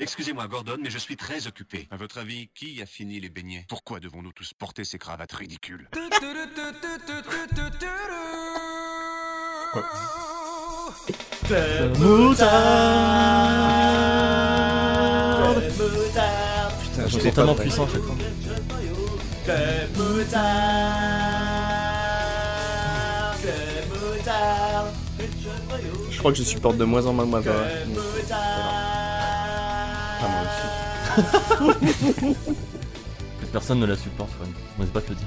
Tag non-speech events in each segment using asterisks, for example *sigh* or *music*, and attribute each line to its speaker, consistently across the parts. Speaker 1: Excusez-moi, Gordon, mais je suis très occupé.
Speaker 2: À votre avis, qui a fini les beignets Pourquoi devons-nous tous porter ces cravates ridicules
Speaker 3: Putain,
Speaker 4: Ils
Speaker 3: je
Speaker 4: sont
Speaker 3: sais pas.
Speaker 4: tellement puissants à chaque fois.
Speaker 3: Je crois que je supporte de moins en moins ma voix. Mais c'est pas grave. Ah, moi aussi.
Speaker 4: Plus personne ne la supporte, Fred. On n'ose pas te le dire.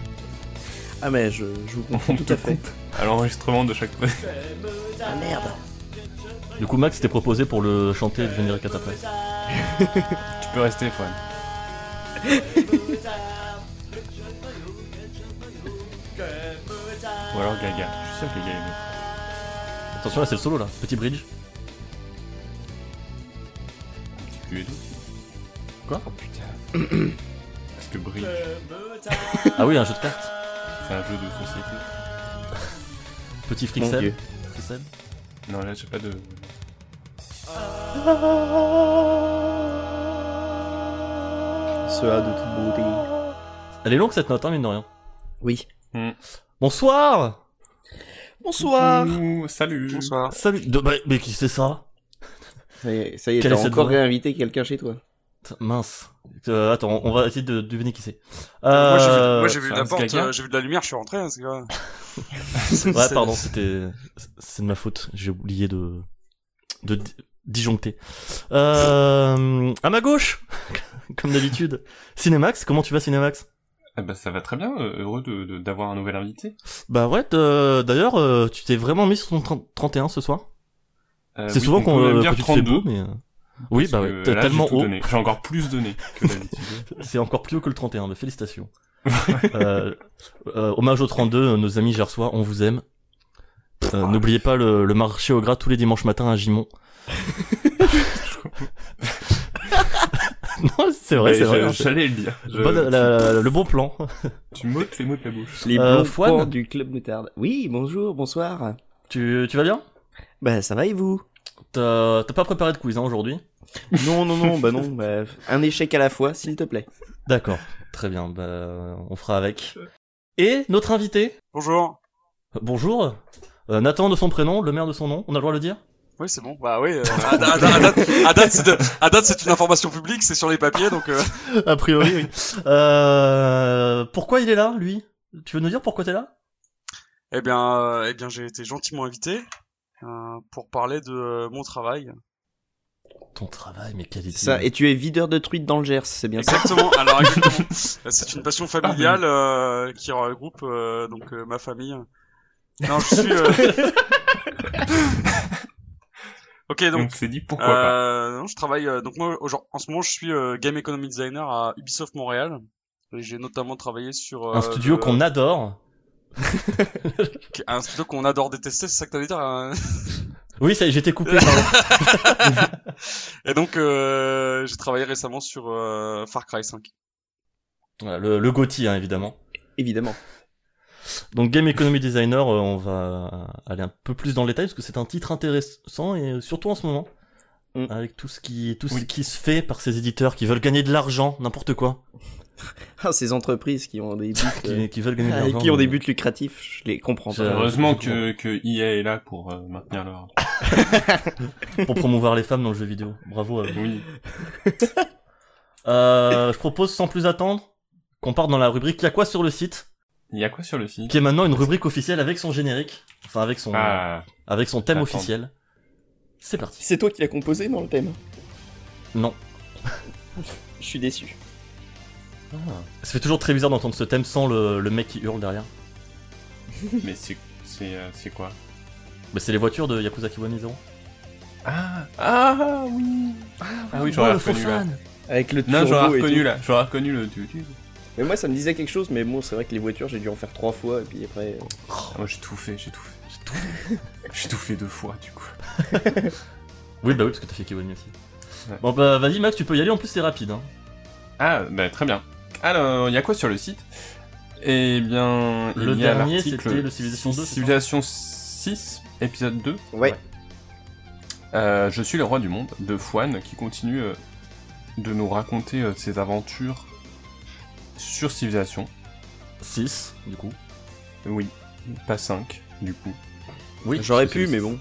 Speaker 3: Ah, mais je, je vous comprends
Speaker 5: On
Speaker 3: tout
Speaker 5: te
Speaker 3: à fait.
Speaker 5: coupe à l'enregistrement de chaque fois. *laughs*
Speaker 3: Ah merde
Speaker 4: Du coup, Max t'es proposé pour le chanter et le générique à ta place.
Speaker 5: tu peux rester, Fred. Ou alors Gaga. Je suis sûr que Gaga est mieux.
Speaker 4: Attention, là c'est le solo là. Petit bridge.
Speaker 5: Bridge.
Speaker 4: Quoi
Speaker 5: Oh putain. *clears throat* Parce que Bridge,
Speaker 4: Ah oui, un jeu de cartes.
Speaker 5: c'est un jeu de société.
Speaker 4: Petit
Speaker 3: Mon
Speaker 4: frixel.
Speaker 3: Dieu.
Speaker 4: Frixel.
Speaker 5: Non, là, j'ai pas de.
Speaker 3: Ce A de toute beauté.
Speaker 4: Elle est longue cette note, hein, mine de rien.
Speaker 3: Oui.
Speaker 6: Hmm.
Speaker 4: Bonsoir
Speaker 3: Bonsoir
Speaker 5: Ouh, salut.
Speaker 6: Bonsoir.
Speaker 4: Salut de- bah, Mais qui c'est ça
Speaker 3: Ça y est, ça y est,
Speaker 4: Quelle
Speaker 3: t'as
Speaker 4: est cette
Speaker 3: encore
Speaker 4: voix
Speaker 3: réinvité quelqu'un chez toi.
Speaker 4: Putain, Mince. Euh, attends, on va essayer de deviner qui c'est.
Speaker 6: Moi j'ai vu,
Speaker 4: Euh,
Speaker 6: moi, j'ai vu de la
Speaker 5: Franz
Speaker 6: porte,
Speaker 5: Gaga.
Speaker 6: euh, j'ai vu de la lumière, je suis rentré. hein, c'est quoi
Speaker 4: Ouais,
Speaker 6: C'est-
Speaker 4: pardon, c'était. C'est de ma faute. J'ai oublié de. de di- disjoncter. Euh, à ma gauche *laughs* Comme d'habitude. Cinémax, comment tu vas, Cinémax
Speaker 5: Ah bah, ça va très bien. euh, Heureux d'avoir de, d'avoir un nouvel invité.
Speaker 4: Bah ouais, t'e- d'ailleurs, euh, tu t'es vraiment mis sur ton 30 31 ce soir
Speaker 5: Euh,
Speaker 4: C'est
Speaker 5: oui,
Speaker 4: souvent
Speaker 5: on
Speaker 4: qu'on
Speaker 5: peut même
Speaker 4: euh,
Speaker 5: dire
Speaker 4: quand tu te fais
Speaker 5: 32,
Speaker 4: beau, mais. euh, Oui,
Speaker 5: parce
Speaker 4: bah
Speaker 5: que euh,
Speaker 4: ouais, t'es
Speaker 5: là, j'ai
Speaker 4: tellement
Speaker 5: tout
Speaker 4: haut.
Speaker 5: donné. J'ai encore plus donné que d'habitude.
Speaker 4: *laughs* C'est encore plus haut que le 31,
Speaker 5: *laughs*
Speaker 4: mais félicitations. euh, euh, hommage au 32, euh, nos amis gersois, on vous aime. Euh, N'oubliez pas le, le marché au gras tous les dimanches matins
Speaker 5: *laughs*
Speaker 4: à Gimont. non, c'est vrai,
Speaker 5: Mais
Speaker 4: c'est
Speaker 5: Euh, je-
Speaker 4: vrai. c'est-
Speaker 5: J'allais le dire. Je-
Speaker 4: Bonne- la- le bon plan.
Speaker 5: Tu m'ôtes les mots de la bouche.
Speaker 3: Les
Speaker 4: Euh,
Speaker 3: bons
Speaker 4: Fouane
Speaker 3: plans du club moutarde. Oui, bonjour, bonsoir.
Speaker 4: Tu, tu vas bien
Speaker 3: Bah ça va et vous
Speaker 4: T'as t'as pas préparé de quiz hein, aujourd'hui
Speaker 3: Non, non, non, *laughs* bah non, bah, un échec à la fois, s'il te plaît.
Speaker 4: D'accord, très bien, bah, on fera avec. Et notre invité,
Speaker 6: Bonjour.
Speaker 4: euh, bonjour, euh, Nathan de son prénom, le maire de son nom, on a le droit de le dire
Speaker 6: Oui, c'est bon. Bah oui. euh, à, à- à- à date, à date, c'est de- à date, c'est une information publique, c'est sur les papiers, donc. euh,
Speaker 4: A priori, oui. *laughs* Euh, pourquoi il est là, lui Tu veux nous dire pourquoi t'es là
Speaker 6: Eh bien, euh, eh bien, j'ai été gentiment invité euh, pour parler de euh, mon travail.
Speaker 4: Ton travail, mais quel est
Speaker 3: Ça, et tu es videur de truites dans le Gers, c'est bien ça
Speaker 6: Exactement. Alors, exactement. Euh, C'est une passion familiale euh, qui regroupe euh, donc euh, ma famille. Non, je suis. euh, ok, donc.
Speaker 5: Donc, c'est dit pourquoi pas.
Speaker 6: Euh, non, je travaille euh, donc moi aujourd'hui- en ce moment je suis euh, game economy designer à Ubisoft Montréal. Et J'ai notamment travaillé sur euh,
Speaker 4: Un studio
Speaker 6: le-
Speaker 4: qu'on adore.
Speaker 6: qui- un studio qu'on adore détester, c'est ça que t'allais dire. hein
Speaker 4: Oui, ça y est, j'étais coupé, pardon. *laughs*
Speaker 6: Et donc euh, j'ai travaillé récemment sur euh, Far Cry 5.
Speaker 4: Voilà, le, le Gauthier, hein, évidemment.
Speaker 3: Évidemment.
Speaker 4: Donc Game Economy Designer, euh, on va aller un peu plus dans le détail parce que c'est un titre intéressant et euh, surtout en ce moment.
Speaker 3: Mm.
Speaker 4: Avec tout ce qui tout ce
Speaker 5: Oui.
Speaker 4: qui se fait par ces éditeurs qui veulent gagner de l'argent, n'importe quoi,
Speaker 3: Ah, ces entreprises qui ont des buts, euh,
Speaker 4: qui, qui veulent
Speaker 3: *laughs*
Speaker 4: gagner de
Speaker 3: ah,
Speaker 4: l'argent.
Speaker 3: qui ont des
Speaker 4: mais-
Speaker 3: buts lucratifs, je les comprends
Speaker 4: Je-
Speaker 3: pas.
Speaker 5: Heureusement que,
Speaker 4: je
Speaker 5: que EA est là pour euh, maintenir leur.
Speaker 4: pour promouvoir les femmes dans le jeu vidéo. Bravo à eux.
Speaker 5: Oui.
Speaker 4: Euh, je propose sans plus attendre qu'on parte dans la rubrique Il y a quoi sur le site
Speaker 5: Il y a quoi sur le site
Speaker 4: qui est maintenant une rubrique officielle avec son générique, enfin avec son
Speaker 5: Ah,
Speaker 4: avec son thème
Speaker 5: Attends.
Speaker 4: officiel. C'est parti.
Speaker 3: C'est toi qui l'as composé dans le thème.
Speaker 4: Non.
Speaker 3: *laughs* Je suis déçu.
Speaker 4: Ça fait toujours très bizarre d'entendre ce thème sans le, le mec qui hurle derrière.
Speaker 5: mais c'est c'est euh, c'est quoi
Speaker 4: Mais Bah, c'est les voitures de Yakuza Kiwami Zero.
Speaker 5: Ah ah oui. Ah oui, j'aurais reconnu là.
Speaker 3: Avec le
Speaker 5: Non,
Speaker 3: turbo
Speaker 5: j'aurais
Speaker 3: et
Speaker 5: reconnu
Speaker 3: tout.
Speaker 5: là. J'aurais reconnu le tu- tu-
Speaker 3: Mais moi, ça me disait quelque chose, mais bon, c'est vrai que les voitures, j'ai dû en faire trois fois, et puis après... euh,
Speaker 5: Ah, Moi j'ai tout fait, j'ai tout fait. J'ai tout fait. j'ai tout fait deux fois du coup.
Speaker 4: Oui, bah oui, parce que t'as fait Kiwami aussi.
Speaker 5: Ouais.
Speaker 4: Bon bah vas-y Max, tu peux y aller, en plus c'est rapide. Hein.
Speaker 5: Ah bah très bien. Alors, il y a quoi sur le site Eh bien, il
Speaker 4: Le
Speaker 5: y a
Speaker 4: dernier,
Speaker 5: l'article
Speaker 4: c'était le Civilization 2, c'est ça
Speaker 5: Civilization 6, épisode 2.
Speaker 3: Ouais.
Speaker 5: Euh, je suis le roi du monde de Fouane qui continue euh, de nous raconter euh, ses aventures sur Civilisation.
Speaker 4: 6, du coup.
Speaker 5: Oui, pas 5, du coup.
Speaker 4: Oui,
Speaker 3: J'aurais
Speaker 5: parce que
Speaker 3: pu,
Speaker 5: c'est-
Speaker 3: mais bon.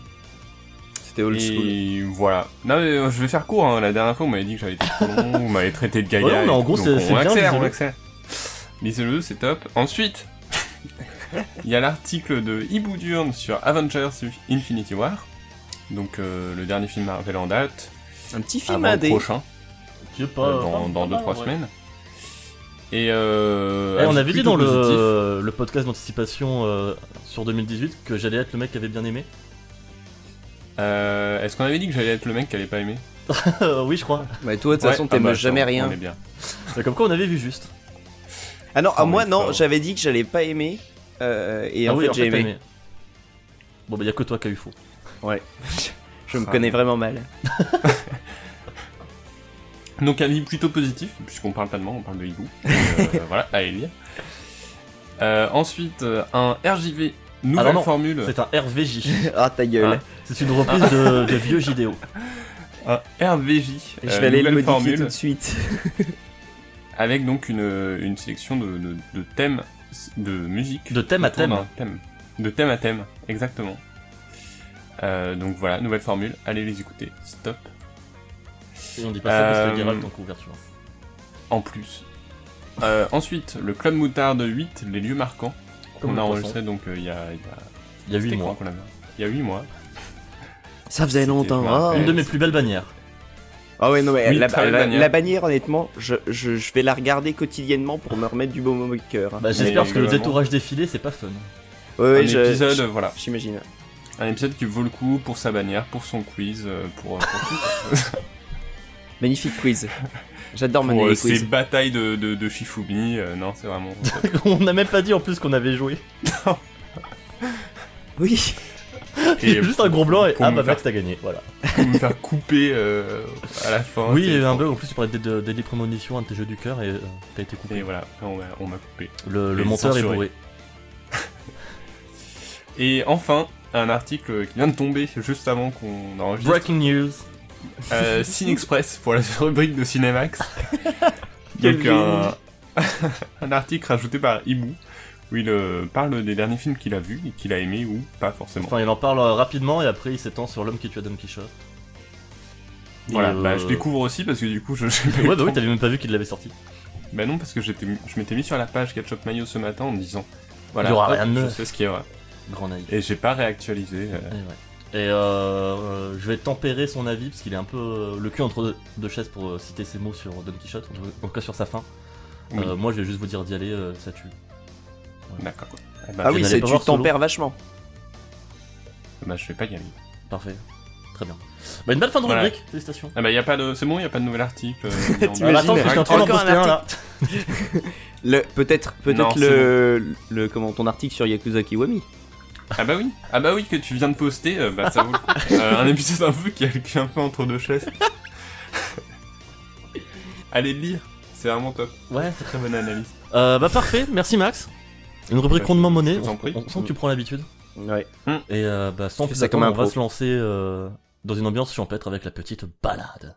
Speaker 3: C'était old school.
Speaker 5: Et voilà. Non, mais euh, je vais faire court. hein. La dernière fois, vous m'avez dit que j'avais été trop long, vous m'avez traité de gaillard.
Speaker 4: Ouais, non, mais
Speaker 5: et
Speaker 4: en
Speaker 5: tout,
Speaker 4: gros,
Speaker 5: donc
Speaker 4: c'est- c'est
Speaker 5: on
Speaker 4: bien,
Speaker 5: accélère,
Speaker 4: lisez-le.
Speaker 5: on accélère. Lisez-le, c'est top.
Speaker 4: *laughs*
Speaker 5: Ensuite, il y a l'article de Hibou Durne sur Avengers Infinity War. Donc, euh, le dernier film Marvel en date.
Speaker 3: Un petit film
Speaker 5: Avant le
Speaker 3: AD.
Speaker 5: prochain,
Speaker 4: Qui est
Speaker 5: euh, dans- dans 2-3 semaines. Et euh,
Speaker 4: Eh, on
Speaker 5: avis
Speaker 4: avait dit
Speaker 5: plutôt
Speaker 4: dans
Speaker 5: positif.
Speaker 4: le, le podcast d'anticipation euh, sur 2018 que j'allais être le mec qui avait bien aimé. *laughs*
Speaker 5: Euh, Est-ce qu'on avait dit que j'allais être le mec qui allait pas aimer
Speaker 4: oui, je crois.
Speaker 3: Mais toi, de toute
Speaker 5: Ouais,
Speaker 3: façon,
Speaker 5: ah
Speaker 3: t'aimes
Speaker 5: bah,
Speaker 3: jamais
Speaker 5: attends,
Speaker 3: rien.
Speaker 5: On est bien.
Speaker 4: C'est comme quoi on avait vu juste.
Speaker 3: Ah non,
Speaker 5: Ah
Speaker 3: à moi,
Speaker 5: oui,
Speaker 3: non,
Speaker 5: fort.
Speaker 3: j'avais dit que j'allais pas aimer. euh, et
Speaker 4: ah
Speaker 3: en
Speaker 4: oui,
Speaker 3: fait, j'ai
Speaker 4: t'as
Speaker 3: aimé.
Speaker 4: Bon, bah, y a que toi qui a eu faux.
Speaker 3: Je me
Speaker 5: Ah,
Speaker 3: connais
Speaker 5: non.
Speaker 3: vraiment mal.
Speaker 5: Donc avis plutôt positif, puisqu'on parle pas de moi, on parle de
Speaker 3: *laughs*
Speaker 5: hibou. Donc, euh, voilà, allez lire. Euh, ensuite, euh, un RJV, nouvelle
Speaker 4: Alors Ah, non,
Speaker 5: formule.
Speaker 4: C'est un RVJ.
Speaker 3: *laughs* Ah, ta gueule.
Speaker 4: C'est une reprise de, de vieux JDO.
Speaker 5: Un RVJ,
Speaker 3: je
Speaker 5: euh,
Speaker 3: vais aller le modifier
Speaker 5: nouvelle formule,
Speaker 3: tout de suite.
Speaker 5: avec donc une, une sélection de, de- de thèmes de musique.
Speaker 4: De thème à
Speaker 5: autour
Speaker 4: thème.
Speaker 5: d'un thème. De thème à thème, exactement. Euh, donc voilà, nouvelle formule, allez les écouter, stop.
Speaker 4: Et on dit pas ça parce
Speaker 5: Euh,
Speaker 4: que Geralt en couverture.
Speaker 5: En plus. Euh, ensuite, le club moutarde 8, les lieux marquants.
Speaker 4: Comme
Speaker 5: on
Speaker 4: le
Speaker 5: a
Speaker 4: poisson.
Speaker 5: enregistré donc euh, il y a- il y a
Speaker 4: Il y a 8
Speaker 5: C'était
Speaker 4: mois.
Speaker 5: quand qu'on l'avait Il y a 8 mois.
Speaker 3: Ça faisait longtemps.
Speaker 5: marrant.
Speaker 3: ah.
Speaker 4: Une de mes plus belles bannières.
Speaker 3: Ah ouais, non, mais
Speaker 5: Oui,
Speaker 3: la,
Speaker 5: très belle
Speaker 3: la-
Speaker 5: bannière.
Speaker 3: la bannière, honnêtement, je, je, je vais la regarder quotidiennement pour me remettre du baume au cœur.
Speaker 4: Bah, j'espère
Speaker 5: Mais
Speaker 4: que le
Speaker 5: globalement-
Speaker 4: détourage défilé, c'est pas fun. *laughs*
Speaker 3: ouais, ouais,
Speaker 5: un
Speaker 3: je-
Speaker 5: épisode, euh, voilà.
Speaker 3: J'imagine.
Speaker 5: Un épisode qui vaut le coup pour sa bannière, pour son quiz, euh, pour, euh, pour,
Speaker 3: Magnifique quiz. *laughs* J'adore
Speaker 5: pour,
Speaker 3: mener
Speaker 5: euh,
Speaker 3: les
Speaker 5: ses
Speaker 3: quiz.
Speaker 5: batailles de, de, de Shifumi. euh, non, c'est vraiment. top.
Speaker 4: on n'a même pas dit en plus qu'on avait joué.
Speaker 3: Oui.
Speaker 4: *laughs* Il y a
Speaker 5: euh,
Speaker 4: juste un gros blanc et
Speaker 5: pour
Speaker 4: ah
Speaker 5: me
Speaker 4: bah
Speaker 5: faire-
Speaker 4: Max t'as gagné, voilà.
Speaker 5: pour me faire couper euh, à la fin.
Speaker 4: oui, il y
Speaker 5: c'est-
Speaker 4: a eu un bug en plus, tu parlais de Daily Premonition, un de tes jeux du cœur et euh, t'as été
Speaker 5: Et
Speaker 4: coupé.
Speaker 5: voilà, on m'a on m'a coupé.
Speaker 4: Le, le
Speaker 5: et
Speaker 4: monteur est
Speaker 5: censuré.
Speaker 4: bourré.
Speaker 5: Et enfin, un article qui vient de tomber juste avant qu'on enregistre.
Speaker 4: Breaking news.
Speaker 5: Euh, Cine Express pour la rubrique de
Speaker 4: *laughs*
Speaker 5: Cinemax. Donc
Speaker 3: Quel
Speaker 5: un, *laughs* un article rajouté par Hibou où il euh, parle des derniers films qu'il a vus et qu'il a aimé ou pas forcément.
Speaker 4: Enfin, il en parle euh, rapidement et après il s'étend sur l'homme qui tua Don Quichotte. Et,
Speaker 5: voilà,
Speaker 4: euh,
Speaker 5: bah, je découvre aussi parce que du coup je. *laughs* j'ai pas eu
Speaker 4: *laughs*
Speaker 5: le
Speaker 4: Ouais, bah oui,
Speaker 5: temps.
Speaker 4: t'avais même pas vu qu'il l'avait sorti.
Speaker 5: Bah non, parce que j'étais, je m'étais mis sur la page Ketchup Mayo ce matin en me disant. Voilà,
Speaker 4: Il y aura
Speaker 5: hop,
Speaker 4: rien de
Speaker 5: je
Speaker 4: neuf.
Speaker 5: sais ce qu'il y aura.
Speaker 4: Grand naïf.
Speaker 5: Et j'ai pas réactualisé. euh,
Speaker 4: Et, ouais. Et, euh, euh, je vais tempérer son avis parce qu'il est un peu euh, le cul entre deux, deux chaises pour euh, citer ses mots sur Don Quichotte, en tout- en tout cas sur sa fin.
Speaker 5: Oui.
Speaker 4: Euh, moi je vais juste vous dire d'y aller, euh, ça tue.
Speaker 5: D'accord. Eh ben,
Speaker 3: Ah oui,
Speaker 4: n'allez
Speaker 3: c'est
Speaker 4: pas
Speaker 3: tu
Speaker 4: voir Solo
Speaker 3: t'en perds vachement.
Speaker 5: Bah je vais pas y aller.
Speaker 4: Parfait. Très bien. Bah, une belle fin de
Speaker 5: Voilà.
Speaker 4: rubrique, félicitations.
Speaker 5: Ah bah y a pas de, c'est bon, y a pas de nouvel article.
Speaker 4: *laughs*
Speaker 5: euh, non,
Speaker 3: T'imagines
Speaker 4: Ah, bah, attends, parce que je suis en train d'en
Speaker 3: Encore un
Speaker 4: poster un là.
Speaker 3: Le peut-être
Speaker 5: Non,
Speaker 3: peut-être
Speaker 5: c'est
Speaker 3: le, le comment ton article sur Yakuza Kiwami.
Speaker 5: Ah bah oui, ah bah oui que tu viens de poster, euh, bah ça vaut le coup. *laughs* Euh, un épisode un peu qui a le cul un peu entre deux chaises. *laughs* Allez le lire, c'est vraiment top.
Speaker 4: Ouais.
Speaker 5: Très bonne analyse.
Speaker 4: Euh, bah parfait, merci Max. Une rubrique
Speaker 5: Bah,
Speaker 4: rondement monnaie.
Speaker 5: je vous en prie.
Speaker 4: On, on sent que tu prends l'habitude.
Speaker 3: Ouais.
Speaker 4: Et euh, bah sans
Speaker 3: Fais
Speaker 4: plus
Speaker 3: ça comme
Speaker 4: attendre,
Speaker 3: un
Speaker 4: on va
Speaker 3: pro.
Speaker 4: se lancer euh, dans une ambiance champêtre avec la petite balade.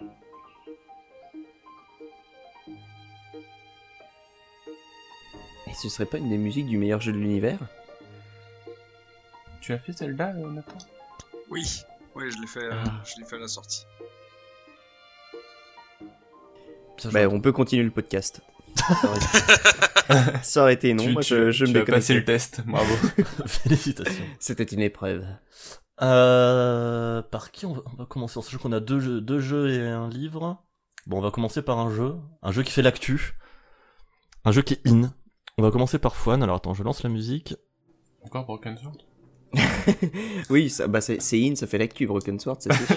Speaker 4: *laughs*
Speaker 3: Et ce serait pas une des musiques du meilleur jeu de l'univers
Speaker 5: Tu as fait celle-là, euh, Nathan
Speaker 6: Oui. Oui, je l'ai fait, euh, je l'ai fait à la sortie.
Speaker 4: Bien joué.
Speaker 3: Bah on peut continuer le podcast. Ça aurait été non,
Speaker 5: tu,
Speaker 3: moi
Speaker 5: tu-
Speaker 3: je, je
Speaker 5: tu
Speaker 3: me
Speaker 5: as passé
Speaker 3: déconnecte.
Speaker 5: le test, bravo.
Speaker 4: Félicitations.
Speaker 3: C'était une épreuve.
Speaker 4: Euh, par qui on va, on va commencer Sachant qu'on a deux jeux, deux jeux et un livre. Bon, on va commencer par un jeu. Un jeu qui fait l'actu. Un jeu qui est in. On va commencer par Fouane. Alors attends, je lance la musique.
Speaker 5: *laughs* Encore Broken Sword
Speaker 3: Oui, ça, bah c'est c'est in, ça fait l'actu, Broken Sword, ça c'est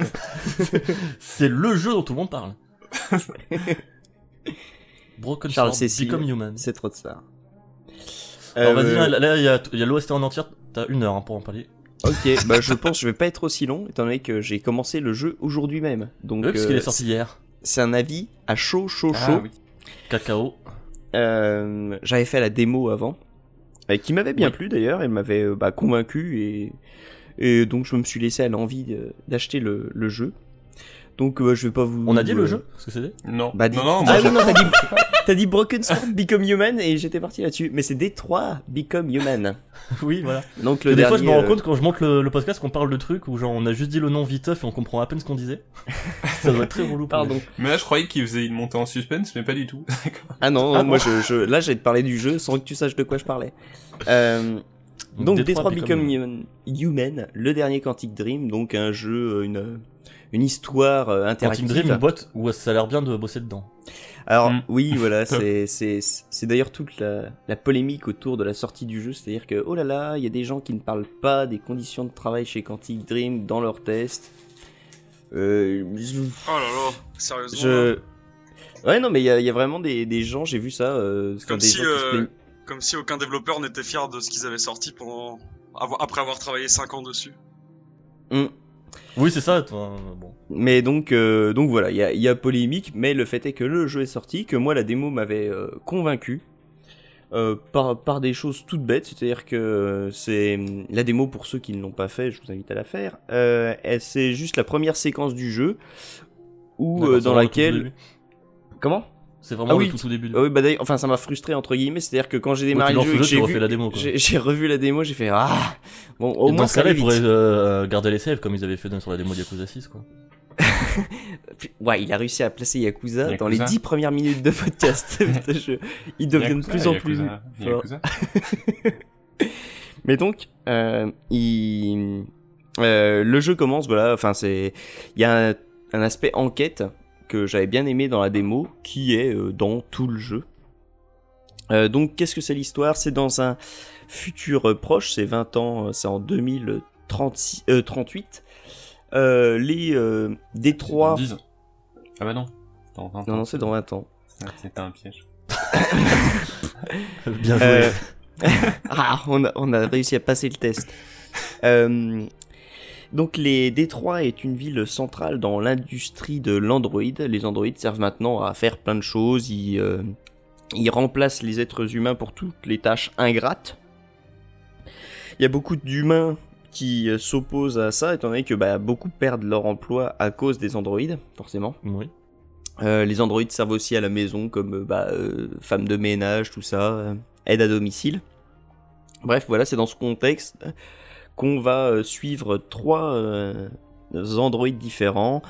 Speaker 3: sûr.
Speaker 4: C'est le jeu dont tout le
Speaker 3: *laughs*
Speaker 4: monde parle. Broken
Speaker 3: Charles
Speaker 4: Sword,
Speaker 3: Cécile.
Speaker 4: Become Human.
Speaker 3: c'est trop de ça.
Speaker 4: Alors
Speaker 3: Euh,
Speaker 4: vas-y, là, là, il y a, il y a l'OST en entière, t'as une heure hein, pour en parler.
Speaker 3: Ok, bah je pense que je vais pas être aussi long, étant donné que j'ai commencé le jeu aujourd'hui même. Donc
Speaker 4: oui, parce
Speaker 3: euh,
Speaker 4: qu'il est sorti hier.
Speaker 3: c'est un avis à chaud, chaud,
Speaker 5: Ah
Speaker 3: chaud.
Speaker 5: oui.
Speaker 4: Cacao.
Speaker 3: Euh, j'avais fait la démo avant, euh, qui m'avait bien
Speaker 4: Oui.
Speaker 3: plu d'ailleurs, elle m'avait euh, bah, convaincu et, Et donc je me suis laissé à l'envie euh, d'acheter le, le jeu. Donc euh, je vais pas vous.
Speaker 4: On a dit le
Speaker 3: euh,
Speaker 4: jeu Ce que c'était
Speaker 5: Non.
Speaker 3: Bah, dis-
Speaker 5: non, non, moi,
Speaker 3: ah
Speaker 5: j'ai-
Speaker 3: oui, non, t'as dit, t'as dit Broken Sword Become Human et j'étais parti là-dessus. Mais c'est D3 Become Human.
Speaker 4: *laughs* Oui, voilà.
Speaker 3: Donc
Speaker 4: Des
Speaker 3: le dernier.
Speaker 4: fois, je me rends
Speaker 3: euh,
Speaker 4: compte quand je monte le, le podcast qu'on parle de trucs où genre on a juste dit le nom viteuf et on comprend à peine ce qu'on *laughs* disait. Ça doit être très relou. pour les
Speaker 3: Pardon.
Speaker 5: Mais là, je croyais qu'il faisait une montée en suspense, mais pas du tout. D'accord.
Speaker 3: Ah non,
Speaker 4: Ah
Speaker 3: moi
Speaker 4: bon.
Speaker 3: je, je- là j'ai parlé du jeu sans que tu saches de quoi je parlais. Euh,
Speaker 4: gens.
Speaker 3: donc
Speaker 4: Detroit
Speaker 3: Detroit Become Human, Human, le dernier Quantic Dream, donc un jeu, euh, une, une histoire euh,
Speaker 4: Quantic
Speaker 3: interactive.
Speaker 4: Dream, une boîte où ça a l'air bien de bosser dedans.
Speaker 3: Alors
Speaker 5: Mm.
Speaker 3: oui, voilà, c'est c'est c'est d'ailleurs toute la, la polémique autour de la sortie du jeu, c'est-à-dire que oh là là, il y a des gens qui ne parlent pas des conditions de travail chez Quantic Dream dans leurs tests. Euh, je-
Speaker 6: Oh là là, sérieusement. là.
Speaker 3: je... Ouais non mais il y, a- il y a vraiment des, des gens, j'ai vu ça, euh, enfin,
Speaker 6: Ah, Comme
Speaker 3: des
Speaker 6: si,
Speaker 3: gens qui se
Speaker 6: euh,
Speaker 3: plaignent.
Speaker 6: Comme si aucun développeur n'était fier de ce qu'ils avaient sorti pendant. avo- Après avoir travaillé 5 ans dessus.
Speaker 3: Mm.
Speaker 4: Oui, c'est ça. toi, euh, Bon.
Speaker 3: Mais donc, euh, donc voilà, il y a, il y a polémique, mais le fait est que le jeu est sorti, que moi la démo m'avait euh, convaincu euh, par, par des choses toutes bêtes, c'est-à-dire que euh, c'est la démo pour ceux qui ne l'ont pas fait, je vous invite à la faire. euh, elle- c'est juste la première séquence du jeu où euh, dans
Speaker 4: D'accord, c'est vraiment le tout
Speaker 3: laquelle
Speaker 4: début.
Speaker 3: comment
Speaker 4: C'est vraiment
Speaker 3: Ah oui,
Speaker 4: le tout, tout début.
Speaker 3: Ah oui, bah d'ailleurs, enfin ça m'a frustré entre guillemets, c'est-à-dire que quand j'ai
Speaker 4: Quand
Speaker 3: démarré
Speaker 4: tu lances
Speaker 3: le jeu, et
Speaker 4: le
Speaker 3: que
Speaker 4: jeu, tu
Speaker 3: j'ai
Speaker 4: refais
Speaker 3: vu-
Speaker 4: la démo. Quoi.
Speaker 3: j'ai *laughs* j'ai revu la démo, j'ai fait ah bon au
Speaker 4: Et
Speaker 3: moins
Speaker 4: dans ce
Speaker 3: ça allait
Speaker 4: cas-là, ils
Speaker 3: vite.
Speaker 4: pourraient euh, garder les sèves comme ils avaient fait dans- sur la démo de Yakuza 6. Quoi.
Speaker 3: Puis- Ouais, il a réussi à placer Yakuza, dans les
Speaker 5: Yakuza.
Speaker 3: 10 premières minutes de podcast. *laughs* Putain, je- Il devient de
Speaker 5: Yakuza,
Speaker 3: plus en plus.
Speaker 5: Yakuza,
Speaker 3: fort.
Speaker 5: Yakuza.
Speaker 3: Mais donc, euh, il... euh, le jeu commence, voilà. Enfin, c'est. Il y a un, un aspect enquête que j'avais bien aimé dans la démo qui est euh, dans tout le jeu. Euh, donc, qu'est-ce que c'est l'histoire C'est dans un futur euh, proche, c'est 20 ans, euh, c'est en 2038. Euh, 38. Euh, les euh, Détroits.
Speaker 5: Dans 10 ans. Ah bah non. Dans 20
Speaker 3: Non, non,
Speaker 5: ans.
Speaker 3: c'est dans 20 ans.
Speaker 5: C'était un piège.
Speaker 4: *laughs* Bien joué. *laughs*
Speaker 3: Euh, ah, on a, on a réussi à passer le test. Euh, donc, les Détroits est une ville centrale dans l'industrie de l'Android. Les androïdes servent maintenant à faire plein de choses. Ils, euh, ils remplacent les êtres humains pour toutes les tâches ingrates. Il y a beaucoup d'humains qui euh, s'opposent à ça, étant donné que bah, beaucoup perdent leur emploi à cause des androïdes, forcément.
Speaker 4: Oui.
Speaker 3: Euh, les androïdes servent aussi à la maison comme euh, bah, euh, femme de ménage, tout ça, euh, aide à domicile. Bref, voilà, c'est dans ce contexte qu'on va euh, suivre trois euh, androïdes différents.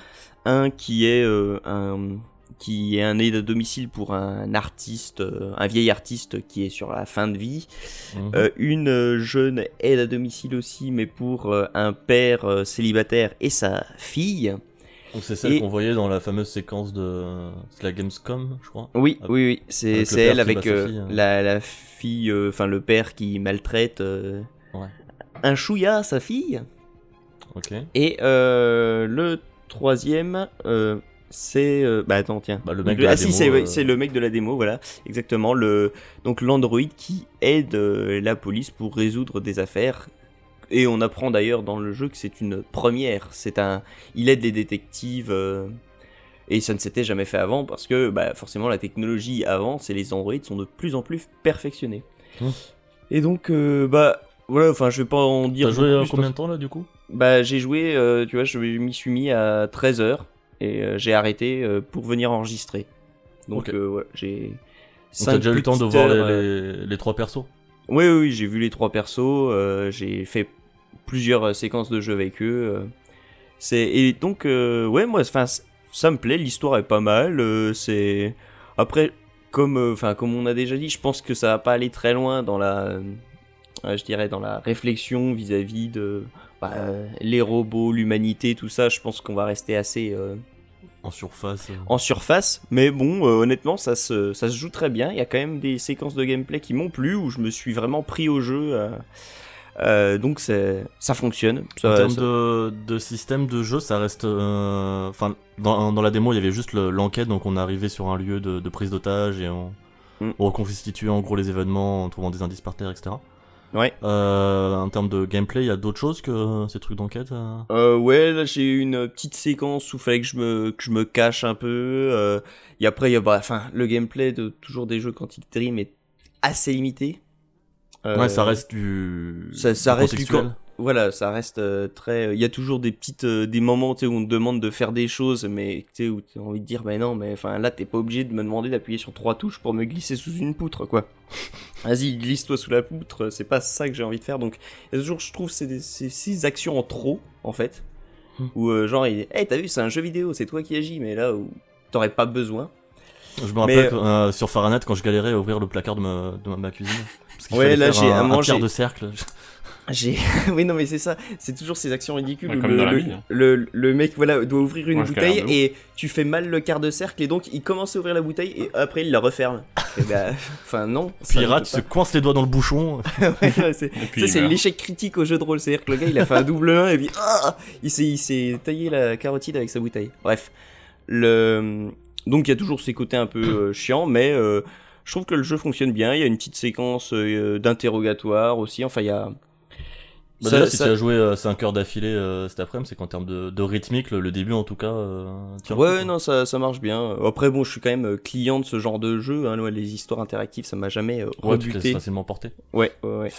Speaker 3: Un qui est euh, un qui est un aide à domicile pour un artiste, euh, un vieil artiste qui est sur la fin de vie.
Speaker 4: Mhm.
Speaker 3: Euh, une euh, jeune aide à domicile aussi, mais pour euh, un père euh, célibataire et sa fille.
Speaker 4: Donc c'est celle
Speaker 3: et-
Speaker 4: qu'on voyait dans la fameuse séquence de c'est la Gamescom, je crois.
Speaker 3: Oui,
Speaker 4: Ah,
Speaker 3: oui, oui, c'est
Speaker 4: avec le
Speaker 3: c'est
Speaker 4: père
Speaker 3: elle
Speaker 4: qui
Speaker 3: avec
Speaker 4: bat sa
Speaker 3: euh,
Speaker 4: fille, hein.
Speaker 3: la, la fille, euh, enfin le père qui maltraite euh,
Speaker 4: Ouais.
Speaker 3: un chouïa, sa fille.
Speaker 4: Ok.
Speaker 3: Et euh, le troisième, euh, c'est... euh, bah attends, tiens.
Speaker 4: Bah, le mec
Speaker 3: Donc,
Speaker 4: de la
Speaker 3: ah si,
Speaker 4: démo,
Speaker 3: c'est
Speaker 4: euh,
Speaker 3: ouais, c'est le mec de la démo, voilà, exactement. Le, donc l'android qui aide euh, la police pour résoudre des affaires. Et on apprend d'ailleurs dans le jeu que c'est une première. C'est un, il aide les détectives. euh, et ça ne s'était jamais fait avant parce que bah, forcément la technologie avance et les androïdes sont de plus en plus perfectionnés.
Speaker 4: Mmh.
Speaker 3: Et donc euh, bah voilà, enfin je vais pas en dire.
Speaker 4: T'as joué euh,
Speaker 3: beaucoup plus,
Speaker 4: combien de temps là du coup
Speaker 3: bah j'ai joué, euh, tu vois, je m'y suis mis à 13h et euh, j'ai arrêté euh, pour venir enregistrer. Donc
Speaker 4: Ok.
Speaker 3: euh, ouais, j'ai...
Speaker 4: Donc t'as
Speaker 3: cinq
Speaker 4: déjà eu le temps de
Speaker 3: petites
Speaker 4: voir les,
Speaker 3: heures, euh,
Speaker 4: les- les trois persos.
Speaker 3: Oui, oui, oui, j'ai vu les trois persos, euh, j'ai fait plusieurs euh, séquences de jeu avec eux. euh. c'est Et donc, euh, ouais, moi, enfin, c- ça me plaît, l'histoire est pas mal. euh, c'est Après, comme, euh, enfin comme on a déjà dit, je pense que ça va pas aller très loin dans la, euh, euh, je dirais, dans la réflexion vis-à-vis de bah, euh, les robots, l'humanité, tout ça. Je pense qu'on va rester assez... euh,
Speaker 4: En surface. euh.
Speaker 3: en surface, mais bon, euh, honnêtement, ça se, ça se joue très bien. Il y a quand même des séquences de gameplay qui m'ont plu, où je me suis vraiment pris au jeu. euh, euh, donc c'est- ça fonctionne.
Speaker 4: En
Speaker 3: Ça-
Speaker 4: termes
Speaker 3: ça-
Speaker 4: de, de système de jeu, ça reste. euh, Enfin, dans, dans la démo, il y avait juste le- l'enquête, donc on arrivait sur un lieu de, de prise d'otage et on,
Speaker 3: Mm.
Speaker 4: on reconstituait en gros les événements en trouvant des indices par terre, etc.
Speaker 3: Ouais.
Speaker 4: Euh, en termes de gameplay, il y a d'autres choses que ces trucs d'enquête. euh
Speaker 3: Euh, ouais, là j'ai eu une petite séquence où il fallait que je me, que je me cache un peu. euh, et après, il y a, bah, enfin, le gameplay de toujours des jeux Quantic Dream est assez limité. Euh,
Speaker 4: Ouais, ça reste du.
Speaker 3: ça- ça
Speaker 4: du
Speaker 3: reste du
Speaker 4: contextuel.
Speaker 3: voilà, ça reste euh, très. Il y a toujours des petites, euh, des moments tu sais, où on te demande de faire des choses, mais tu sais, où t'as envie de dire, ben non, mais enfin là, t'es pas obligé de me demander d'appuyer sur trois touches pour me glisser sous une poutre, quoi. Vas-y, glisse-toi sous la poutre. C'est pas ça que j'ai envie de faire. Donc, il y a toujours, je trouve, c'est des- ces six actions en trop, en fait,
Speaker 4: Hmm.
Speaker 3: où euh, genre, il, hey, t'as vu, c'est un jeu vidéo, c'est toi qui agis, mais là où t'aurais pas besoin.
Speaker 4: Je me rappelle
Speaker 3: Mais-
Speaker 4: que, euh, sur Fahrenheit quand je galérais à ouvrir le placard de ma, de ma- ma cuisine. Parce qu'il
Speaker 3: Ouais,
Speaker 4: fallait
Speaker 3: là,
Speaker 4: faire
Speaker 3: j'ai- à
Speaker 4: un, un
Speaker 3: manger.
Speaker 4: tiers de cercle. *laughs*
Speaker 3: J'ai. *laughs* oui, non, mais c'est ça. C'est toujours ces actions ridicules.
Speaker 5: Ouais,
Speaker 3: où
Speaker 5: comme
Speaker 3: le,
Speaker 5: dans la
Speaker 3: le-
Speaker 5: vie, hein.
Speaker 3: le- le mec voilà, doit ouvrir une
Speaker 5: Moi, je
Speaker 3: bouteille
Speaker 5: galère de
Speaker 3: et tu fais mal le quart de cercle et donc il commence à ouvrir la bouteille et après il la referme. *laughs* Et bah, Enfin, non.
Speaker 4: Puis
Speaker 3: ça
Speaker 4: il
Speaker 3: ne
Speaker 4: rate,
Speaker 3: peut
Speaker 4: se coince les doigts dans le bouchon.
Speaker 3: pas. *laughs* Ouais, ouais, c'est-
Speaker 5: Et puis,
Speaker 3: ça,
Speaker 5: bah, il
Speaker 3: c'est
Speaker 5: meurt.
Speaker 3: l'échec critique au jeu de rôle. C'est-à-dire que le gars, il a fait un double 1 et puis ah il s'est- il s'est taillé la carotide avec sa bouteille. Bref. Le... Donc il y a toujours ces côtés un peu euh, chiants, mais euh, je trouve que le jeu fonctionne bien. Il y a une petite séquence euh, d'interrogatoire aussi. Enfin, il y a.
Speaker 4: Bah,
Speaker 3: Ça-
Speaker 4: déjà, si
Speaker 3: ça-
Speaker 4: tu as joué 5 heures d'affilée euh, cet après-midi, c'est qu'en termes de, de rythmique, le, le début en tout cas. euh, tient le
Speaker 3: Ouais,
Speaker 4: coup,
Speaker 5: hein.
Speaker 3: ouais,
Speaker 4: quoi.
Speaker 3: non, ça, ça marche bien. Après, bon, je suis quand même euh, client de ce genre de jeu. hein. Moi, les histoires interactives, ça m'a jamais euh,
Speaker 4: Ouais, tu te laisses
Speaker 3: rebuté.
Speaker 4: facilement porter.
Speaker 3: Ouais, ouais, ouais.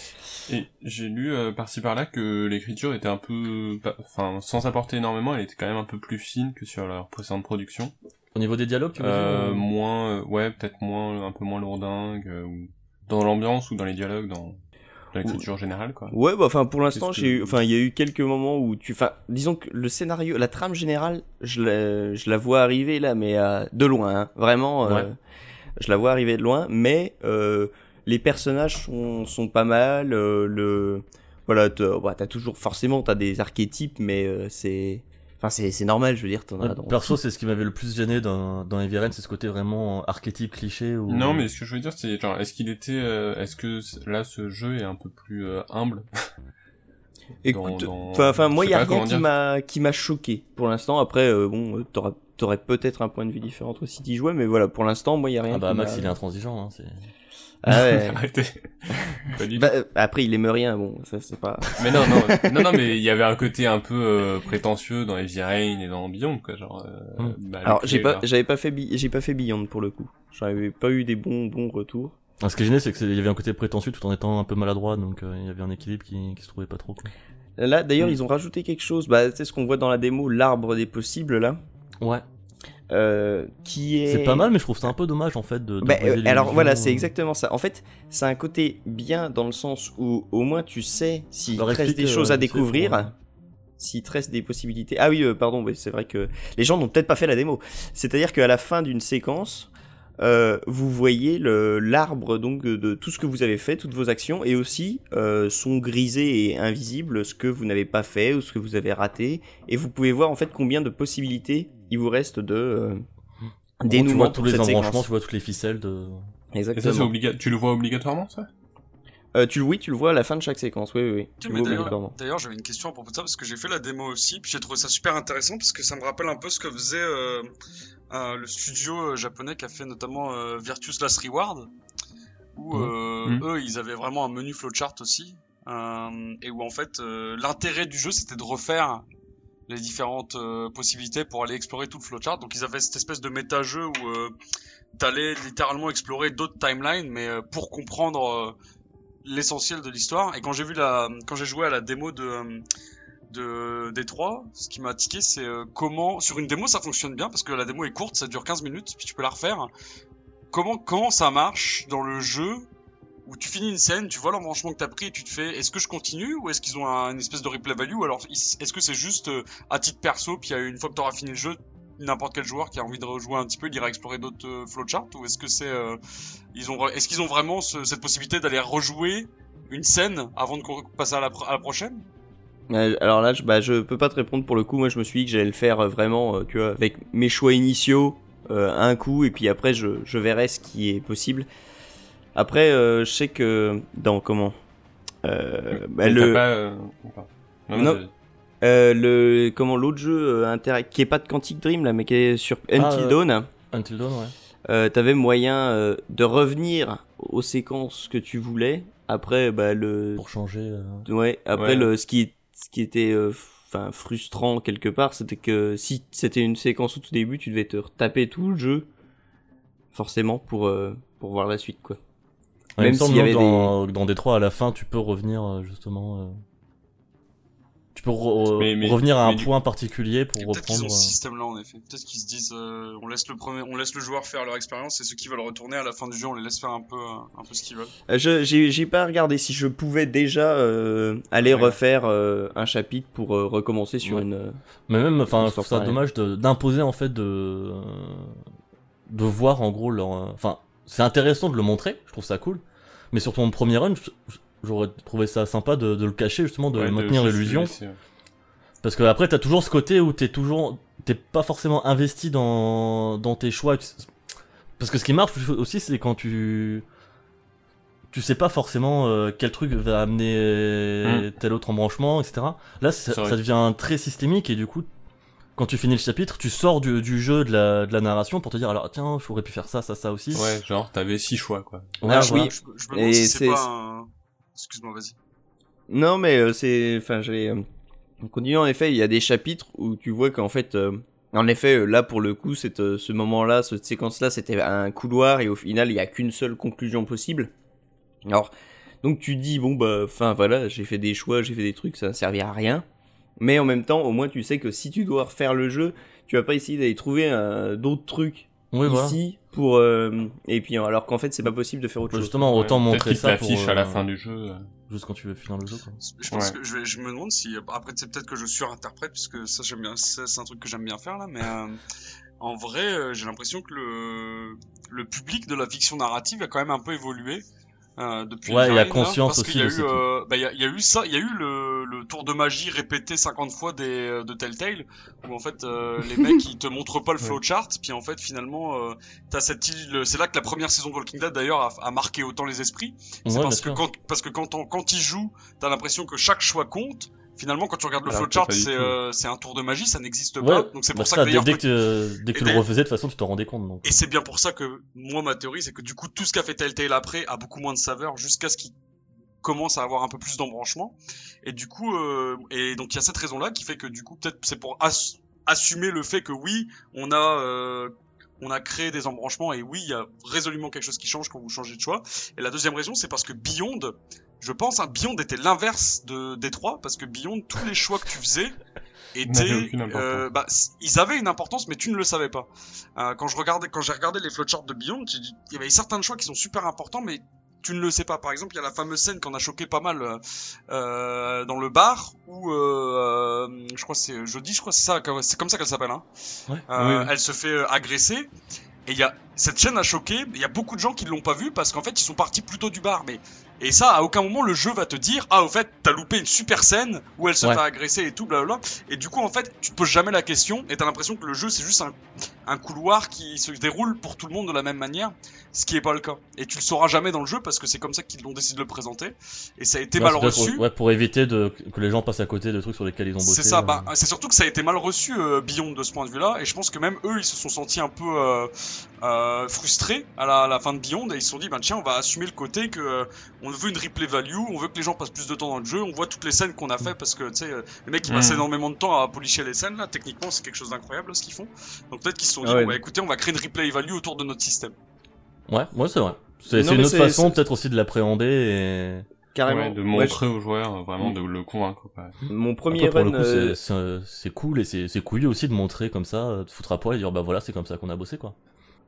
Speaker 5: Et j'ai lu euh, par-ci par-là que l'écriture était un peu, pas- enfin, sans apporter énormément, elle était quand même un peu plus fine que sur leur précédente production.
Speaker 4: Au niveau des dialogues, tu veux
Speaker 5: Euh,
Speaker 4: dire, ou-
Speaker 5: moins, euh, ouais, peut-être moins, un peu moins lourdingue, euh, ou dans l'ambiance ou dans les dialogues, dans, dans l'écriture générale, quoi.
Speaker 3: Ouais, bah, enfin, pour l'instant,
Speaker 5: Qu'est-ce
Speaker 3: j'ai eu,
Speaker 5: que-
Speaker 3: enfin, il y a eu quelques moments où tu, enfin, disons que le scénario, la trame générale, je la, je la vois arriver là, mais euh, de loin, hein. vraiment, euh,
Speaker 5: Ouais.
Speaker 3: je la vois arriver de loin, mais euh, les personnages sont, sont pas mal, euh, le, voilà, t'as bah, t'as toujours, forcément, t'as des archétypes, mais euh, c'est, enfin, c'est c'est normal, je veux dire, t'en as
Speaker 4: Ouais,
Speaker 3: dans-
Speaker 4: Perso, c'est ce qui m'avait le plus gêné dans, dans Heavy Rain, c'est ce côté vraiment archétype, cliché. Ou...
Speaker 5: Non, mais ce que je veux dire, c'est genre, est-ce qu'il était, euh, est-ce que c- là, ce jeu est un peu plus euh, humble *laughs*
Speaker 3: Écoute,
Speaker 5: dans-
Speaker 3: enfin, enfin, moi,
Speaker 5: je
Speaker 3: il
Speaker 5: sais
Speaker 3: n'y a
Speaker 5: pas
Speaker 3: rien
Speaker 5: comment
Speaker 3: qui
Speaker 5: dire.
Speaker 3: m'a, qui m'a choqué pour l'instant. Après, euh, bon, euh, t'auras, t'aurais peut-être un point de vue différent entre si t'y jouais, mais voilà, pour l'instant, moi, il n'y a rien
Speaker 4: Ah bah
Speaker 3: qui
Speaker 4: Max,
Speaker 3: m'a-
Speaker 4: il est intransigeant. Hein, c'est...
Speaker 3: Ah
Speaker 5: *laughs*
Speaker 3: ouais.
Speaker 5: Arrêtez. Pas du tout.
Speaker 3: Bah, euh, après, il aime rien, bon, ça, c'est pas...
Speaker 5: Mais non, non, non, non, mais il y avait un côté un peu euh, prétentieux dans Heavy Rain et dans Beyond, quoi, genre. euh,
Speaker 4: Hmm.
Speaker 5: bah,
Speaker 3: Alors,
Speaker 5: le
Speaker 3: j'ai
Speaker 5: créer,
Speaker 3: pas, j'avais pas fait, Bi- j'ai pas fait Beyond pour le coup. J'avais pas eu des bons, bons retours.
Speaker 4: Ah, ce qui est gêné, c'est qu'il y avait un côté prétentieux tout en étant un peu maladroit, donc euh, il y avait un équilibre qui, qui se trouvait pas trop. Quoi.
Speaker 3: Là, d'ailleurs, ils ont rajouté quelque chose, bah, tu sais, ce qu'on voit dans la démo, l'arbre des possibles, là,
Speaker 4: Ouais.
Speaker 3: euh, qui est...
Speaker 4: C'est pas mal, mais je trouve ça un peu dommage en fait de. de
Speaker 3: Bah,
Speaker 4: briser
Speaker 3: euh, alors
Speaker 4: l'illusion,
Speaker 3: voilà,
Speaker 4: euh,
Speaker 3: c'est exactement ça. En fait, c'est un côté bien dans le sens où au moins tu sais s'il te
Speaker 4: Leur
Speaker 3: reste des
Speaker 4: explique,
Speaker 3: choses
Speaker 4: euh,
Speaker 3: à
Speaker 4: tu sais, pour,
Speaker 3: découvrir, s'il te reste des possibilités. Ah oui, euh, pardon, oui, c'est vrai que les gens n'ont peut-être pas fait la démo. C'est-à-dire qu'à la fin d'une séquence, euh, vous voyez le- l'arbre donc de, de tout ce que vous avez fait, toutes vos actions, et aussi euh, sont grisés et invisibles ce que vous n'avez pas fait ou ce que vous avez raté, et vous pouvez voir en fait combien de possibilités il vous reste de euh,
Speaker 4: en gros,
Speaker 3: dénouement
Speaker 4: Tu
Speaker 3: pour
Speaker 4: vois tous
Speaker 3: cette
Speaker 4: les
Speaker 3: séquence.
Speaker 4: embranchements, tu vois toutes les ficelles de.
Speaker 5: Et ça, c'est
Speaker 3: Exactement.
Speaker 5: obliga... Tu le vois obligatoirement, ça
Speaker 3: Euh, tu le oui, tu le vois à la fin de chaque séquence. Oui, oui, oui. Tu
Speaker 6: Mais
Speaker 3: le vois
Speaker 6: d'ailleurs-
Speaker 3: obligatoirement.
Speaker 6: D'ailleurs, j'avais une question à propos de ça parce que j'ai fait la démo aussi, puis j'ai trouvé ça super intéressant parce que ça me rappelle un peu ce que faisait euh, euh, le studio euh, japonais qui a fait notamment euh, Virtus Last Reward, où
Speaker 4: Mhm.
Speaker 6: euh,
Speaker 5: Mhm.
Speaker 6: eux ils avaient vraiment un menu flowchart aussi, euh, et où en fait euh, l'intérêt du jeu c'était de refaire les différentes euh, possibilités pour aller explorer tout le flowchart. Donc ils avaient cette espèce de méta-jeu où euh, t'allais littéralement explorer d'autres timelines, mais euh, pour comprendre euh, l'essentiel de l'histoire. Et quand j'ai vu la, quand j'ai joué à la démo de euh, de des trois, ce qui m'a tiqué, c'est euh, comment sur une démo ça fonctionne bien parce que la démo est courte, ça dure 15 minutes, puis tu peux la refaire. Comment comment ça marche dans le jeu où tu finis une scène, tu vois l'embranchement que t'as pris et tu te fais est-ce que je continue ou est-ce qu'ils ont un, une espèce de replay value ou alors is- est-ce que c'est juste euh, à titre perso puis euh, une fois que t'auras fini le jeu n'importe quel joueur qui a envie de rejouer un petit peu il ira explorer d'autres euh, flowcharts ou est-ce que c'est euh, ils ont est-ce qu'ils ont vraiment ce- cette possibilité d'aller rejouer une scène avant de co- passer à la, pro- à la prochaine
Speaker 3: Euh, alors là, je, bah, je peux pas te répondre pour le coup. Moi, je me suis dit que j'allais le faire euh, vraiment, euh, tu vois, avec mes choix initiaux, euh, un coup, et puis après, je, je verrai ce qui est possible. Après, euh, je sais que dans comment euh, bah,
Speaker 5: Et
Speaker 3: le,
Speaker 5: t'as pas, euh, enfin,
Speaker 3: Non.
Speaker 5: vas-y.
Speaker 3: euh, le comment l'autre jeu euh, interac- qui est pas de Quantic Dream là, mais qui est sur
Speaker 5: Ah,
Speaker 3: Until
Speaker 4: euh,
Speaker 3: Dawn.
Speaker 4: Until Dawn, ouais.
Speaker 3: euh, t'avais moyen euh, de revenir aux séquences que tu voulais. Après, bah, le
Speaker 4: Pour changer. euh,
Speaker 3: Ouais, après,
Speaker 5: Ouais.
Speaker 3: Le, ce, qui, ce qui était euh, enfin, frustrant quelque part, c'était que si c'était une séquence au tout début, tu devais te retaper tout le jeu, forcément, pour, euh, pour voir la suite. quoi.
Speaker 4: Ouais,
Speaker 3: Même
Speaker 4: il me semble
Speaker 3: s'il y
Speaker 4: que
Speaker 3: avait
Speaker 4: dans, dans D3 à la fin, tu peux revenir euh, justement. euh, Tu peux re-
Speaker 5: Mais- mais-
Speaker 4: revenir à un
Speaker 5: mais du-
Speaker 4: point particulier pour
Speaker 6: Et Peut-être qu'ils
Speaker 4: reprendre. euh,
Speaker 6: ont ce système-là en effet. Peut-être qu'ils se disent, euh, on laisse le premier, on laisse le joueur faire leur expérience et ceux qui veulent retourner à la fin du jeu, on les laisse faire un peu, euh, un peu ce qu'ils veulent.
Speaker 3: Euh, Je j'ai j'ai pas regardé si je pouvais déjà euh, aller
Speaker 5: Ouais.
Speaker 3: refaire euh, un chapitre pour euh, recommencer sur
Speaker 4: Ouais.
Speaker 3: une. euh,
Speaker 4: Mais même, enfin,
Speaker 3: Ils
Speaker 4: je trouve
Speaker 3: sont
Speaker 4: ça
Speaker 3: pareils.
Speaker 4: dommage de- d'imposer en fait de de voir en gros leur. euh, Enfin, c'est intéressant de le montrer. Je trouve ça cool. Mais sur ton premier run, je- je- j'aurais trouvé ça sympa de, de le cacher justement, de
Speaker 5: Ouais,
Speaker 4: maintenir
Speaker 5: juste
Speaker 4: l'illusion.
Speaker 5: laisser, ouais.
Speaker 4: Parce que après, t'as toujours ce côté où t'es toujours, t'es pas forcément investi dans, dans tes choix. Tu- Parce que ce qui marche aussi, c'est quand tu, tu sais pas forcément euh, quel truc va amener tel autre embranchement, etc. Là, ça,
Speaker 5: Mm. C'est vrai.
Speaker 4: ça devient très systémique et du coup, quand tu finis le chapitre, tu sors du, du jeu de la, de la narration pour te dire alors tiens, j'aurais pu faire ça, ça, ça aussi.
Speaker 5: Ouais, genre, t'avais six choix, quoi.
Speaker 4: Ouais,
Speaker 6: Ah
Speaker 3: Alors,
Speaker 4: voilà.
Speaker 3: oui.
Speaker 6: Je, me- je me demande
Speaker 3: Et
Speaker 6: si c'est
Speaker 3: c'est-
Speaker 6: pas un... Excuse-moi, vas-y.
Speaker 3: Non, mais euh, c'est. Enfin, j'allais. euh, en continuant, en effet, il y a des chapitres où tu vois qu'en fait. euh, en effet, euh, là, pour le coup, cette, euh, ce moment-là, cette séquence-là, c'était un couloir et au final, il n'y a qu'une seule conclusion possible. Alors, donc tu dis, bon, bah, enfin, voilà, j'ai fait des choix, j'ai fait des trucs, ça ne servira à rien. Mais en même temps, au moins, tu sais que si tu dois refaire le jeu, tu vas pas essayer d'aller trouver euh, d'autres trucs
Speaker 4: Oui, voilà.
Speaker 3: ici pour. euh, et puis, alors qu'en fait, c'est pas possible de faire autre chose.
Speaker 4: Bah, Justement, autant
Speaker 5: Ouais,
Speaker 4: montrer ça
Speaker 5: Peut-être
Speaker 4: pour
Speaker 5: qu'ils t'affichent à la
Speaker 4: euh,
Speaker 5: fin du jeu.
Speaker 4: juste quand tu veux finir le jeu. Quoi.
Speaker 6: Je pense
Speaker 5: Ouais.
Speaker 6: que je, vais- je me demande si après c'est peut-être que je surinterprète puisque ça j'aime bien, ça, c'est un truc que j'aime bien faire là, mais euh, en vrai euh, j'ai l'impression que le le public de la fiction narrative a quand même un peu évolué. Euh, depuis
Speaker 4: Ouais,
Speaker 6: les
Speaker 4: il y a
Speaker 6: années, là,
Speaker 4: conscience
Speaker 6: parce
Speaker 4: aussi
Speaker 6: qu'il y a
Speaker 4: de ces
Speaker 6: eu, euh, bah, il y a, il y a eu ça, il y a eu le, le tour de magie répété 50 fois des, euh, de Telltale, où en fait euh,
Speaker 4: *laughs*
Speaker 6: les mecs ils te montrent pas le
Speaker 5: Ouais.
Speaker 6: flowchart, puis en fait finalement euh, t'as cette île, c'est là que la première saison de Walking Dead d'ailleurs a, a marqué autant les esprits, c'est
Speaker 4: Ouais, bien
Speaker 6: parce que
Speaker 4: sûr.
Speaker 6: quand parce que quand on, quand ils jouent, t'as l'impression que chaque choix compte. Finalement, quand tu regardes le
Speaker 5: Alors que
Speaker 6: flowchart,
Speaker 5: pas du
Speaker 6: c'est
Speaker 5: tout.
Speaker 6: euh, c'est un tour de magie, ça n'existe pas.
Speaker 4: Ouais,
Speaker 6: Donc c'est
Speaker 4: bah
Speaker 6: pour ça,
Speaker 4: ça,
Speaker 6: que
Speaker 4: dès,
Speaker 6: d'ailleurs,
Speaker 4: dès que, tu-
Speaker 6: Et
Speaker 4: dès que tu le
Speaker 6: d'ailleurs-
Speaker 4: refaisais, de toute façon, tu t'en rendais compte. Donc.
Speaker 6: et c'est bien pour ça que moi ma théorie, c'est que du coup tout ce qu'a fait Telltale après a beaucoup moins de saveur jusqu'à ce qu'il commence à avoir un peu plus d'embranchement. Et du coup, euh, et donc il y a cette raison-là qui fait que du coup peut-être c'est pour ass- assumer le fait que oui, on a euh, on a créé des embranchements et oui, il y a résolument quelque chose qui change quand vous changez de choix. Et la deuxième raison, c'est parce que Beyond, je pense, hein, Beyond était l'inverse de des trois parce que Beyond, tous les choix que tu
Speaker 5: *laughs*
Speaker 6: faisais
Speaker 5: N'avaient
Speaker 6: étaient,
Speaker 5: aucune importance.
Speaker 6: euh, bah, s- ils avaient une importance, mais tu ne le savais pas. Euh, quand je regardais, quand j'ai regardé les flowcharts de Beyond, j'ai dit, il y avait certains choix qui sont super importants, mais tu ne le sais pas. Par exemple, il y a la fameuse scène qu'on a choqué pas mal euh, euh, dans le bar où, euh, euh, je crois que c'est jeudi, je crois que c'est ça, c'est comme ça qu'elle s'appelle. Hein.
Speaker 4: Ouais.
Speaker 6: Euh,
Speaker 5: Oui, oui.
Speaker 6: Elle se fait euh, agresser. Et il y a cette scène a choqué. Il y a beaucoup de gens qui l'ont pas vue parce qu'en fait ils sont partis plutôt du bar. Mais et ça, à aucun moment le jeu va te dire ah au fait t'as loupé une super scène où elle se
Speaker 4: Ouais.
Speaker 6: fait agresser et tout blablabla. Et du coup en fait tu te poses jamais la question et t'as l'impression que le jeu c'est juste un, un couloir qui se déroule pour tout le monde de la même manière, ce qui est pas le cas. Et tu le sauras jamais dans le jeu parce que c'est comme ça qu'ils l'ont décidé de le présenter. Et ça a été
Speaker 4: Ouais,
Speaker 6: mal
Speaker 4: Bah, c'est peut-être
Speaker 6: reçu.
Speaker 4: Pour, ouais, pour éviter de, que les gens passent à côté de trucs sur lesquels ils ont bossé.
Speaker 6: C'est ça,
Speaker 4: euh.
Speaker 6: bah, c'est surtout que ça a été mal reçu euh, Beyond de ce point de vue-là, et je pense que même eux, ils se sont sentis un peu euh, euh, frustrés à la, à la fin de Beyond, et ils se sont dit, ben tiens, on va assumer le côté que euh, on veut une replay value, on veut que les gens passent plus de temps dans le jeu, on voit toutes les scènes qu'on a fait parce que tu sais, euh, les mecs ils
Speaker 5: Mm.
Speaker 6: passent énormément de temps à policher les scènes là, techniquement c'est quelque chose d'incroyable ce qu'ils font, donc peut-être qu'ils se sont dit,
Speaker 3: Ah ouais.
Speaker 6: bon, bah, écoutez, on va créer une replay value autour de notre système.
Speaker 4: Ouais, ouais, c'est vrai.
Speaker 3: Non,
Speaker 4: C'est c'est
Speaker 3: mais
Speaker 4: une autre
Speaker 3: c'est-
Speaker 4: façon
Speaker 3: c'est-
Speaker 4: peut-être aussi de l'appréhender
Speaker 3: Carrément.
Speaker 5: Ouais, de
Speaker 3: Moi, je-
Speaker 5: montrer aux joueurs, euh,
Speaker 4: Mm.
Speaker 5: vraiment, de le convaincre. quoi. *laughs*
Speaker 3: Mon
Speaker 4: et
Speaker 3: premier
Speaker 4: Après, pour
Speaker 3: run.
Speaker 4: le coup
Speaker 3: euh,
Speaker 4: c'est- c'est euh, c'est cool et c'est c'est couillu aussi de montrer comme ça, euh, de foutre à poil et dire bah voilà c'est comme ça qu'on a bossé quoi.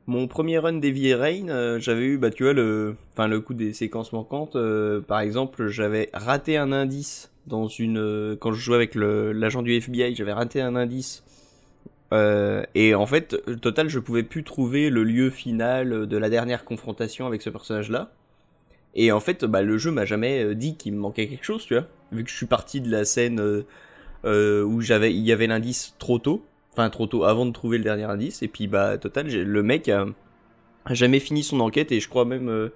Speaker 3: Mon premier run d'Heavy Rain, euh, j'avais eu, bah, tu vois, le, enfin, le coup des séquences manquantes. euh, par exemple, j'avais raté un indice dans une. euh, quand je jouais avec le- l'agent du FBI, j'avais raté un indice. Euh, et en fait, au total, je pouvais plus trouver le lieu final de la dernière confrontation avec ce personnage-là. Et en fait, bah, le jeu m'a jamais euh, dit qu'il me manquait quelque chose, tu vois. Vu que je suis parti de la scène euh, euh, où j'avais, il y avait l'indice trop tôt, enfin trop tôt avant de trouver le dernier indice, et puis bah total, j'ai- le mec a, a jamais fini son enquête et je crois même, euh,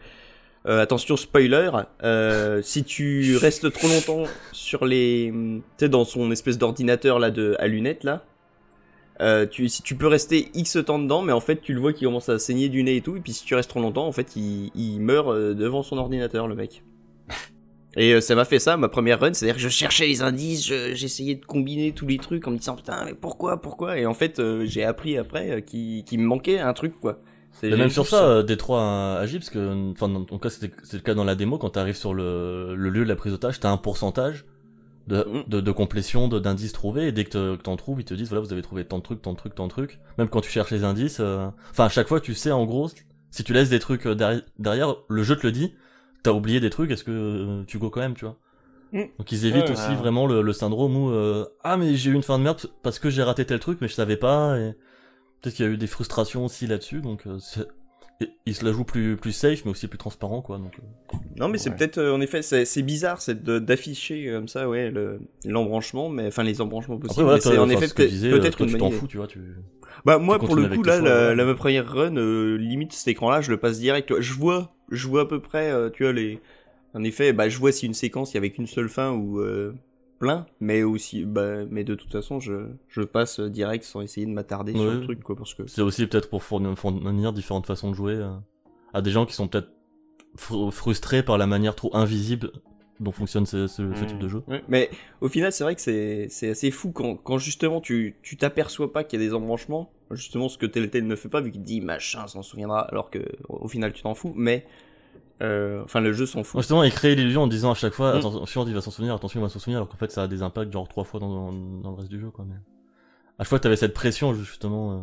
Speaker 3: euh, attention spoiler, euh, si tu restes trop longtemps sur les, tu sais dans son espèce d'ordinateur là de à lunettes là. euh, tu, si tu peux rester X temps dedans, mais en fait tu le vois qui commence à saigner du nez et tout, et puis si tu restes trop longtemps, en fait il, il meurt euh, devant son ordinateur le mec.
Speaker 4: *laughs*
Speaker 3: Et euh, ça m'a fait ça, ma première run, c'est-à-dire que je cherchais les indices, je- j'essayais de combiner tous les trucs en me disant putain mais pourquoi, pourquoi Et en fait euh, j'ai appris après euh, qu'il qu'il me manquait un truc quoi. C'est-
Speaker 4: Mais même
Speaker 3: j'ai
Speaker 4: sur
Speaker 3: juste-
Speaker 4: ça, euh, Détroit euh, agit parce que enfin en tout cas c'était c'est le cas dans la démo quand t'arrives sur le, le lieu de la prise d'otage t'as un pourcentage de, de, de complétion, de- d'indices trouvés, et dès que te- que t'en trouves, ils te disent, voilà, vous avez trouvé tant de trucs, tant de trucs, tant de trucs. Même quand tu cherches les indices, euh, enfin, à chaque fois, tu sais, en gros, si tu laisses des trucs euh, derri- derrière, le jeu te le dit, t'as oublié des trucs, est-ce que euh, tu go quand même, tu vois
Speaker 7: Mm.
Speaker 4: Donc ils évitent
Speaker 7: Ouais,
Speaker 4: aussi
Speaker 7: ouais.
Speaker 4: vraiment le, le syndrome où, euh, ah, mais j'ai eu une fin de merde parce que j'ai raté tel truc, mais je savais pas, et peut-être qu'il y a eu des frustrations aussi là-dessus, donc euh, c'est- et- ils se la jouent plus, plus safe, mais aussi plus transparent, quoi, donc... euh,
Speaker 3: Non, mais c'est
Speaker 5: Ouais.
Speaker 3: peut-être, euh, en effet, c'est c'est bizarre c'est de- d'afficher euh, comme ça, ouais, le- l'embranchement, mais enfin les embranchements possibles.
Speaker 4: Après voilà,
Speaker 3: mais c'est
Speaker 4: toi,
Speaker 3: en
Speaker 4: enfin,
Speaker 3: effet
Speaker 4: ce que tu
Speaker 3: peut-
Speaker 4: disais,
Speaker 3: peut-être
Speaker 4: toi,
Speaker 3: une
Speaker 4: tu t'en
Speaker 3: bonne idée.
Speaker 4: fous, tu vois, tu...
Speaker 3: Bah moi
Speaker 4: Tu
Speaker 3: pour le
Speaker 4: continues
Speaker 3: coup
Speaker 4: avec
Speaker 3: là,
Speaker 4: tes
Speaker 3: la,
Speaker 4: choix, hein.
Speaker 3: la-
Speaker 4: ouais.
Speaker 3: ma première run, euh, limite cet écran-là, je le passe direct. tu vois. Je vois, je vois à peu près, euh, tu vois les. En effet, bah je vois si une séquence il y avait qu'une seule fin ou euh, plein, mais aussi, bah mais de toute façon je je passe euh, direct sans essayer de m'attarder sur
Speaker 4: Ouais.
Speaker 3: le truc quoi parce que.
Speaker 4: C'est aussi peut-être pour fournir, fournir différentes façons de jouer euh, à des gens qui sont peut-être fr- frustrés par la manière trop invisible dont fonctionne ce, ce- ce
Speaker 5: Mm.
Speaker 3: Hmm.
Speaker 4: type de jeu.
Speaker 3: Mais au final, c'est vrai que c'est c'est assez fou quand, quand justement tu tu t'aperçois pas qu'il y a des embranchements. Justement, ce que Telltale ne fait pas, vu qu'il dit machin, s'en souviendra, alors que au au final tu t'en fous. Mais euh, enfin, le jeu s'en fout.
Speaker 4: Justement, et créer l'illusion en disant à chaque fois
Speaker 3: Mm.
Speaker 4: attention, il va s'en souvenir, attention, il va s'en souvenir, alors qu'en fait ça a des impacts genre trois fois dans, dans- dans le reste du jeu, quoi. Mais... À chaque fois, t'avais cette pression justement. euh,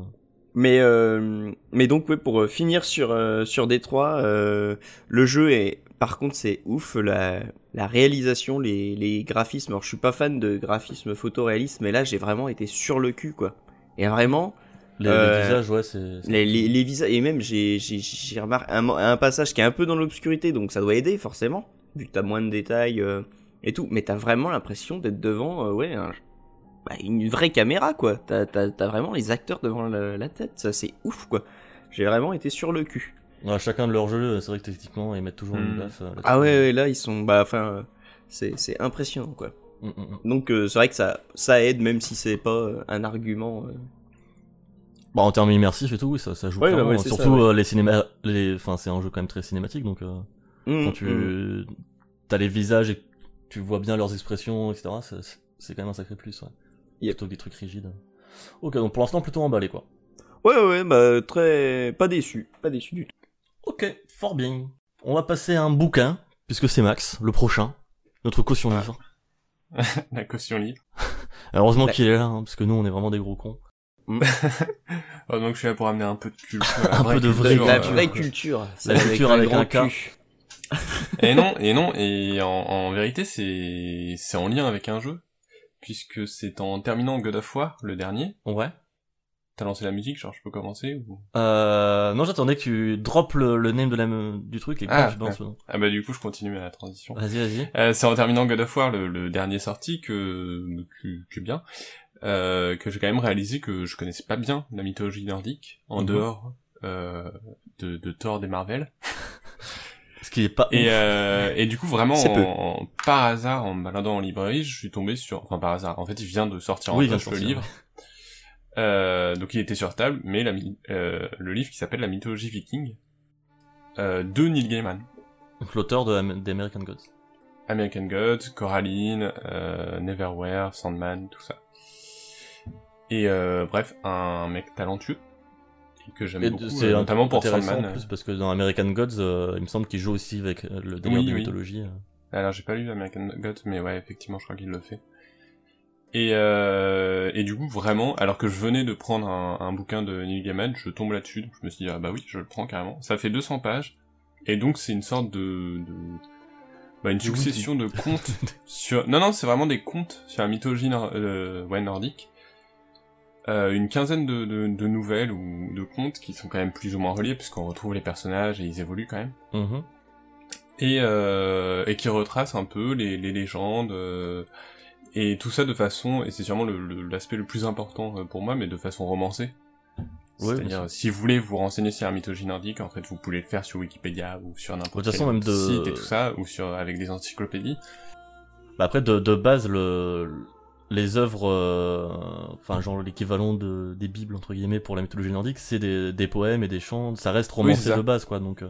Speaker 3: Mais, euh, mais donc, ouais, pour euh, finir sur, euh, sur Détroit, euh, le jeu est. Par contre, c'est ouf, la, la réalisation, les, les graphismes. Alors, je suis pas fan de graphisme photoréaliste, mais là, j'ai vraiment été sur le cul, quoi. Et vraiment,
Speaker 4: les, les
Speaker 3: Euh,
Speaker 4: visages, ouais, c'est. c'est-
Speaker 3: les, les, les visages. Et même, j'ai- j'ai j'ai remarqué un, mo- un passage qui est un peu dans l'obscurité, donc ça doit aider, forcément, vu que t'as moins de détails euh, et tout. Mais t'as vraiment l'impression d'être devant, euh, ouais, un- bah, une vraie caméra, quoi. T'as t'as- t'as vraiment les acteurs devant la, la tête, ça, c'est ouf, quoi. J'ai vraiment été sur le cul.
Speaker 4: Ouais, chacun de leurs jeux, euh, c'est vrai que techniquement, ils mettent toujours une
Speaker 5: Mm.
Speaker 4: baffe. euh, là-dessus.
Speaker 3: Ah ouais, ouais, là, ils sont. Bah, enfin, euh, c'est c'est impressionnant, quoi.
Speaker 4: Mm, mm, mm.
Speaker 3: Donc, euh, c'est vrai que ça, ça aide, même si c'est pas euh, un argument. euh,
Speaker 4: Bah, en termes immersifs et tout, oui, ça, ça joue
Speaker 3: Ouais, ouais,
Speaker 4: clairement.
Speaker 3: ouais, c'est ça,
Speaker 4: Surtout
Speaker 3: ouais.
Speaker 4: euh, les cinémas, les... enfin, c'est un jeu quand même très cinématique, donc euh, quand
Speaker 3: mm,
Speaker 4: tu
Speaker 3: mm.
Speaker 4: t'as les visages et tu vois bien leurs expressions, etc. ça- c'est- C'est quand même un sacré plus, ouais.
Speaker 3: Yep.
Speaker 4: Plutôt que des trucs rigides. Ok, donc pour l'instant plutôt emballé quoi.
Speaker 3: Ouais, ouais, bah, très. Pas déçu, pas déçu du tout.
Speaker 4: Ok, fort bien. On va passer à un bouquin, puisque c'est Max, le prochain, notre caution
Speaker 5: Ouais.
Speaker 4: livre.
Speaker 5: La caution livre.
Speaker 4: Alors, Heureusement
Speaker 3: Ah. Ouais.
Speaker 4: qu'il est là, hein, parce que nous on est vraiment des gros cons.
Speaker 5: Oh, donc je suis là pour amener un peu de culture. la
Speaker 4: *laughs* Un
Speaker 5: vraie
Speaker 4: peu de vraie
Speaker 5: culture,
Speaker 3: la
Speaker 5: euh,
Speaker 3: vraie culture.
Speaker 4: La culture avec un
Speaker 3: grand
Speaker 4: K.
Speaker 3: cul.
Speaker 5: Et non, et non, et en, en vérité, c'est c'est en lien avec un jeu, puisque c'est en terminant God of War, le dernier.
Speaker 4: Ouais.
Speaker 5: T'as lancé la musique, genre je peux commencer ou...
Speaker 4: Euh, non, j'attendais que tu droppes le, le name de la, me- du truc et que
Speaker 5: Ah,
Speaker 4: je balance le nom.
Speaker 5: Ah bah du coup, je continue à la transition.
Speaker 4: Vas-y, vas-y.
Speaker 5: Euh, c'est en terminant God of War, le, le dernier sorti, que, que, que bien, euh, que j'ai quand même réalisé que je connaissais pas bien la mythologie nordique, en
Speaker 4: Mhm.
Speaker 5: dehors euh, de, de Thor des Marvel.
Speaker 4: Ce qui est pas.
Speaker 5: Et, euh, et du coup, vraiment,
Speaker 3: C'est
Speaker 5: en,
Speaker 3: peu.
Speaker 5: en- par hasard, en me baladant en librairie, je suis tombé sur... Enfin, par hasard, en fait, il vient de sortir en
Speaker 4: Oui, il vient de
Speaker 5: poche le
Speaker 4: sortir,
Speaker 5: livre. Euh, donc il était sur table, mais la, mi- euh, le livre qui s'appelle La mythologie viking euh, de Neil Gaiman.
Speaker 4: Donc l'auteur de Am- des American Gods.
Speaker 5: American Gods, Coraline, euh, Neverwhere, Sandman, tout ça. Et euh, bref, un mec talentueux et que j'aime
Speaker 4: Et
Speaker 5: beaucoup,
Speaker 4: c'est
Speaker 5: euh, notamment pour
Speaker 4: intéressant
Speaker 5: Sandman.
Speaker 4: en plus parce que dans American Gods, euh, il me semble qu'il joue aussi avec euh, le délire
Speaker 5: Oui,
Speaker 4: de
Speaker 5: oui.
Speaker 4: mythologie. euh.
Speaker 5: Alors j'ai pas lu American Gods, mais ouais, effectivement, je crois qu'il le fait. Et, euh, et du coup, vraiment, alors que je venais de prendre un, un bouquin de Neil Gaiman, je tombe là-dessus, donc je me suis dit, ah bah oui, je le prends carrément. Ça fait 200 pages, et donc c'est une sorte de... de- bah, une
Speaker 4: Du Woody.
Speaker 5: succession de *laughs* contes sur... Non, non, c'est vraiment des contes sur la mythologie nor- euh, ouais, nordique. Euh, une quinzaine de, de- de nouvelles ou de contes qui sont quand même plus ou moins reliés, puisqu'on retrouve les personnages et ils évoluent quand même
Speaker 4: Mhm.
Speaker 5: et, euh, et qui retrace un peu les, les légendes euh, et tout ça de façon et c'est sûrement le- le- l'aspect le, plus important euh, pour moi mais de façon romancée
Speaker 4: Ouais, bien
Speaker 5: c'est-à-dire si vous voulez vous renseigner sur la mythologie nordique en fait vous pouvez le faire sur Wikipédia ou sur
Speaker 4: De
Speaker 5: n'importe
Speaker 4: toute
Speaker 5: quel
Speaker 4: façon, même de-
Speaker 5: site et tout ça ou sur avec des encyclopédies
Speaker 4: Bah après, de, de base, le, les œuvres, euh, enfin genre l'équivalent de, des bibles entre guillemets pour la mythologie nordique, c'est des, des poèmes et des chants. Ça reste romancé
Speaker 5: c'est ça.
Speaker 4: de base, quoi. Donc euh,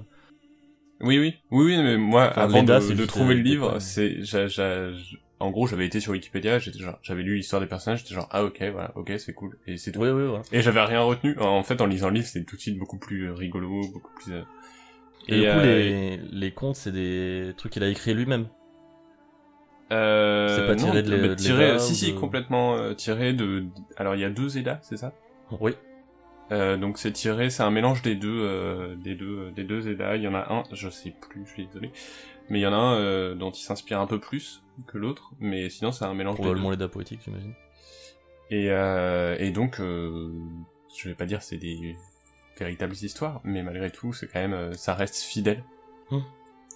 Speaker 5: oui oui oui oui mais moi
Speaker 4: Enfin,
Speaker 5: avant
Speaker 4: Leda,
Speaker 5: de,
Speaker 4: c'est
Speaker 5: de
Speaker 4: juste,
Speaker 5: trouver
Speaker 4: euh,
Speaker 5: le livre
Speaker 4: ouais.
Speaker 5: c'est j'a- j'a- j'- en gros j'avais été sur Wikipédia j'étais genre- j'avais lu l'histoire des personnages j'étais genre ah ok voilà ok c'est cool et c'est tout
Speaker 4: oui, oui, voilà.
Speaker 5: Et j'avais rien retenu. En fait, en lisant le livre, c'est tout de suite beaucoup plus euh, rigolo, beaucoup plus. euh,
Speaker 4: Et, du coup,
Speaker 5: euh,
Speaker 4: les, les contes, c'est des trucs qu'il a écrits lui-même.
Speaker 5: Euh,
Speaker 4: C'est pas tiré de l'E-
Speaker 5: mais
Speaker 4: de
Speaker 5: tiré,
Speaker 4: l'Eda
Speaker 5: Si,
Speaker 4: ou
Speaker 5: si,
Speaker 4: de-
Speaker 5: complètement euh, tiré de... Alors, il y a deux EDA, c'est ça
Speaker 4: Oui.
Speaker 5: Euh, donc c'est tiré, c'est un mélange des deux, euh, des deux, des deux Zeda. Il y en a un, je sais plus, je suis désolé, mais il y en a un euh, dont il s'inspire un peu plus que l'autre, mais sinon c'est un mélange des deux.
Speaker 4: Probablement l'Eda poétique, j'imagine.
Speaker 5: Et, euh, et donc, euh, je vais pas dire c'est des véritables histoires, mais malgré tout, c'est quand même, euh, ça reste fidèle
Speaker 4: Hmm.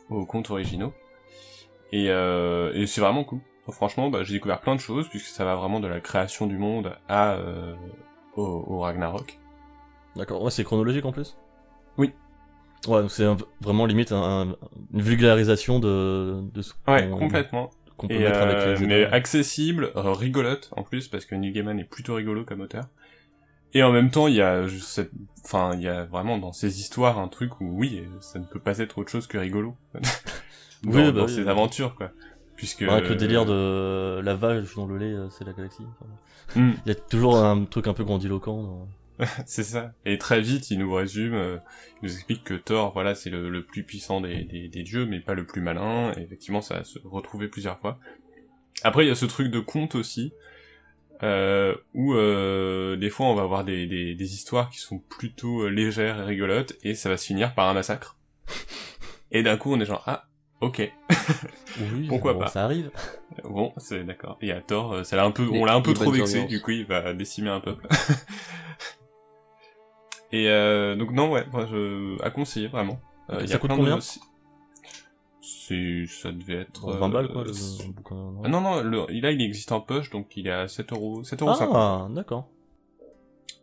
Speaker 5: aux contes originaux. Et, euh, et c'est vraiment cool. Franchement, bah, j'ai découvert plein de choses puisque ça va vraiment de la création du monde à euh, au, au Ragnarok.
Speaker 4: D'accord, ouais, c'est chronologique en plus
Speaker 5: Oui.
Speaker 4: Ouais, donc c'est un- vraiment limite un- un- une vulgarisation de, de ce
Speaker 5: Ouais,
Speaker 4: qu'on
Speaker 5: complètement.
Speaker 4: qu'on peut
Speaker 5: Et,
Speaker 4: mettre
Speaker 5: euh,
Speaker 4: avec les
Speaker 5: mais
Speaker 4: Zeda.
Speaker 5: accessible, euh, rigolote en plus parce que Neil Gaiman est plutôt rigolo comme auteur. Et en même temps, il y a, je sais- enfin, il y a vraiment dans ces histoires un truc où oui, euh, ça ne peut pas être autre chose que rigolo dans,
Speaker 4: Oui, bah
Speaker 5: dans
Speaker 4: oui,
Speaker 5: ces
Speaker 4: oui.
Speaker 5: aventures quoi. Puisque
Speaker 4: Rien que le délire de euh, la vache dans le lait, euh, c'est la galaxie. Enfin,
Speaker 5: Hmm.
Speaker 4: Il y a
Speaker 5: *laughs*
Speaker 4: toujours un truc un peu grandiloquent. dans-
Speaker 5: C'est ça. Et très vite, il nous résume, euh, il nous explique que Thor, voilà, c'est le, le plus puissant des, des, des dieux, mais pas le plus malin. Et effectivement, ça va se retrouver plusieurs fois. Après, il y a ce truc de conte aussi, euh, où euh, des fois, on va avoir des, des, des histoires qui sont plutôt euh, légères et rigolotes, et ça va se finir par un massacre. Et d'un coup, on est genre, ah, ok,
Speaker 4: Oui,
Speaker 5: Pourquoi
Speaker 4: bon,
Speaker 5: pas.
Speaker 4: Ça arrive.
Speaker 5: bon, c'est d'accord. Et à Thor, euh, ça l'a un peu,
Speaker 3: Les-
Speaker 5: on l'a un peu
Speaker 3: les
Speaker 5: trop
Speaker 3: bonnes
Speaker 5: vexé,
Speaker 3: ambiances.
Speaker 5: du coup il va décimer un peuple. *laughs* Et euh, donc non, ouais, moi, je... à conseiller vraiment. Euh,
Speaker 4: Ok,
Speaker 5: il y
Speaker 4: ça
Speaker 5: a
Speaker 4: coûte
Speaker 5: plein de-
Speaker 4: combien
Speaker 5: C'est, ça devait être
Speaker 4: 20 balles
Speaker 5: euh,
Speaker 4: quoi, le,
Speaker 5: c-
Speaker 4: le bouquin. non
Speaker 5: Ah non non, le... là il existe en poche, donc il est à 7 euros, 7 euros Euh,
Speaker 4: Ah, d'accord.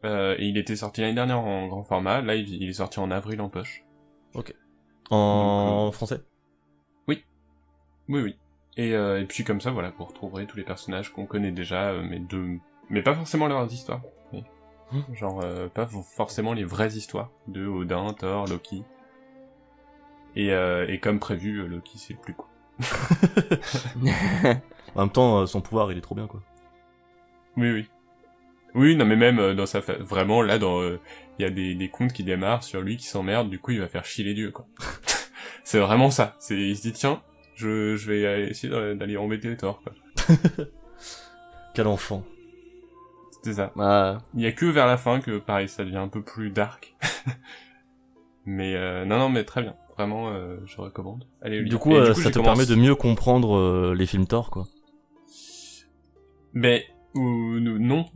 Speaker 4: Ah.
Speaker 5: Et il était sorti l'année dernière en grand format. Là il il est sorti en avril en poche.
Speaker 4: En
Speaker 5: euh,
Speaker 4: français
Speaker 5: Oui, oui. Et, euh, et puis comme ça, voilà, vous retrouverez tous les personnages qu'on connaît déjà, euh, mais de, mais pas forcément leurs histoires. mais-
Speaker 4: Hmm.
Speaker 5: Genre euh, pas for- forcément les vraies histoires de Odin, Thor, Loki. Et, euh, et comme prévu, euh, Loki c'est le plus cool.
Speaker 4: En même temps, euh, son pouvoir, il est trop bien quoi.
Speaker 5: Oui, oui. Oui, non mais même euh, dans sa fa- vraiment là dans euh, il y a des des contes qui démarrent sur lui qui s'emmerde, du coup il va faire chier les dieux quoi. *laughs* c'est vraiment ça. C'est il se dit tiens, je je vais aller- essayer d'aller- d'aller embêter Thor quoi.
Speaker 4: Quel enfant.
Speaker 5: C'est ça.
Speaker 3: Ah,
Speaker 5: Il y a que vers la fin que pareil ça devient un peu plus dark. *laughs* mais euh, non non mais très bien, vraiment euh, je recommande. Allez,
Speaker 4: Du coup, euh, ça te permet de mieux comprendre euh, les films Thor quoi.
Speaker 5: Mais ou ou-
Speaker 4: *laughs*
Speaker 5: non.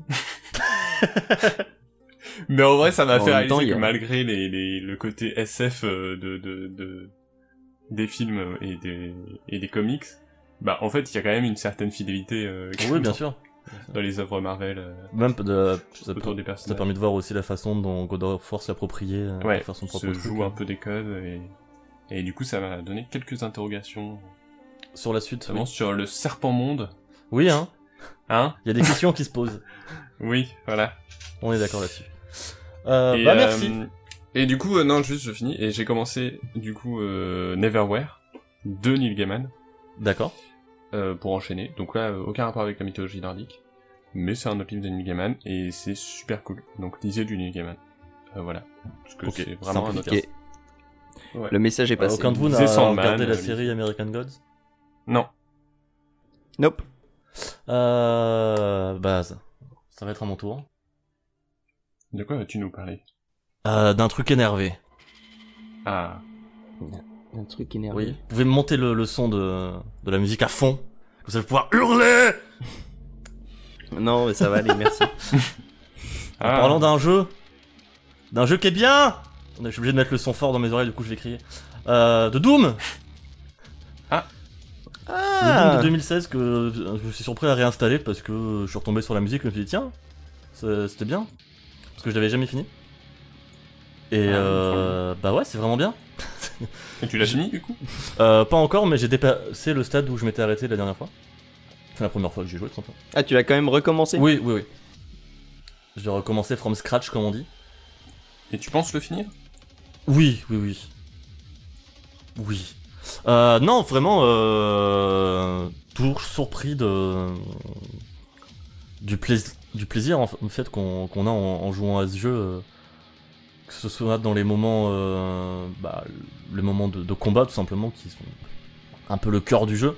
Speaker 5: mais en vrai ça m'a
Speaker 3: En
Speaker 5: fait
Speaker 3: même temps,
Speaker 5: réaliser
Speaker 3: il y
Speaker 5: que
Speaker 3: a-
Speaker 5: malgré les, les le côté SF euh, de, de de des films et des et des comics, bah en fait il y a quand même une certaine fidélité euh,
Speaker 4: Oui, bien sûr.
Speaker 5: dans les œuvres Marvel euh,
Speaker 4: Même de, ça,
Speaker 5: autour des
Speaker 4: ça t'a
Speaker 5: personnages.
Speaker 4: permis de voir aussi la façon dont God of War s'est approprié euh,
Speaker 5: ouais,
Speaker 4: pour faire son propre
Speaker 5: se
Speaker 4: truc. hein.
Speaker 5: joue
Speaker 4: là.
Speaker 5: un peu des codes et, et du coup ça m'a donné quelques interrogations
Speaker 4: Sur la suite.
Speaker 5: notamment
Speaker 4: Oui,
Speaker 5: sur le serpent monde
Speaker 4: oui hein.
Speaker 5: hein
Speaker 4: Il y a des questions qui se posent.
Speaker 5: oui voilà
Speaker 4: On est d'accord là-dessus. Euh,
Speaker 5: Et,
Speaker 4: bah
Speaker 5: euh,
Speaker 4: merci.
Speaker 5: et du coup euh, non juste je finis et j'ai commencé du coup euh, Neverwhere de Neil Gaiman
Speaker 4: D'accord.
Speaker 5: euh, pour enchaîner donc là euh, aucun rapport avec la mythologie nordique mais c'est un autre livre de Neil Gaiman et c'est super cool donc lisez du Neil Gaiman Euh, voilà parce que
Speaker 4: Ok,
Speaker 5: c'est vraiment un autre
Speaker 3: ok.
Speaker 5: Ouais.
Speaker 3: Le message est
Speaker 4: Euh,
Speaker 3: passé.
Speaker 4: aucun de vous n'a
Speaker 5: Lisez Sandman,
Speaker 4: regardé la
Speaker 5: euh,
Speaker 4: série American Gods
Speaker 5: non
Speaker 3: Nope.
Speaker 4: euh, Baz, ça va être à mon tour.
Speaker 5: de quoi vas-tu nous parler
Speaker 4: Euh, D'un truc énervé.
Speaker 5: ah
Speaker 3: Un truc
Speaker 4: Oui.
Speaker 3: énervé.
Speaker 4: Vous pouvez monter le, le son de, de la musique à fond. Comme ça, je vais pouvoir hurler
Speaker 3: Non, mais ça va aller,
Speaker 4: *laughs*
Speaker 3: merci.
Speaker 4: En
Speaker 5: Ah.
Speaker 4: parlant d'un jeu, d'un jeu qui est bien Je suis obligé de mettre le son fort dans mes oreilles, du coup je vais crier. Euh, de Doom Le Doom de 2016 que euh, je me suis surpris à réinstaller parce que je suis retombé sur la musique et je me suis dit tiens, c'est- c'était bien. Parce que je l'avais jamais fini. Et
Speaker 5: Ah,
Speaker 4: euh, bah ouais, c'est vraiment bien.
Speaker 5: et tu l'as fini du coup
Speaker 4: Euh, pas encore, mais j'ai dépassé le stade où je m'étais arrêté la dernière fois. C'est la première fois que j'ai joué, tout simplement.
Speaker 3: Ah, tu l'as quand même recommencé
Speaker 4: Oui, oui, oui. Je l'ai recommencé from scratch, comme on dit.
Speaker 5: et tu penses le finir
Speaker 4: Oui, oui, oui. Oui. Euh, non, vraiment, euh, toujours surpris de, du, plais- du plaisir en fa- en fait qu'on qu'on a en, en jouant à ce jeu. euh, Que ce soit dans les moments, euh, bah, les moments de, de combat tout simplement qui sont un peu le cœur du jeu,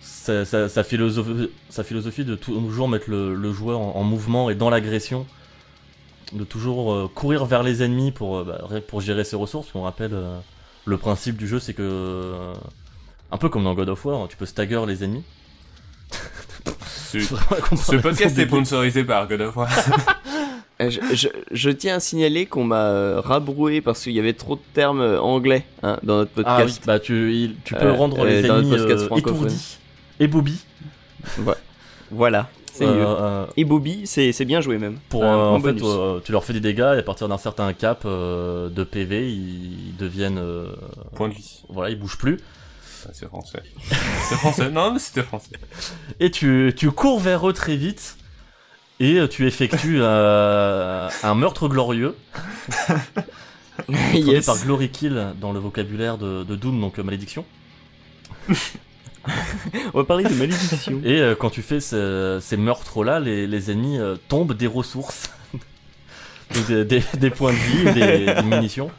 Speaker 4: sa, sa- sa philosophie, sa philosophie de tou- toujours mettre le, le joueur en, en mouvement et dans l'agression, de toujours euh, courir vers les ennemis pour, euh, bah, rien que pour gérer ses ressources. On rappelle euh, le principe du jeu, c'est que euh, un peu comme dans God of War, tu peux stagger les ennemis.
Speaker 5: Ce,
Speaker 4: *laughs*
Speaker 5: ce
Speaker 4: Ce
Speaker 5: podcast est sponsorisé par God of War.
Speaker 3: Euh, Je, je- je tiens à signaler qu'on m'a euh, rabroué parce qu'il y avait trop de termes euh, anglais hein, dans notre
Speaker 4: Ah oui,
Speaker 3: podcast.
Speaker 4: bah tu, il- tu peux
Speaker 3: Euh,
Speaker 4: rendre
Speaker 3: euh,
Speaker 4: les
Speaker 3: dans le
Speaker 4: ennemis
Speaker 3: podcast
Speaker 4: euh,
Speaker 3: francophone.
Speaker 4: étourdis et Bobby.
Speaker 3: Voilà. C'est mieux. Et Bobby, c'est c'est bien joué même.
Speaker 4: Euh, pour
Speaker 3: Un
Speaker 4: euh,
Speaker 3: bon
Speaker 4: en fait,
Speaker 3: bonus. *laughs*
Speaker 4: euh, tu leur fais des dégâts et à partir d'un certain cap euh, de PV, ils, ils deviennent euh,
Speaker 5: *laughs* Point de vie.
Speaker 4: voilà, ils bougent plus.
Speaker 5: Ah, c'est français. c'est français. Non, mais c'était français.
Speaker 4: Et tu, tu cours vers eux très vite et euh, tu effectues euh, un meurtre glorieux traduit
Speaker 3: yes.
Speaker 4: par glory kill dans le vocabulaire de, de Doom, donc euh, malédiction.
Speaker 3: On va parler de malédiction.
Speaker 4: *laughs* Et euh, quand tu fais ce- ces meurtres-là, les, les ennemis euh, tombent des ressources, *laughs* Donc, des, des- des points de vie, des- des munitions.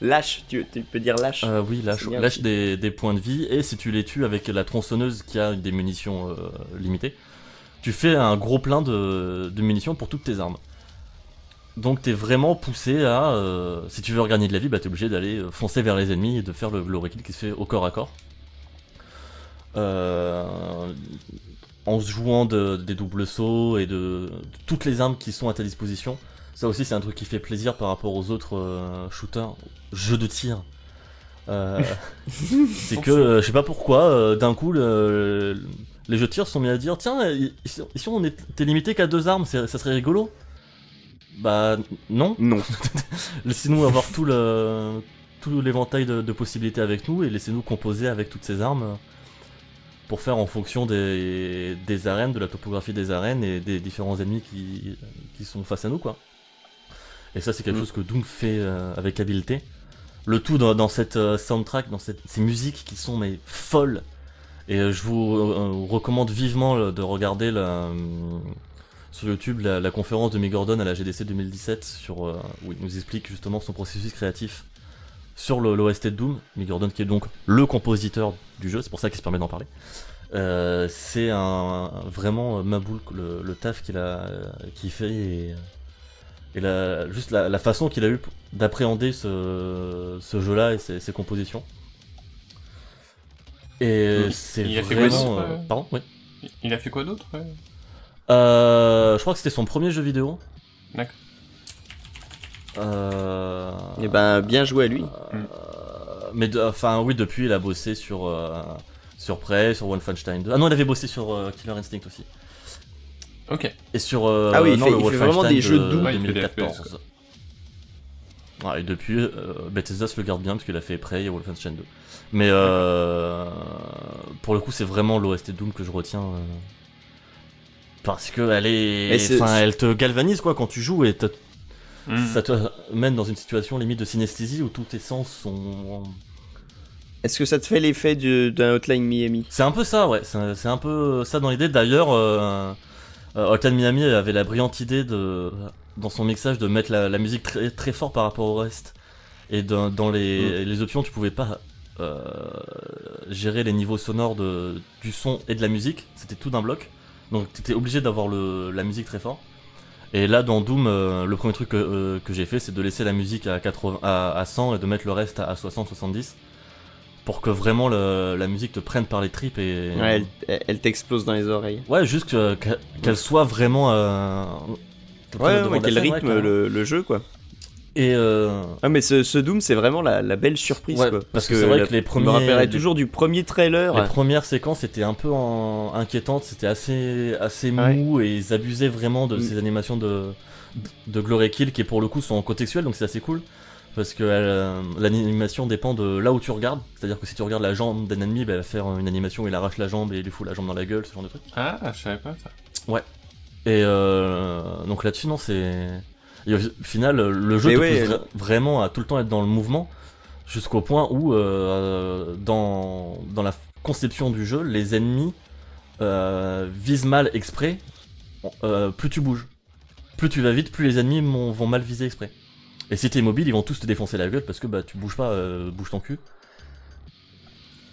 Speaker 3: lâche, tu, tu peux dire lâche.
Speaker 4: Euh, oui, lâche,
Speaker 3: C'est bien
Speaker 4: lâche
Speaker 3: aussi.
Speaker 4: des, des points de vie et si tu les tues avec la tronçonneuse qui a des munitions euh, limitées, tu fais un gros plein de, de munitions pour toutes tes armes. Donc t'es vraiment poussé à... euh, si tu veux regagner de la vie, bah t'es obligé d'aller euh, foncer vers les ennemis et de faire le glory kill qui se fait au corps à corps. Euh, en se jouant de- des doubles sauts et de, de toutes les armes qui sont à ta disposition. Ça aussi c'est un truc qui fait plaisir par rapport aux autres euh, shooters, jeux de tir. Euh, c'est que euh, je sais pas pourquoi, euh, d'un coup, le- le- les jeux de tir se sont mis à dire tiens, i- i- si on était limité qu'à deux armes, c'est- ça serait rigolo. Bah non,
Speaker 3: Non.
Speaker 4: laissez-nous avoir tout le tout l'éventail de, de possibilités avec nous et laissez-nous composer avec toutes ces armes euh, pour faire en fonction des, des arènes, de la topographie des arènes et des différents ennemis qui, qui sont face à nous quoi. Et ça c'est quelque
Speaker 3: Mm.
Speaker 4: chose que Doom fait euh, avec habileté. Le tout dans, dans cette euh, soundtrack, dans cette- ces musiques qui sont mais folles. Et euh, je vous euh, recommande vivement euh, de regarder la, euh, sur YouTube la, la conférence de Mick Gordon à la GDC 2017 sur, euh, où il nous explique justement son processus créatif sur le- l'OST de Doom. Mick Gordon qui est donc le compositeur du jeu, c'est pour ça qu'il se permet d'en parler. Euh, c'est un, un- vraiment euh, Maboul le, le taf qu'il a euh, qu'il fait et, et la, juste la, la façon qu'il a eu pour- d'appréhender ce, ce jeu-là et ses, ses compositions. Et
Speaker 5: Il-
Speaker 4: c'est
Speaker 5: il a fait quoi
Speaker 4: vraiment.
Speaker 5: d'autre,
Speaker 4: euh,
Speaker 5: euh
Speaker 4: pardon, oui.
Speaker 5: Il a fait quoi d'autre ouais
Speaker 4: Euh, je crois que c'était son premier jeu vidéo.
Speaker 5: D'accord.
Speaker 4: Euh,
Speaker 3: Et ben, bien joué à lui.
Speaker 4: euh, Mais de- enfin, oui, depuis il a bossé sur euh, sur Prey, sur Wolfenstein 2. Ah non, il avait bossé sur euh, Killer Instinct aussi.
Speaker 5: Ok.
Speaker 4: Et sur euh,
Speaker 3: Ah oui, il
Speaker 4: non,
Speaker 3: fait-
Speaker 4: le
Speaker 3: il fait
Speaker 4: Wolfenstein
Speaker 3: vraiment des jeux de
Speaker 5: Ouais, Ah, il fait des
Speaker 4: 2014. Ouais, et depuis, euh, Bethesda se le garde bien parce qu'il a fait Prey et Wolfenstein 2. Mais euh, pour le coup, c'est vraiment l'OST de Doom que je retiens. euh, parce que elle
Speaker 3: Et
Speaker 4: est,
Speaker 3: c'est-
Speaker 4: enfin, elle te galvanise quoi quand tu joues et t'as-
Speaker 5: Hmm.
Speaker 4: ça te mène dans une situation limite de synesthésie où tous tes sens sont.
Speaker 3: Est-ce que ça te fait l'effet du- d'un Hotline Miami
Speaker 4: C'est un peu ça, ouais. C'est c'est un peu ça dans l'idée. D'ailleurs, euh, euh, Hotline Miami avait la brillante idée de, dans son mixage, de mettre la, la musique très très fort par rapport au reste. Et dans, dans
Speaker 3: Mm.
Speaker 4: les, les options, tu pouvais pas euh, gérer les niveaux sonores de, du son et de la musique. C'était tout d'un bloc. Donc t'étais obligé d'avoir le- la musique très fort. Et là dans Doom, euh, le premier truc que, euh, que j'ai fait, c'est de laisser la musique à, 80, à, à 100 et de mettre le reste à, à 60-70 pour que vraiment le- la musique te prenne par les tripes et
Speaker 3: Ouais, elle, elle- elle t'explose dans les oreilles.
Speaker 4: Ouais, juste que- que- qu'elle soit vraiment euh, te prenne
Speaker 3: Ouais,
Speaker 4: au devant
Speaker 3: ouais,
Speaker 4: de la
Speaker 3: quel
Speaker 4: scène, ouais,
Speaker 3: rythme
Speaker 4: carrément.
Speaker 3: le, le jeu, quoi.
Speaker 4: et euh,
Speaker 3: Ah, mais ce, ce Doom, c'est vraiment la, la belle surprise,
Speaker 4: Ouais,
Speaker 3: quoi.
Speaker 4: parce que c'est vrai
Speaker 3: la-
Speaker 4: que les
Speaker 3: Je
Speaker 4: premiers-
Speaker 3: me rappellerai
Speaker 4: les-
Speaker 3: toujours du premier trailer.
Speaker 4: Les premières séquences étaient un peu en- inquiétantes, c'était assez, assez
Speaker 3: Ouais.
Speaker 4: mou et ils abusaient vraiment de
Speaker 3: Mm.
Speaker 4: ces animations de, de Glory Kill qui pour le coup sont contextuelles donc c'est assez cool parce que euh, l'animation dépend de là où tu regardes, c'est-à-dire que si tu regardes la jambe d'un ennemi, bah, elle va faire une animation où il arrache la jambe et il lui fout la jambe dans la gueule, ce genre de truc.
Speaker 5: Ah, je savais pas ça.
Speaker 4: Et euh, donc là-dessus, non, c'est. et au final, le jeu
Speaker 3: Mais
Speaker 4: te
Speaker 3: ouais,
Speaker 4: pousse
Speaker 3: elle-
Speaker 4: vra- vraiment à tout le temps être dans le mouvement, jusqu'au point où, euh, dans, dans la conception du jeu, les ennemis euh, visent mal exprès. euh, plus tu bouges, plus tu vas vite, plus les ennemis m'ont- vont mal viser exprès. Et si t'es mobile, ils vont tous te défoncer la gueule parce que bah tu bouges pas, euh, bouge ton cul.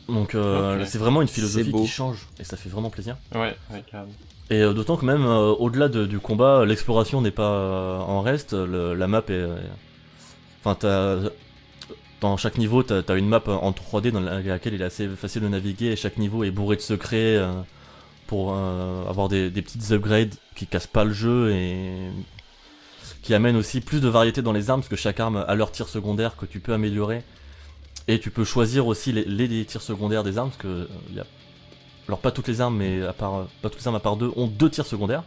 Speaker 4: Donc euh,
Speaker 5: Ok.
Speaker 4: c'est vraiment une
Speaker 3: C'est
Speaker 4: philosophie
Speaker 3: beau.
Speaker 4: qui change et ça fait vraiment plaisir.
Speaker 5: Ouais, ouais, carrément.
Speaker 4: Et euh, d'autant que même euh, au-delà de- du combat, l'exploration n'est pas euh, en reste. le- la map est, est- enfin, t'as- dans chaque niveau, t'as as une map en 3D dans la- laquelle il est assez facile de naviguer. Et chaque niveau est bourré de secrets euh, pour euh, avoir des, des petites upgrades qui cassent pas le jeu et qui amènent aussi plus de variété dans les armes parce que chaque arme a leur tir secondaire que tu peux améliorer. Et tu peux choisir aussi les, les- les tirs secondaires des armes parce que euh, il y a alors pas toutes les armes, mais à part, euh, pas toutes les armes à part deux ont deux tirs secondaires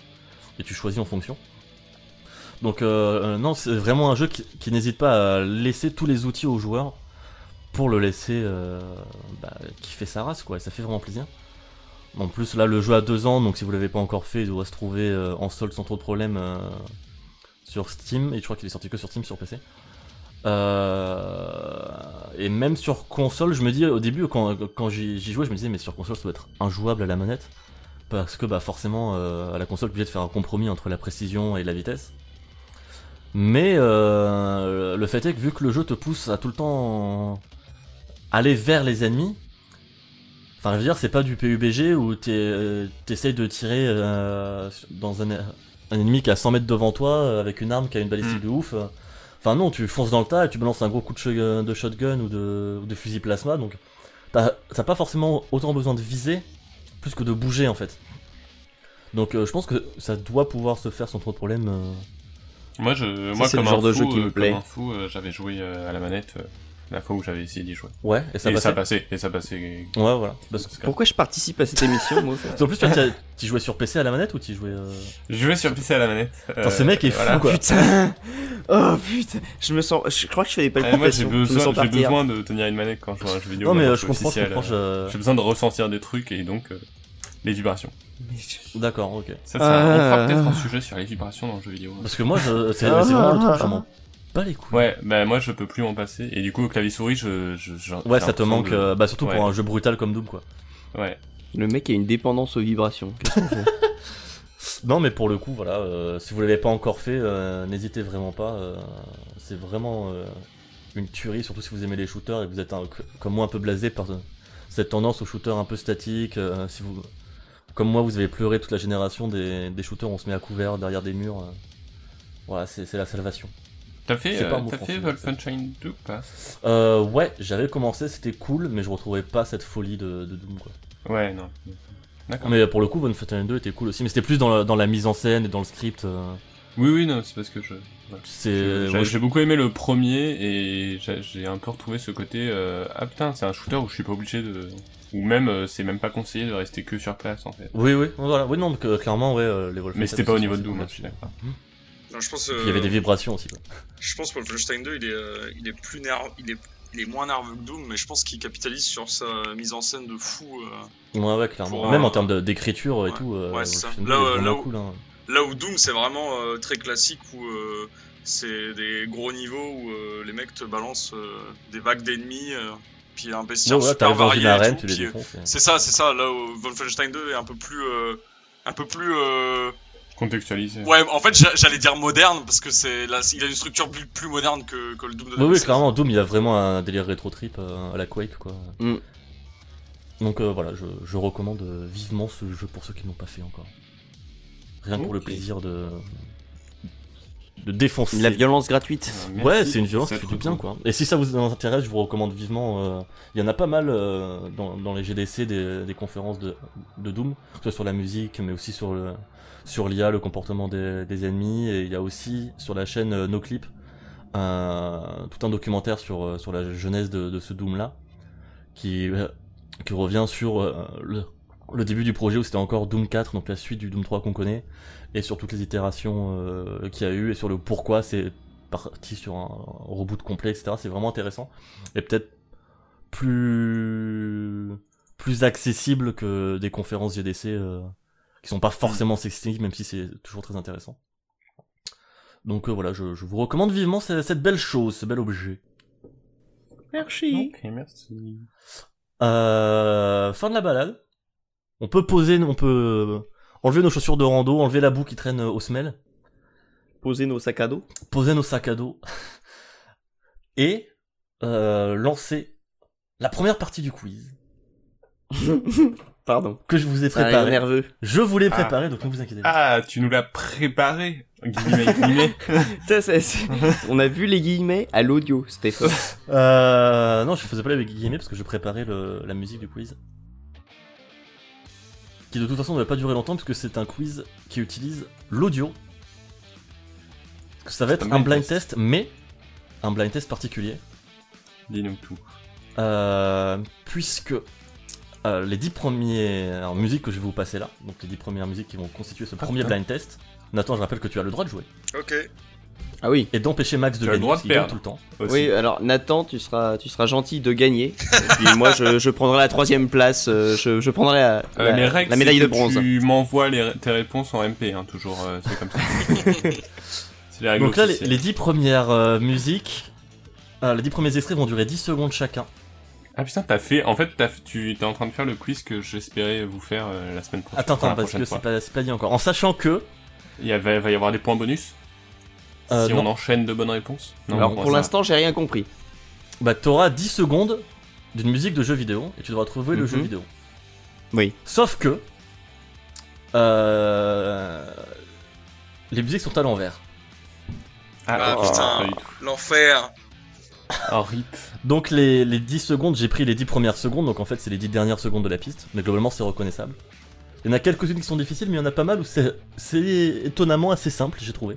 Speaker 4: et tu choisis en fonction. Donc euh, euh, non, c'est vraiment un jeu qui, qui n'hésite pas à laisser tous les outils aux joueurs pour le laisser euh, bah, kiffer sa race quoi. Et ça fait vraiment plaisir. En plus là, le jeu a deux ans, donc si vous l'avez pas encore fait, il doit se trouver euh, en solde sans trop de problème euh, sur Steam. Et je crois qu'il est sorti que sur Steam sur PC. Euh, et même sur console, je me dis au début quand, quand j'y j'y jouais, je me disais mais sur console ça doit être injouable à la manette parce que bah forcément euh, à la console tu es obligé de faire un compromis entre la précision et la vitesse. Mais euh, le fait est que vu que le jeu te pousse à tout le temps aller vers les ennemis, enfin je veux dire c'est pas du PUBG où t'es- euh, t'essayes de tirer euh, dans un, un ennemi qui est à 100 mètres devant toi euh, avec une arme qui a une balistique de ouf. euh, Enfin non, tu fonces dans le tas et tu balances un gros coup de, shotgun- de shotgun ou de, ou de fusil plasma, donc t'as t'as pas forcément autant besoin de viser, plus que de bouger en fait. Donc euh, je pense que ça doit pouvoir se faire sans trop de problème. euh.
Speaker 5: Moi, je, moi
Speaker 3: c'est
Speaker 5: comme
Speaker 3: le genre
Speaker 5: un
Speaker 3: de
Speaker 5: fou,
Speaker 3: jeu qui me
Speaker 5: euh,
Speaker 3: plaît.
Speaker 5: Comme un fou, euh, j'avais joué euh, à la manette euh, la fois où j'avais essayé d'y jouer.
Speaker 4: Ouais, et ça
Speaker 5: et
Speaker 4: passe.
Speaker 5: ça passait, et ça passait.
Speaker 4: Ouais, voilà. Parce que...
Speaker 5: Parce que-
Speaker 3: Pourquoi je participe à cette émission, moi au fait
Speaker 4: En plus, toi, t'as- t'y jouais sur PC à la manette ou t'y jouais. euh,
Speaker 5: Je jouais sur PC à la manette.
Speaker 4: Putain, ce mec est fou,
Speaker 5: Euh, voilà.
Speaker 3: *laughs*
Speaker 4: quoi.
Speaker 3: Putain Oh putain Je me sens. Je crois que je fais des
Speaker 5: Eh,
Speaker 3: palpitations.
Speaker 5: moi, j'ai
Speaker 3: je me sens
Speaker 5: besoin, j'ai
Speaker 3: partir.
Speaker 5: besoin de tenir une manette quand je joue à un jeu vidéo.
Speaker 4: Non, mais
Speaker 5: maintenant,
Speaker 4: euh, je comprends, je
Speaker 5: suis
Speaker 4: comprends.
Speaker 5: social, euh,
Speaker 4: je-
Speaker 5: J'ai besoin de ressentir des trucs et donc euh, les vibrations.
Speaker 4: D'accord, ok.
Speaker 5: Ça, c'est un- on fera
Speaker 3: Ah.
Speaker 4: Euh.
Speaker 5: peut-être un sujet sur les vibrations dans le jeu vidéo.
Speaker 4: Parce que moi, je... c'est
Speaker 3: Ah.
Speaker 4: c'est vraiment le truc, je m'en bats les couilles.
Speaker 5: Ouais, bah moi je peux plus m'en passer. Et du coup, au clavier souris, je. je, je-
Speaker 4: Ouais,
Speaker 5: j'ai
Speaker 4: ça te
Speaker 5: l'impression
Speaker 4: manque,
Speaker 5: de-
Speaker 4: euh, bah surtout pour
Speaker 5: Ouais.
Speaker 4: un jeu brutal comme Doom, quoi.
Speaker 5: Ouais.
Speaker 3: Le mec a une dépendance aux vibrations. *laughs*
Speaker 4: Non, mais pour le coup, voilà, euh, si vous l'avez pas encore fait, euh, n'hésitez vraiment pas. euh, c'est vraiment euh, une tuerie, surtout si vous aimez les shooters et que vous êtes un- que- comme moi un peu blasé par euh, cette tendance aux shooters un peu statiques. euh, si vous, comme moi, vous avez pleuré toute la génération des, des shooters, on se met à couvert derrière des murs. euh. voilà, c'est c'est la salvation.
Speaker 5: T'as fait,
Speaker 4: C'est pas
Speaker 5: euh,
Speaker 4: mon
Speaker 5: t'as
Speaker 4: français,
Speaker 5: fait
Speaker 4: en
Speaker 5: Wolfenstein 2 ou pas
Speaker 4: Euh, ouais, j'avais commencé, c'était cool, mais je retrouvais pas cette folie de, de Doom, quoi.
Speaker 5: Ouais, non. D'accord.
Speaker 4: Mais pour le coup, Wolfenstein 2 était cool aussi, mais c'était plus dans la, dans la mise en scène et dans le script. euh,
Speaker 5: Oui, oui, non, c'est parce que je.
Speaker 4: c'est.
Speaker 5: J'ai
Speaker 4: ouais,
Speaker 5: j'ai beaucoup aimé le premier et j'ai j'ai un peu retrouvé ce côté euh, ah putain c'est un shooter où je suis pas obligé de ou même euh, c'est même pas conseillé de rester que sur place en fait.
Speaker 4: Oui, oui, voilà. Oui, non, donc, euh, clairement, ouais, euh, les Wolfenstein.
Speaker 5: Mais c'était pas au niveau de
Speaker 4: c'est-
Speaker 5: Doom, hein, je
Speaker 4: c'est-
Speaker 5: suis d'accord.
Speaker 6: Non, je pense. euh,
Speaker 4: Il y avait des vibrations aussi. quoi.
Speaker 6: Je pense que Wolfenstein 2, il est, euh, il est plus nerveux, il est, il est moins nerveux que Doom, mais je pense qu'il capitalise sur sa mise en scène de fou. euh.
Speaker 4: Ouais, ouais, clairement.
Speaker 6: Pour un-
Speaker 4: Même en termes de- d'écriture et
Speaker 6: Ouais,
Speaker 4: tout. euh,
Speaker 6: ouais, c'est ça.
Speaker 4: Wolfenstein
Speaker 6: Là,
Speaker 4: II est
Speaker 6: euh, là
Speaker 4: vraiment
Speaker 6: où-
Speaker 4: cool, hein.
Speaker 6: Là où Doom, c'est vraiment euh, très classique où euh, c'est des gros niveaux où euh, les mecs te balancent euh, des vagues d'ennemis, euh, puis un bestiaire
Speaker 4: Non, ouais,
Speaker 6: super
Speaker 4: t'arrives dans
Speaker 6: varié.
Speaker 4: une
Speaker 6: et
Speaker 4: arène,
Speaker 6: tout,
Speaker 4: tu les
Speaker 6: puis, euh,
Speaker 4: défonces. et-
Speaker 6: c'est ça, c'est ça. Là où Wolfenstein 2 est un peu plus, euh, un peu plus. euh,
Speaker 5: Contextualisé.
Speaker 6: Ouais, en fait, j'a- j'allais dire moderne parce que c'est là, il a une structure plus, plus moderne que, que le Doom de
Speaker 4: Oui, oui,
Speaker 6: 2016.
Speaker 4: clairement, Doom, il a vraiment un délire rétro-trip euh, à la Quake, quoi.
Speaker 6: Hmm.
Speaker 3: Mm.
Speaker 4: Donc euh, voilà, je, je recommande euh, vivement ce jeu pour ceux qui ne l'ont pas fait encore. Rien que pour le
Speaker 5: Ok.
Speaker 4: plaisir de. de défoncer.
Speaker 3: La violence gratuite.
Speaker 5: Euh,
Speaker 4: Ouais,
Speaker 5: merci
Speaker 4: c'est une violence
Speaker 5: pour
Speaker 4: qui
Speaker 5: cette
Speaker 4: fait du bien,
Speaker 5: retour.
Speaker 4: quoi. Et si ça vous intéresse, je vous recommande vivement. euh, Il y en a pas mal euh, dans, dans les GDC des, des conférences de, de Doom, que ce soit sur la musique, mais aussi sur le sur l'IA, le comportement des, des ennemis. Et il y a aussi sur la chaîne euh, NoClip un- tout un documentaire sur euh, sur la jeunesse de, de ce Doom là, qui euh, qui revient sur euh, le le début du projet où c'était encore Doom 4, donc la suite du Doom 3 qu'on connaît, et sur toutes les itérations euh, qu'il y a eu, et sur le pourquoi c'est parti sur un reboot complet, etc. C'est vraiment intéressant. Et peut-être plus plus accessible que des conférences GDC euh, qui sont pas forcément sexy, même si c'est toujours très intéressant. Donc euh, voilà, je, je vous recommande vivement ce- cette, belle chose, ce bel objet.
Speaker 3: Merci.
Speaker 5: Ok, merci.
Speaker 4: Euh, fin de la balade. On peut poser, on peut enlever nos chaussures de rando, enlever la boue qui traîne aux semelles.
Speaker 3: Poser nos sacs à *laughs* dos.
Speaker 4: poser nos sacs à dos *laughs* et euh, lancer la première partie du quiz.
Speaker 3: Pardon. Ah,
Speaker 4: que je vous ai
Speaker 3: Ça a l'air
Speaker 4: préparé.
Speaker 3: nerveux.
Speaker 4: Je vous l'ai
Speaker 5: Ah.
Speaker 4: préparé, donc ne vous inquiétez pas.
Speaker 5: Ah, tu nous l'as préparé, guillemets, guillemets.
Speaker 4: *laughs*
Speaker 3: Ça, ça, *laughs* c'est- On a vu les guillemets à l'audio, Stéphane.
Speaker 5: Ah.
Speaker 4: Euh, non, je faisais pas avec guillemets parce que je préparais le- la musique du quiz. Qui de toute façon ne va pas durer longtemps puisque c'est un quiz qui utilise l'audio. Parce que Ça va
Speaker 5: C'est
Speaker 4: être
Speaker 5: un
Speaker 4: un
Speaker 5: blind
Speaker 4: blind test, mais un blind test particulier.
Speaker 5: Dis-nous tout.
Speaker 4: Euh, puisque euh, les 10 premières musiques que je vais vous passer là, donc les 10 premières musiques qui vont constituer ce premier
Speaker 5: putain.
Speaker 4: blind test, Nathan, je rappelle que tu as le droit de jouer
Speaker 6: Ok.
Speaker 3: Ah oui.
Speaker 4: et d'empêcher Max de
Speaker 5: Tu as le
Speaker 4: gagner
Speaker 5: droit
Speaker 4: parce
Speaker 5: de
Speaker 4: qu'il gagne
Speaker 5: perdre.
Speaker 4: tout le temps.
Speaker 5: Aussi.
Speaker 3: Oui, euh, alors Nathan, tu seras, tu seras gentil de gagner. Et puis moi, je, je prendrai la troisième place. euh, Je, je prendrai la,
Speaker 5: Euh,
Speaker 3: la-
Speaker 5: les règles,
Speaker 3: la médaille
Speaker 5: c'est
Speaker 3: de
Speaker 5: que
Speaker 3: bronze.
Speaker 5: Tu m'envoies les- tes réponses en MP, hein, toujours, euh,
Speaker 3: *laughs*
Speaker 5: c'est comme ça. c'est les règles
Speaker 4: Donc là, les,
Speaker 5: officielles.
Speaker 4: les 10 premières euh, musiques, euh, les 10 premiers extraits vont durer 10 secondes chacun.
Speaker 5: Ah putain, t'as fait. En fait, t'as fait- tu es en train de faire le quiz que j'espérais vous faire euh, la semaine prochaine.
Speaker 4: Attends,
Speaker 5: enfin,
Speaker 4: attends,
Speaker 5: la
Speaker 4: parce que
Speaker 5: prochaine fois.
Speaker 4: c'est pas, c'est pas dit encore. En sachant que.
Speaker 5: Il y avait- va y avoir des points bonus
Speaker 4: Euh,
Speaker 5: si
Speaker 4: non.
Speaker 5: on enchaîne de bonnes réponses.
Speaker 3: alors
Speaker 5: bon,
Speaker 3: pour
Speaker 5: ça va.
Speaker 3: l'instant, j'ai rien compris.
Speaker 4: Bah, t'auras 10 secondes d'une musique de jeu vidéo et tu devras trouver le
Speaker 3: Mhm.
Speaker 4: jeu vidéo.
Speaker 3: Oui.
Speaker 4: Sauf que. euh, les musiques sont à l'envers.
Speaker 6: Ah,
Speaker 5: oh,
Speaker 6: putain.
Speaker 5: pas du tout.
Speaker 6: L'enfer.
Speaker 4: Ah,
Speaker 5: Oh, rip.
Speaker 4: Donc, les, les 10 secondes, j'ai pris les 10 premières secondes, donc en fait, c'est les 10 dernières secondes de la piste, mais globalement, c'est reconnaissable. Il y en a quelques-unes qui sont difficiles, mais il y en a pas mal où c'est c'est étonnamment assez simple, j'ai trouvé.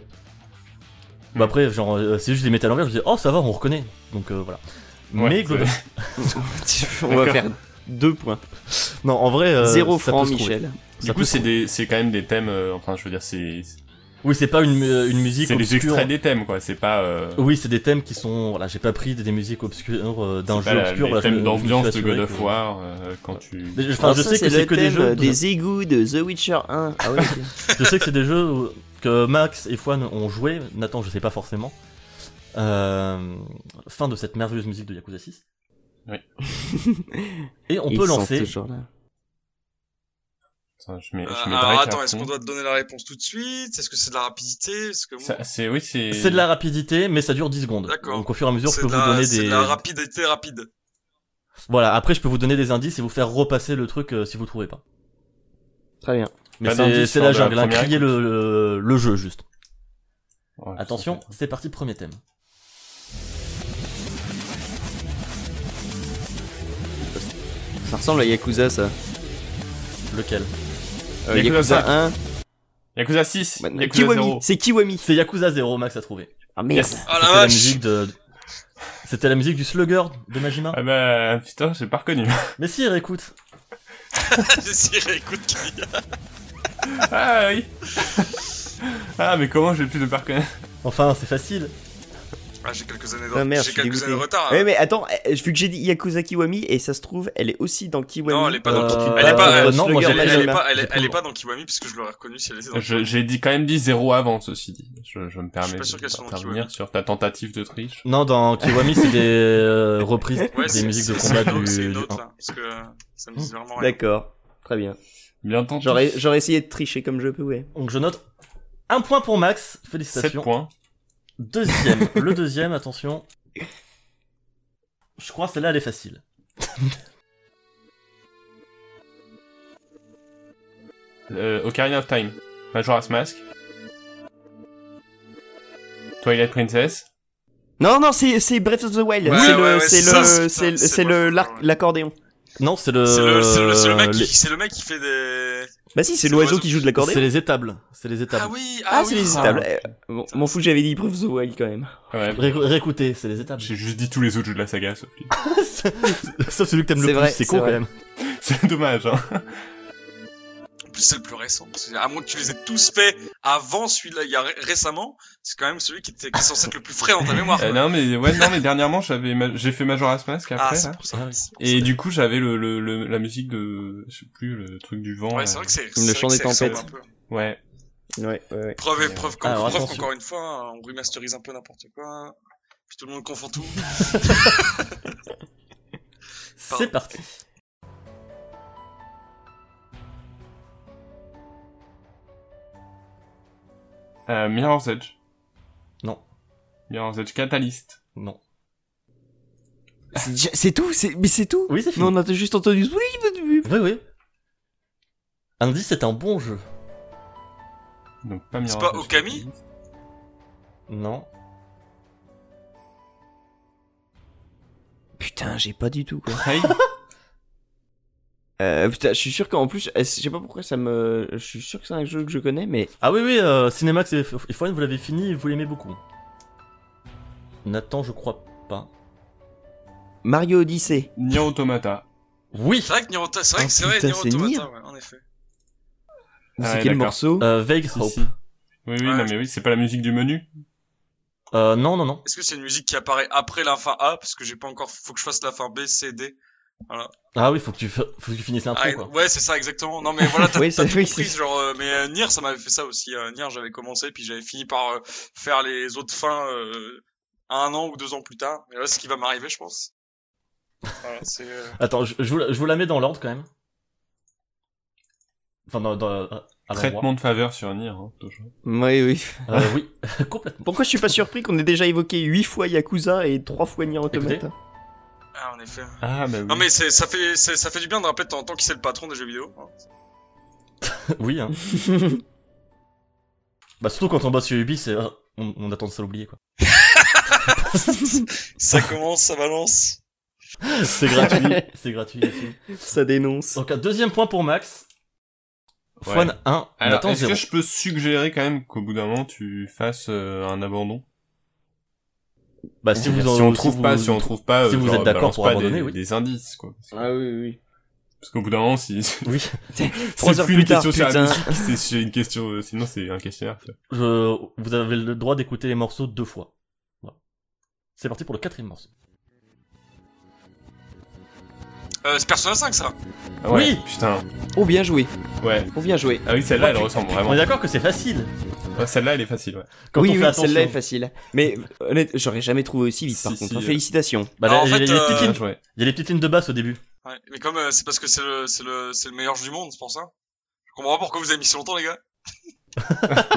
Speaker 4: Bah après, genre, euh, c'est juste les mettre à l'envers, je dis, oh, ça va, on reconnaît. Donc, euh, voilà.
Speaker 5: Ouais,
Speaker 4: mais
Speaker 5: c'est-
Speaker 4: globalement.
Speaker 3: On va
Speaker 5: D'accord.
Speaker 3: faire deux points.
Speaker 4: *laughs* Non, en vrai. euh,
Speaker 3: Zéro
Speaker 4: ça
Speaker 3: franc,
Speaker 4: peut se trouver.
Speaker 3: Michel.
Speaker 4: Ça
Speaker 5: Du
Speaker 4: peut
Speaker 5: coup,
Speaker 4: se
Speaker 5: c'est des- c'est quand même des thèmes. euh, enfin, je veux dire, c'est.
Speaker 4: Oui, c'est pas une, euh, une musique.
Speaker 5: C'est les
Speaker 4: obscure.
Speaker 5: extraits des thèmes, quoi. C'est pas. euh,
Speaker 4: Oui, c'est des thèmes qui sont. Voilà, j'ai pas pris des, des musiques obscures euh, d'un
Speaker 5: c'est
Speaker 4: jeu
Speaker 5: pas la-
Speaker 4: obscur.
Speaker 5: les
Speaker 4: voilà, je me-
Speaker 5: thèmes
Speaker 4: je me suis
Speaker 5: d'ambiance de
Speaker 4: assuré
Speaker 5: God of
Speaker 4: que-
Speaker 5: War euh, quand tu.
Speaker 4: Mais je- Enfin,
Speaker 3: Alors
Speaker 4: je
Speaker 3: Ah, ça,
Speaker 4: sais que c'est que des
Speaker 3: thème,
Speaker 4: jeux.
Speaker 3: euh,
Speaker 4: dont-
Speaker 3: des égouts de The Witcher 1. Ah oui. ok.
Speaker 4: Je sais que c'est des jeux où- que Max et Fouane ont joué. Nathan, je sais pas forcément. Euh, fin de cette merveilleuse musique de Yakuza 6.
Speaker 5: Oui.
Speaker 4: et on
Speaker 3: Ils
Speaker 4: peut
Speaker 3: sont
Speaker 4: lancer.
Speaker 3: toujours là.
Speaker 5: Attends, je mets, je
Speaker 6: Euh,
Speaker 5: mets
Speaker 6: alors
Speaker 5: Drake hein. à
Speaker 6: attends, est-ce
Speaker 5: fond.
Speaker 6: qu'on doit te donner la réponse tout de suite Est-ce que c'est de la rapidité Parce que moi,
Speaker 5: Ça- C'est oui, c'est.
Speaker 4: C'est de la rapidité, mais ça dure 10 secondes.
Speaker 6: D'accord.
Speaker 4: Donc au fur et à mesure, je
Speaker 6: c'est
Speaker 4: peux
Speaker 6: de
Speaker 4: vous
Speaker 6: la-
Speaker 4: donner
Speaker 6: c'est
Speaker 4: des.
Speaker 6: de la rapidité rapide.
Speaker 4: Voilà, après, je peux vous donner des indices et vous faire repasser le truc euh, si vous trouvez pas.
Speaker 3: Très bien.
Speaker 4: Mais
Speaker 5: Pas
Speaker 4: c'est
Speaker 5: d'indice
Speaker 4: c'est
Speaker 5: lors
Speaker 4: la
Speaker 5: Bah, de la
Speaker 4: jungle, hein,
Speaker 5: première
Speaker 4: criez le, le- le jeu juste.
Speaker 5: Oh, putain,
Speaker 4: Attention,
Speaker 5: c'est-
Speaker 4: c'est parti, premier thème.
Speaker 3: Ça ressemble à Yakuza, ça.
Speaker 4: Lequel
Speaker 3: Euh,
Speaker 5: Yakuza
Speaker 3: Yakuza 1.
Speaker 5: Yakuza 6,
Speaker 3: Maintenant,
Speaker 5: Yakuza
Speaker 3: Kiwami.
Speaker 5: 0.
Speaker 3: C'est Kiwami.
Speaker 4: C'est Yakuza 0, Max a trouvé.
Speaker 3: Ah merde.
Speaker 5: Yes.
Speaker 6: Ah
Speaker 4: C'était
Speaker 6: la
Speaker 4: la
Speaker 6: vache *laughs*
Speaker 4: musique de. C'était la musique du Slugger de Majima.
Speaker 5: Ah bah putain, j'ai pas
Speaker 4: *laughs*
Speaker 5: reconnu.
Speaker 4: Mais si, écoute.
Speaker 6: J'ai si réécoute qui
Speaker 5: Ah oui. ah mais comment j'ai pu ne pas reconnaître
Speaker 4: Enfin, c'est facile.
Speaker 6: Ah, j'ai quelques années de,
Speaker 3: Ah, merde,
Speaker 6: j'ai
Speaker 3: je suis
Speaker 6: quelques
Speaker 3: dégoûté.
Speaker 6: années de retard.
Speaker 3: Ouais,
Speaker 6: hein.
Speaker 3: mais attends, euh, vu que j'ai dit Yakuza Kiwami, et ça se trouve, elle est aussi dans Kiwami.
Speaker 6: Non, elle est pas dans le
Speaker 4: Euh,
Speaker 6: Elle est pas-
Speaker 3: euh,
Speaker 4: non,
Speaker 3: Slugger
Speaker 4: moi, j'ai-
Speaker 6: elle, elle est
Speaker 3: Majima.
Speaker 6: pas, elle, est-
Speaker 4: J'ai pris
Speaker 6: elle est
Speaker 4: le-
Speaker 6: pas dans Kiwami puisque je l'aurais reconnue si elle était dans
Speaker 5: Je-
Speaker 6: Kiwami.
Speaker 5: J'ai dit quand même dit 0 avant ceci dit. Je, je me
Speaker 6: Je suis
Speaker 5: permets
Speaker 6: pas sûr qu'elles sont
Speaker 5: de
Speaker 6: en
Speaker 5: revenir sur ta tentative de triche.
Speaker 4: Non, dans Kiwami, c'est des euh, reprises
Speaker 6: Ouais,
Speaker 4: des
Speaker 6: c'est-
Speaker 4: musiques de
Speaker 6: c'est-
Speaker 4: combat
Speaker 6: c'est une autre-
Speaker 4: du.
Speaker 6: C'est une
Speaker 4: du-
Speaker 6: autre là, parce que euh, ça me dit vraiment rien.
Speaker 3: D'accord. Très bien.
Speaker 5: Bien tenté.
Speaker 3: J'aurais j'aurais essayé de tricher comme je pouvais.
Speaker 4: Donc je note un point pour Max.
Speaker 5: 7
Speaker 4: Félicitations.
Speaker 5: points.
Speaker 4: *laughs* Deuxième. le deuxième, attention. Je crois que celle-là, elle est facile.
Speaker 5: Euh, Ocarina of Time, Majora's Mask, Twilight Princess.
Speaker 3: Non, non, c'est c'est Breath of the Wild.
Speaker 6: Ouais,
Speaker 3: c'est
Speaker 6: ouais,
Speaker 3: le
Speaker 6: ouais,
Speaker 3: c'est
Speaker 6: c'est
Speaker 3: le
Speaker 6: ça,
Speaker 3: c'est le-
Speaker 6: c'est
Speaker 3: c'est
Speaker 6: Breath
Speaker 3: le
Speaker 6: of the
Speaker 3: l'arc-
Speaker 6: Wild.
Speaker 3: l'accordéon.
Speaker 4: Non, c'est le.
Speaker 6: C'est
Speaker 3: euh,
Speaker 6: le, c'est le- c'est le mec
Speaker 4: les-
Speaker 6: qui, c'est le mec qui fait des.
Speaker 3: Bah si, c'est
Speaker 6: C'est
Speaker 3: l'oiseau
Speaker 6: l'oiseau.
Speaker 3: qui joue de
Speaker 4: C'est
Speaker 3: l'accordéon.
Speaker 4: les étables. C'est les étables.
Speaker 6: Ah oui, ah,
Speaker 3: Ah,
Speaker 6: oui.
Speaker 3: c'est les
Speaker 5: ah.
Speaker 3: étables. Eh, bon, M'en fous, j'avais dit Breath of the Wild quand même.
Speaker 6: Ah
Speaker 5: Ouais.
Speaker 4: Ré- Réécoutez, c'est les
Speaker 6: *laughs*
Speaker 4: étables.
Speaker 5: J'ai juste dit tous les autres jeux de la saga, sauf lui.
Speaker 4: Sauf celui que t'aimes
Speaker 3: C'est
Speaker 4: le
Speaker 3: vrai,
Speaker 4: plus, c'est
Speaker 3: c'est
Speaker 4: con quand
Speaker 3: vrai.
Speaker 4: même.
Speaker 5: *laughs* C'est dommage. Hein.
Speaker 6: Ah, En plus, c'est le plus récent. parce que, À moins que tu les aies tous faits avant celui-là, il y a ré- récemment, c'est quand même celui qui, était, qui est censé être le plus frais dans ta
Speaker 5: *laughs*
Speaker 6: mémoire.
Speaker 5: Euh,
Speaker 6: quoi.
Speaker 5: non mais ouais non mais dernièrement j'avais ma- j'ai fait Majora's Mask
Speaker 6: ah,
Speaker 5: après. là.
Speaker 6: c'est pour ça.
Speaker 4: Ah oui.
Speaker 6: c'est pour
Speaker 5: Et
Speaker 6: ça.
Speaker 5: du coup, j'avais le, le, le- la musique de, je sais plus, le truc du vent.
Speaker 6: Ouais,
Speaker 5: là.
Speaker 6: c'est vrai que c'est.
Speaker 3: Le
Speaker 6: c'est
Speaker 3: chant
Speaker 6: vrai
Speaker 3: des
Speaker 6: que c'est- ça
Speaker 3: tempêtes. Ah,
Speaker 6: ressemble un peu.
Speaker 5: Ouais.
Speaker 3: Ouais, ouais, ouais.
Speaker 6: Preuve et preuve, comme-
Speaker 4: Alors,
Speaker 6: preuve
Speaker 4: attention.
Speaker 6: qu'encore une fois, hein, on remasterise un peu n'importe quoi. Puis tout le monde confond tout.
Speaker 4: C'est parti.
Speaker 5: Euh, Mirror's Edge.
Speaker 4: Non.
Speaker 5: Mirror's Edge Catalyst.
Speaker 4: Non.
Speaker 3: C'est déjà- C'est tout, c'est- mais c'est tout.
Speaker 4: Oui, c'est
Speaker 3: Mais
Speaker 4: fini.
Speaker 3: on a juste entendu. Oui, mais- mais-
Speaker 4: Oui, oui. Indice c'est un bon jeu.
Speaker 5: Donc pas
Speaker 6: C'est
Speaker 5: Mirage.
Speaker 6: pas
Speaker 5: de
Speaker 6: Okami
Speaker 5: Sophie.
Speaker 4: Non.
Speaker 3: Putain, j'ai pas du tout quoi.
Speaker 5: Prey
Speaker 3: *laughs* Euh, putain, je suis sûr qu'en plus, euh, je sais pas pourquoi ça me. Je suis sûr que c'est un jeu que je connais, mais.
Speaker 4: Ah oui, oui, euh, Cinemax et F- F1, vous l'avez fini et vous l'aimez beaucoup. Nathan, je crois pas.
Speaker 3: Mario Odyssey.
Speaker 5: Nier Automata.
Speaker 4: Oui
Speaker 6: C'est vrai que Nier Automata, c'est vrai
Speaker 3: Ah,
Speaker 6: que c'est vrai,
Speaker 3: putain,
Speaker 6: Nier
Speaker 3: c'est
Speaker 6: Automata, ouais, en effet.
Speaker 3: C'est
Speaker 5: Ah ouais,
Speaker 3: quel
Speaker 5: d'accord.
Speaker 3: morceau
Speaker 4: euh, Vague
Speaker 5: Si,
Speaker 4: Hope.
Speaker 5: si. Oui, oui,
Speaker 6: Ouais.
Speaker 5: non, mais oui, c'est pas la musique du menu.
Speaker 4: Euh, non, non, non.
Speaker 6: Est-ce que c'est une musique qui apparaît après la fin A Parce que j'ai pas encore. Faut que je fasse la fin B, C, D.
Speaker 4: Ah oui, faut que tu, fa- faut que tu finisses l'intro,
Speaker 6: Ah,
Speaker 4: quoi.
Speaker 6: ouais, c'est ça, exactement. Non, mais
Speaker 3: *laughs*
Speaker 6: voilà, t'as
Speaker 3: Oui,
Speaker 6: t'as
Speaker 3: c'est-
Speaker 6: tout
Speaker 3: oui,
Speaker 6: compris.
Speaker 3: c'est-
Speaker 6: Genre, euh, mais euh, Nier, ça m'avait fait ça aussi. euh, Nier, j'avais commencé, puis j'avais fini par euh, faire les autres fins euh, un an ou deux ans plus tard. Mais là, c'est ce qui va m'arriver, je pense. Voilà, c'est. euh,
Speaker 4: Attends, je, je vous, la- je vous la mets dans l'ordre, quand même. Enfin, dans... dans euh, à l'endroit.
Speaker 5: Traitement de faveur sur Nier, hein, toujours.
Speaker 3: Oui, oui.
Speaker 4: Euh, oui, *laughs* complètement.
Speaker 3: Pourquoi je suis pas surpris qu'on ait déjà évoqué 8 fois Yakuza et 3 fois Nier Automata
Speaker 6: Ah, en effet.
Speaker 5: Ah, bah oui.
Speaker 6: Non, mais c'est- ça fait, c'est- ça fait du bien de rappeler de temps en temps qui c'est le patron des jeux vidéo.
Speaker 3: *laughs*
Speaker 6: hein.
Speaker 5: *laughs*
Speaker 4: oui, hein. Bah, surtout quand on bosse sur Ubi, c'est... euh, on, on a tendance à l'oublier, quoi.
Speaker 6: ça commence, ça balance.
Speaker 5: *laughs*
Speaker 4: C'est gratuit, c'est gratuit.
Speaker 3: Ça dénonce.
Speaker 4: Donc, un deuxième point pour Max.
Speaker 5: Ouais.
Speaker 4: Fun 1,
Speaker 5: Alors,
Speaker 4: Nathan
Speaker 5: est-ce
Speaker 4: 0.
Speaker 5: que je peux suggérer quand même qu'au bout d'un moment, tu fasses euh, un abandon
Speaker 4: Bah, si vous en...
Speaker 5: on
Speaker 4: si
Speaker 5: trouve
Speaker 4: vous-
Speaker 5: pas, si on trouve pas,
Speaker 4: si
Speaker 5: euh,
Speaker 4: vous
Speaker 5: genre,
Speaker 4: êtes d'accord
Speaker 5: balance
Speaker 4: pour
Speaker 5: pas
Speaker 4: abandonner,
Speaker 5: des,
Speaker 4: oui.
Speaker 5: des indices, quoi. Parce que-
Speaker 3: oui, oui.
Speaker 5: Parce qu'au bout d'un moment, si *laughs*
Speaker 4: Oui.
Speaker 3: Trois
Speaker 5: c'est
Speaker 3: heures
Speaker 5: plus
Speaker 3: plus
Speaker 5: une
Speaker 3: tard,
Speaker 5: question sur la
Speaker 3: putain.
Speaker 5: musique, c'est- c'est une question, euh, sinon c'est un questionnaire. ça.
Speaker 4: Je- vous avez le droit d'écouter les morceaux deux fois. Voilà. C'est parti pour le quatrième morceau.
Speaker 6: Euh, c'est Persona 5, ça.
Speaker 5: Ah ouais,
Speaker 4: Oui.
Speaker 5: Putain.
Speaker 3: Oh, bien joué.
Speaker 5: Ouais.
Speaker 3: Oh, bien joué.
Speaker 5: Ah oui, celle-là, elle
Speaker 4: tu-
Speaker 5: ressemble
Speaker 4: On est
Speaker 5: vraiment.
Speaker 4: d'accord que c'est facile
Speaker 5: Ah, Celle-là, elle est facile, ouais.
Speaker 4: quand
Speaker 3: oui,
Speaker 4: on fait
Speaker 3: oui,
Speaker 4: attention.
Speaker 3: celle-là est facile. Mais euh, honnête, j'aurais jamais trouvé aussi vite,
Speaker 5: Si,
Speaker 3: par
Speaker 5: si,
Speaker 3: contre. hein.
Speaker 5: euh.
Speaker 3: Félicitations.
Speaker 4: Bah,
Speaker 6: Alors,
Speaker 4: il y a-
Speaker 6: en fait,
Speaker 4: il y a les petites
Speaker 6: euh,
Speaker 5: Bien
Speaker 4: lignes-
Speaker 5: joué.
Speaker 4: il y a les petites lignes de basse au début.
Speaker 6: Ouais, mais comme euh, c'est parce que c'est le, c'est le, c'est le meilleur jeu du monde, c'est pour ça. Je comprends pas pourquoi vous avez mis si longtemps, les gars.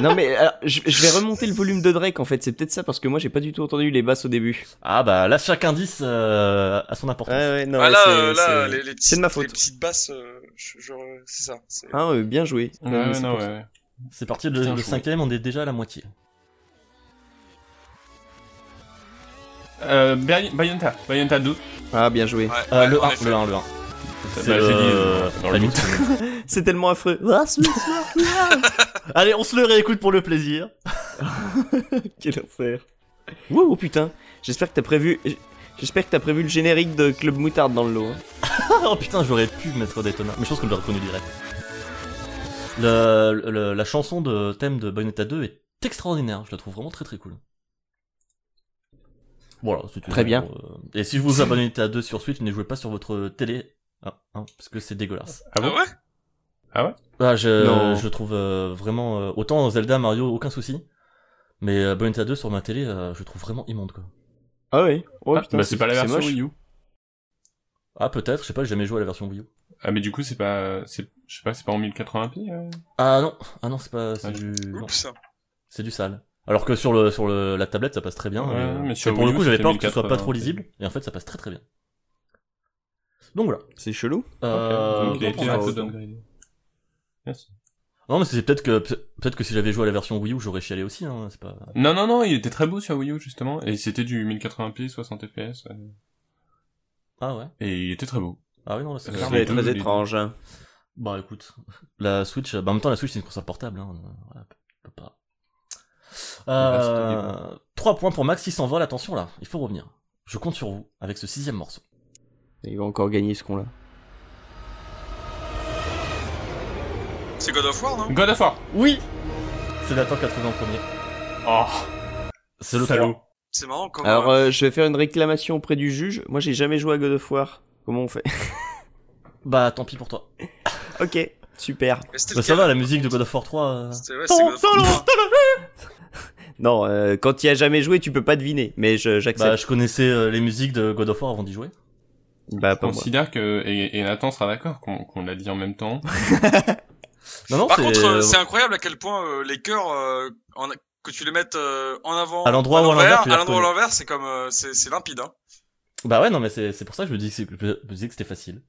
Speaker 3: non, mais alors, je, je vais remonter le volume de Drake en fait. C'est peut-être ça parce que moi j'ai pas du tout entendu les basses au début.
Speaker 4: Ah bah là chaque indice euh, a son importance.
Speaker 3: ouais, non.
Speaker 6: ah, là,
Speaker 3: c'est-
Speaker 6: euh, là,
Speaker 3: c'est-
Speaker 6: les, les
Speaker 3: c'est de ma
Speaker 6: petites- les
Speaker 3: faute.
Speaker 6: petites basses, euh, je- je- c'est ça. c'est-
Speaker 3: Hein, euh, bien joué.
Speaker 5: Ouais,
Speaker 3: Euh,
Speaker 5: ouais,
Speaker 3: c'est
Speaker 5: non,
Speaker 3: pour-
Speaker 5: ouais, ouais.
Speaker 4: C'est parti le,
Speaker 5: Bien
Speaker 4: le
Speaker 5: joué.
Speaker 4: cinquième, on est déjà à la moitié.
Speaker 5: Euh, Bay- Bayonetta. Bayonetta 2.
Speaker 3: Ah, bien joué.
Speaker 6: Ouais,
Speaker 4: Euh,
Speaker 6: ouais,
Speaker 4: le
Speaker 6: en
Speaker 4: 1,
Speaker 6: effet.
Speaker 4: le 1, le 1. C'est
Speaker 5: Bah,
Speaker 4: le-
Speaker 5: j'ai dit, euh, dans le
Speaker 4: la
Speaker 5: doute.
Speaker 4: mythe.
Speaker 3: C'est tellement affreux. Ah, ce soir, là.
Speaker 4: Allez, on se le réécoute pour le plaisir.
Speaker 3: *laughs* Quel enfer. Wow, oh, putain. J'espère que t'as prévu. J'espère que t'as prévu le générique de Club Moutarde dans le lot. hein.
Speaker 4: *laughs* oh putain, j'aurais pu mettre Daytona, mais je pense que je l'aurais reconnu direct. Le, le- la chanson de thème de Bayonetta 2 est extraordinaire, je la trouve vraiment très très cool. Voilà, c'est tout.
Speaker 3: Très bien.
Speaker 4: Euh, Et si vous vous abonnez à 2 sur Switch, ne jouez pas sur votre télé. Ah, hein, parce que c'est dégueulasse.
Speaker 5: Ah
Speaker 6: Ah
Speaker 5: bon
Speaker 6: ouais
Speaker 4: Ah, je,
Speaker 3: Non.
Speaker 4: je trouve euh, vraiment... euh, autant Zelda, Mario, aucun souci. Mais euh, Bayonetta 2 sur ma télé, euh, je trouve vraiment immonde quoi.
Speaker 3: Ah ouais. Oh,
Speaker 5: Ah, Bah, c'est pas la version
Speaker 3: moche.
Speaker 5: Wii U.
Speaker 4: Ah peut-être, je sais pas, j'ai jamais joué à la version Wii U.
Speaker 5: Ah, mais du coup, c'est pas. c'est- Je sais pas, c'est pas en 1080p euh
Speaker 4: Ah non, ah non c'est pas... C'est
Speaker 5: Ah,
Speaker 4: du... non.
Speaker 6: Oups.
Speaker 4: C'est du sale. Alors que sur le sur le, la tablette ça passe très bien.
Speaker 5: Ouais,
Speaker 4: euh,
Speaker 5: mais sur
Speaker 4: et pour
Speaker 5: Wii
Speaker 4: le
Speaker 5: U,
Speaker 4: coup j'avais
Speaker 5: c'était
Speaker 4: peur que ce soit
Speaker 5: 1080,
Speaker 4: pas trop
Speaker 5: c'est-
Speaker 4: lisible et en fait ça passe très très bien. Donc voilà.
Speaker 3: C'est chelou.
Speaker 4: Euh,
Speaker 5: Donc, il a
Speaker 4: on
Speaker 5: été
Speaker 4: va-
Speaker 5: un peu downgradé. Merci.
Speaker 4: Non mais c'est peut-être que peut-être que si j'avais joué à la version Wii U j'aurais chialé aussi. Hein, c'est pas.
Speaker 5: Non, non, non, il était très beau sur Wii U, justement. Et c'était du 1080p, 60 fps. euh,
Speaker 4: Ah ouais.
Speaker 5: Et il était très beau.
Speaker 4: Ah oui non là, c'est
Speaker 5: Euh,
Speaker 3: Ça
Speaker 4: clairement-
Speaker 3: va
Speaker 5: les
Speaker 3: être
Speaker 5: deux,
Speaker 3: très
Speaker 5: les deux.
Speaker 3: étrange. hein.
Speaker 4: Bah écoute, la Switch. Bah, en même temps la Switch c'est une console portable. Hein, euh, voilà, peut pas. Euh, 3 points pour Max, il s'envole, attention là, il faut revenir. Je compte sur vous avec ce sixième morceau.
Speaker 3: Il va encore gagner ce con-là.
Speaker 6: C'est God of War, non
Speaker 5: God of War
Speaker 4: Oui C'est l'attente 80 en premier.
Speaker 5: Oh
Speaker 4: C'est le
Speaker 5: Salaud.
Speaker 4: 3.
Speaker 6: C'est marrant comme.
Speaker 3: Alors,
Speaker 6: euh,
Speaker 3: euh, je vais faire une réclamation auprès du juge. Moi, j'ai jamais joué à God of War. Comment on fait *laughs*
Speaker 4: Bah tant pis pour toi.
Speaker 3: Ok, super.
Speaker 6: mais c'était
Speaker 4: Bah, ça
Speaker 6: lequel
Speaker 4: va, la musique de God of War 3. euh,
Speaker 6: C'était ouais, c'est God of War.
Speaker 3: Non, euh, quand tu y as jamais joué, tu peux pas deviner. Mais je-
Speaker 4: Bah,
Speaker 3: j'accepte.
Speaker 4: je connaissais euh, les musiques de God of War avant d'y jouer.
Speaker 3: Bah,
Speaker 5: Je
Speaker 3: pas moi.
Speaker 5: considère que. Et, et Nathan sera d'accord qu'on qu'on l'a dit en même temps.
Speaker 4: Non, non,
Speaker 6: Par
Speaker 4: c'est-
Speaker 6: contre, euh, c'est incroyable à quel point euh, les chœurs, euh, en- que tu les mettes euh, en avant,
Speaker 4: À l'endroit
Speaker 6: à
Speaker 4: ou à l'envers,
Speaker 6: l'envers,
Speaker 4: tu les
Speaker 6: à l'endroit ou à
Speaker 4: reconnais.
Speaker 6: l'envers, c'est comme, euh, c'est c'est limpide. Hein.
Speaker 4: Bah ouais, non, mais c'est c'est pour ça que je me dis que, c'est- je me disais que c'était facile.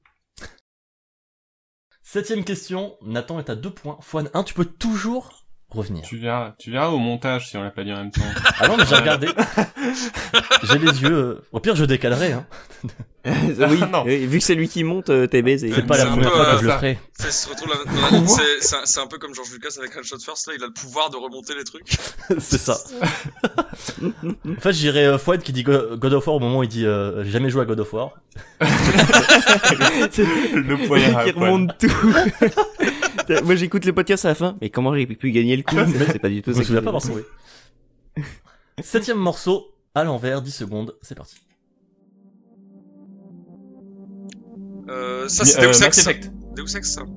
Speaker 4: Septième question, Nathan est à deux points. Fouane, un, tu peux toujours revenir.
Speaker 5: Tu verras, tu verras au montage si on l'a pas dit en même temps. Euh,
Speaker 4: Ah non, mais j'ai regardé. *laughs* j'ai les yeux. euh, Au pire, je décalerai. Hein.
Speaker 3: *laughs* oui,
Speaker 5: Non.
Speaker 3: oui, vu que c'est lui qui monte, euh, t'es baisé.
Speaker 4: C'est pas la
Speaker 6: C'est un
Speaker 4: première
Speaker 6: peu,
Speaker 3: *laughs*
Speaker 4: fois *laughs*
Speaker 6: euh,
Speaker 4: que je le
Speaker 5: ça.
Speaker 4: ferai.
Speaker 6: Ça se retrouve la-
Speaker 4: *laughs*
Speaker 6: dans la ligne, c'est- c'est un- c'est un peu comme George Lucas avec Shot First, là il a le pouvoir de remonter les trucs.
Speaker 4: c'est ça. en fait, j'irai euh, Fouad qui dit Go- God of War au moment où il dit euh, J'ai jamais joué à God of War.
Speaker 3: C'est-
Speaker 5: le
Speaker 3: Qui
Speaker 5: poignard à poil.
Speaker 3: remonte tout. *laughs* Moi j'écoute le podcast à la fin, mais comment j'ai pu gagner le coup C'est pas du tout
Speaker 4: Je me
Speaker 3: ça.
Speaker 4: souviens
Speaker 3: que-
Speaker 4: pas avoir trouvé. Septième morceau, à l'envers, 10 secondes, c'est parti.
Speaker 6: Euh, ça
Speaker 5: Mais,
Speaker 6: c'est
Speaker 5: euh,
Speaker 6: Deus
Speaker 5: Mass
Speaker 6: Ex.
Speaker 5: Effect.
Speaker 6: Deus Ex. hein. ça.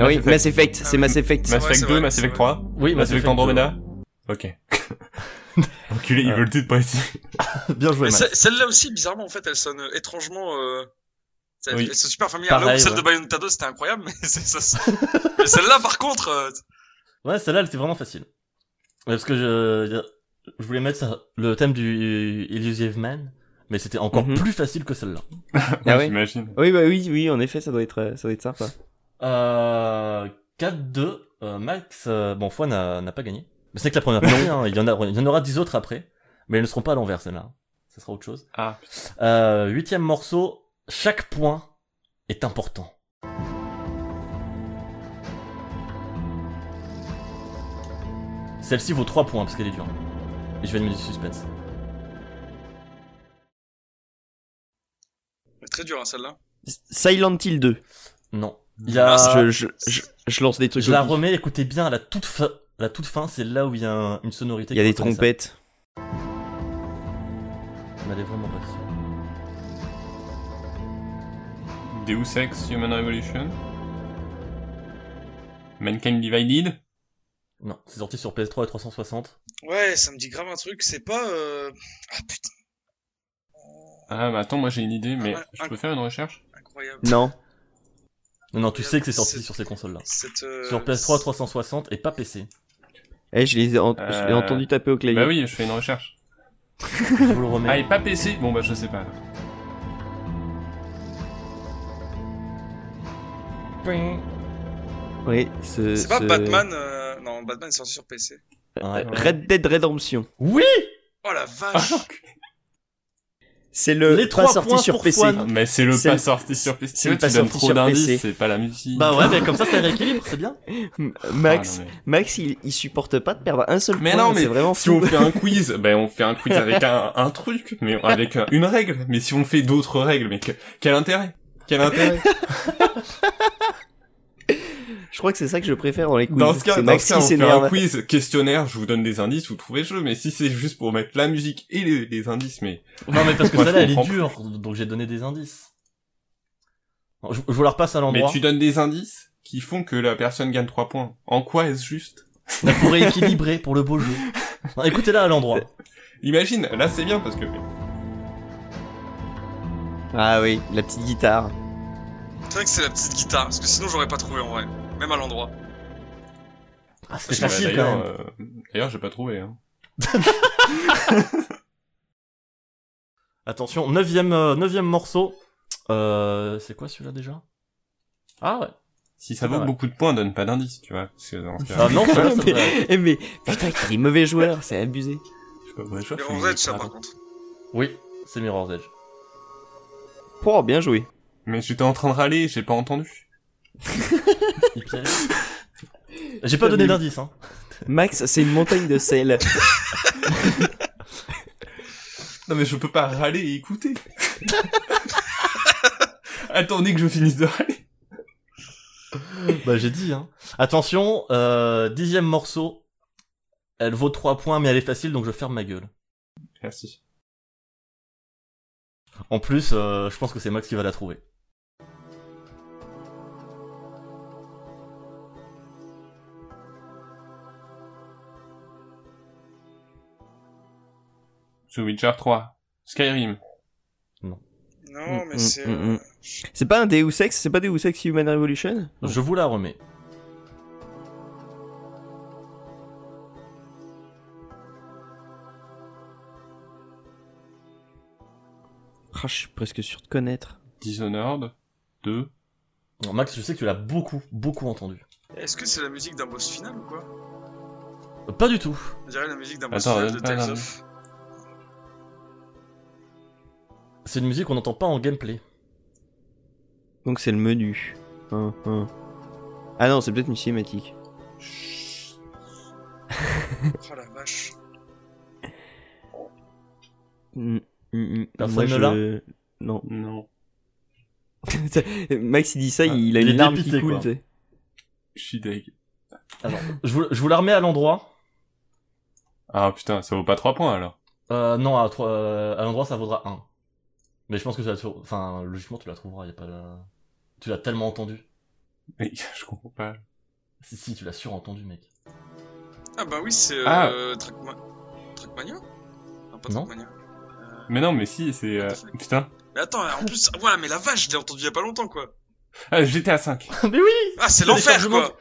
Speaker 3: Ah oui,
Speaker 5: Mass Effect.
Speaker 3: Mass Effect, c'est Mass Effect.
Speaker 5: Mass
Speaker 6: Ouais, c'est
Speaker 5: Effect 2,
Speaker 6: vrai,
Speaker 5: Mass
Speaker 6: c'est
Speaker 5: Effect
Speaker 6: vrai.
Speaker 5: 3,
Speaker 4: Oui, bah,
Speaker 5: Mass Effect Andromeda. *laughs* Ok. Enculé,
Speaker 4: Euh.
Speaker 5: ils veulent tout précis.
Speaker 4: *laughs* Bien joué,
Speaker 6: Mais
Speaker 4: Matt.
Speaker 6: ce- Celle-là aussi, bizarrement, en fait, elle sonne euh, étrangement. Euh... Elle,
Speaker 5: Oui.
Speaker 6: elle sonne super familière. Là où
Speaker 4: Pareil,
Speaker 6: celle
Speaker 4: ouais.
Speaker 6: de Bayonetta 2, c'était incroyable, mais, *laughs* c'est- ça, se- mais celle-là, par contre, euh,
Speaker 4: Ouais, celle-là, elle était vraiment facile. Ouais, parce que je, je voulais mettre ça- le thème du Illusive Man, mais c'était encore
Speaker 3: Mhm.
Speaker 4: plus facile que celle-là.
Speaker 3: Ah ouais
Speaker 5: J'imagine.
Speaker 3: Oui, bah oui, oui, en effet, ça doit être, euh, ça doit être sympa.
Speaker 4: Euh, 4-2, euh, Max, euh, bon, Foi n'a n'a pas gagné. Mais c'est que la première partie, hein, il, y en a, il y en aura 10 autres après, mais elles ne seront pas à l'envers, celle-là. Ça sera autre chose.
Speaker 5: Ah,
Speaker 4: Euh, huitième morceau, chaque point est important. Celle-ci vaut 3 points parce qu'elle est dure. Et je vais mettre du suspense.
Speaker 6: très dur, hein, celle-là.
Speaker 3: Silent Hill 2.
Speaker 4: Non. Il y a...
Speaker 3: Ah, Je, je, je, je lance des trucs.
Speaker 4: Ah. Je la
Speaker 3: au pif.
Speaker 4: remets, écoutez bien, à la toute fin, la toute fin c'est là où il y a un- une sonorité.
Speaker 3: Il y a
Speaker 4: qui
Speaker 3: des
Speaker 4: reconnaît ça.
Speaker 3: trompettes.
Speaker 4: Mais elle est vraiment pas sûre.
Speaker 5: Deus Ex Human Revolution Mankind Divided
Speaker 4: Non, c'est sorti sur PS3 et 360.
Speaker 6: Ouais, ça me dit grave un truc. C'est pas. Euh... Ah putain,
Speaker 5: Ah bah attends, moi j'ai une idée, mais
Speaker 6: Ah ouais,
Speaker 5: je peux faire une recherche
Speaker 6: incroyable.
Speaker 3: Non.
Speaker 4: Non, non, tu sais que c'est sorti
Speaker 6: Ah, C'est-
Speaker 4: sur ces consoles-là.
Speaker 6: Cette, euh,
Speaker 4: Sur PS3 360 et pas PC.
Speaker 5: *laughs*
Speaker 3: Eh, je les ai, en-
Speaker 5: Euh,
Speaker 3: je l'ai entendu taper au clavier.
Speaker 5: Bah oui, je fais une recherche.
Speaker 4: Je vous le
Speaker 5: Ah
Speaker 4: remets.
Speaker 5: et pas PC Bon bah je sais pas.
Speaker 3: Oui, ce-
Speaker 6: C'est pas
Speaker 3: ce-
Speaker 6: Batman. euh, Non, Batman est sorti sur PC.
Speaker 4: Ouais.
Speaker 3: Red Dead Redemption.
Speaker 4: Oui
Speaker 6: Oh la
Speaker 5: *laughs*
Speaker 6: vache
Speaker 3: C'est le
Speaker 4: Les
Speaker 3: pas
Speaker 4: trois
Speaker 3: sorti
Speaker 4: points
Speaker 3: sur
Speaker 4: pour
Speaker 3: PC.
Speaker 4: Swan.
Speaker 5: Mais c'est le
Speaker 3: C'est-
Speaker 5: pas sorti sur PC.
Speaker 3: c'est
Speaker 5: Tu
Speaker 3: le
Speaker 5: vois,
Speaker 3: pas
Speaker 5: tu donnes
Speaker 3: sorti
Speaker 5: trop
Speaker 3: sur PC.
Speaker 5: d'indices, c'est pas la musique.
Speaker 4: Bah ouais, mais comme ça,
Speaker 5: *laughs*
Speaker 4: ça rééquilibre, c'est bien.
Speaker 3: *laughs* Max,
Speaker 5: Ah, non,
Speaker 3: Max, il, il supporte pas de perdre un seul
Speaker 5: Mais
Speaker 3: point.
Speaker 5: non, mais
Speaker 3: c'est vraiment
Speaker 5: mais- Si on
Speaker 3: fou.
Speaker 5: fait
Speaker 4: *laughs*
Speaker 5: un quiz, bah on fait un quiz avec un, un truc, mais avec un- une règle. Mais si on fait d'autres règles, mais que- quel intérêt Quel intérêt
Speaker 3: Je crois que c'est ça que je préfère dans les quiz.
Speaker 5: Dans ce cas,
Speaker 3: c'est
Speaker 5: dans
Speaker 3: Max
Speaker 5: ce cas,
Speaker 3: qui
Speaker 5: on fait un
Speaker 3: s'énerve.
Speaker 5: quiz questionnaire, je vous donne des indices, vous trouvez le jeu, mais si c'est juste pour mettre la musique et les, les indices, mais...
Speaker 4: Non, mais parce que
Speaker 5: Moi,
Speaker 4: celle-là,
Speaker 5: je
Speaker 4: elle est
Speaker 5: comprends.
Speaker 4: dure, donc j'ai donné des indices. Bon, Je, je vous la repasse à
Speaker 5: Mais
Speaker 4: l'endroit.
Speaker 5: tu donnes des indices qui font que la personne gagne 3 points. En quoi est-ce juste
Speaker 4: Là, pour rééquilibrer, pour le
Speaker 5: *laughs*
Speaker 4: beau jeu. Non, Écoutez-la à l'endroit. Ah,
Speaker 5: Imagine, là c'est bien parce que...
Speaker 3: Ah oui, la petite guitare.
Speaker 6: C'est vrai que c'est la petite guitare, parce que sinon j'aurais pas trouvé en vrai. Même à l'endroit.
Speaker 4: Ah, c'était
Speaker 5: Bah,
Speaker 4: facile quand
Speaker 5: d'ailleurs,
Speaker 4: même.
Speaker 5: euh, D'ailleurs, j'ai pas trouvé. Hein.
Speaker 4: Attention, neuvième, euh, neuvième morceau. Euh, c'est quoi celui-là déjà Ah ouais.
Speaker 5: Si ça
Speaker 4: C'est pas
Speaker 5: vaut
Speaker 4: mal.
Speaker 5: beaucoup de points, donne pas d'indices, tu vois. Parce que dans ce cas,
Speaker 4: Ah non, celle-là, ça
Speaker 3: mais,
Speaker 4: devrait-
Speaker 3: eh, mais putain, il est mauvais joueur, c'est abusé.
Speaker 5: je sais pas, moi, je
Speaker 6: Mais
Speaker 5: suis-
Speaker 6: en vrai, ça par contre.
Speaker 4: Oui, c'est
Speaker 5: *laughs*
Speaker 4: Mirror's Edge.
Speaker 3: Oh, bien joué.
Speaker 5: Mais j'étais en train de râler, j'ai pas entendu.
Speaker 4: Il piège. J'ai pas donné d'indice, hein.
Speaker 3: Max, c'est une montagne de sel.
Speaker 5: Non mais je peux pas râler et écouter. *laughs* Attendez que je finisse de râler.
Speaker 4: Bah j'ai dit, hein. Attention, euh, dixième morceau. Elle vaut 3 points, mais elle est facile, donc je ferme ma gueule.
Speaker 5: Merci.
Speaker 4: En plus, euh, je pense que c'est Max qui va la trouver.
Speaker 5: The Witcher 3. Skyrim.
Speaker 6: Non,
Speaker 3: Mm,
Speaker 6: mais
Speaker 3: mm,
Speaker 6: c'est.
Speaker 3: mm,
Speaker 6: euh,
Speaker 3: mm. C'est pas un Deus Ex, c'est pas Deus Ex Human Revolution
Speaker 4: Je vous la remets.
Speaker 3: Ah, je suis presque sûr de connaître.
Speaker 5: Dishonored 2.
Speaker 4: Bon, Max, je sais que tu l'as beaucoup, beaucoup entendu.
Speaker 6: Est-ce que c'est la musique d'un boss final ou quoi
Speaker 4: Euh, Pas du tout.
Speaker 6: On dirait la musique d'un boss
Speaker 5: Attends, euh,
Speaker 6: final de
Speaker 5: donne pas
Speaker 6: Tales
Speaker 5: la-
Speaker 6: of.
Speaker 4: C'est une musique qu'on n'entend pas en gameplay.
Speaker 3: Donc c'est le menu. Hein, hein. Ah non, c'est peut-être une cinématique.
Speaker 6: Oh la vache.
Speaker 3: Mm, mm, mm.
Speaker 4: Personne
Speaker 3: Moi,
Speaker 4: ne
Speaker 3: je- *laughs* Non.
Speaker 5: Non.
Speaker 3: Max il dit ça,
Speaker 4: Ah,
Speaker 3: il a
Speaker 4: il est
Speaker 3: une larme
Speaker 4: dépité,
Speaker 3: qui coule.
Speaker 4: quoi.
Speaker 3: tu sais.
Speaker 5: Shideg.
Speaker 4: Alors, je vous, je vous la remets à l'endroit.
Speaker 5: Ah putain, ça vaut pas 3 points alors. *laughs*
Speaker 4: Euh, non, à, trois- euh, à l'endroit, ça vaudra 1. Mais je pense que tu la trouveras. Enfin, logiquement, tu la trouveras. Y a pas... la- Tu l'as tellement entendu.
Speaker 5: Mais je comprends pas.
Speaker 4: Si, si, tu l'as surentendu, mec.
Speaker 6: Ah bah oui, c'est
Speaker 5: Ah.
Speaker 6: euh, Trackma- Trackmania Non, pas
Speaker 4: Non.
Speaker 6: Trackmania.
Speaker 5: Mais non, mais si, c'est... euh, Putain.
Speaker 6: Mais attends, en plus, *laughs* voilà, mais la vache, je l'ai entendu il y a pas longtemps quoi.
Speaker 5: Ah, GTA 5.
Speaker 4: mais oui
Speaker 6: Ah, c'est
Speaker 4: C'est les
Speaker 6: l'enfer
Speaker 4: chargements
Speaker 6: quoi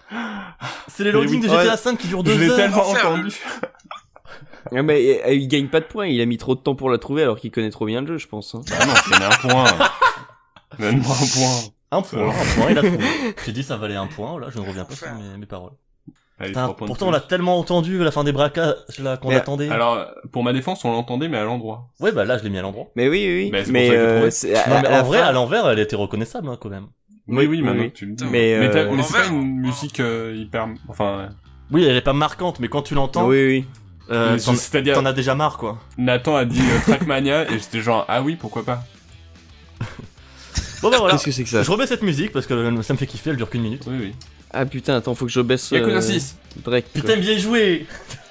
Speaker 4: C'est les loadings de
Speaker 3: Ouais.
Speaker 4: GTA V qui durent
Speaker 5: Je
Speaker 4: 2
Speaker 5: l'ai
Speaker 4: heures
Speaker 5: tellement
Speaker 6: l'enfer,
Speaker 5: entendu.
Speaker 3: Ah, mais euh, il gagne pas de points, il a mis trop de temps pour la trouver alors qu'il connaît trop bien le jeu, je pense. hein.
Speaker 5: Ah non, c'est un point. Donne-moi un point.
Speaker 4: Un point,
Speaker 5: Alors.
Speaker 4: un point, il a trouvé. *laughs* J'ai dit ça valait un point, là, je ne reviens pas sur mes, mes paroles.
Speaker 5: Allez,
Speaker 4: Putain,
Speaker 5: trois points de
Speaker 4: pourtant, on l'a
Speaker 5: plus.
Speaker 4: tellement entendu à la fin des braquages, là, qu'on
Speaker 3: Mais-
Speaker 4: attendait.
Speaker 5: Alors, pour ma défense, on l'entendait, mais à l'endroit.
Speaker 4: Ouais, bah là, je l'ai mis à l'endroit.
Speaker 3: Mais oui, oui, oui.
Speaker 5: Bah, c'est pour
Speaker 3: mais euh,
Speaker 5: ça que je trouvais.
Speaker 3: c'est- ah, à-
Speaker 4: Non, mais
Speaker 3: à la
Speaker 4: en vrai,
Speaker 3: fin-
Speaker 4: à l'envers, elle était reconnaissable, hein, quand même.
Speaker 3: Oui,
Speaker 5: Oui,
Speaker 3: oui,
Speaker 5: oui, maintenant
Speaker 3: oui.
Speaker 5: que tu le dis.
Speaker 3: Mais,
Speaker 5: Mais, t'as-
Speaker 3: euh,
Speaker 5: mais c'est pas
Speaker 6: l'envers.
Speaker 5: une musique euh, hyper... Enfin,
Speaker 4: Oui, elle est pas marquante, mais quand tu l'entends,
Speaker 3: Oui, oui.
Speaker 4: euh,
Speaker 5: mais
Speaker 4: t'en-
Speaker 5: c'est-à-dire,
Speaker 4: t'en as déjà marre, quoi.
Speaker 5: Nathan a dit euh, Trackmania, et j'étais genre, ah oui, pourquoi pas.
Speaker 4: Bon, bah voilà.
Speaker 3: Qu'est-ce que c'est que ça
Speaker 4: Je remets cette musique parce que ça me fait kiffer, elle dure qu'une minute.
Speaker 5: Oui, oui.
Speaker 3: Ah putain, attends, faut que je baisse.
Speaker 5: Yakuza
Speaker 3: euh,
Speaker 5: 6.
Speaker 3: Drake.
Speaker 4: Putain, bien joué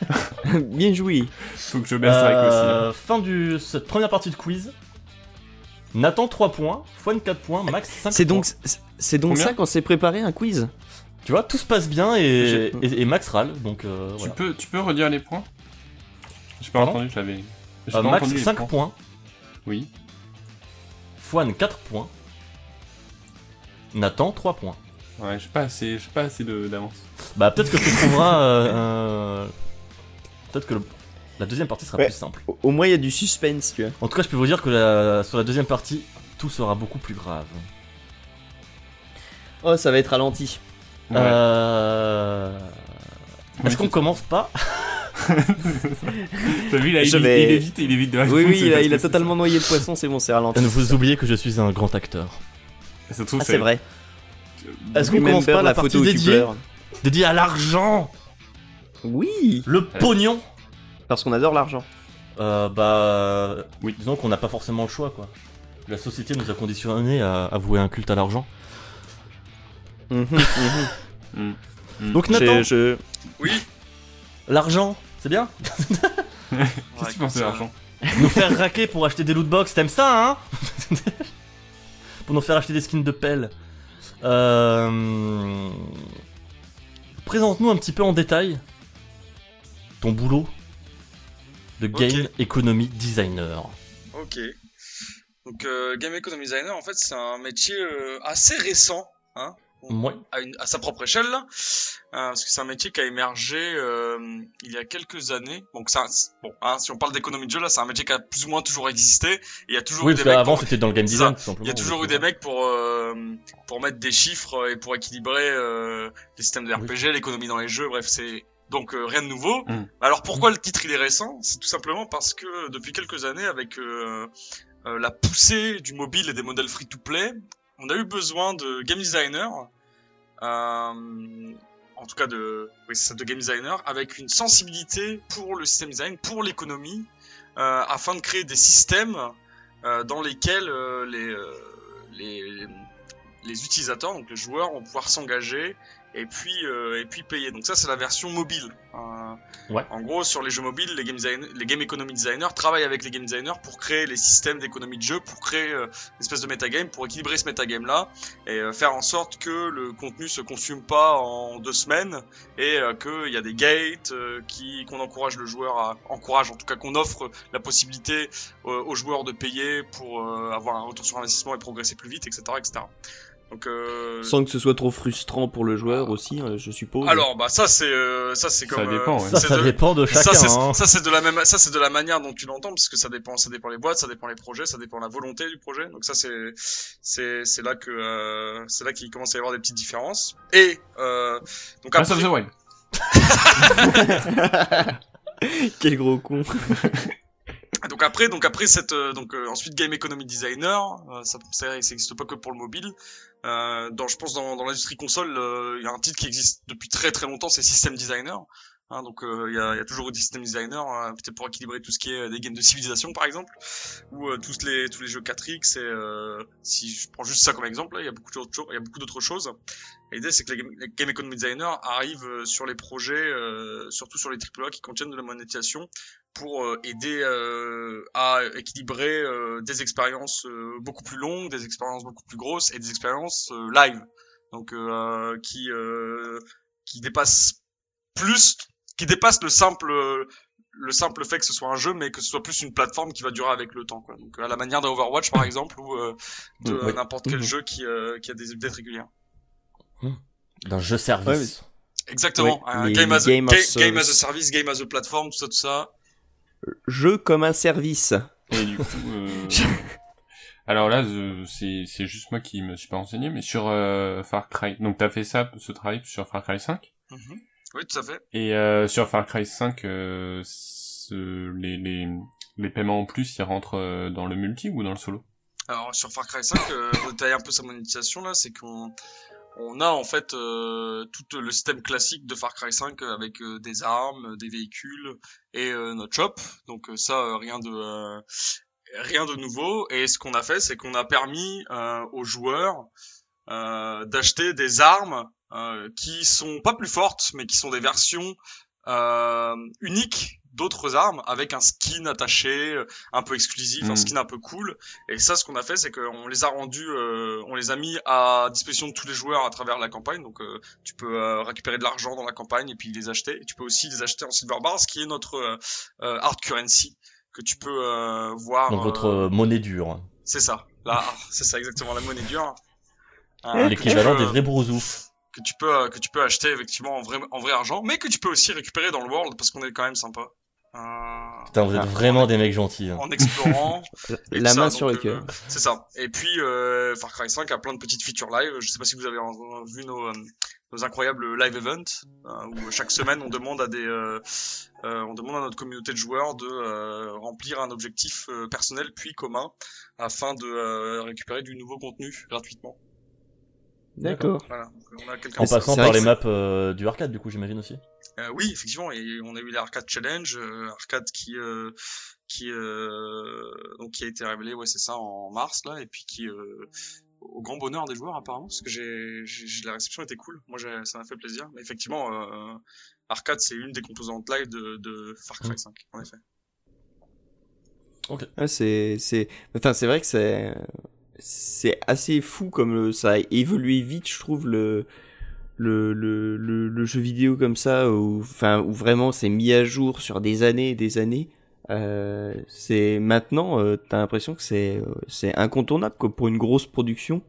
Speaker 3: quoi. *laughs* bien joué.
Speaker 5: Faut que je baisse avec aussi. hein.
Speaker 4: Euh, Fin de cette première partie de quiz. Nathan 3 points, Fouane 4 points, Max 5
Speaker 3: C'est donc,
Speaker 4: points.
Speaker 3: c'est donc
Speaker 5: Combien
Speaker 3: ça qu'on s'est préparé un quiz
Speaker 4: Tu vois, tout se passe bien et,
Speaker 3: Je-
Speaker 4: et, et Max râle, donc euh,
Speaker 5: Tu
Speaker 4: voilà.
Speaker 5: peux, tu peux redire les points J'ai pas
Speaker 4: Pardon
Speaker 5: entendu, je l'avais. J'ai pas
Speaker 4: Euh, Max
Speaker 5: entendu les
Speaker 4: 5
Speaker 5: points.
Speaker 4: points,
Speaker 5: Oui.
Speaker 4: Fouane 4 points, Nathan 3 points.
Speaker 5: Ouais, j'ai pas assez, j'ai pas assez de- d'avance.
Speaker 4: Bah peut-être que tu trouveras... euh, euh, peut-être que le- la deuxième partie sera
Speaker 3: Ouais.
Speaker 4: plus simple.
Speaker 3: Au- Au moins, il y a du suspense, tu vois.
Speaker 4: En tout cas, je peux vous dire que la- sur la deuxième partie, tout sera beaucoup plus grave.
Speaker 3: Oh, ça va être ralenti.
Speaker 5: Ouais.
Speaker 4: Euh...
Speaker 5: Oui,
Speaker 4: Est-ce qu'on
Speaker 5: c'est-
Speaker 4: commence pas
Speaker 5: T'as vu, là, il,
Speaker 3: Je
Speaker 5: il
Speaker 3: vais-
Speaker 5: est vite, il est vite de la
Speaker 3: Oui,
Speaker 5: réponse,
Speaker 3: oui,
Speaker 5: c'est
Speaker 3: il a,
Speaker 5: parce
Speaker 3: il a
Speaker 5: Ah, que c'est
Speaker 3: totalement noyé de poisson, c'est bon, c'est ralenti.
Speaker 4: Ne vous oubliez que je suis un grand acteur.
Speaker 5: Ça, Ça se trouve,
Speaker 3: Ah, c'est vrai.
Speaker 4: Est-ce qu'on commence
Speaker 3: Remember
Speaker 4: par la,
Speaker 3: photo
Speaker 4: partie
Speaker 3: où tu
Speaker 4: dédiée,
Speaker 3: pleures.
Speaker 4: dédiée à l'argent,
Speaker 3: Oui,
Speaker 4: le pognon
Speaker 3: parce qu'on adore l'argent.
Speaker 4: Euh, Bah,
Speaker 5: Oui.
Speaker 4: disons qu'on n'a pas forcément le choix, quoi. La société nous a conditionnés à, à vouer un culte à l'argent.
Speaker 3: Mhm, *laughs* mhm.
Speaker 4: Donc Nathan,
Speaker 3: J'ai- je-
Speaker 6: Oui
Speaker 4: l'argent, c'est bien
Speaker 5: Qu'est-ce que tu penses de
Speaker 6: Ouais,
Speaker 5: l'argent
Speaker 4: Nous
Speaker 6: *laughs*
Speaker 4: faire raquer pour acheter des loot box, t'aimes ça, hein *laughs* Pour nous faire acheter des skins de pelle. Euh... Présente-nous un petit peu en détail ton boulot de game
Speaker 6: Ok.
Speaker 4: economy designer.
Speaker 6: Ok. Donc, euh, Game Economy Designer, en fait, c'est un métier euh, assez récent, hein,
Speaker 4: Ouais.
Speaker 6: à, une- à sa propre échelle, là, euh, parce que c'est un métier qui a émergé euh, il y a quelques années. Donc, ça, bon, hein, si on parle d'économie de jeu, là, c'est un métier qui a plus ou moins toujours existé, et il y a toujours
Speaker 4: Oui,
Speaker 6: eu des
Speaker 4: parce
Speaker 6: mecs
Speaker 4: qu'avant
Speaker 6: pour-
Speaker 4: c'était dans le game
Speaker 6: ça.
Speaker 4: design, tout simplement.
Speaker 6: Il y a toujours eu des mecs pour, euh, pour mettre des chiffres et pour équilibrer euh, les systèmes de
Speaker 4: Oui.
Speaker 6: RPG, l'économie dans les jeux, bref, c'est donc euh, rien de nouveau.
Speaker 5: Mm.
Speaker 6: Alors pourquoi le titre il est récent C'est tout simplement parce que euh, depuis quelques années, avec euh, euh, la poussée du mobile et des modèles free-to-play, on a eu besoin de game designers, euh, en tout cas de, oui, c'est ça, de game designers, avec une sensibilité pour le système design, pour l'économie, euh, afin de créer des systèmes euh, dans lesquels euh, les, euh, les, les utilisateurs, donc les joueurs, vont pouvoir s'engager et puis euh, et puis payer. Donc ça c'est la version mobile. Euh,
Speaker 4: Ouais.
Speaker 6: En gros sur les jeux mobiles, les game, design- les game economy designers travaillent avec les game designers pour créer les systèmes d'économie de jeu, pour créer euh, une espèce de metagame, pour équilibrer ce metagame là et euh, faire en sorte que le contenu se consume pas en deux semaines et euh, qu'il y a des gates euh, qui qu'on encourage le joueur à encourage en tout cas qu'on offre la possibilité euh, aux joueurs de payer pour euh, avoir un retour sur investissement et progresser plus vite, etc. etc. Donc, euh,
Speaker 3: Sans que ce soit trop frustrant pour le joueur aussi, euh, je suppose.
Speaker 6: alors bah ça c'est euh, ça c'est
Speaker 5: Oh. Ça
Speaker 6: comme euh,
Speaker 5: dépend, ouais.
Speaker 4: Ça,
Speaker 6: c'est
Speaker 4: ça
Speaker 6: de-
Speaker 4: dépend de
Speaker 6: ça,
Speaker 4: chacun.
Speaker 6: c'est-
Speaker 4: hein.
Speaker 6: ça, c'est de la même ça c'est de la manière dont tu l'entends parce que ça dépend ça dépend les boîtes ça dépend les projets ça dépend la volonté du projet donc ça c'est c'est c'est là que euh, c'est là qu'il commence à y avoir des petites différences et euh, donc
Speaker 5: Breath
Speaker 6: après,
Speaker 5: of the Wild.
Speaker 3: *laughs* Quel gros con.
Speaker 6: donc après donc après cette euh, donc euh, ensuite game economy designer euh, ça ça n'existe pas que pour le mobile euh, dans je pense dans, dans l'industrie console euh, il y a un titre qui existe depuis très très longtemps c'est system designer Hein, donc euh, il y, a, il y a toujours eu des system designer hein, peut-être pour équilibrer tout ce qui est euh, des games de civilisation par exemple ou euh, tous les tous les jeux 4x et euh, si je prends juste ça comme exemple là, il y a beaucoup d'autres cho- il y a beaucoup d'autres choses l'idée c'est que les game, les game economy designers arrivent euh, sur les projets euh, surtout sur les AAA qui contiennent de la monétisation pour euh, aider euh, à équilibrer euh, des expériences euh, beaucoup plus longues, des expériences beaucoup plus grosses et des expériences euh, live, donc euh, qui euh, qui dépassent plus, qui dépassent le simple le simple fait que ce soit un jeu, mais que ce soit plus une plateforme qui va durer avec le temps, quoi. Donc à la manière d'Overwatch
Speaker 4: *coughs*
Speaker 6: par exemple ou euh, de
Speaker 4: Oui.
Speaker 6: n'importe quel
Speaker 4: Mhm.
Speaker 6: jeu qui euh, qui a des updates régulières.
Speaker 4: D'un jeu service.
Speaker 6: Exactement.
Speaker 3: Oui,
Speaker 6: un
Speaker 3: les
Speaker 6: game, as a,
Speaker 3: game
Speaker 6: ga-
Speaker 3: as-
Speaker 6: game as a service, game as a platform, tout ça, tout ça.
Speaker 3: Jeu comme un service.
Speaker 5: Et du coup, euh, alors là, euh, c'est c'est juste moi qui me suis pas renseigné, mais sur euh, Far Cry, donc t'as fait ça, ce travail sur Far Cry 5,
Speaker 6: Mhm. Oui, tout à fait.
Speaker 5: et euh, sur Far Cry 5, euh, ce- les, les les paiements en plus, ils rentrent euh, dans le multi ou dans le solo
Speaker 6: Alors sur Far Cry 5, euh, pour détailler un peu sa monétisation là, c'est qu'on on a en fait euh, tout le système classique de Far Cry 5 euh, avec euh, des armes, euh, des véhicules et euh, notre shop. Donc euh, ça, euh, rien de euh, rien de nouveau. Et ce qu'on a fait, c'est qu'on a permis euh, aux joueurs euh, d'acheter des armes euh, qui sont pas plus fortes, mais qui sont des versions euh, uniques d'autres armes avec un skin attaché, euh, un peu exclusif, un
Speaker 5: Mhm.
Speaker 6: skin un peu cool. Et ça, ce qu'on a fait, c'est qu'on les a rendus, euh, on les a mis à disposition de tous les joueurs à travers la campagne. Donc, euh, tu peux euh, récupérer de l'argent dans la campagne et puis les acheter. Et tu peux aussi les acheter en silver bar, ce qui est notre euh, euh, hard currency que tu peux euh, voir.
Speaker 4: Donc votre
Speaker 6: euh,
Speaker 4: euh, monnaie dure.
Speaker 6: C'est ça. Là, ah, *laughs* c'est ça exactement la monnaie dure. Euh, que tu
Speaker 4: L'équivalent
Speaker 6: peux-
Speaker 4: des vrais brousoufs.
Speaker 6: que tu peux euh, que tu peux acheter effectivement en vrai en vrai argent, mais que tu peux aussi récupérer dans le world parce qu'on est quand même sympa. Euh,
Speaker 3: Ah.
Speaker 4: Putain, vous êtes vraiment des mecs gentils. hein. *laughs*
Speaker 6: en explorant, Et
Speaker 3: La
Speaker 6: ça,
Speaker 3: main
Speaker 6: donc,
Speaker 3: sur le
Speaker 6: euh,
Speaker 3: cœur.
Speaker 6: C'est ça. Et puis euh, Far Cry 5 a plein de petites features live. Je sais pas si vous avez en- vu nos, euh, nos incroyables live events euh, où chaque semaine on demande à des euh, euh, on demande à notre communauté de joueurs de euh, remplir un objectif euh, personnel puis commun afin de euh, récupérer du nouveau contenu gratuitement.
Speaker 3: D'accord.
Speaker 6: Voilà. Donc, on a quelqu'un.
Speaker 4: En
Speaker 3: c'est-
Speaker 4: passant
Speaker 3: c'est vrai
Speaker 4: par
Speaker 3: que
Speaker 4: les maps euh, du arcade, du coup, j'imagine aussi.
Speaker 6: Euh, oui, effectivement, et on a eu l'arcade challenge, euh, arcade qui euh, qui euh, donc qui a été révélé, ouais, c'est ça, en mars là, et puis qui euh, au grand bonheur des joueurs apparemment, parce que j'ai j'ai- j'ai- la réception était cool. Moi, j'ai- ça m'a fait plaisir. Mais effectivement, euh, arcade, c'est une des composantes live de, de Far Cry 5, en effet.
Speaker 3: Ouais, c'est, c'est, enfin, c'est vrai que c'est, c'est assez fou comme euh, ça a évolué vite, je trouve, le, le, le, le, le jeu vidéo comme ça, où, enfin, où vraiment c'est mis à jour sur des années et des années. Euh, c'est maintenant, euh, t'as l'impression que c'est, euh, c'est incontournable, quoi, pour une grosse production.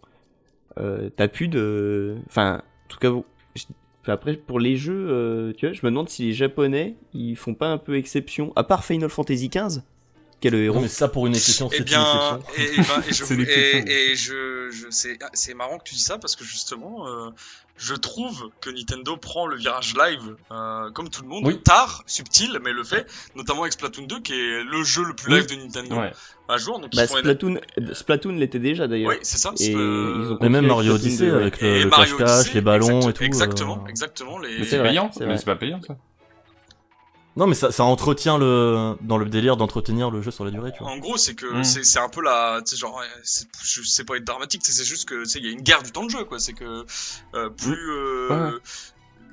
Speaker 3: Euh, t'as plus de, enfin, en tout cas, bon, je- enfin, après, pour les jeux, euh, tu vois, je me demande si les japonais, ils font pas un peu exception, à part Final Fantasy XV, qui est le héros.
Speaker 4: Non, mais ça pour une exception, c'est
Speaker 6: Eh
Speaker 4: une
Speaker 6: bien,
Speaker 3: euh,
Speaker 4: exception.
Speaker 6: et, et ben, et je,
Speaker 5: C'est l'exception,
Speaker 6: et- et je, je c'est, ah, c'est marrant que tu dis ça parce que justement, euh, je trouve que Nintendo prend le virage live, euh, comme tout le monde,
Speaker 4: Oui.
Speaker 6: tard, subtil, mais le fait, notamment avec Splatoon 2, qui est le jeu le plus
Speaker 4: Oui.
Speaker 6: live de Nintendo
Speaker 5: Ouais.
Speaker 6: à jour. Donc ils
Speaker 3: Bah,
Speaker 6: font-
Speaker 3: Splatoon, Splatoon l'était déjà d'ailleurs.
Speaker 6: Oui, c'est ça.
Speaker 3: Et
Speaker 6: c'est, euh,
Speaker 3: ils ont-
Speaker 4: Mais même
Speaker 3: Avec
Speaker 4: Mario
Speaker 3: Splatoon
Speaker 4: Odyssey
Speaker 3: deux, ouais.
Speaker 4: avec
Speaker 6: et
Speaker 4: le, le
Speaker 6: Mario
Speaker 4: cache-cache,
Speaker 6: Odyssey,
Speaker 4: les ballons
Speaker 6: exact-
Speaker 4: et tout.
Speaker 6: Exactement,
Speaker 4: euh.
Speaker 6: exactement. Les...
Speaker 5: Mais
Speaker 3: c'est
Speaker 5: c'est
Speaker 3: vrai,
Speaker 5: payant,
Speaker 3: c'est vrai.
Speaker 5: mais c'est pas payant ça.
Speaker 4: Non, mais ça, ça entretient le. dans le délire d'entretenir le jeu sur la durée, tu vois.
Speaker 6: En gros, c'est que
Speaker 5: Mm.
Speaker 6: c'est c'est un peu la, tu sais, genre, euh, c'est je sais pas être dramatique, tu sais, c'est juste que tu sais, il y a une guerre du temps de jeu, quoi. C'est que euh, plus
Speaker 5: Hmm.
Speaker 6: euh,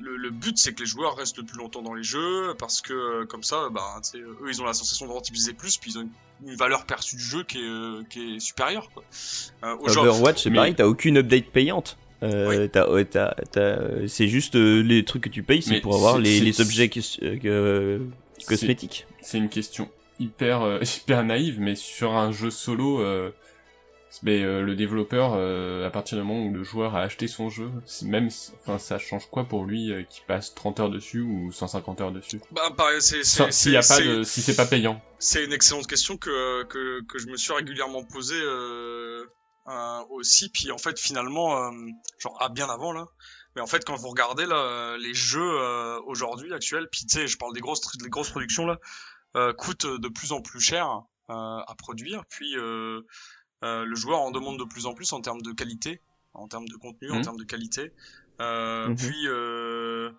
Speaker 6: le, le but, c'est que les joueurs restent le plus longtemps dans les jeux parce que euh, comme ça, bah, tu sais, eux, ils ont la sensation de rentabiliser plus, puis ils ont une, une valeur perçue du jeu qui est, euh, qui est supérieure, quoi. Euh, au genre-
Speaker 3: Overwatch, c'est
Speaker 5: mais-
Speaker 3: pareil, t'as aucune update payante. Euh, t'as- ouais, t'as- t'as- euh, c'est juste euh, les trucs que tu payes, c'est
Speaker 5: Mais
Speaker 3: pour avoir
Speaker 5: c'est-
Speaker 3: les,
Speaker 5: c'est-
Speaker 3: les objets cos- euh, que-
Speaker 5: C'est-
Speaker 3: cosmétiques.
Speaker 5: *laughs* C'est une question hyper euh, hyper naïve, mais sur un jeu solo, euh, Mais euh, le développeur, euh, à partir du moment où le joueur a acheté son jeu, c'est- même, si- enfin, ça change quoi pour lui euh, qui passe 30 heures dessus ou 150 heures dessus
Speaker 6: Bah, pareil, c'est,
Speaker 5: Sans-
Speaker 6: c'est,
Speaker 5: S'il y a
Speaker 6: c'est-
Speaker 5: pas de, si c'est pas payant.
Speaker 6: C'est une excellente question que, que, que je me suis régulièrement posée euh, euh, aussi. Puis en fait, finalement, euh, genre ah, bien avant là. Mais en fait, quand vous regardez là, euh, les jeux euh, aujourd'hui actuels, puis tu sais, je parle des grosses, des grosses productions là, euh, coûtent de plus en plus cher euh, à produire. Puis euh, euh, le joueur en demande de plus en plus en termes de qualité, en termes de contenu, en
Speaker 5: Mhm.
Speaker 6: termes de qualité. Euh,
Speaker 3: Mhm.
Speaker 6: Puis euh,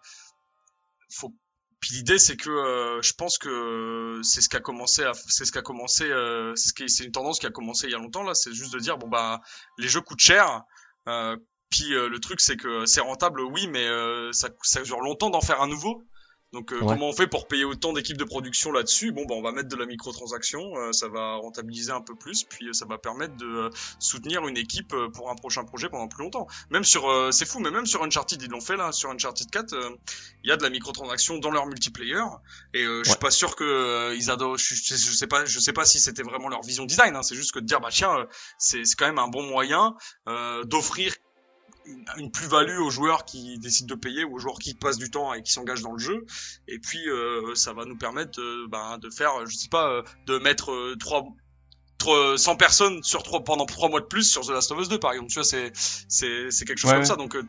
Speaker 6: faut puis l'idée, c'est que euh, je pense que euh, c'est ce qui a commencé, à- c'est ce qui a commencé, euh, c'est ce qui- c'est une tendance qui a commencé il y a longtemps là. C'est juste de dire bon bah les jeux coûtent cher. euh, puis euh, le truc, c'est que c'est rentable, oui, mais euh, ça, ça dure longtemps d'en faire un nouveau. Donc euh,
Speaker 4: Ouais.
Speaker 6: comment on fait pour payer autant d'équipes de production là-dessus Bon bah on va mettre de la microtransaction, euh, ça va rentabiliser un peu plus, puis euh, ça va permettre de euh, soutenir une équipe euh, pour un prochain projet pendant plus longtemps. Même sur, euh, c'est fou, mais même sur Uncharted, ils l'ont fait là, sur Uncharted 4. euh, il y a de la microtransaction dans leur multiplayer et euh, je suis
Speaker 4: Ouais.
Speaker 6: pas sûr que euh, ils adorent je, je- je sais pas je sais pas si c'était vraiment leur vision design hein, c'est juste que de dire bah tiens euh, c'est c'est quand même un bon moyen euh, d'offrir une, une plus-value aux joueurs qui décident de payer ou aux joueurs qui passent du temps et qui s'engagent dans le jeu et puis euh, ça va nous permettre euh, bah, de faire je sais pas euh, de mettre euh, trois trois- 100 personnes sur trois pendant trois mois de plus sur The Last of Us 2 par exemple tu vois c'est c'est c'est quelque chose
Speaker 5: Ouais,
Speaker 6: comme
Speaker 5: ouais.
Speaker 6: ça donc euh,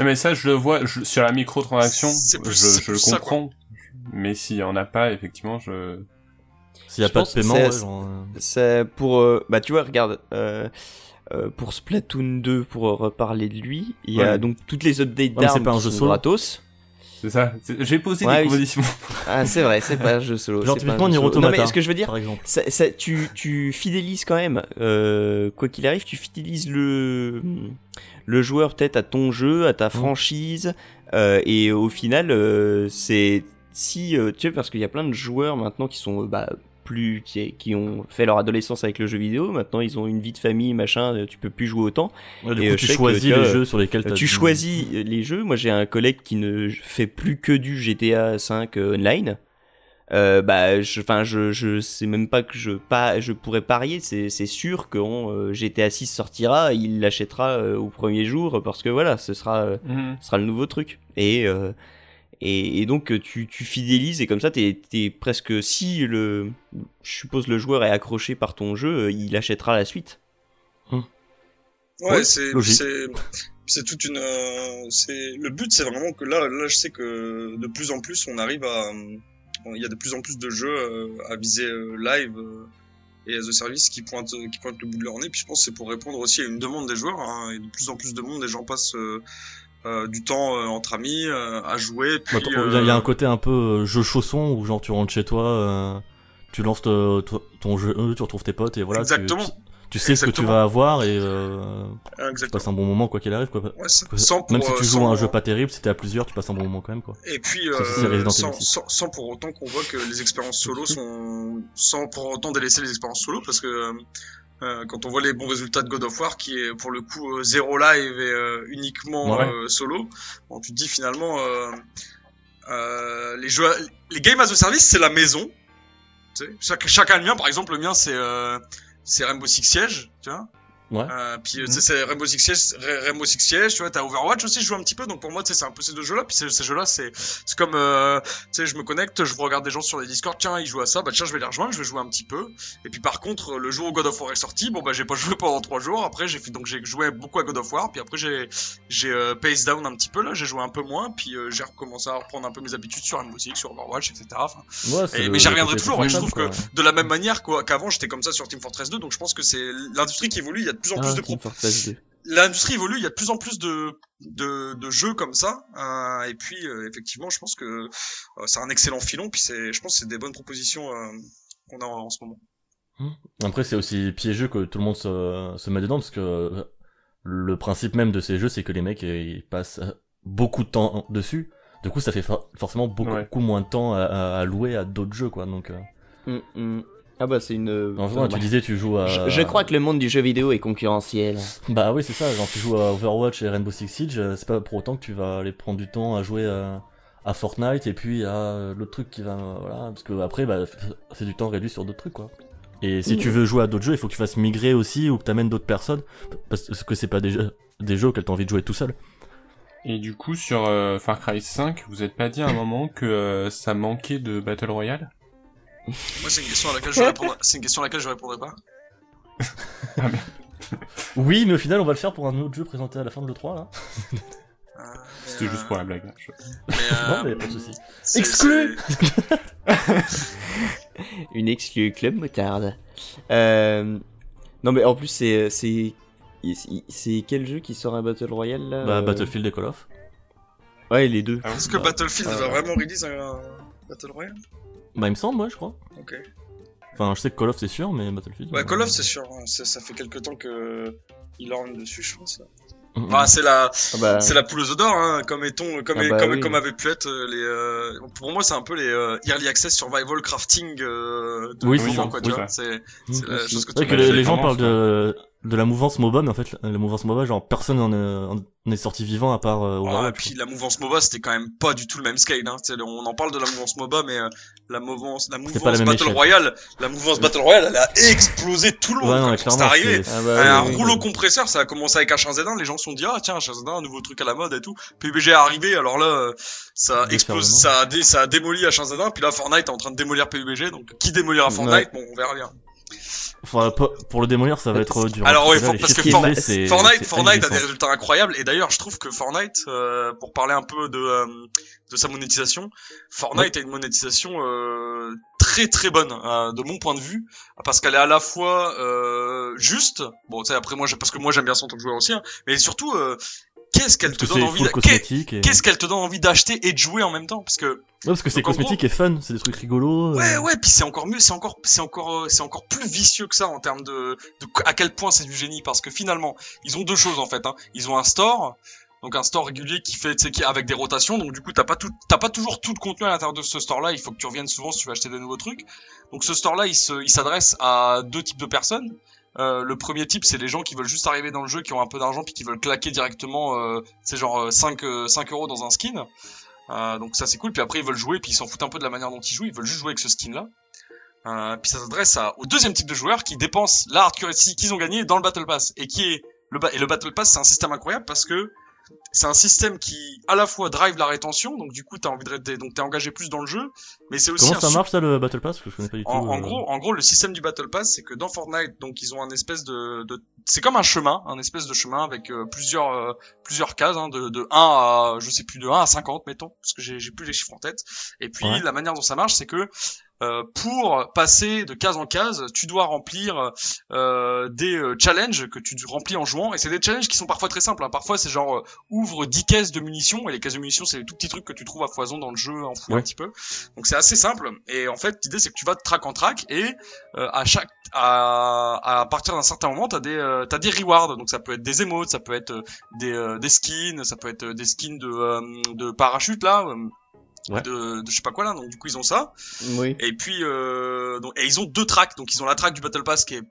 Speaker 5: Non mais ça, je le vois je- sur la microtransaction,
Speaker 6: C'est plus-
Speaker 5: je,
Speaker 6: c'est
Speaker 5: je le
Speaker 6: plus ça,
Speaker 5: comprends. mais s'il y en a pas, effectivement, je.
Speaker 4: S'il y a
Speaker 3: Je
Speaker 4: pas
Speaker 3: pense que
Speaker 4: de paiement,
Speaker 3: c'est-
Speaker 4: ouais, genre, euh,
Speaker 3: C'est pour. euh, bah, tu vois, regarde. euh, euh, pour Splatoon 2, pour euh, reparler de lui, il y a
Speaker 5: Ouais.
Speaker 3: donc toutes les updates
Speaker 4: mais c'est pas un
Speaker 3: d'armes
Speaker 4: jeu
Speaker 3: qui sont
Speaker 4: solo.
Speaker 3: gratos.
Speaker 5: C'est ça. c'est- J'ai posé
Speaker 3: Ouais,
Speaker 5: des
Speaker 3: oui. *laughs*
Speaker 5: conditions.
Speaker 3: Ah, c'est vrai, c'est pas un jeu solo.
Speaker 4: Genre,
Speaker 3: c'est pas un
Speaker 4: typiquement,
Speaker 3: jeu
Speaker 4: Nier
Speaker 3: solo. Non, mais
Speaker 4: Automata.
Speaker 3: ce que je veux dire,
Speaker 4: par exemple.
Speaker 3: ça, ça- tu, tu fidélises quand même, euh, quoi qu'il arrive, tu fidélises le, le joueur peut-être à ton jeu, à ta franchise, euh, et au final, euh, c'est si euh, tu sais, parce qu'il y a plein de joueurs maintenant qui sont euh, bah, plus qui, qui ont fait leur adolescence avec le jeu vidéo, maintenant ils ont une vie de famille, machin, euh, tu peux plus jouer autant.
Speaker 4: Ouais, du
Speaker 3: Et,
Speaker 4: coup,
Speaker 3: euh,
Speaker 4: tu
Speaker 3: je sais que,
Speaker 4: choisis
Speaker 3: tu vois,
Speaker 4: les jeux sur lesquels
Speaker 3: Euh,
Speaker 4: t'as
Speaker 3: Tu
Speaker 4: du-
Speaker 3: choisis euh, les jeux. Moi, j'ai un collègue qui ne fait plus que du GTA V euh, online. Euh, bah, je, enfin, je, je sais même pas que je pas, je pourrais parier. C'est, c'est sûr que on, euh, GTA 6 sortira, il l'achètera euh, au premier jour parce que voilà, ce sera, euh, ce sera le nouveau truc. Et euh, et, et donc euh, tu, tu fidélises et comme ça t'es, t'es presque si le, je suppose le joueur est accroché par ton jeu, euh, il achètera la suite.
Speaker 6: Ouais,
Speaker 4: Ouais,
Speaker 6: c'est
Speaker 4: logique.
Speaker 6: c'est c'est toute une euh, c'est le but c'est vraiment que là là je sais que de plus en plus on arrive à euh, il y a de plus en plus de jeux euh, à viser euh, live euh, et as a service qui pointent qui pointent le bout de leur nez puis je pense que c'est pour répondre aussi à une demande des joueurs hein, et de plus en plus de monde les gens passent euh, euh, du temps euh, entre amis euh, à jouer puis
Speaker 4: Bah, quand- Il y, a- il y a un côté un peu euh, jeu chausson où genre tu rentres chez toi, euh, tu lances te- to- ton jeu, euh, tu retrouves tes potes et voilà. tu-
Speaker 6: Exactement.
Speaker 4: Tu, tu sais ce que tu
Speaker 6: Exactement.
Speaker 4: vas avoir et euh,
Speaker 6: euh,
Speaker 4: tu
Speaker 6: exactement
Speaker 4: passes un bon moment quoi qu'il arrive quoi.
Speaker 6: Ouais, c'est- sans pour,
Speaker 4: Même si
Speaker 6: euh,
Speaker 4: tu joues à
Speaker 6: sans-
Speaker 4: un jeu pas terrible, si t'es à plusieurs, tu passes un bon moment quand même quoi.
Speaker 6: Et puis,
Speaker 4: Sauf si c'est
Speaker 6: euh,
Speaker 4: Resident Evil
Speaker 6: sans,
Speaker 4: six.
Speaker 6: sans, sans pour autant qu'on voit que les expériences solo sont. sans pour autant délaisser les expériences solo, parce que euh, quand on voit les bons résultats de God of War, qui est pour le coup euh, zéro live et euh, uniquement
Speaker 4: Ouais.
Speaker 6: euh, solo, bon, tu te dis finalement. euh, euh, les, jeux, les games as a service, c'est la maison. Tu sais, chaque- chacun le mien, par exemple, le mien c'est. euh, c'est Rainbow Six Siege, tu vois.
Speaker 4: Ouais.
Speaker 6: Euh, puis euh, tu sais, c'est Rainbow Six Siege, Ra- Rainbow Six Siege, tu vois, t'as Overwatch aussi, je joue un petit peu, donc pour moi, tu sais, c'est un peu ces deux jeux-là, puis ces, ces jeux-là, c'est, c'est comme, euh, tu sais, je me connecte, je regarde des gens sur les Discord, tiens, ils jouent à ça, bah tiens, je vais les rejoindre, je vais jouer un petit peu, et puis par contre, le jour où God of War est sorti, bon bah j'ai pas joué *laughs* pendant trois jours, après j'ai fait, donc j'ai joué beaucoup à God of War, puis après j'ai, j'ai euh, pace down un petit peu là, j'ai joué un peu moins, puis euh, j'ai recommencé à reprendre un peu mes habitudes sur Rainbow Six, sur Overwatch, etc. Enfin,
Speaker 4: Ouais, c'est
Speaker 6: Et-
Speaker 4: le-
Speaker 6: mais j'y
Speaker 4: le
Speaker 6: reviendrai
Speaker 4: côté
Speaker 6: toujours, ouais, je trouve
Speaker 4: confortable,
Speaker 6: de la même manière qu'au- qu'avant j'étais comme ça sur Team Fortress 2 donc je pense que c'est l'industrie qui évolue il y a de plus
Speaker 4: Ah,
Speaker 6: en plus de pro-
Speaker 3: Team Fortress 2.
Speaker 6: l'industrie évolue il y a de plus en plus de de, de jeux comme ça euh, et puis euh, effectivement je pense que euh, c'est un excellent filon puis c'est je pense que c'est des bonnes propositions euh, qu'on a en, en ce moment
Speaker 4: quoi. Après c'est aussi piégeux que tout le monde se, se met dedans parce que euh, le principe même de ces jeux c'est que les mecs euh, ils passent euh, beaucoup de temps dessus. Du coup ça fait for- forcément beaucoup,
Speaker 5: Ouais.
Speaker 4: beaucoup moins de temps à, à- à louer à d'autres jeux quoi donc. euh,
Speaker 3: Hum, hum. Ah bah c'est une.
Speaker 4: En vrai, tu disais tu joues à.
Speaker 3: Je, je crois que le monde du jeu vidéo est concurrentiel.
Speaker 4: Bah oui, c'est ça. Genre, tu joues à Overwatch et Rainbow Six Siege, euh, c'est pas pour autant que tu vas aller prendre du temps à jouer à, à euh, Fortnite et puis à euh, l'autre truc qui va. euh, Voilà, parce que après, bah, f- c'est du temps réduit sur d'autres trucs, quoi. Et si tu veux jouer à d'autres jeux, il faut que tu fasses migrer aussi ou que t'amènes d'autres personnes, parce que c'est pas des jeux, des jeux auxquels t'as envie de jouer tout seul.
Speaker 5: Et du coup, sur euh, Far Cry 5, vous êtes pas dit à un moment que euh, ça manquait de Battle Royale
Speaker 6: Moi, c'est une question à laquelle je répondrai, c'est une question à laquelle je répondrai pas.
Speaker 4: Oui, mais au final, on va le faire pour un autre jeu présenté à la fin de l'E3, là.
Speaker 6: Euh,
Speaker 5: C'était
Speaker 6: mais,
Speaker 5: juste pour la blague. là, je-
Speaker 6: Mais,
Speaker 4: Non,
Speaker 6: euh,
Speaker 4: mais pas de soucis.
Speaker 6: c'est-
Speaker 4: Exclu
Speaker 6: c'est-
Speaker 3: Une exclue club motarde. Euh, Non mais en plus c'est c'est il- c'est quel jeu qui sort un battle royale là
Speaker 4: Bah,
Speaker 3: euh,
Speaker 4: Battlefield et Call of.
Speaker 3: Ouais les deux.
Speaker 6: Est-ce que
Speaker 4: Ah.
Speaker 6: Battlefield va vraiment release un Battle Royale
Speaker 4: Bah, il me semble, ouais, je crois.
Speaker 6: Ok.
Speaker 4: Enfin, je sais que Call of c'est sûr, mais Battlefield.
Speaker 6: Ouais,
Speaker 4: euh,
Speaker 6: Call of, c'est sûr. hein, c'est- Ça fait quelque temps que il orne dessus, je pense.
Speaker 4: mm, mm.
Speaker 6: Bah, c'est la,
Speaker 3: Ah bah,
Speaker 6: c'est la pouleuse d'or, hein, comme étant, comme,
Speaker 3: Ah bah
Speaker 6: comme,
Speaker 3: oui.
Speaker 6: comme avait pu être euh, les. euh, pour moi, c'est un peu les euh, early access survival crafting euh, de
Speaker 4: Oui,
Speaker 6: ce
Speaker 4: c'est
Speaker 6: moment,
Speaker 4: ça,
Speaker 6: quoi.
Speaker 5: oui,
Speaker 6: tu vois,
Speaker 5: ça.
Speaker 6: c'est
Speaker 4: Mm.
Speaker 6: c'est la chose que tu
Speaker 4: C'est vrai que
Speaker 5: Bah,
Speaker 4: les,
Speaker 5: j'ai
Speaker 4: les gens parlent
Speaker 5: tendance,
Speaker 4: de, de la mouvance MOBA, mais en fait, la mouvance MOBA, genre personne en, est- en est sorti vivant à part
Speaker 6: Ah,
Speaker 4: euh,
Speaker 6: et
Speaker 4: Overwatch.
Speaker 6: puis la mouvance MOBA, c'était quand même pas du tout le même scale. Hein. C'est- On en parle de la mouvance MOBA, mais euh, la mouvance, la
Speaker 4: pas la
Speaker 6: mouvance
Speaker 4: même
Speaker 6: Battle
Speaker 4: échelle.
Speaker 6: Royale, la mouvance Battle Royale, elle a explosé tout le
Speaker 4: quoi.
Speaker 6: monde.
Speaker 4: ouais, non,
Speaker 6: quand
Speaker 4: mais
Speaker 6: c'est
Speaker 4: clairement,
Speaker 6: arrivé.
Speaker 4: c'est.
Speaker 3: Ah
Speaker 6: Euh, un
Speaker 3: bah, oui, oui.
Speaker 6: rouleau compresseur, ça a commencé avec H1Z1, les gens se sont dit ah tiens H1Z1, un nouveau truc à la mode et tout. PUBG est arrivé, alors là euh, ça
Speaker 4: Déferlement.
Speaker 6: explose, ça a, dé- ça a démoli H1Z1, puis là Fortnite est en train de démolir PUBG, donc qui démolira Fortnite, bon on verra bien.
Speaker 4: Faudra pas- pour le démolir, ça va être euh, dur.
Speaker 6: Alors, ouais,
Speaker 4: Parce
Speaker 6: faut- parce
Speaker 4: que
Speaker 6: que
Speaker 4: là, les chiffres
Speaker 6: For-
Speaker 4: qu'ils mettent, c'est-
Speaker 6: Fortnite,
Speaker 4: c'est
Speaker 6: Fortnite a des
Speaker 4: ahurissant.
Speaker 6: résultats incroyables et d'ailleurs je trouve que Fortnite, euh, pour parler un peu de euh, de sa monétisation, Fortnite a une monétisation euh, très très bonne euh, de mon point de vue parce qu'elle est à la fois euh, juste, bon tu sais après moi j'ai- parce que moi j'aime bien ça en tant que joueur aussi, hein, mais surtout euh, qu'est-ce qu'elle
Speaker 4: Parce
Speaker 6: te
Speaker 4: que
Speaker 6: donne
Speaker 4: c'est
Speaker 6: envie,
Speaker 4: full
Speaker 6: d'a- qu'est-
Speaker 4: cosmétique. et- Ouais,
Speaker 6: qu'est-ce qu'elle te donne envie d'acheter et de jouer en même temps parce que
Speaker 4: parce que c'est
Speaker 6: Donc, en
Speaker 4: cosmétique et fun, c'est des trucs rigolos. euh,
Speaker 6: Ouais, ouais, puis c'est encore mieux, c'est encore, c'est encore, euh, c'est encore plus vicieux que ça en termes de, de qu- à quel point c'est du génie parce que finalement, ils ont deux choses en fait. Hein. Ils ont un store, donc un store régulier qui fait, tu sais, qui avec des rotations, donc du coup t'as pas tout, t'as pas toujours tout le contenu à l'intérieur de ce store-là. Il faut que tu reviennes souvent si tu veux acheter des nouveaux trucs. Donc ce store-là, il se, il s'adresse à deux types de personnes. Euh, le premier type, c'est les gens qui veulent juste arriver dans le jeu, qui ont un peu d'argent, puis qui veulent claquer directement, euh, c'est genre euh, 5, euh, 5 euros dans un skin. Euh, donc ça c'est cool. Puis après ils veulent jouer, puis ils s'en foutent un peu de la manière dont ils jouent. Ils veulent juste jouer avec ce skin là. Euh, puis ça s'adresse à- au deuxième type de joueurs qui dépensent la hard currency qu'ils ont gagné dans le battle pass et qui est le ba- et le battle pass c'est un système incroyable parce que c'est un système qui à la fois drive la rétention donc du coup t'as envie de ré- donc t'es engagé plus dans le jeu mais c'est aussi
Speaker 4: Comment
Speaker 6: un
Speaker 4: ça
Speaker 6: su-
Speaker 4: marche ça le Battle Pass Parce que je connais pas du tout.
Speaker 6: en, en
Speaker 4: euh,
Speaker 6: gros, en gros, le système du Battle Pass, c'est que dans Fortnite, donc ils ont un espèce de, de- c'est comme un chemin, un espèce de chemin avec euh, plusieurs euh, plusieurs cases, hein, de, de 1 à, je sais plus, de 1 à 50, mettons, parce que j'ai j'ai plus les chiffres en tête. Et puis
Speaker 4: Ouais.
Speaker 6: la manière dont ça marche, c'est que euh, pour passer de case en case, tu dois remplir euh, des euh, challenges que tu remplis en jouant. Et c'est des challenges qui sont parfois très simples. hein. Parfois, c'est genre euh, ouvre 10 caisses de munitions. Et les caisses de munitions, c'est les tout petits trucs que tu trouves à foison dans le jeu, en fouillant
Speaker 4: Ouais.
Speaker 6: un petit peu. Donc c'est assez simple. Et en fait, l'idée c'est que tu vas de track en track et euh, à chaque à, à partir d'un certain moment, t'as des euh, t'as des rewards. Donc ça peut être des émotes, ça peut être euh, des euh, des skins, ça peut être euh, des skins de euh, de parachute là. euh,
Speaker 4: Ouais.
Speaker 6: De, de je sais pas quoi là donc du coup ils ont ça
Speaker 3: Oui.
Speaker 6: et puis euh, donc, et ils ont deux tracks donc ils ont la track du battle pass qui est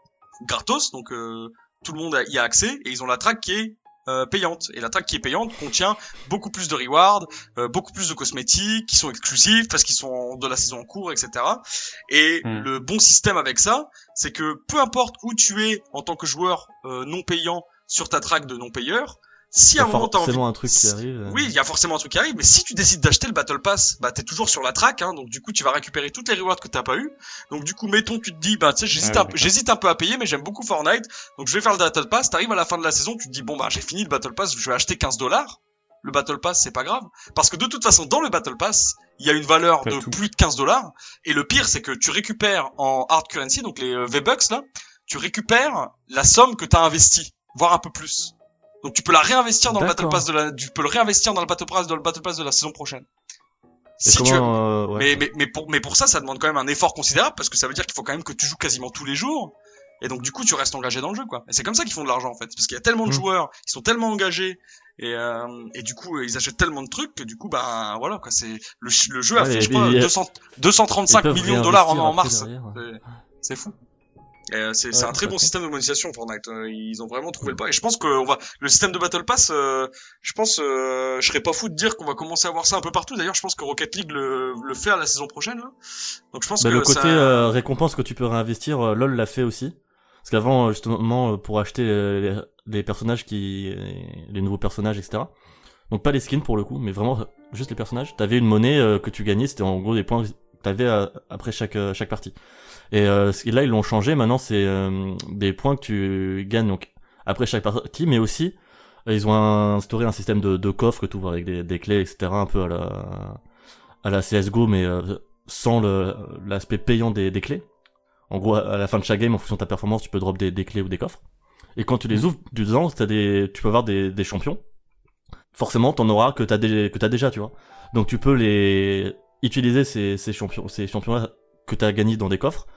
Speaker 6: gratos donc euh, tout le monde a- y a accès et ils ont la track qui est euh, payante et la track qui est payante contient beaucoup plus de rewards euh, beaucoup plus de cosmétiques qui sont exclusifs parce qu'ils sont de la saison en cours, etc. Et
Speaker 5: Mm.
Speaker 6: le bon système avec ça, c'est que peu importe où tu es en tant que joueur euh, non payant sur ta track de non payeur, si
Speaker 4: y
Speaker 6: à
Speaker 4: a
Speaker 6: un moment t'as envie
Speaker 4: forcément un truc qui arrive. euh,
Speaker 6: oui, il y a forcément un truc qui arrive, mais si tu décides d'acheter le Battle Pass, bah t'es toujours sur la track, hein, donc du coup tu vas récupérer toutes les rewards que t'as pas eu. Donc du coup, mettons, tu te dis, bah tu sais, j'hésite un
Speaker 5: Ah oui,
Speaker 6: peu-
Speaker 5: d'accord.
Speaker 6: j'hésite un, peu à payer, mais j'aime beaucoup Fortnite, donc je vais faire le Battle Pass. T'arrives à la fin de la saison, tu te dis, bon bah j'ai fini le Battle Pass, je vais acheter 15 dollars. Le Battle Pass, c'est pas grave, parce que de toute façon, dans le Battle Pass, il y a une valeur
Speaker 5: T'as
Speaker 6: de
Speaker 5: tout.
Speaker 6: plus de 15 dollars, et le pire, c'est que tu récupères en hard currency, donc les euh, V-Bucks là, tu récupères la somme que t'as investie, voire un peu plus. Donc tu peux la réinvestir dans le Battle
Speaker 4: D'accord.
Speaker 6: Pass de la, tu peux le réinvestir dans le Battle Pass, dans le Battle Pass de la saison prochaine.
Speaker 4: et
Speaker 6: Si tu veux.
Speaker 4: comment, euh, ouais.
Speaker 6: Mais, mais, mais, pour, mais pour ça, ça demande quand même un effort considérable parce que ça veut dire qu'il faut quand même que tu joues quasiment tous les jours. Et donc, du coup, tu restes engagé dans le jeu, quoi. Et c'est comme ça qu'ils font de l'argent, en fait. Parce qu'il y a tellement de
Speaker 4: Mm.
Speaker 6: joueurs, ils sont tellement engagés. Et, euh, et du coup, euh, ils achètent tellement de trucs que du coup, bah voilà, quoi. C'est le, ch- le jeu a
Speaker 4: Ouais,
Speaker 6: fait,
Speaker 4: et
Speaker 6: je
Speaker 4: puis,
Speaker 6: crois,
Speaker 4: il y a-
Speaker 6: 200,
Speaker 4: Ils
Speaker 6: 235
Speaker 4: peuvent
Speaker 6: millions de dollars en, en
Speaker 4: réinvestir
Speaker 6: mars.
Speaker 4: après derrière.
Speaker 6: C'est- C'est fou. Et, euh, c'est c'est
Speaker 4: Ouais,
Speaker 6: un très
Speaker 4: tout à
Speaker 6: bon
Speaker 4: fait.
Speaker 6: système de monétisation Fortnite. Euh, Ils ont vraiment trouvé le pas. Et je pense que on va le système de Battle Pass. euh, je pense, euh, je serais pas fou de dire qu'on va commencer à voir ça un peu partout. D'ailleurs, je pense que Rocket League le, le fait à la saison prochaine. Là. Donc je pense
Speaker 4: Bah,
Speaker 6: que
Speaker 4: le côté
Speaker 6: ça-
Speaker 4: euh, récompense que tu peux réinvestir, euh, LOL l'a fait aussi. Parce qu'avant, euh, justement, euh, pour acheter euh, les, les personnages qui. euh, les nouveaux personnages, etc. Donc pas les skins pour le coup, mais vraiment euh, juste les personnages. T'avais une monnaie euh, que tu gagnais, c'était en gros des points que t'avais euh, après chaque, euh, chaque partie. Et euh, ce- là, ils l'ont changé, maintenant c'est euh, des points que tu gagnes donc après chaque partie, mais aussi euh, ils ont un- instauré un système de, de coffre et tout, avec des, des clés, etc. Un peu à la, à la CSGO, mais euh, sans le- l'aspect payant des, des clés. En gros, à à la fin de chaque game, en fonction de ta performance, tu peux drop des, des clés ou des coffres. Et quand tu les ouvres, tu dedans, t'as des, tu peux avoir des, des champions. Forcément, t'en auras que t'as dé- que t'as déjà, tu vois. Donc tu peux les utiliser ces, ces champions, ces champions-là que t'as gagnés dans des coffres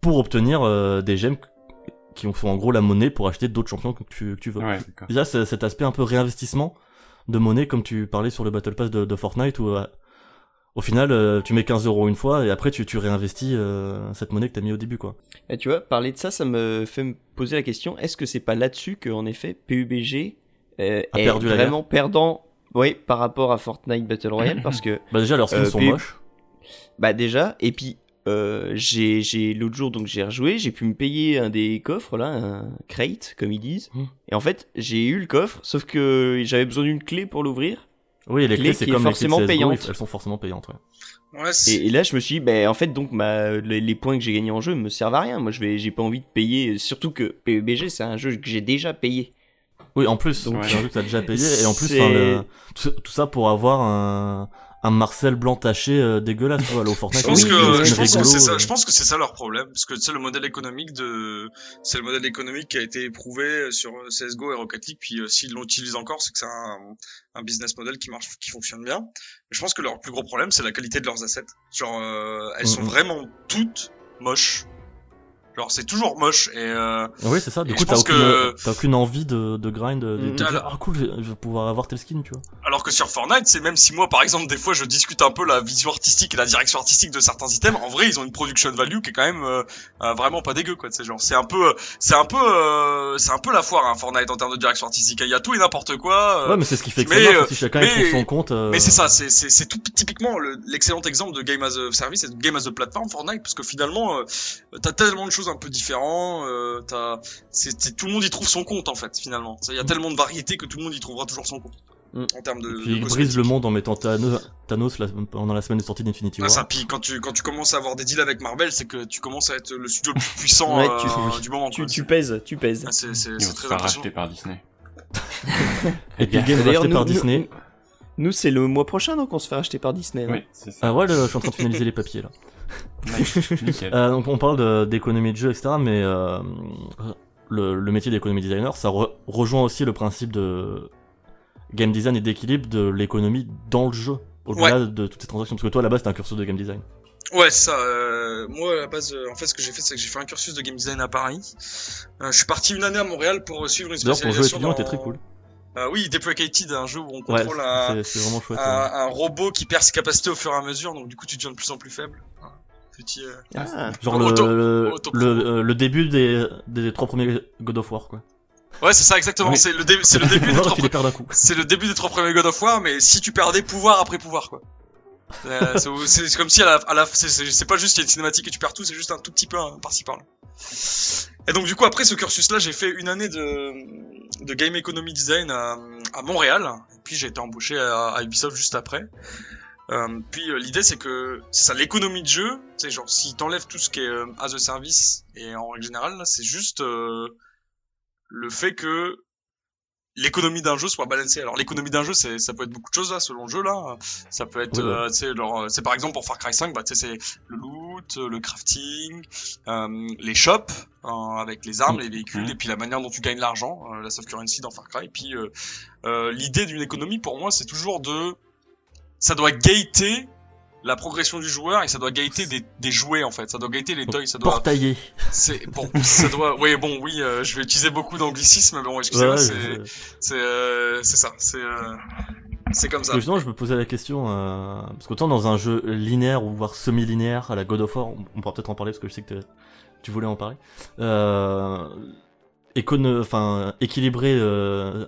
Speaker 4: pour obtenir euh, des gemmes qui sont en gros la monnaie pour acheter d'autres champions que tu, que tu veux.
Speaker 5: Ouais, d'accord.
Speaker 4: Déjà, c'est cet aspect un peu réinvestissement de monnaie, comme tu parlais sur le Battle Pass de, de Fortnite, où euh, au final, euh, tu mets 15 euros une fois et après, tu, tu réinvestis euh, cette monnaie que t'as mis au début, quoi.
Speaker 3: Et Eh, tu vois, parler de ça, ça me fait me poser la question est-ce que c'est pas là-dessus que, en effet, PUBG euh,
Speaker 4: A
Speaker 3: est
Speaker 4: perdu la
Speaker 3: vraiment perdant oui, par rapport à Fortnite Battle
Speaker 4: *clears throat*
Speaker 3: Royale Parce que,
Speaker 4: Bah, déjà, leurs skins
Speaker 3: Euh,
Speaker 4: sont
Speaker 3: puis-
Speaker 4: moches.
Speaker 3: bah déjà, et puis, euh, j'ai j'ai- l'autre jour, donc j'ai rejoué, j'ai pu me payer un des coffres, là, un crate, comme ils disent.
Speaker 4: Hmm.
Speaker 3: Et en fait, j'ai eu le coffre, sauf que j'avais besoin d'une clé pour l'ouvrir.
Speaker 4: Oui, et les
Speaker 3: Clé
Speaker 4: clés, c'est
Speaker 3: qui est
Speaker 4: comme les clés de
Speaker 3: forcément
Speaker 4: CSGO,
Speaker 3: payante.
Speaker 4: Elles sont forcément payantes, ouais.
Speaker 6: Ouais, c'est-
Speaker 3: Et, et là, je me suis dit, bah, en fait, donc, ma, les, les points que j'ai gagnés en jeu me servent à rien. Moi, je vais, j'ai pas envie de payer. Surtout que PUBG, c'est un jeu que j'ai déjà payé.
Speaker 4: Oui, en plus,
Speaker 3: Donc,
Speaker 4: c'est un jeu que t'as déjà payé, et en plus,
Speaker 3: c'est-
Speaker 4: enfin, le- tout, tout ça pour avoir un, un Marcel blanc taché euh, dégueulasse, tu vois, le Fortnite.
Speaker 6: Je pense
Speaker 4: oui,
Speaker 6: que,
Speaker 4: c'est une
Speaker 6: je pense que
Speaker 4: rigolo,
Speaker 6: c'est ça,
Speaker 4: euh.
Speaker 6: je pense que c'est ça leur problème, parce que c'est le modèle économique de, c'est le modèle économique qui a été éprouvé euh, sur CS:GO et Rocket League. Puis euh, s'ils l'utilisent encore, c'est que c'est un, un business model qui marche, qui fonctionne bien. Mais je pense que leur plus gros problème, c'est la qualité de leurs assets. Genre, euh, elles sont
Speaker 4: Mhm.
Speaker 6: vraiment toutes moches. Genre, c'est toujours moche et euh,
Speaker 4: Oui, c'est ça. Du
Speaker 6: Et
Speaker 4: coup,
Speaker 6: je
Speaker 4: t'as
Speaker 6: pense
Speaker 4: aucune,
Speaker 6: que-
Speaker 4: t'as aucune envie de, de grind, de, de
Speaker 3: Mm.
Speaker 4: te dire,
Speaker 6: Alors-
Speaker 4: ah cool, je vais- je vais pouvoir avoir tel skin, tu vois.
Speaker 6: Alors que sur Fortnite, c'est même si moi, par exemple, des fois, je discute un peu la vision artistique et la direction artistique de certains items. En vrai, ils ont une production value qui est quand même euh, euh, vraiment pas dégueu, quoi. C'est genre, c'est un peu, euh, c'est un peu, euh, c'est un peu la foire, hein, Fortnite en termes de direction artistique. Il y a tout et n'importe quoi. euh,
Speaker 4: Ouais, mais c'est ce qui fait que
Speaker 6: mais,
Speaker 4: ça marche,
Speaker 6: euh,
Speaker 4: si chacun
Speaker 6: mais-
Speaker 4: y trouve son compte. euh,
Speaker 6: mais c'est ça, c'est- c'est c'est tout typiquement le- l'excellent exemple de Game as a Service et de Game as a Platform Fortnite, parce que finalement, euh, t'as tellement de choses un peu différentes, euh, t'as, c'est- c'est- tout le monde y trouve son compte en fait finalement. Il y a tellement de variétés que tout le monde y trouvera toujours son compte
Speaker 3: Mm.
Speaker 6: en termes de.
Speaker 4: Mm. Et
Speaker 6: de
Speaker 4: Puis il brise
Speaker 6: cosmétiques.
Speaker 4: le monde en mettant Thanos, Thanos la- pendant la semaine de sortie d'Infinity
Speaker 6: Ah,
Speaker 4: War.
Speaker 6: ça, puis quand tu, quand tu commences à avoir des deals avec Marvel, c'est que tu commences à être le studio
Speaker 4: *laughs*
Speaker 6: le plus puissant
Speaker 3: Ouais,
Speaker 6: euh,
Speaker 3: tu-
Speaker 6: du moment.
Speaker 3: Tu,
Speaker 6: quoi.
Speaker 3: tu pèses, tu pèses.
Speaker 6: Ah, c'est c'est-
Speaker 5: Ils vont
Speaker 6: c'est
Speaker 5: se
Speaker 6: très
Speaker 5: faire
Speaker 6: impressionnant.
Speaker 5: racheter par Disney.
Speaker 4: Epic Games
Speaker 3: D'ailleurs,
Speaker 4: racheté
Speaker 3: nous-
Speaker 4: par
Speaker 3: nous-
Speaker 4: Disney.
Speaker 3: Nous, c'est le mois prochain, donc on se fait racheter par Disney. hein. non
Speaker 5: Oui, c'est
Speaker 4: *laughs*
Speaker 5: ça.
Speaker 4: Ah ouais, le- je suis en train de finaliser les papiers là.
Speaker 5: Nickel.
Speaker 4: Euh, donc on parle de- d'économie de, jeu, etc. Mais euh, le, le métier d'économie designer, ça re- rejoint aussi le principe de game design et d'équilibre de l'économie dans le jeu, au-delà de toutes ces transactions. Parce que toi, à la base, t'es un cursus de game design.
Speaker 6: Ouais, ça. euh, moi, à la base, euh, en fait, ce que j'ai fait, c'est que j'ai fait un cursus de game design à Paris. Euh, je suis parti une année à Montréal pour euh, suivre une
Speaker 4: D'ailleurs, ton jeu
Speaker 6: spécialisation.
Speaker 4: étudiant était
Speaker 6: dans-
Speaker 4: très cool.
Speaker 6: Euh, oui, Deprecated, un jeu où on
Speaker 4: Ouais,
Speaker 6: contrôle un,
Speaker 4: c'est- c'est vraiment chouette. hein. ouais.
Speaker 6: un, un robot qui perd ses capacités au fur et à mesure, donc du coup, tu deviens de plus en plus faible. Un Petit. euh,
Speaker 3: Ah,
Speaker 4: Genre le,
Speaker 6: Auto-
Speaker 4: le,
Speaker 6: auto-
Speaker 4: le- euh, le début des, des trois premiers God of War, quoi.
Speaker 6: Ouais, c'est ça, exactement.
Speaker 5: Oui.
Speaker 6: C'est le, dé- c'est
Speaker 4: *laughs*
Speaker 6: le début de
Speaker 4: Voir qu'il les perd d'un coup.
Speaker 6: *laughs* C'est le début des trois premiers God of War, mais si tu perdais pouvoir après pouvoir, quoi. Euh, c'est- c'est c'est comme si à la, à la c'est- c'est c'est pas juste qu'il y a une cinématique et tu perds tout, c'est juste un tout petit peu hein, par-ci par-là. Et donc du coup après ce cursus-là, j'ai fait une année de, de game economy design à, à Montréal, puis j'ai été embauché à, à Ubisoft juste après. Euh, puis euh, l'idée c'est que c'est ça l'économie de jeu, c'est genre si t'enlèves tout ce qui est euh, as a service et en règle générale là, c'est juste euh, le fait que l'économie d'un jeu soit balancée. Alors l'économie d'un jeu, c'est ça peut être beaucoup de choses là, selon le jeu là. Ça peut être,
Speaker 4: Oui, ouais.
Speaker 6: euh, tu sais, genre, euh, c'est par exemple pour Far Cry 5, bah tu sais, c'est le loot, euh, le crafting, euh, les shops hein, avec les
Speaker 4: Mm.
Speaker 6: armes, les véhicules,
Speaker 5: Mhm.
Speaker 6: et puis la manière dont tu gagnes l'argent, euh, la soft currency dans Far Cry. Et puis euh, euh, l'idée d'une économie pour moi, c'est toujours de, ça doit gaiter la progression du joueur et ça doit gaiter des, des jouets en fait. Ça doit gaiter les toys, ça doit
Speaker 4: Portaillé.
Speaker 6: c'est
Speaker 4: *laughs*
Speaker 6: bon, ça doit. Oui, bon, oui, euh, je vais utiliser beaucoup d'anglicisme, mais bon,
Speaker 4: Ouais,
Speaker 6: excusez-moi, c'est
Speaker 4: je-
Speaker 6: c'est euh, c'est ça, c'est euh, c'est comme ça.
Speaker 4: Parce que justement, je me posais la question, euh, parce qu'autant dans un jeu linéaire ou voire semi-linéaire à la God of War, on, on pourra peut-être en parler parce que je sais que t'es- tu voulais en parler. Euh, écono- enfin, équilibrer euh,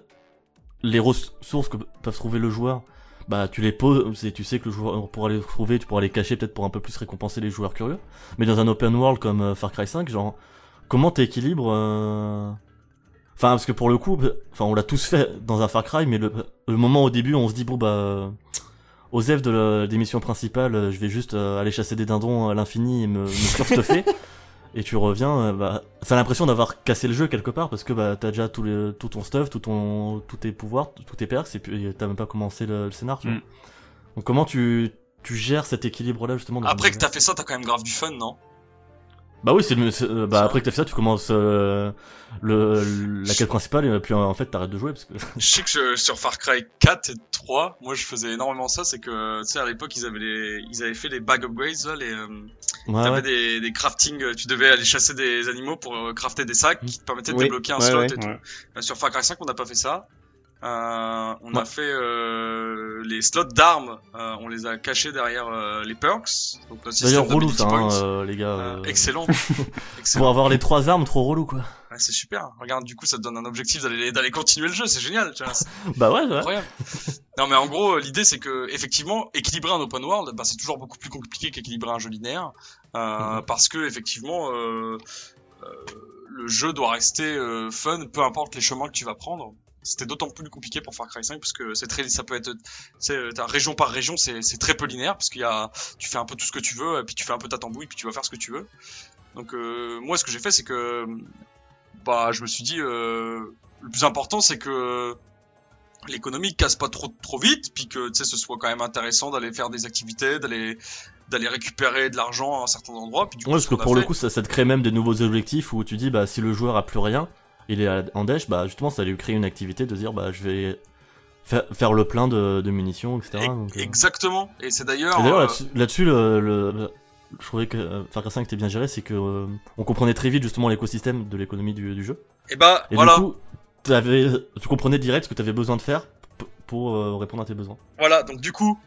Speaker 4: les ressources que peuvent trouver le joueur. Bah, tu les poses et tu sais que le joueur pourra les trouver, tu pourras les cacher peut-être pour un peu plus récompenser les joueurs curieux. Mais dans un open world comme euh, Far Cry 5, genre, comment t'équilibres euh, Enfin, parce que pour le coup, enfin, on l'a tous fait dans un Far Cry, mais le, le moment au début, on se dit, bon, bah, euh, aux F de la- des missions principales, euh, je vais juste euh, aller chasser des dindons à l'infini et me, me surstuffer. et tu reviens, euh, bah, t'as l'impression d'avoir cassé le jeu quelque part, parce que bah, t'as déjà tout, le- tout ton stuff, tout ton, tous tes pouvoirs, tous tes perks, et puis et t'as même pas commencé le, le scénar, tu vois.
Speaker 5: Mm.
Speaker 4: Donc, comment tu, tu gères cet équilibre-là, justement dans
Speaker 6: Après
Speaker 4: le-
Speaker 6: que t'as fait ça, t'as quand même grave du fun, non
Speaker 4: bah oui, c'est le, c'est, euh, bah après que t'as fait ça, tu commences euh, le, la quête principale et puis euh, en fait t'arrêtes de jouer parce que *laughs*
Speaker 6: Je sais que je- sur Far Cry 4 et 3, moi je faisais énormément ça, c'est que, tu sais, à l'époque, ils avaient les, ils avaient fait les bag upgrades, là, les, euh,
Speaker 4: ouais,
Speaker 6: t'avais
Speaker 4: Ah ouais.
Speaker 6: des, des crafting, euh, tu devais aller chasser des animaux pour euh, crafter des sacs qui te permettaient de
Speaker 3: Oui,
Speaker 6: débloquer un
Speaker 3: ouais,
Speaker 6: slot
Speaker 3: ouais.
Speaker 6: et tout.
Speaker 5: Ouais.
Speaker 6: Euh, Sur Far Cry 5, on n'a pas fait ça. Euh, on a
Speaker 4: Ouais.
Speaker 6: fait euh, les slots d'armes, euh, on les a cachés derrière euh, les perks. Donc, notre système
Speaker 4: D'ailleurs relou
Speaker 6: d'ability
Speaker 4: ça, hein,
Speaker 6: points.
Speaker 4: euh, les gars.
Speaker 6: Euh,
Speaker 4: euh, *laughs*
Speaker 6: excellent.
Speaker 4: Pour
Speaker 6: excellent.
Speaker 4: avoir les trois armes, trop
Speaker 6: *laughs*
Speaker 4: relou quoi.
Speaker 6: Ouais, c'est super. Regarde, du coup, ça te donne un objectif d'aller d'aller continuer le jeu. C'est génial. Tu vois, c'est
Speaker 4: Bah ouais, ouais.
Speaker 6: incroyable. non, mais en gros, euh, l'idée, c'est que effectivement, équilibrer un open world, bah, c'est toujours beaucoup plus compliqué qu'équilibrer un jeu linéaire, euh, parce que effectivement, euh, euh, le jeu doit rester euh, fun, peu importe les chemins que tu vas prendre. C'était d'autant plus compliqué pour Far Cry 5 parce que c'est très, ça peut être, c'est euh, région par région, c'est c'est très peu linéaire parce qu'il y a, tu fais un peu tout ce que tu veux, et puis tu fais un peu ta tambouille, puis tu vas faire ce que tu veux. Donc euh, moi, ce que j'ai fait, c'est que, bah, je me suis dit, euh, le plus important, c'est que l'économie casse pas trop trop vite, puis que tu sais, ce soit quand même intéressant d'aller faire des activités, d'aller d'aller récupérer de l'argent à un certain endroit. Puis du coup, bah
Speaker 4: Ouais,
Speaker 6: ce
Speaker 4: parce
Speaker 6: qu'on a
Speaker 4: que pour le
Speaker 6: fait-
Speaker 4: coup ça, ça te crée même des nouveaux objectifs où tu dis bah si le joueur a plus rien, il est à- en dash, bah justement ça lui crée une activité de dire bah je vais fa- faire le plein de, de munitions, etc.
Speaker 6: Ex-
Speaker 4: donc, euh.
Speaker 6: Exactement. Et c'est d'ailleurs.
Speaker 4: Et d'ailleurs,
Speaker 6: euh,
Speaker 4: là-dessus- là-dessus, le, le- le- je trouvais que euh, Far Cry 5 était bien géré, c'est que euh, on comprenait très vite justement l'écosystème de l'économie du, du jeu.
Speaker 6: et bah
Speaker 4: Et
Speaker 6: voilà,
Speaker 4: du coup, t'avais- tu comprenais direct ce que tu avais besoin de faire p- pour euh, répondre à tes besoins.
Speaker 6: voilà. Donc du coup,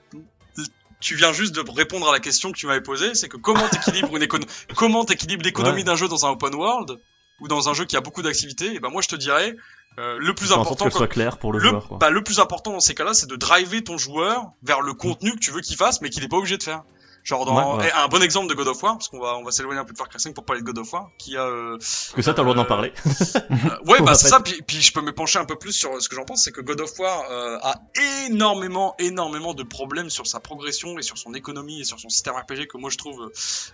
Speaker 6: tu viens juste de répondre à la question que tu m'avais posée, c'est que comment t'équilibres une économie, *laughs* comment t'équilibres l'économie
Speaker 4: Ouais.
Speaker 6: d'un jeu dans un open world ou dans un jeu qui a beaucoup d'activités Et ben moi je te dirais euh, le plus
Speaker 4: Faire en sorte
Speaker 6: important.
Speaker 4: que ce
Speaker 6: quand-
Speaker 4: soit clair pour le,
Speaker 6: le,
Speaker 4: joueur. Quoi.
Speaker 6: bah, le plus important dans ces cas-là, c'est de driver ton joueur vers le contenu que tu veux qu'il fasse, mais qu'il n'est pas obligé de faire. Genre dans
Speaker 4: Ouais, ouais.
Speaker 6: et un bon exemple de God of War, parce qu'on va on va s'éloigner un peu de Far Cry 5 pour parler de God of War, qui a euh,
Speaker 4: Parce que ça, t'as le droit d'en
Speaker 6: euh,
Speaker 4: parler.
Speaker 6: Euh, ouais,
Speaker 4: On
Speaker 6: bah
Speaker 4: va
Speaker 6: c'est
Speaker 4: pas
Speaker 6: ça. Puis, puis je peux me pencher un peu plus sur ce que j'en pense, c'est que God of War euh, a énormément, énormément de problèmes sur sa progression et sur son économie et sur son système RPG que moi je trouve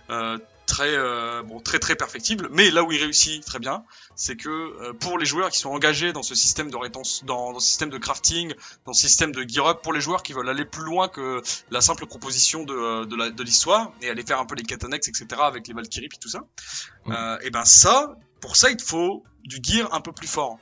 Speaker 6: euh, très, euh, bon, très, très perfectible. Mais là où il réussit très bien, c'est que euh, pour les joueurs qui sont engagés dans ce système de rétention, dans, dans ce système de crafting, dans ce système de gear up, pour les joueurs qui veulent aller plus loin que la simple proposition de, euh, de la- de l'histoire et aller faire un peu les quêtes annexes, etc. avec les Valkyries puis tout ça.
Speaker 4: Mhm.
Speaker 6: Euh, et ben ça, pour ça, il te faut du gear un peu plus fort.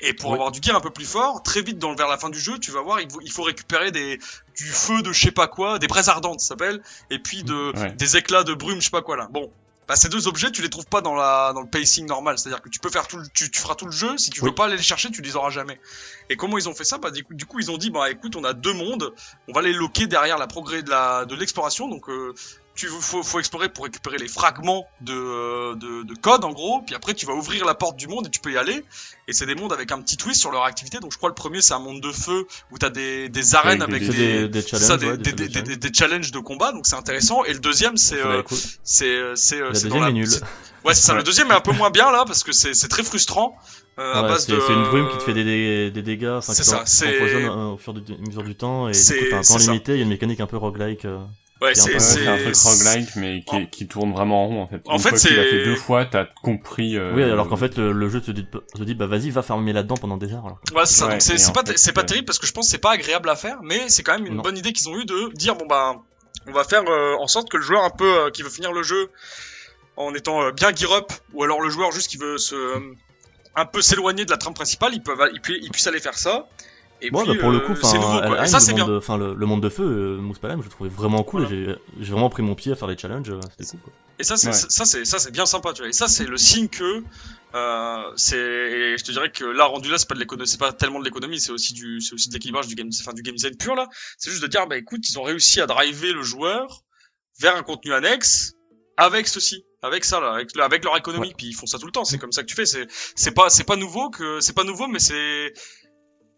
Speaker 6: Et pour
Speaker 4: Ouais.
Speaker 6: avoir du gear un peu plus fort, très vite dans, vers la fin du jeu, tu vas voir, il faut, il faut récupérer des, du feu de je sais pas quoi, des braises ardentes ça s'appelle, et puis de,
Speaker 5: Ouais.
Speaker 6: des éclats de brume je sais pas quoi là. Bon, bah, ces deux objets, tu les trouves pas dans, la, dans le pacing normal, c'est-à-dire que tu peux faire tout, le- tu, tu feras tout le jeu, si tu veux
Speaker 4: Oui.
Speaker 6: pas aller les chercher, tu les auras jamais. Et comment ils ont fait ça Bah du coup, du coup, ils ont dit, bah écoute, on a deux mondes, on va les loquer derrière la progrès de la de l'exploration, donc euh, tu faut, faut explorer pour récupérer les fragments de, euh, de, de code en gros, puis après tu vas ouvrir la porte du monde et tu peux y aller. Et c'est des mondes avec un petit twist sur leur activité. Donc je crois le premier c'est un monde de feu où t'as des, des arènes
Speaker 5: Avec
Speaker 6: avec,
Speaker 4: C'est
Speaker 6: des,
Speaker 4: des, des
Speaker 6: c'est
Speaker 4: challenges.
Speaker 6: ça, des,
Speaker 4: ouais,
Speaker 6: des,
Speaker 4: des
Speaker 6: des,
Speaker 4: challenges.
Speaker 6: des- des challenges de combat, donc c'est intéressant. Et le deuxième c'est
Speaker 4: Ça
Speaker 6: euh,
Speaker 4: va être cool.
Speaker 6: c'est euh, c'est euh,
Speaker 4: La
Speaker 6: c'est dans
Speaker 4: deuxième est nulle.
Speaker 6: c'est- Ouais c'est ça. Le
Speaker 5: Ouais.
Speaker 6: deuxième est un peu moins bien là parce que c'est c'est très frustrant euh, à
Speaker 4: Ouais,
Speaker 6: base
Speaker 4: c'est
Speaker 6: de.
Speaker 4: c'est une brume qui te fait des, des, des dégâts, enfin
Speaker 6: C'est
Speaker 4: qui
Speaker 6: ça,
Speaker 4: t'en-
Speaker 6: c'est-
Speaker 4: t'empoisonne euh, au fur et à mesure du temps, et du
Speaker 6: C'est-
Speaker 4: coup t'as un
Speaker 6: c'est
Speaker 4: temps
Speaker 6: ça.
Speaker 4: limité, il y a une mécanique un peu roguelike. euh.
Speaker 6: Ouais
Speaker 4: C'est un peu-
Speaker 6: c'est
Speaker 5: Ouais, c'est un
Speaker 6: c'est Oh.
Speaker 5: truc roguelike, mais qui, est- qui tourne vraiment en rond, en fait.
Speaker 6: En
Speaker 5: Une
Speaker 6: fait,
Speaker 5: fois que tu l'as
Speaker 6: c'est-
Speaker 5: fait deux fois, t'as compris... euh,
Speaker 4: Oui, alors qu'en fait le, le jeu te dit, te dit bah vas-y, va farmer là-dedans pendant des heures. Alors. que-
Speaker 6: Voilà, c'est ça.
Speaker 5: Ouais,
Speaker 6: Donc c'est
Speaker 5: et
Speaker 6: c'est
Speaker 5: en
Speaker 6: pas,
Speaker 5: fait,
Speaker 6: c'est pas
Speaker 5: euh,
Speaker 6: terrible parce que je pense que c'est pas agréable à faire, mais c'est quand même une
Speaker 4: Non.
Speaker 6: bonne idée qu'ils ont eu de dire bon bah on va faire euh, en sorte que le joueur un peu euh, qui veut finir le jeu en étant euh, bien gear up ou alors le joueur juste qui veut se euh, un peu s'éloigner de la trame principale, il peut il, pu- il puisse aller faire ça. Et
Speaker 4: Ouais,
Speaker 6: puis
Speaker 4: bah, pour le
Speaker 6: euh,
Speaker 4: coup, enfin,
Speaker 6: c'est nouveau quoi.
Speaker 4: Alheim,
Speaker 6: Et ça
Speaker 4: le
Speaker 6: c'est
Speaker 4: monde
Speaker 6: bien.
Speaker 4: de- enfin, le, le monde de feu, euh, Mousse Palame, je le trouvais vraiment cool. et J'ai j'ai vraiment pris mon pied à faire les challenges. euh, C'était cool. Quoi.
Speaker 6: Et ça, c'est
Speaker 5: Ouais.
Speaker 6: ça, c'est ça, c'est bien sympa, tu vois. Et ça, c'est le signe que euh, c'est. et Je te dirais que là, rendu là, c'est pas de l'économie, c'est pas tellement de l'économie, c'est aussi du, c'est aussi de l'équilibrage du game, enfin du game design pur là. C'est juste de dire, bah écoute, ils ont réussi à driver le joueur vers un contenu annexe avec ceci, avec ça là, avec, avec leur économie. Puis ils font ça tout le temps. C'est comme ça que tu fais. C'est c'est pas c'est pas nouveau que c'est pas nouveau, mais c'est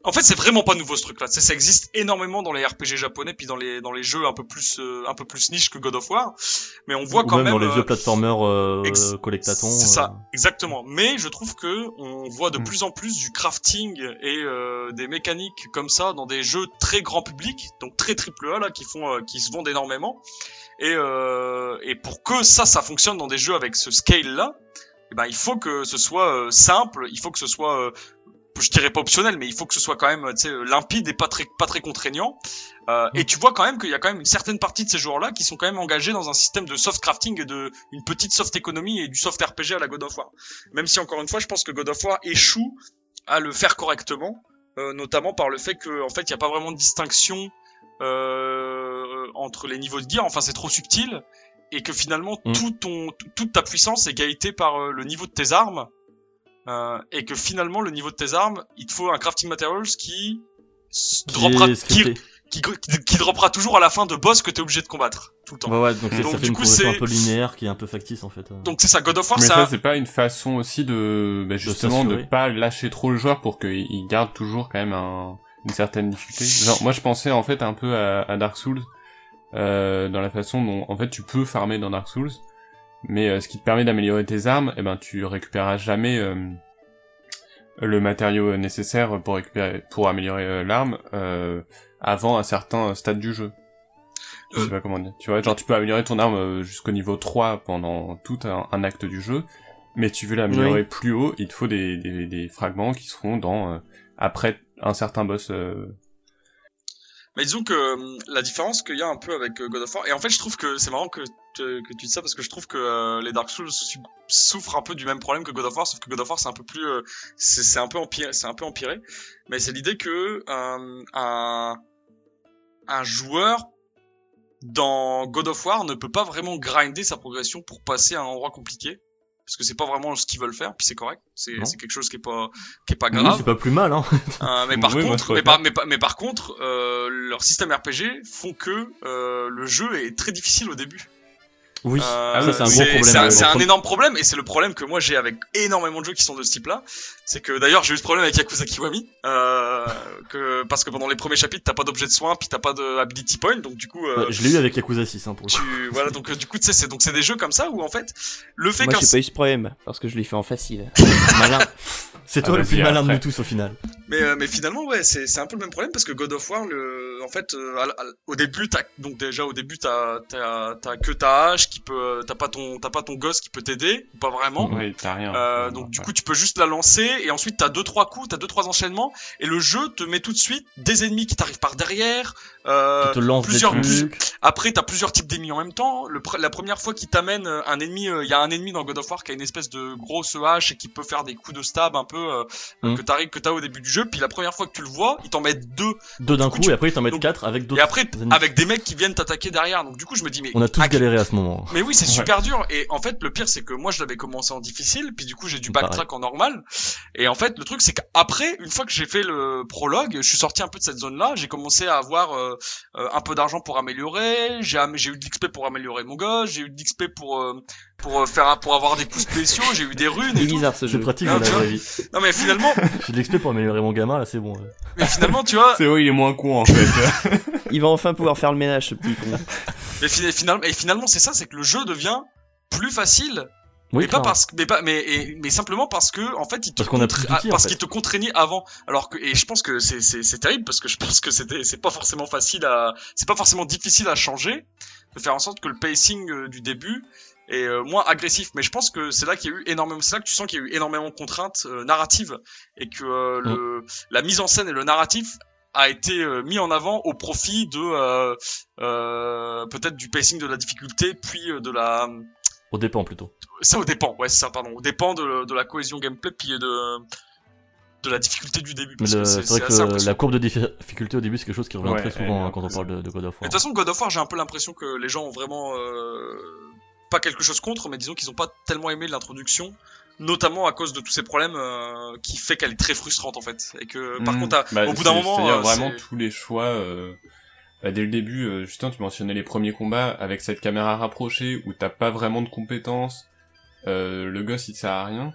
Speaker 6: en fait c'est vraiment pas nouveau ce truc là. C'est ça existe énormément dans les RPG japonais puis dans les dans les jeux un peu plus euh, un peu plus niche que God of War. Mais on voit
Speaker 4: Ou
Speaker 6: quand même,
Speaker 4: dans les
Speaker 6: euh,
Speaker 4: vieux platformers euh,
Speaker 6: ex-
Speaker 4: collectatons.
Speaker 6: c'est ça,
Speaker 4: euh,
Speaker 6: exactement. Mais je trouve que on voit de
Speaker 5: Mm.
Speaker 6: plus en plus du crafting et euh, des mécaniques comme ça dans des jeux très grand public, donc très triple A là, qui font, euh, qui se vendent énormément. Et, euh, et pour que ça, ça fonctionne dans des jeux avec ce scale là, eh ben il faut que ce soit euh, simple, il faut que ce soit euh, je dirais pas optionnel, mais il faut que ce soit quand même tu sais, limpide et pas très pas très contraignant. Euh,
Speaker 4: Mm.
Speaker 6: et tu vois quand même qu'il y a quand même une certaine partie de ces joueurs-là qui sont quand même engagés dans un système de soft crafting et de une petite soft économie et du soft RPG à la God of War. Même si encore une fois, je pense que God of War échoue à le faire correctement, euh, notamment par le fait que en fait il n'y a pas vraiment de distinction euh, entre les niveaux de gear. Enfin, c'est trop subtil et que finalement
Speaker 4: Mm.
Speaker 6: tout ton tout- toute ta puissance est gaïtée par euh, le niveau de tes armes. Euh, et que finalement le niveau de tes armes, il te faut un crafting materials qui, s-
Speaker 4: qui
Speaker 6: droppera,
Speaker 4: est
Speaker 6: qui,
Speaker 4: scripté.
Speaker 6: qui, qui, qui droppera toujours à la fin de boss que t'es obligé de combattre tout le temps.
Speaker 4: Ouais, ouais, donc, c'est-
Speaker 6: Donc,
Speaker 4: ça fait
Speaker 6: du
Speaker 4: une
Speaker 6: coup,
Speaker 4: progression
Speaker 6: c'est-
Speaker 4: un peu linéaire qui est un peu factice en fait. euh.
Speaker 6: Donc c'est ça, God of War,
Speaker 5: Mais
Speaker 6: ça,
Speaker 5: ça, c'est pas une façon aussi de, bah, justement, de,
Speaker 4: s'assurer.
Speaker 5: pas lâcher trop le joueur pour qu'il il garde toujours quand même un- une certaine difficulté. Genre, moi, je pensais en fait un peu à, à Dark Souls, euh, dans la façon dont, en fait, tu peux farmer dans Dark Souls, mais euh, ce qui te permet d'améliorer tes armes, eh ben, tu récupéreras jamais euh, le matériau nécessaire pour récupérer, pour améliorer euh, l'arme euh, avant un certain euh, stade du jeu. Je
Speaker 6: Euh.
Speaker 5: sais pas comment dire. Tu vois, genre tu peux améliorer ton arme euh, jusqu'au niveau 3 pendant tout un, un acte du jeu, mais tu veux l'améliorer plus haut, il te faut des, des, des fragments qui seront dans euh, après un certain boss. euh,
Speaker 6: Mais disons que euh, la différence qu'il y a un peu avec euh, God of War, et en fait je trouve que c'est marrant que, te- que tu dis ça parce que je trouve que euh, les Dark Souls su- souffrent un peu du même problème que God of War, sauf que God of War c'est un peu plus, euh, c'est c'est un peu empiré, c'est un peu empiré, mais c'est l'idée que euh, un, un joueur dans God of War ne peut pas vraiment grinder sa progression pour passer à un endroit compliqué. Parce que c'est pas vraiment ce qu'ils veulent faire, puis c'est correct, c'est
Speaker 4: Non.
Speaker 6: c'est quelque chose qui est pas qui est pas
Speaker 4: Oui,
Speaker 6: grave.
Speaker 4: c'est pas plus mal, hein.
Speaker 6: Euh, mais par
Speaker 5: Oui, moi, je
Speaker 6: contre,
Speaker 5: trouvais
Speaker 6: mais par, mais, par- mais par contre, euh, leur système RPG font que euh, le jeu est très difficile au début.
Speaker 4: Oui,
Speaker 6: Euh,
Speaker 4: ça c'est un gros problème.
Speaker 6: C'est un,
Speaker 4: euh,
Speaker 6: c'est
Speaker 4: dans
Speaker 6: un
Speaker 4: le
Speaker 6: énorme problème et c'est le problème que moi j'ai avec énormément de jeux qui sont de ce type-là. C'est que d'ailleurs j'ai eu ce problème avec Yakuza Kiwami, euh, que parce que pendant les premiers chapitres t'as pas d'objet de soin puis t'as pas de ability point, donc du coup euh,
Speaker 4: premier- Ouais, je l'ai eu avec Yakuza 6 hein, pour le coup.
Speaker 6: tu voilà donc euh, du coup tu sais c'est donc c'est des jeux comme ça où en fait le fait
Speaker 3: Moi,
Speaker 6: qu'un
Speaker 3: j'ai pas eu ce problème parce que je l'ai fait en facile.
Speaker 4: Malin. C'est
Speaker 5: Ah,
Speaker 4: toi le
Speaker 5: vas-y,
Speaker 4: plus malin de
Speaker 5: après.
Speaker 4: nous tous au final.
Speaker 6: Mais, euh, mais finalement, ouais, c'est c'est un peu le même problème parce que God of War, le, en fait, euh, à la- à la- au début, t'as donc déjà au début, t'as t'as t'as que ta hache qui peut, euh, t'as pas ton t'as pas ton gosse qui peut t'aider, ou pas vraiment.
Speaker 5: ouais, t'as rien.
Speaker 6: Euh, donc du coup, tu peux juste la lancer et ensuite t'as deux trois coups, t'as deux trois enchaînements et le jeu te met tout de suite des ennemis qui t'arrivent par derrière. Euh,
Speaker 4: Tu te lances des
Speaker 6: plusieurs-
Speaker 4: trucs.
Speaker 6: après, t'as plusieurs types d'ennemis en même temps. Le pre- la première fois qu'il t'amène euh, un ennemi, il y a un ennemi dans God of War qui a une espèce de grosse hache et qui peut faire des coups de stab un peu euh,
Speaker 4: Mm.
Speaker 6: que t'arrives que t'as au début du jeu. Puis la première fois que tu le vois, il t'en met deux.
Speaker 4: Deux d'un
Speaker 6: Du coup,
Speaker 4: coup,
Speaker 6: tu-
Speaker 4: et après ils t'en mettent
Speaker 6: donc-
Speaker 4: quatre avec
Speaker 6: Et
Speaker 4: d'autres.
Speaker 6: après,
Speaker 4: ennemis.
Speaker 6: avec des mecs qui viennent t'attaquer derrière. Donc du coup, je me dis mais
Speaker 4: On a tous
Speaker 6: à-
Speaker 4: galéré à ce moment. hein.
Speaker 6: mais oui, c'est
Speaker 5: Ouais.
Speaker 6: super dur. Et en fait, le pire, c'est que moi, je l'avais commencé en difficile, puis du coup, j'ai dû
Speaker 4: Pareil.
Speaker 6: backtrack en normal. Et en fait, le truc, c'est qu'après, une fois que j'ai fait le prologue, je suis sorti un peu de cette zone-là. J'ai commencé à avoir euh, euh, un peu d'argent pour améliorer. J'ai am- j'ai eu de l'XP pour améliorer mon gosse. J'ai eu de l'XP pour euh, pour euh, faire pour avoir des coups spéciaux. J'ai eu des runes
Speaker 3: Il est
Speaker 6: et tout.
Speaker 3: bizarre ce
Speaker 4: C'est
Speaker 3: jeu.
Speaker 4: pratique
Speaker 6: Ah,
Speaker 4: dans la
Speaker 6: tu vois.
Speaker 4: vraie vie.
Speaker 6: Non mais finalement,
Speaker 4: J'ai de l'XP pour améliorer mon gamin, là c'est bon. ouais.
Speaker 6: mais finalement, tu vois,
Speaker 5: *laughs* c'est vrai, il est moins con en fait.
Speaker 3: Il va enfin pouvoir faire le ménage, ce petit con.
Speaker 6: mais fina- finalement, et finalement, c'est ça, c'est que le jeu devient plus facile
Speaker 4: Oui,
Speaker 6: mais pas
Speaker 4: clairement.
Speaker 6: parce que, mais pas, mais, et- mais simplement parce que, en fait, il te
Speaker 4: Parce qu'on a plus
Speaker 6: contra- ah,
Speaker 4: d'outils, en
Speaker 6: parce
Speaker 4: fait.
Speaker 6: qu'il te contraignait avant. Alors que, et je pense que c'est, c'est, c'est terrible parce que je pense que c'était, c'est pas forcément facile à, c'est pas forcément difficile à changer, de faire en sorte que le pacing euh, du début est euh, moins agressif. Mais je pense que c'est là qu'il y a eu énormément, c'est là que tu sens qu'il y a eu énormément de contraintes euh, narratives et que euh, le, la mise en scène et le narratif a été euh, mis en avant au profit de euh, euh, peut-être du pacing de la difficulté puis euh, de la
Speaker 4: Au dépend plutôt.
Speaker 6: ça au dépend, ouais, c'est ça, pardon. Au dépend de, de la cohésion gameplay, puis de, de la difficulté du début.
Speaker 4: Mais
Speaker 6: Parce
Speaker 4: le-
Speaker 6: que
Speaker 4: c'est
Speaker 6: c'est
Speaker 4: vrai
Speaker 6: c'est assez
Speaker 4: que la
Speaker 6: impressionnant.
Speaker 4: courbe de difficulté au début c'est quelque chose qui revient
Speaker 5: Ouais,
Speaker 4: très
Speaker 5: elle est
Speaker 4: souvent hein, quand on
Speaker 5: impressionnante.
Speaker 4: parle de, de God of
Speaker 6: Mais
Speaker 4: War.
Speaker 6: De toute façon, God of War, j'ai un peu l'impression que les gens ont vraiment euh, pas quelque chose contre, mais disons qu'ils ont pas tellement aimé l'introduction, notamment à cause de tous ces problèmes euh, qui fait qu'elle est très frustrante en fait. Et que Euh, par
Speaker 5: Mm.
Speaker 6: contre, à-
Speaker 5: Bah,
Speaker 6: au bout d'un
Speaker 5: c'est-
Speaker 6: moment,
Speaker 5: c'est-à-dire
Speaker 6: euh,
Speaker 5: vraiment
Speaker 6: c'est-
Speaker 5: tous les choix. euh, bah, dès le début, euh, justement, tu mentionnais les premiers combats avec cette caméra rapprochée où t'as pas vraiment de compétences. euh, le gosse il te sert à rien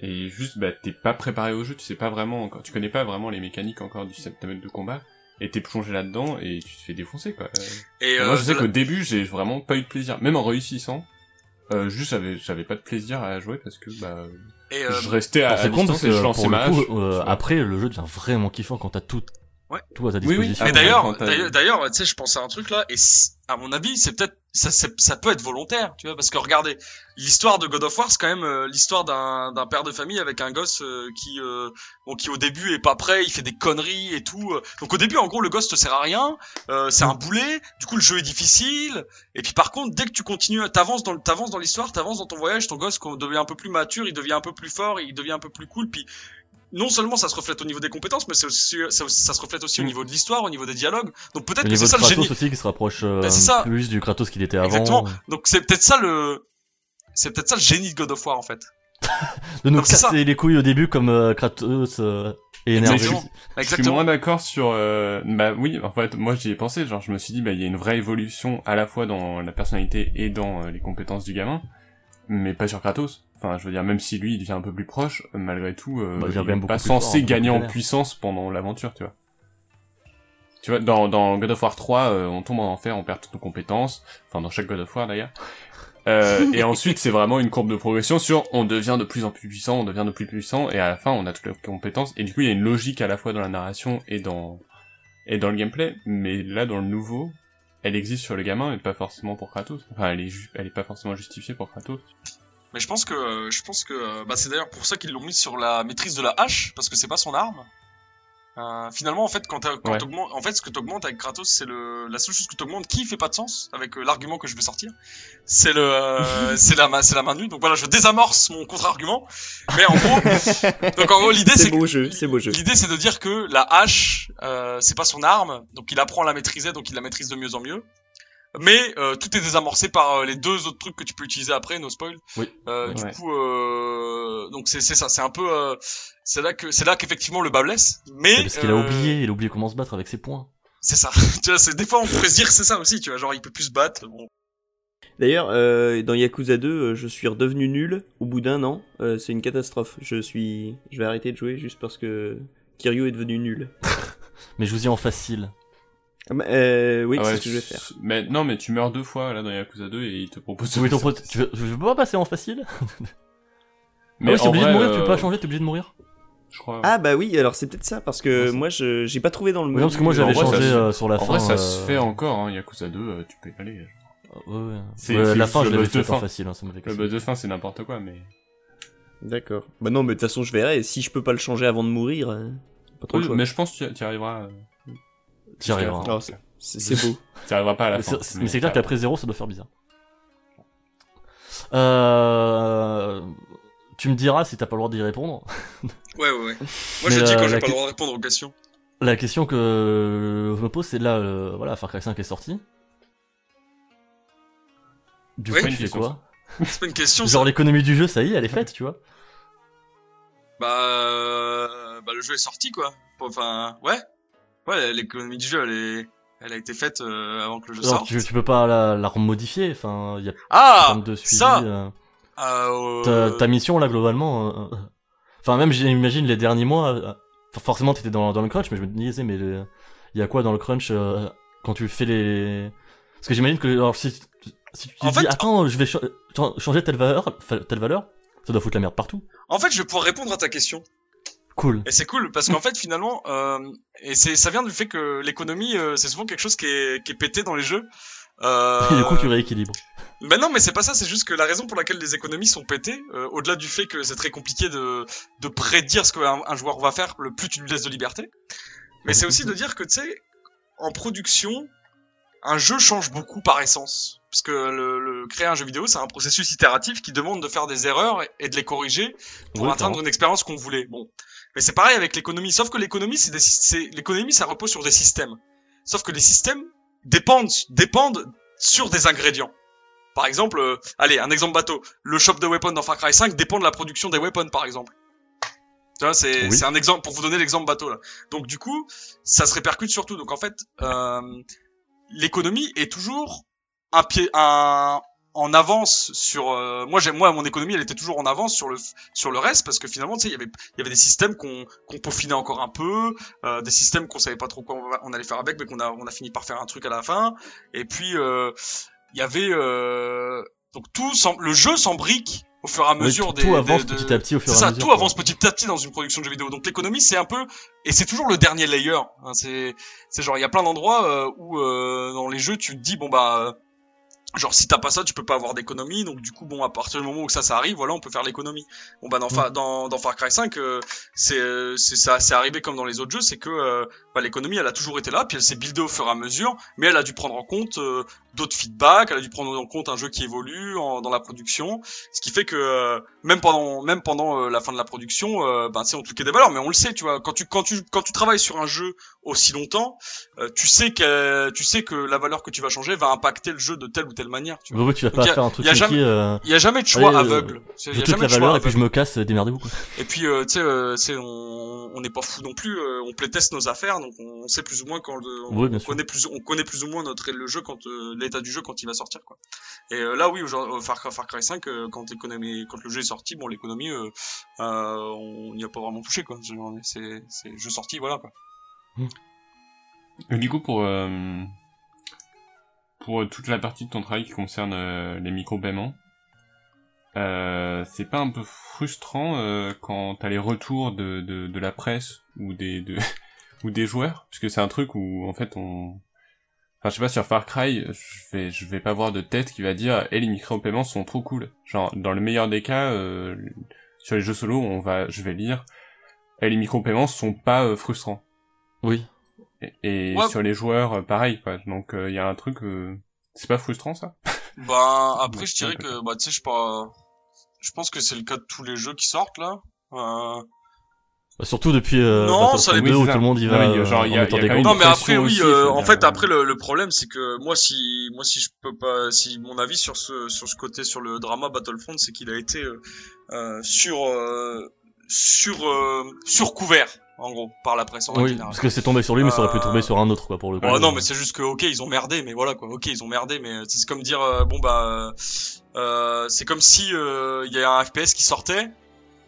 Speaker 5: et juste bah t'es pas préparé au jeu, tu sais pas vraiment encore, tu connais pas vraiment les mécaniques encore du système de combat et t'es plongé là-dedans et tu te fais défoncer quoi. Euh,
Speaker 6: Et
Speaker 5: Moi
Speaker 6: euh,
Speaker 5: je sais
Speaker 6: de
Speaker 5: qu'au
Speaker 6: la-
Speaker 5: début j'ai vraiment pas eu de plaisir, même en réussissant, euh, juste j'avais j'avais pas de plaisir à jouer parce que bah
Speaker 6: et, euh,
Speaker 5: je restais à,
Speaker 4: Alors,
Speaker 5: à
Speaker 4: c'est con parce
Speaker 5: distance et
Speaker 4: que
Speaker 5: je
Speaker 4: pour
Speaker 5: lançais
Speaker 4: le
Speaker 5: ma
Speaker 4: coup,
Speaker 5: hache.
Speaker 4: euh,
Speaker 5: Ouais.
Speaker 4: après le jeu devient vraiment kiffant quand t'as tout,
Speaker 6: Ouais.
Speaker 4: tout à ta
Speaker 5: Oui, oui. Ah
Speaker 4: disposition.
Speaker 6: Mais
Speaker 5: ouais,
Speaker 6: d'ailleurs,
Speaker 5: quand t'as-
Speaker 6: d'ailleurs, d'ailleurs, tu sais, je pensais à un truc là, et c- à mon avis, c'est peut-être ça, c'est- ça peut être volontaire, tu vois, parce que regardez, l'histoire de God of War, c'est quand même euh, l'histoire d'un d'un père de famille avec un gosse euh, qui, euh, bon, qui au début est pas prêt, il fait des conneries et tout. euh. Donc au début, en gros, le gosse te sert à rien, euh, c'est un boulet. Du coup, le jeu est difficile. Et puis par contre, dès que tu continues, t'avances dans, le- t'avances dans l'histoire, t'avances dans ton voyage, ton gosse qu'on devient un peu plus mature, il devient un peu plus fort, il devient un peu plus cool, puis non seulement ça se reflète au niveau des compétences, mais c'est aussi, ça, aussi- ça se reflète aussi au
Speaker 5: Mm.
Speaker 6: niveau de l'histoire, au niveau des dialogues. Donc peut-être
Speaker 4: Le
Speaker 6: que
Speaker 4: niveau
Speaker 6: c'est ça
Speaker 4: de
Speaker 6: le génie.
Speaker 4: Kratos aussi qui se rapproche euh,
Speaker 6: Bah, c'est ça.
Speaker 4: plus du Kratos qu'il était avant.
Speaker 6: Exactement. Donc c'est peut-être ça le, c'est peut-être ça le génie de God of War en fait.
Speaker 4: De nous
Speaker 6: Non, c'est ça.
Speaker 4: casser les couilles au début comme euh, Kratos euh, et énervé.
Speaker 6: Exactement.
Speaker 5: Je suis
Speaker 6: Exactement.
Speaker 5: moins d'accord sur. euh, Bah oui, en fait, moi j'y ai pensé. Genre, je me suis dit, bah il y a une vraie évolution à la fois dans la personnalité et dans euh, les compétences du gamin, mais pas sur Kratos. Enfin, je veux dire, même si lui il devient un peu plus proche, euh, malgré tout, euh,
Speaker 4: Bah, il
Speaker 5: il
Speaker 4: devient quand
Speaker 5: est
Speaker 4: même beaucoup
Speaker 5: pas
Speaker 4: plus
Speaker 5: censé
Speaker 4: fort, beaucoup
Speaker 5: gagner
Speaker 4: plus
Speaker 5: en
Speaker 4: vénère.
Speaker 5: puissance pendant l'aventure, tu vois. Tu vois, dans, dans God of War 3, euh, on tombe en enfer, on perd toutes nos compétences. Enfin, dans chaque God of War d'ailleurs. Euh,
Speaker 4: *laughs*
Speaker 5: et ensuite, c'est vraiment une courbe de progression sur on devient de plus en plus puissant, on devient de plus puissant, et à la fin, on a toutes les compétences. Et du coup, il y a une logique à la fois dans la narration et dans et dans le gameplay, mais là, dans le nouveau, elle existe sur le gamin, mais pas forcément pour Kratos. Enfin, elle est ju- elle est pas forcément justifiée pour Kratos.
Speaker 6: Mais je pense que, euh, je pense que, euh, bah, c'est d'ailleurs pour ça qu'ils l'ont mis sur la maîtrise de la hache parce que c'est pas son arme. Euh, finalement, en fait, quand, t'as- quand
Speaker 5: Ouais.
Speaker 6: t'augmentes- en fait, ce que t'augmentes avec Kratos, c'est le, la seule chose que t'augmentes qui fait pas de sens avec euh, l'argument que je vais sortir, c'est le, euh, c'est la, ma- c'est la main nue. Donc voilà, je désamorce mon contre-argument. Mais en gros, donc en gros, l'idée c'est
Speaker 3: C'est
Speaker 6: que-
Speaker 3: beau jeu, c'est beau jeu.
Speaker 6: L'idée c'est de dire que la hache, euh, c'est pas son arme, donc il apprend à la maîtriser, donc il la maîtrise de mieux en mieux. Mais euh, tout est désamorcé par euh, les deux autres trucs que tu peux utiliser après, no spoil.
Speaker 4: Oui.
Speaker 6: Euh, Du
Speaker 5: Ouais.
Speaker 6: coup, euh, donc c'est c'est ça, c'est un peu, euh, c'est là que c'est là qu'effectivement le bas blesse. Mais
Speaker 4: C'est Parce qu'il a
Speaker 6: euh,
Speaker 4: oublié, il a oublié comment se battre avec ses points.
Speaker 6: C'est ça. *laughs* tu vois, c'est des fois on pourrait se dire c'est ça aussi, tu vois, genre il peut plus se battre. Bon.
Speaker 3: D'ailleurs, euh, dans Yakuza 2, euh, je suis redevenu nul au bout d'un an. Euh, c'est une catastrophe. Je suis, je vais arrêter de jouer juste parce que Kiryu est devenu nul.
Speaker 4: Mais je vous y
Speaker 3: *laughs*
Speaker 4: en facile.
Speaker 3: Ah bah, euh, oui,
Speaker 5: Ah
Speaker 3: c'est
Speaker 5: ouais,
Speaker 3: ce que je vais faire.
Speaker 5: Mais non, mais tu meurs deux fois là dans Yakuza 2 et il te propose. de
Speaker 4: Oui, ton
Speaker 5: passer.
Speaker 4: pote, tu veux, tu veux pas passer en facile
Speaker 5: Mais
Speaker 4: ah oui, c'est
Speaker 5: en
Speaker 4: obligé de
Speaker 5: vrai,
Speaker 4: mourir, tu peux pas
Speaker 5: euh,
Speaker 4: changer, t'es obligé de mourir.
Speaker 5: Je crois.
Speaker 3: Ah bah oui, alors c'est peut-être ça parce que
Speaker 4: Ouais, c'est-
Speaker 3: moi je j'ai pas trouvé dans le
Speaker 4: Oui, non, parce que moi
Speaker 5: en
Speaker 4: j'avais
Speaker 5: vrai, ça
Speaker 4: changé
Speaker 5: se-
Speaker 4: euh, sur la
Speaker 5: en
Speaker 4: fin.
Speaker 5: vrai, ça
Speaker 4: euh,
Speaker 5: se fait encore. Hein, Yakuza 2, euh, tu peux y aller.
Speaker 4: Ouais, ouais.
Speaker 5: C'est-
Speaker 4: Ouais,
Speaker 5: c'est
Speaker 4: la
Speaker 5: juste
Speaker 4: fin,
Speaker 5: le
Speaker 4: je l'avais
Speaker 5: boss de
Speaker 4: fait en
Speaker 5: fin.
Speaker 4: facile, hein, ça m'avait
Speaker 5: Le
Speaker 4: cassé.
Speaker 5: boss de fin, c'est n'importe quoi, mais.
Speaker 3: D'accord. Bah non, mais de toute façon je verrai. Si je peux pas le changer avant de mourir, euh, pas trop le
Speaker 5: Oui,
Speaker 3: choix.
Speaker 5: mais je pense que tu y- tu y arriveras. euh,
Speaker 4: T'y arriveras.
Speaker 3: Oh, c'est- c'est c'est beau.
Speaker 5: Tu y arriveras pas à la
Speaker 4: Mais
Speaker 5: fin.
Speaker 4: c'est- Mais c'est clair qu'après 0, ça doit faire bizarre. Euh... Tu me diras si t'as pas le droit d'y répondre.
Speaker 6: Ouais, ouais, ouais. Moi
Speaker 4: Mais
Speaker 6: je dis
Speaker 4: la-
Speaker 6: quand j'ai
Speaker 4: la
Speaker 6: pas
Speaker 4: que-
Speaker 6: le droit de répondre aux questions.
Speaker 4: La question que je me pose, c'est là, euh, voilà, Far Cry 5 est sorti. Du
Speaker 6: Oui.
Speaker 4: coup,
Speaker 5: Bonne
Speaker 4: tu fais
Speaker 5: question,
Speaker 4: quoi
Speaker 6: C'est pas une question.
Speaker 4: Genre
Speaker 6: ça.
Speaker 4: l'économie du jeu, ça y est, elle est faite, tu vois.
Speaker 6: Bah, euh, bah le jeu est sorti quoi. Enfin, ouais. Ouais, l'économie du jeu, elle, est... elle a été faite euh, avant que le jeu
Speaker 4: Genre,
Speaker 6: sorte.
Speaker 4: tu, tu peux pas la, la remodifier, enfin, il y a plein
Speaker 6: Ah
Speaker 4: de suivi.
Speaker 6: ça
Speaker 4: euh.
Speaker 6: euh,
Speaker 4: Ta,
Speaker 6: euh,
Speaker 4: ta mission, là, globalement... euh, euh, Enfin, même, j'imagine, les derniers mois... euh, enfin, forcément, t'étais dans, dans le crunch, mais je me disais, mais le- il y a quoi dans le crunch euh, quand tu fais les... Parce que j'imagine que alors, si, si tu te
Speaker 6: En
Speaker 4: dis,
Speaker 6: fait-
Speaker 4: attends, je vais cha- changer telle valeur, fa- telle valeur, ça doit foutre la merde partout.
Speaker 6: En fait, je vais pouvoir répondre à ta question.
Speaker 4: Cool.
Speaker 6: Et c'est cool parce qu'en fait, finalement, euh, et c'est ça vient du fait que l'économie, euh, c'est souvent quelque chose qui est, qui est pété dans les jeux. Euh,
Speaker 4: *laughs* Et du coup, tu rééquilibres.
Speaker 6: Ben non, mais c'est pas ça, c'est juste que la raison pour laquelle les économies sont pétées, euh, au-delà du fait que c'est très compliqué de, de prédire ce qu'un un joueur va faire, le plus tu lui laisses de liberté, mais c'est aussi de dire que, tu sais, en production, un jeu change beaucoup par essence. Parce que le, le- créer un jeu vidéo, c'est un processus itératif qui demande de faire des erreurs et, et de les corriger pour
Speaker 4: Ouais,
Speaker 6: atteindre une expérience qu'on voulait. Bon. Mais c'est pareil avec l'économie, sauf que l'économie, c'est des sy- c'est- l'économie, ça repose sur des systèmes. Sauf que les systèmes dépendent, dépendent sur des ingrédients. Par exemple, euh, allez, un exemple bateau. Le shop de weapons dans Far Cry 5 dépend de la production des weapons, par exemple. Tu vois, c'est
Speaker 4: Oui.
Speaker 6: c'est un exemple pour vous donner l'exemple bateau là. Donc du coup, ça se répercute surtout. Donc en fait, euh, l'économie est toujours un pied, un en avance sur euh, moi j'ai moi mon économie elle était toujours en avance sur le sur le reste parce que finalement tu sais il y avait il y avait des systèmes qu'on qu'on peaufinait encore un peu euh, des systèmes qu'on savait pas trop quoi on, va- on allait faire avec mais qu'on a on a fini par faire un truc à la fin et puis euh, il y avait euh, donc tout s'em- le jeu s'embrique au fur et à
Speaker 4: Oui,
Speaker 6: mesure
Speaker 4: tout,
Speaker 6: des
Speaker 4: tout
Speaker 6: des-
Speaker 4: avance
Speaker 6: de-
Speaker 4: petit à petit au fur
Speaker 6: c'est
Speaker 4: et à
Speaker 6: ça,
Speaker 4: mesure.
Speaker 6: tout
Speaker 4: quoi.
Speaker 6: avance petit à petit dans une production de jeux vidéo. Donc l'économie, c'est un peu, et c'est toujours le dernier layer. hein, c'est, c'est genre, il y a plein d'endroits euh, où euh, dans les jeux, tu te dis bon bah, euh, genre si t'as pas ça, tu peux pas avoir d'économie. Donc du coup, bon, à partir du moment où ça, ça arrive, voilà, on peut faire l'économie. Bon bah dans,
Speaker 4: Mm.
Speaker 6: Fa- dans, dans Far Cry 5, euh, c'est, euh, c'est ça, c'est arrivé comme dans les autres jeux, c'est que euh, bah, l'économie, elle a toujours été là, puis elle s'est buildée au fur et à mesure, mais elle a dû prendre en compte euh, d'autres feedbacks, elle a dû prendre en compte un jeu qui évolue en- dans la production, ce qui fait que euh, même pendant même pendant euh, la fin de la production, euh, ben tu sais, on truquait des valeurs, mais on le sait, tu vois, quand tu quand tu quand tu travailles sur un jeu aussi longtemps, euh, tu sais que tu sais que la valeur que tu vas changer va impacter le jeu de telle ou telle manière. Tu vois.
Speaker 4: Bah Oui, oui, tu vas
Speaker 6: Donc,
Speaker 4: pas
Speaker 6: y a-
Speaker 4: faire un truc
Speaker 6: y a
Speaker 4: qui
Speaker 6: jamais-
Speaker 4: euh,
Speaker 6: Il y a jamais de choix
Speaker 4: Allez, euh,
Speaker 6: aveugle. C'est- Il
Speaker 4: je
Speaker 6: y a
Speaker 4: toute
Speaker 6: jamais
Speaker 4: la
Speaker 6: de choix
Speaker 4: valeur et puis
Speaker 6: aveugle.
Speaker 4: je me casse, euh, démerdez-vous quoi.
Speaker 6: Et puis, euh, tu sais, euh, tu sais, on on n'est pas fou non plus. euh, on playtest nos affaires, donc on, on sait plus ou moins quand le- on,
Speaker 4: Oui, bien
Speaker 6: on
Speaker 4: sûr.
Speaker 6: connaît plus, on connaît plus ou moins notre le jeu quand euh, l'état du jeu quand il va sortir quoi. Et euh, là, oui, aujourd'hui, euh, Far, Cry- Far Cry 5, euh, quand l'économie, quand le jeu est sorti, bon, l'économie, euh, euh, on n'y a pas vraiment touché quoi. C'est- C'est c'est le jeu sorti, voilà quoi.
Speaker 5: Et du coup, pour, euh, pour euh, toute la partie de ton travail qui concerne euh, les micro-paiements, euh, c'est pas un peu frustrant euh, quand t'as les retours de, de, de la presse ou des, de, *laughs* ou des joueurs Parce que c'est un truc où, en fait, on... Enfin, je sais pas, sur Far Cry, je vais, je vais pas voir de tête qui va dire « Eh, les micro-paiements sont trop cool !» Genre, dans le meilleur des cas, euh, sur les jeux solo, on va, je vais lire « Eh, les micro-paiements sont pas euh, frustrants !»
Speaker 4: Oui.
Speaker 5: Et- Et
Speaker 6: Ouais.
Speaker 5: sur les joueurs, euh, pareil, quoi. Donc, il y a un truc... euh, C'est pas frustrant, ça
Speaker 6: Ben après,
Speaker 5: Ouais,
Speaker 6: je dirais
Speaker 5: ouais,
Speaker 6: que bah tu sais, je sais pas, je pense que c'est le cas de tous les jeux qui sortent là. Euh,
Speaker 4: Bah, Surtout depuis euh,
Speaker 6: Non,
Speaker 4: Battlefront
Speaker 6: ça les-
Speaker 4: 2
Speaker 5: Oui,
Speaker 4: où
Speaker 5: c'est
Speaker 4: tout le monde y va
Speaker 5: Non, mais,
Speaker 4: euh,
Speaker 5: genre,
Speaker 4: en
Speaker 5: il y a-
Speaker 4: mettant
Speaker 5: il y a
Speaker 4: des
Speaker 5: quand
Speaker 4: gros.
Speaker 5: même
Speaker 6: Non
Speaker 5: une
Speaker 6: mais
Speaker 5: pression
Speaker 6: après oui,
Speaker 5: aussi,
Speaker 6: euh,
Speaker 5: faut
Speaker 6: en
Speaker 5: dire,
Speaker 6: fait
Speaker 5: euh,
Speaker 6: après le, le problème c'est que moi si moi si je peux pas si mon avis sur ce sur ce côté sur le drama Battlefront c'est qu'il a été euh, euh, sur euh, sur euh, sur couvert en gros par la presse en règle
Speaker 4: Oui,
Speaker 6: générale.
Speaker 4: parce que c'est tombé sur lui mais ça aurait pu
Speaker 6: Euh,
Speaker 4: tomber sur un autre quoi pour le coup.
Speaker 6: Ouais, non, mais c'est juste que ok, ils ont merdé, mais voilà quoi. Ok, ils ont merdé, mais c'est comme dire euh, bon bah euh, euh, c'est comme si euh, il y a un FPS qui sortait.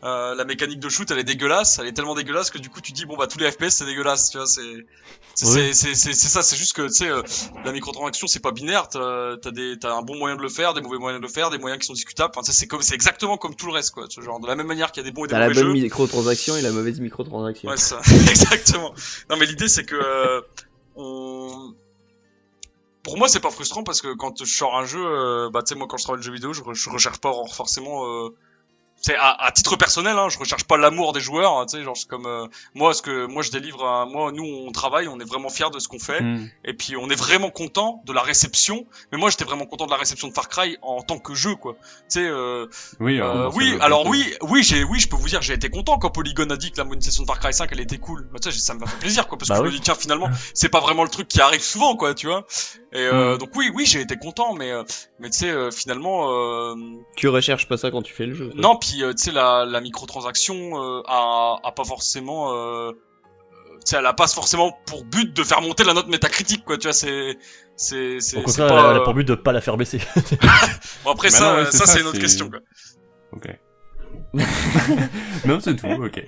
Speaker 6: euh, la mécanique de shoot, elle est dégueulasse, elle est tellement dégueulasse que du coup tu dis bon bah tous les FPS c'est dégueulasse, tu vois c'est c'est
Speaker 4: Oui.
Speaker 6: c'est- c'est c'est- c'est ça, c'est juste que tu sais euh, la microtransaction c'est pas binaire, t'as t'as des t'as un bon moyen de le faire, des mauvais moyens de le faire, des moyens qui sont discutables, enfin tu sais, c'est comme c'est exactement comme tout le reste quoi, ce genre de la même manière qu'il y a des bons et des
Speaker 3: T'as la
Speaker 6: mauvais
Speaker 3: bonne
Speaker 6: jeux.
Speaker 3: microtransaction et la mauvaise microtransaction.
Speaker 6: Ouais, c'est ça. *laughs* Exactement. Non, mais l'idée, c'est que. euh, on... Pour moi, c'est pas frustrant parce que quand je sors un jeu, euh, bah, tu sais, moi, quand je travaille le jeu vidéo, je, re- je recherche pas forcément. Euh... C'est à, à titre personnel, hein, je recherche pas l'amour des joueurs, hein, tu sais, genre c'est comme euh, moi, ce que moi je délivre, à, moi, nous on travaille, on est vraiment fiers de ce qu'on fait,
Speaker 5: Hmm.
Speaker 6: et puis on est vraiment content de la réception. Mais moi j'étais vraiment content de la réception de Far Cry en tant que jeu, quoi. Tu sais, euh,
Speaker 5: Oui,
Speaker 4: Ah,
Speaker 6: euh,
Speaker 5: alors,
Speaker 6: oui, alors oui, oui, j'ai, oui, je peux vous dire, j'ai été content quand Polygon a dit que la monétisation de Far Cry 5 elle était cool. Bah, tu sais, j'ai- ça me fait plaisir quoi, parce que
Speaker 4: Bah
Speaker 6: je me
Speaker 4: oui.
Speaker 6: dis tiens finalement c'est pas vraiment le truc qui arrive souvent quoi, tu vois. Et euh,
Speaker 4: Hmm.
Speaker 6: donc oui, oui, j'ai été content, mais euh, mais tu sais euh, finalement euh,
Speaker 3: Tu recherches pas ça quand tu fais le jeu. toi.
Speaker 6: non puis euh, tu sais la, la microtransaction euh, a, a pas forcément euh, euh, tu sais elle a pas forcément pour but de faire monter la note métacritique quoi, tu vois c'est c'est c'est
Speaker 4: Au
Speaker 6: c'est
Speaker 4: contraire, elle a- elle a
Speaker 6: euh,
Speaker 4: pour but de pas la faire baisser.
Speaker 6: bon, après
Speaker 5: Bah
Speaker 6: ça
Speaker 5: non, ouais,
Speaker 6: euh,
Speaker 5: c'est
Speaker 6: ça
Speaker 5: ça,
Speaker 6: c'est une autre
Speaker 5: c'est-
Speaker 6: question quoi.
Speaker 5: Ok. *laughs* non, c'est tout, ok.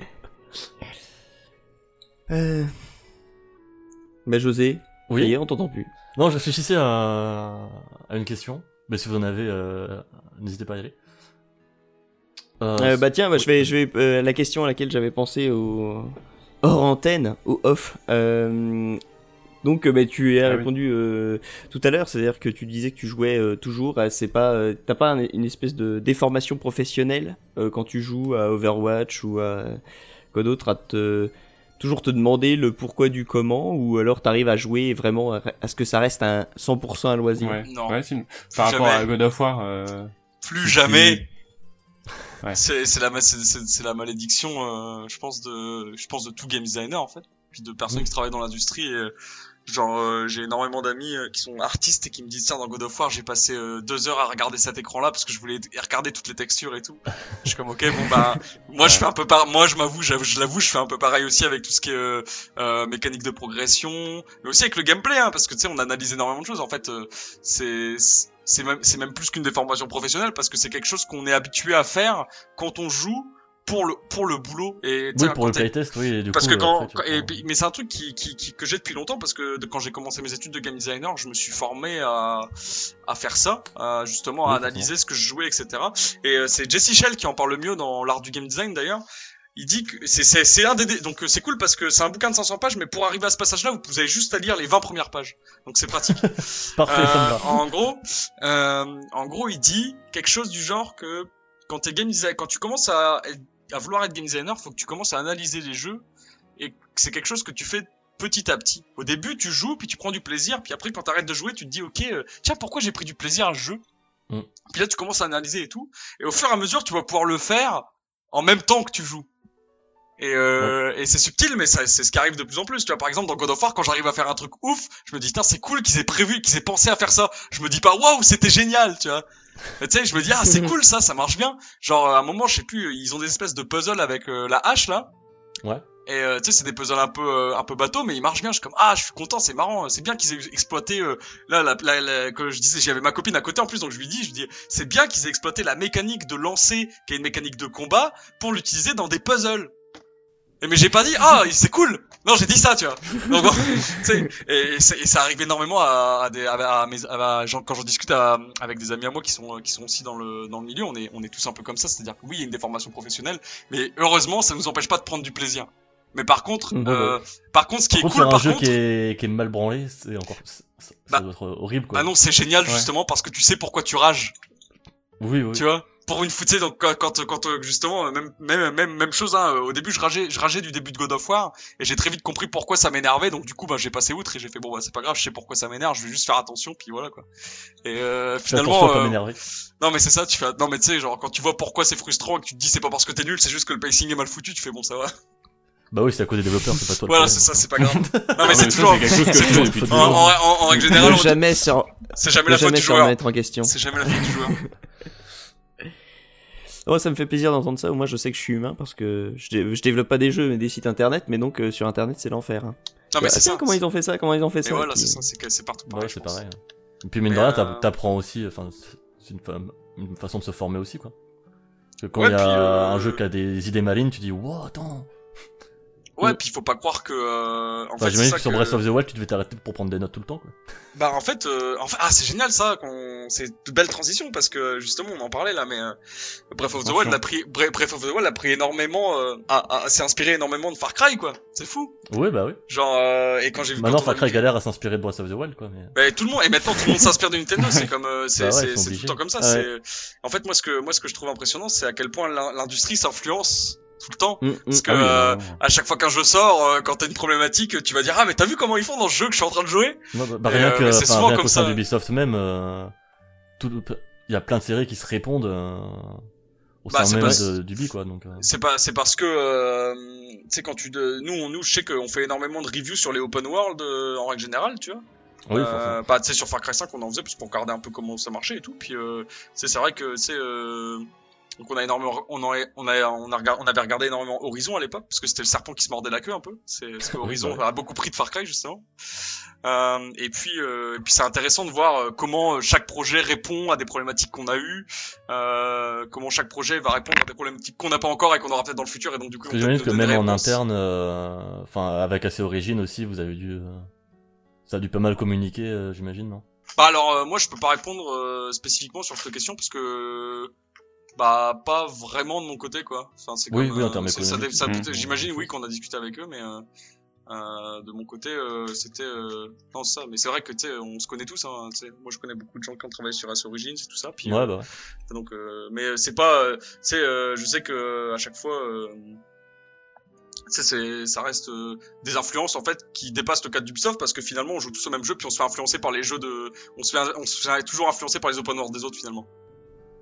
Speaker 3: Euh... Bah José,
Speaker 4: Oui.
Speaker 3: ça y est, on t'entend plus.
Speaker 4: Non, je réfléchissais à, à une question. Mais si vous en avez, euh, n'hésitez pas à y aller. Euh,
Speaker 3: Euh, bah tiens, bah, je vais,
Speaker 4: oui.
Speaker 3: je vais euh, la question à laquelle j'avais pensé au hors antenne, au off. euh, Donc, euh, bah, tu as
Speaker 5: Ah oui.
Speaker 3: répondu euh, tout à l'heure, c'est-à-dire que tu disais que tu jouais euh, toujours. à- C'est pas, euh, t'as pas un- une espèce de déformation professionnelle euh, quand tu joues à Overwatch ou à quoi d'autre, à te toujours te demander le pourquoi du comment, ou alors t'arrives à jouer vraiment à, à ce que ça reste un 100% un loisir.
Speaker 5: Ouais,
Speaker 6: Non.
Speaker 5: ouais c'est une- Par
Speaker 6: Jamais.
Speaker 5: rapport à God of War... euh,
Speaker 6: Plus
Speaker 5: c'est-
Speaker 6: jamais.
Speaker 5: Ouais.
Speaker 6: C'est c'est la ma- c'est- c'est c'est la malédiction euh, je pense de je pense de tout game designer en fait puis de personnes qui travaillent dans l'industrie et euh, Genre, euh, j'ai énormément d'amis euh, qui sont artistes et qui me disent ça dans God of War. J'ai passé euh, deux heures à regarder cet écran-là parce que je voulais regarder toutes les textures et tout. je suis comme, ok, bon
Speaker 4: *laughs*
Speaker 6: bah, moi je fais un peu par, moi je m'avoue, j'avoue- je l'avoue, je fais un peu pareil aussi avec tout ce qui est euh, euh, mécanique de progression, mais aussi avec le gameplay, hein, parce que tu sais, on analyse énormément de choses. En fait, euh, c'est c'est même c'est même plus qu'une déformation professionnelle parce que c'est quelque chose qu'on est habitué à faire quand on joue pour le pour le boulot et tu
Speaker 4: Oui,
Speaker 6: sais,
Speaker 4: pour le
Speaker 6: quand t'es-
Speaker 4: playtest, oui. et du
Speaker 6: parce
Speaker 4: coup, euh,
Speaker 6: que quand,
Speaker 4: après, tu
Speaker 6: quand- et
Speaker 4: prends-
Speaker 6: puis- mais c'est un truc qui, qui, qui- que j'ai depuis longtemps parce que de- quand j'ai commencé mes études de game designer, je me suis formé à, à faire ça, à justement à
Speaker 4: Oui,
Speaker 6: analyser ce que je jouais, etc. Et euh, c'est Jesse Shell qui en parle le mieux dans l'art du game design d'ailleurs. Il dit que c'est- c'est c'est un des dé- donc euh, c'est cool parce que c'est un bouquin de 500 pages, mais pour arriver à ce passage-là, vous avez juste à lire les 20 premières pages. Donc c'est pratique.
Speaker 4: Parfait, ça me
Speaker 6: Euh,
Speaker 4: va.
Speaker 6: en gros, euh, en gros, il dit quelque chose du genre que quand t'es game designer, quand tu commences à, à vouloir être game designer, faut que tu commences à analyser les jeux et que c'est quelque chose que tu fais petit à petit. Au début, tu joues, puis tu prends du plaisir, puis après, quand t'arrêtes de jouer, tu te dis, ok, euh, tiens, pourquoi j'ai pris du plaisir à ce jeu
Speaker 4: Mm.
Speaker 6: Puis là, tu commences à analyser et tout, et au fur et à mesure, tu vas pouvoir le faire en même temps que tu joues. Et, euh, et c'est subtil, mais ça- c'est ce qui arrive de plus en plus. Tu vois, par exemple, dans God of War, quand j'arrive à faire un truc ouf, je me dis, putain, c'est cool qu'ils aient prévu, qu'ils aient pensé à faire ça. Je me dis pas, waouh, c'était génial, tu vois. Et Tu sais, je me dis, ah, c'est cool ça, ça marche bien. Genre, à un moment, je sais plus, ils ont des espèces de puzzles avec euh, la hache, là.
Speaker 4: Ouais.
Speaker 6: Et euh, tu sais, c'est des puzzles un peu, euh, un peu bateau, mais ils marchent bien. Je suis comme, ah, je suis content, c'est marrant. C'est bien qu'ils aient exploité, euh, là, la, la, la- que je disais, j'avais ma copine à côté en plus, donc je lui dis, je dis, c'est bien qu'ils aient exploité la mécanique de lancer, qui est une mécanique de combat, pour l'utiliser dans des puzzles. Et mais j'ai pas dit ah c'est cool. Non j'ai dit ça tu vois. Donc bon, *laughs* tu sais, et, c'est- et ça arrive énormément à, à des à, à mes à, à- genre, quand je discute à- avec des amis à moi qui sont euh, qui sont aussi dans le dans le milieu on est on est tous un peu comme ça c'est-à-dire que oui il y a une déformation professionnelle mais heureusement ça nous empêche pas de prendre du plaisir. Mais par contre
Speaker 3: Mhm.
Speaker 6: euh, par contre ce qui
Speaker 4: Mm-hmm. Par
Speaker 6: est cool
Speaker 4: contre, c'est un
Speaker 6: par
Speaker 4: jeu
Speaker 6: contre
Speaker 4: qui est, qui est mal branlé, c'est encore. c'est- Ça
Speaker 6: Bah-
Speaker 4: doit être horrible, quoi.
Speaker 6: bah non c'est génial
Speaker 4: Ouais.
Speaker 6: justement parce que tu sais pourquoi tu rages
Speaker 4: oui, oui.
Speaker 6: tu vois pour une foutée donc quand quand quand, euh, justement euh, même même même même chose hein, euh, au début je rageais je rageais du début de God of War et j'ai très vite compris pourquoi ça m'énervait donc du coup bah j'ai passé outre et j'ai fait bon bah c'est pas grave je sais pourquoi ça m'énerve je vais juste faire attention puis voilà quoi et euh,
Speaker 4: Fais attention
Speaker 6: finalement
Speaker 4: à pas
Speaker 6: euh,
Speaker 4: m'énerver.
Speaker 6: non mais c'est ça tu fais non mais tu sais genre quand tu vois pourquoi c'est frustrant et que tu te dis c'est pas parce que t'es nul c'est juste que le pacing est mal foutu tu fais bon ça va
Speaker 4: Bah oui, c'est à cause des développeurs, c'est pas toi. le
Speaker 6: voilà
Speaker 4: problème. hein.
Speaker 6: c'est ça c'est pas grave non mais
Speaker 5: mais
Speaker 6: c'est
Speaker 5: ça,
Speaker 6: toujours
Speaker 5: c'est quelque chose que
Speaker 6: c'est
Speaker 5: je fais depuis
Speaker 6: toujours- en,
Speaker 4: toujours.
Speaker 6: en- en- en règle générale
Speaker 3: Ne
Speaker 6: on dit-
Speaker 3: jamais se re-
Speaker 6: c'est jamais
Speaker 3: ne
Speaker 6: la faute
Speaker 3: jamais
Speaker 6: du
Speaker 3: se remettre
Speaker 6: joueur
Speaker 3: en question.
Speaker 6: c'est jamais la faute du joueur
Speaker 3: Oh, ça me fait plaisir d'entendre ça. Moi, je sais que je suis humain parce que je, dé- je développe pas des jeux mais des sites internet, mais donc euh, sur internet, c'est l'enfer. hein.
Speaker 6: non mais
Speaker 3: Ah,
Speaker 6: c'est
Speaker 3: tiens,
Speaker 6: ça
Speaker 3: comment ils ont fait ça Comment ils ont fait
Speaker 6: mais
Speaker 3: ça
Speaker 6: voilà
Speaker 3: Puis, euh,
Speaker 6: c'est ça c'est que- c'est partout
Speaker 4: Bah ouais,
Speaker 6: pareil je
Speaker 4: c'est
Speaker 6: pense.
Speaker 4: pareil. Et puis, mine de
Speaker 6: Mais,
Speaker 4: rien,
Speaker 6: euh,
Speaker 4: t'app- t'apprends aussi, enfin, c'est- c'est une, fa- une façon de se former aussi, quoi. Parce que quand il
Speaker 6: Ouais,
Speaker 4: y a
Speaker 6: puis, euh, Ah,
Speaker 4: un jeu qui a des idées malines, tu dis, wow, attends.
Speaker 6: Ouais,
Speaker 4: Mm.
Speaker 6: puis il faut pas croire que. euh, en fait,
Speaker 4: Enfin,
Speaker 6: c'est
Speaker 4: Bah, j'imagine
Speaker 6: ça
Speaker 4: que sur
Speaker 6: que-
Speaker 4: Breath of the Wild, tu devais t'arrêter pour prendre des notes tout le temps, quoi.
Speaker 6: Bah en fait, euh, en fait- ah c'est génial ça, qu'on... c'est une belle transition parce que justement on en parlait là, mais euh, Breath of the Wild
Speaker 5: Attention.
Speaker 6: a pris, Bre- Breath of the Wild a pris énormément, euh, a- a- s'est inspiré énormément de Far Cry quoi. C'est fou.
Speaker 4: Oui, bah oui.
Speaker 6: Genre euh, et quand j'ai vu.
Speaker 4: Maintenant,
Speaker 6: quand on a
Speaker 4: Far Cry
Speaker 6: vu-
Speaker 4: galère à s'inspirer de Breath of the Wild, quoi. Mais...
Speaker 6: Bah, tout le monde et maintenant tout le monde s'inspire de Nintendo, c'est comme euh, c'est,
Speaker 4: Bah ouais,
Speaker 6: c'est-
Speaker 4: ils sont
Speaker 6: c'est tout le
Speaker 4: obligés. Ah
Speaker 6: temps comme ça.
Speaker 4: Ouais.
Speaker 6: C'est en fait moi ce que moi ce que je trouve impressionnant c'est à quel point l'in- l'industrie s'influence tout le temps
Speaker 3: Mm, mm.
Speaker 6: parce que
Speaker 5: Ah oui,
Speaker 6: euh,
Speaker 5: vraiment.
Speaker 6: à chaque fois qu'un jeu sort, euh, quand t'as une problématique, tu vas dire ah mais t'as vu comment ils font dans ce jeu que je suis en train de jouer
Speaker 4: Non, bah, bah,
Speaker 6: Et,
Speaker 4: rien
Speaker 6: euh,
Speaker 4: que,
Speaker 6: mais c'est
Speaker 4: enfin,
Speaker 6: souvent
Speaker 4: rien
Speaker 6: comme
Speaker 4: qu'au sein
Speaker 6: ça.
Speaker 4: d'Ubisoft même, euh, tout, il y a plein de séries qui se répondent euh, au
Speaker 6: Bah, c'est
Speaker 4: sein même
Speaker 6: pas-
Speaker 4: de- d'Ubi, quoi. Donc, euh,
Speaker 6: C'est pas, c'est parce que, euh, tu sais, quand tu, de, nous, on, nous, je sais qu'on fait énormément de reviews sur les open world euh, en règle générale, tu vois.
Speaker 4: oui, forcément.
Speaker 6: euh, bah, tu sais, sur Far Cry 5, on en faisait parce qu'on regardait un peu comment ça marchait et tout. Puis, euh, tu sais, c'est vrai que, tu sais, euh, donc on a énormément, on a, on a, on a regard- on avait regardé énormément Horizon à l'époque parce que c'était le serpent qui se mordait la queue un peu. C'est
Speaker 4: *laughs*
Speaker 6: parce que
Speaker 4: Oui,
Speaker 6: Horizon
Speaker 4: bah
Speaker 6: a beaucoup pris de Far Cry justement. Euh, et puis, euh, et puis c'est intéressant de voir euh, comment euh, chaque projet répond à des problématiques qu'on a eues, euh, comment chaque projet va répondre à des problématiques qu'on n'a pas encore et qu'on aura peut-être dans le futur et donc du coup.
Speaker 4: Parce
Speaker 6: on
Speaker 4: que
Speaker 6: peut
Speaker 4: j'imagine que
Speaker 6: donner des
Speaker 4: même en
Speaker 6: réponses.
Speaker 4: interne, euh, enfin avec AC Origin aussi, vous avez dû, euh, ça a dû pas mal communiquer, euh, j'imagine, non
Speaker 6: Bah alors euh, moi je peux pas répondre euh, spécifiquement sur cette question parce que bah pas vraiment de mon côté quoi. Enfin, c'est
Speaker 4: Oui,
Speaker 6: comme,
Speaker 4: oui, en
Speaker 6: euh,
Speaker 4: termes
Speaker 6: c'est- ça dé-
Speaker 4: économiques.
Speaker 6: ça-
Speaker 5: Mmh.
Speaker 6: J'imagine oui qu'on a discuté avec eux mais euh, euh, de mon côté euh, c'était euh, non ça mais c'est vrai que tu sais on se connaît tous hein, tu sais. moi je connais beaucoup de gens qui ont travaillé sur As Origins et tout ça puis
Speaker 4: Ouais,
Speaker 6: euh,
Speaker 4: bah. ouais.
Speaker 6: donc euh, mais euh, c'est pas euh, tu sais euh, je sais que euh, à chaque fois euh, tu sais, c'est ça reste euh, des influences en fait qui dépassent le cadre d'Ubisoft parce que finalement on joue tous au même jeu puis on se fait influencer par les jeux de on se fait on se fait toujours influencer par les open world des autres finalement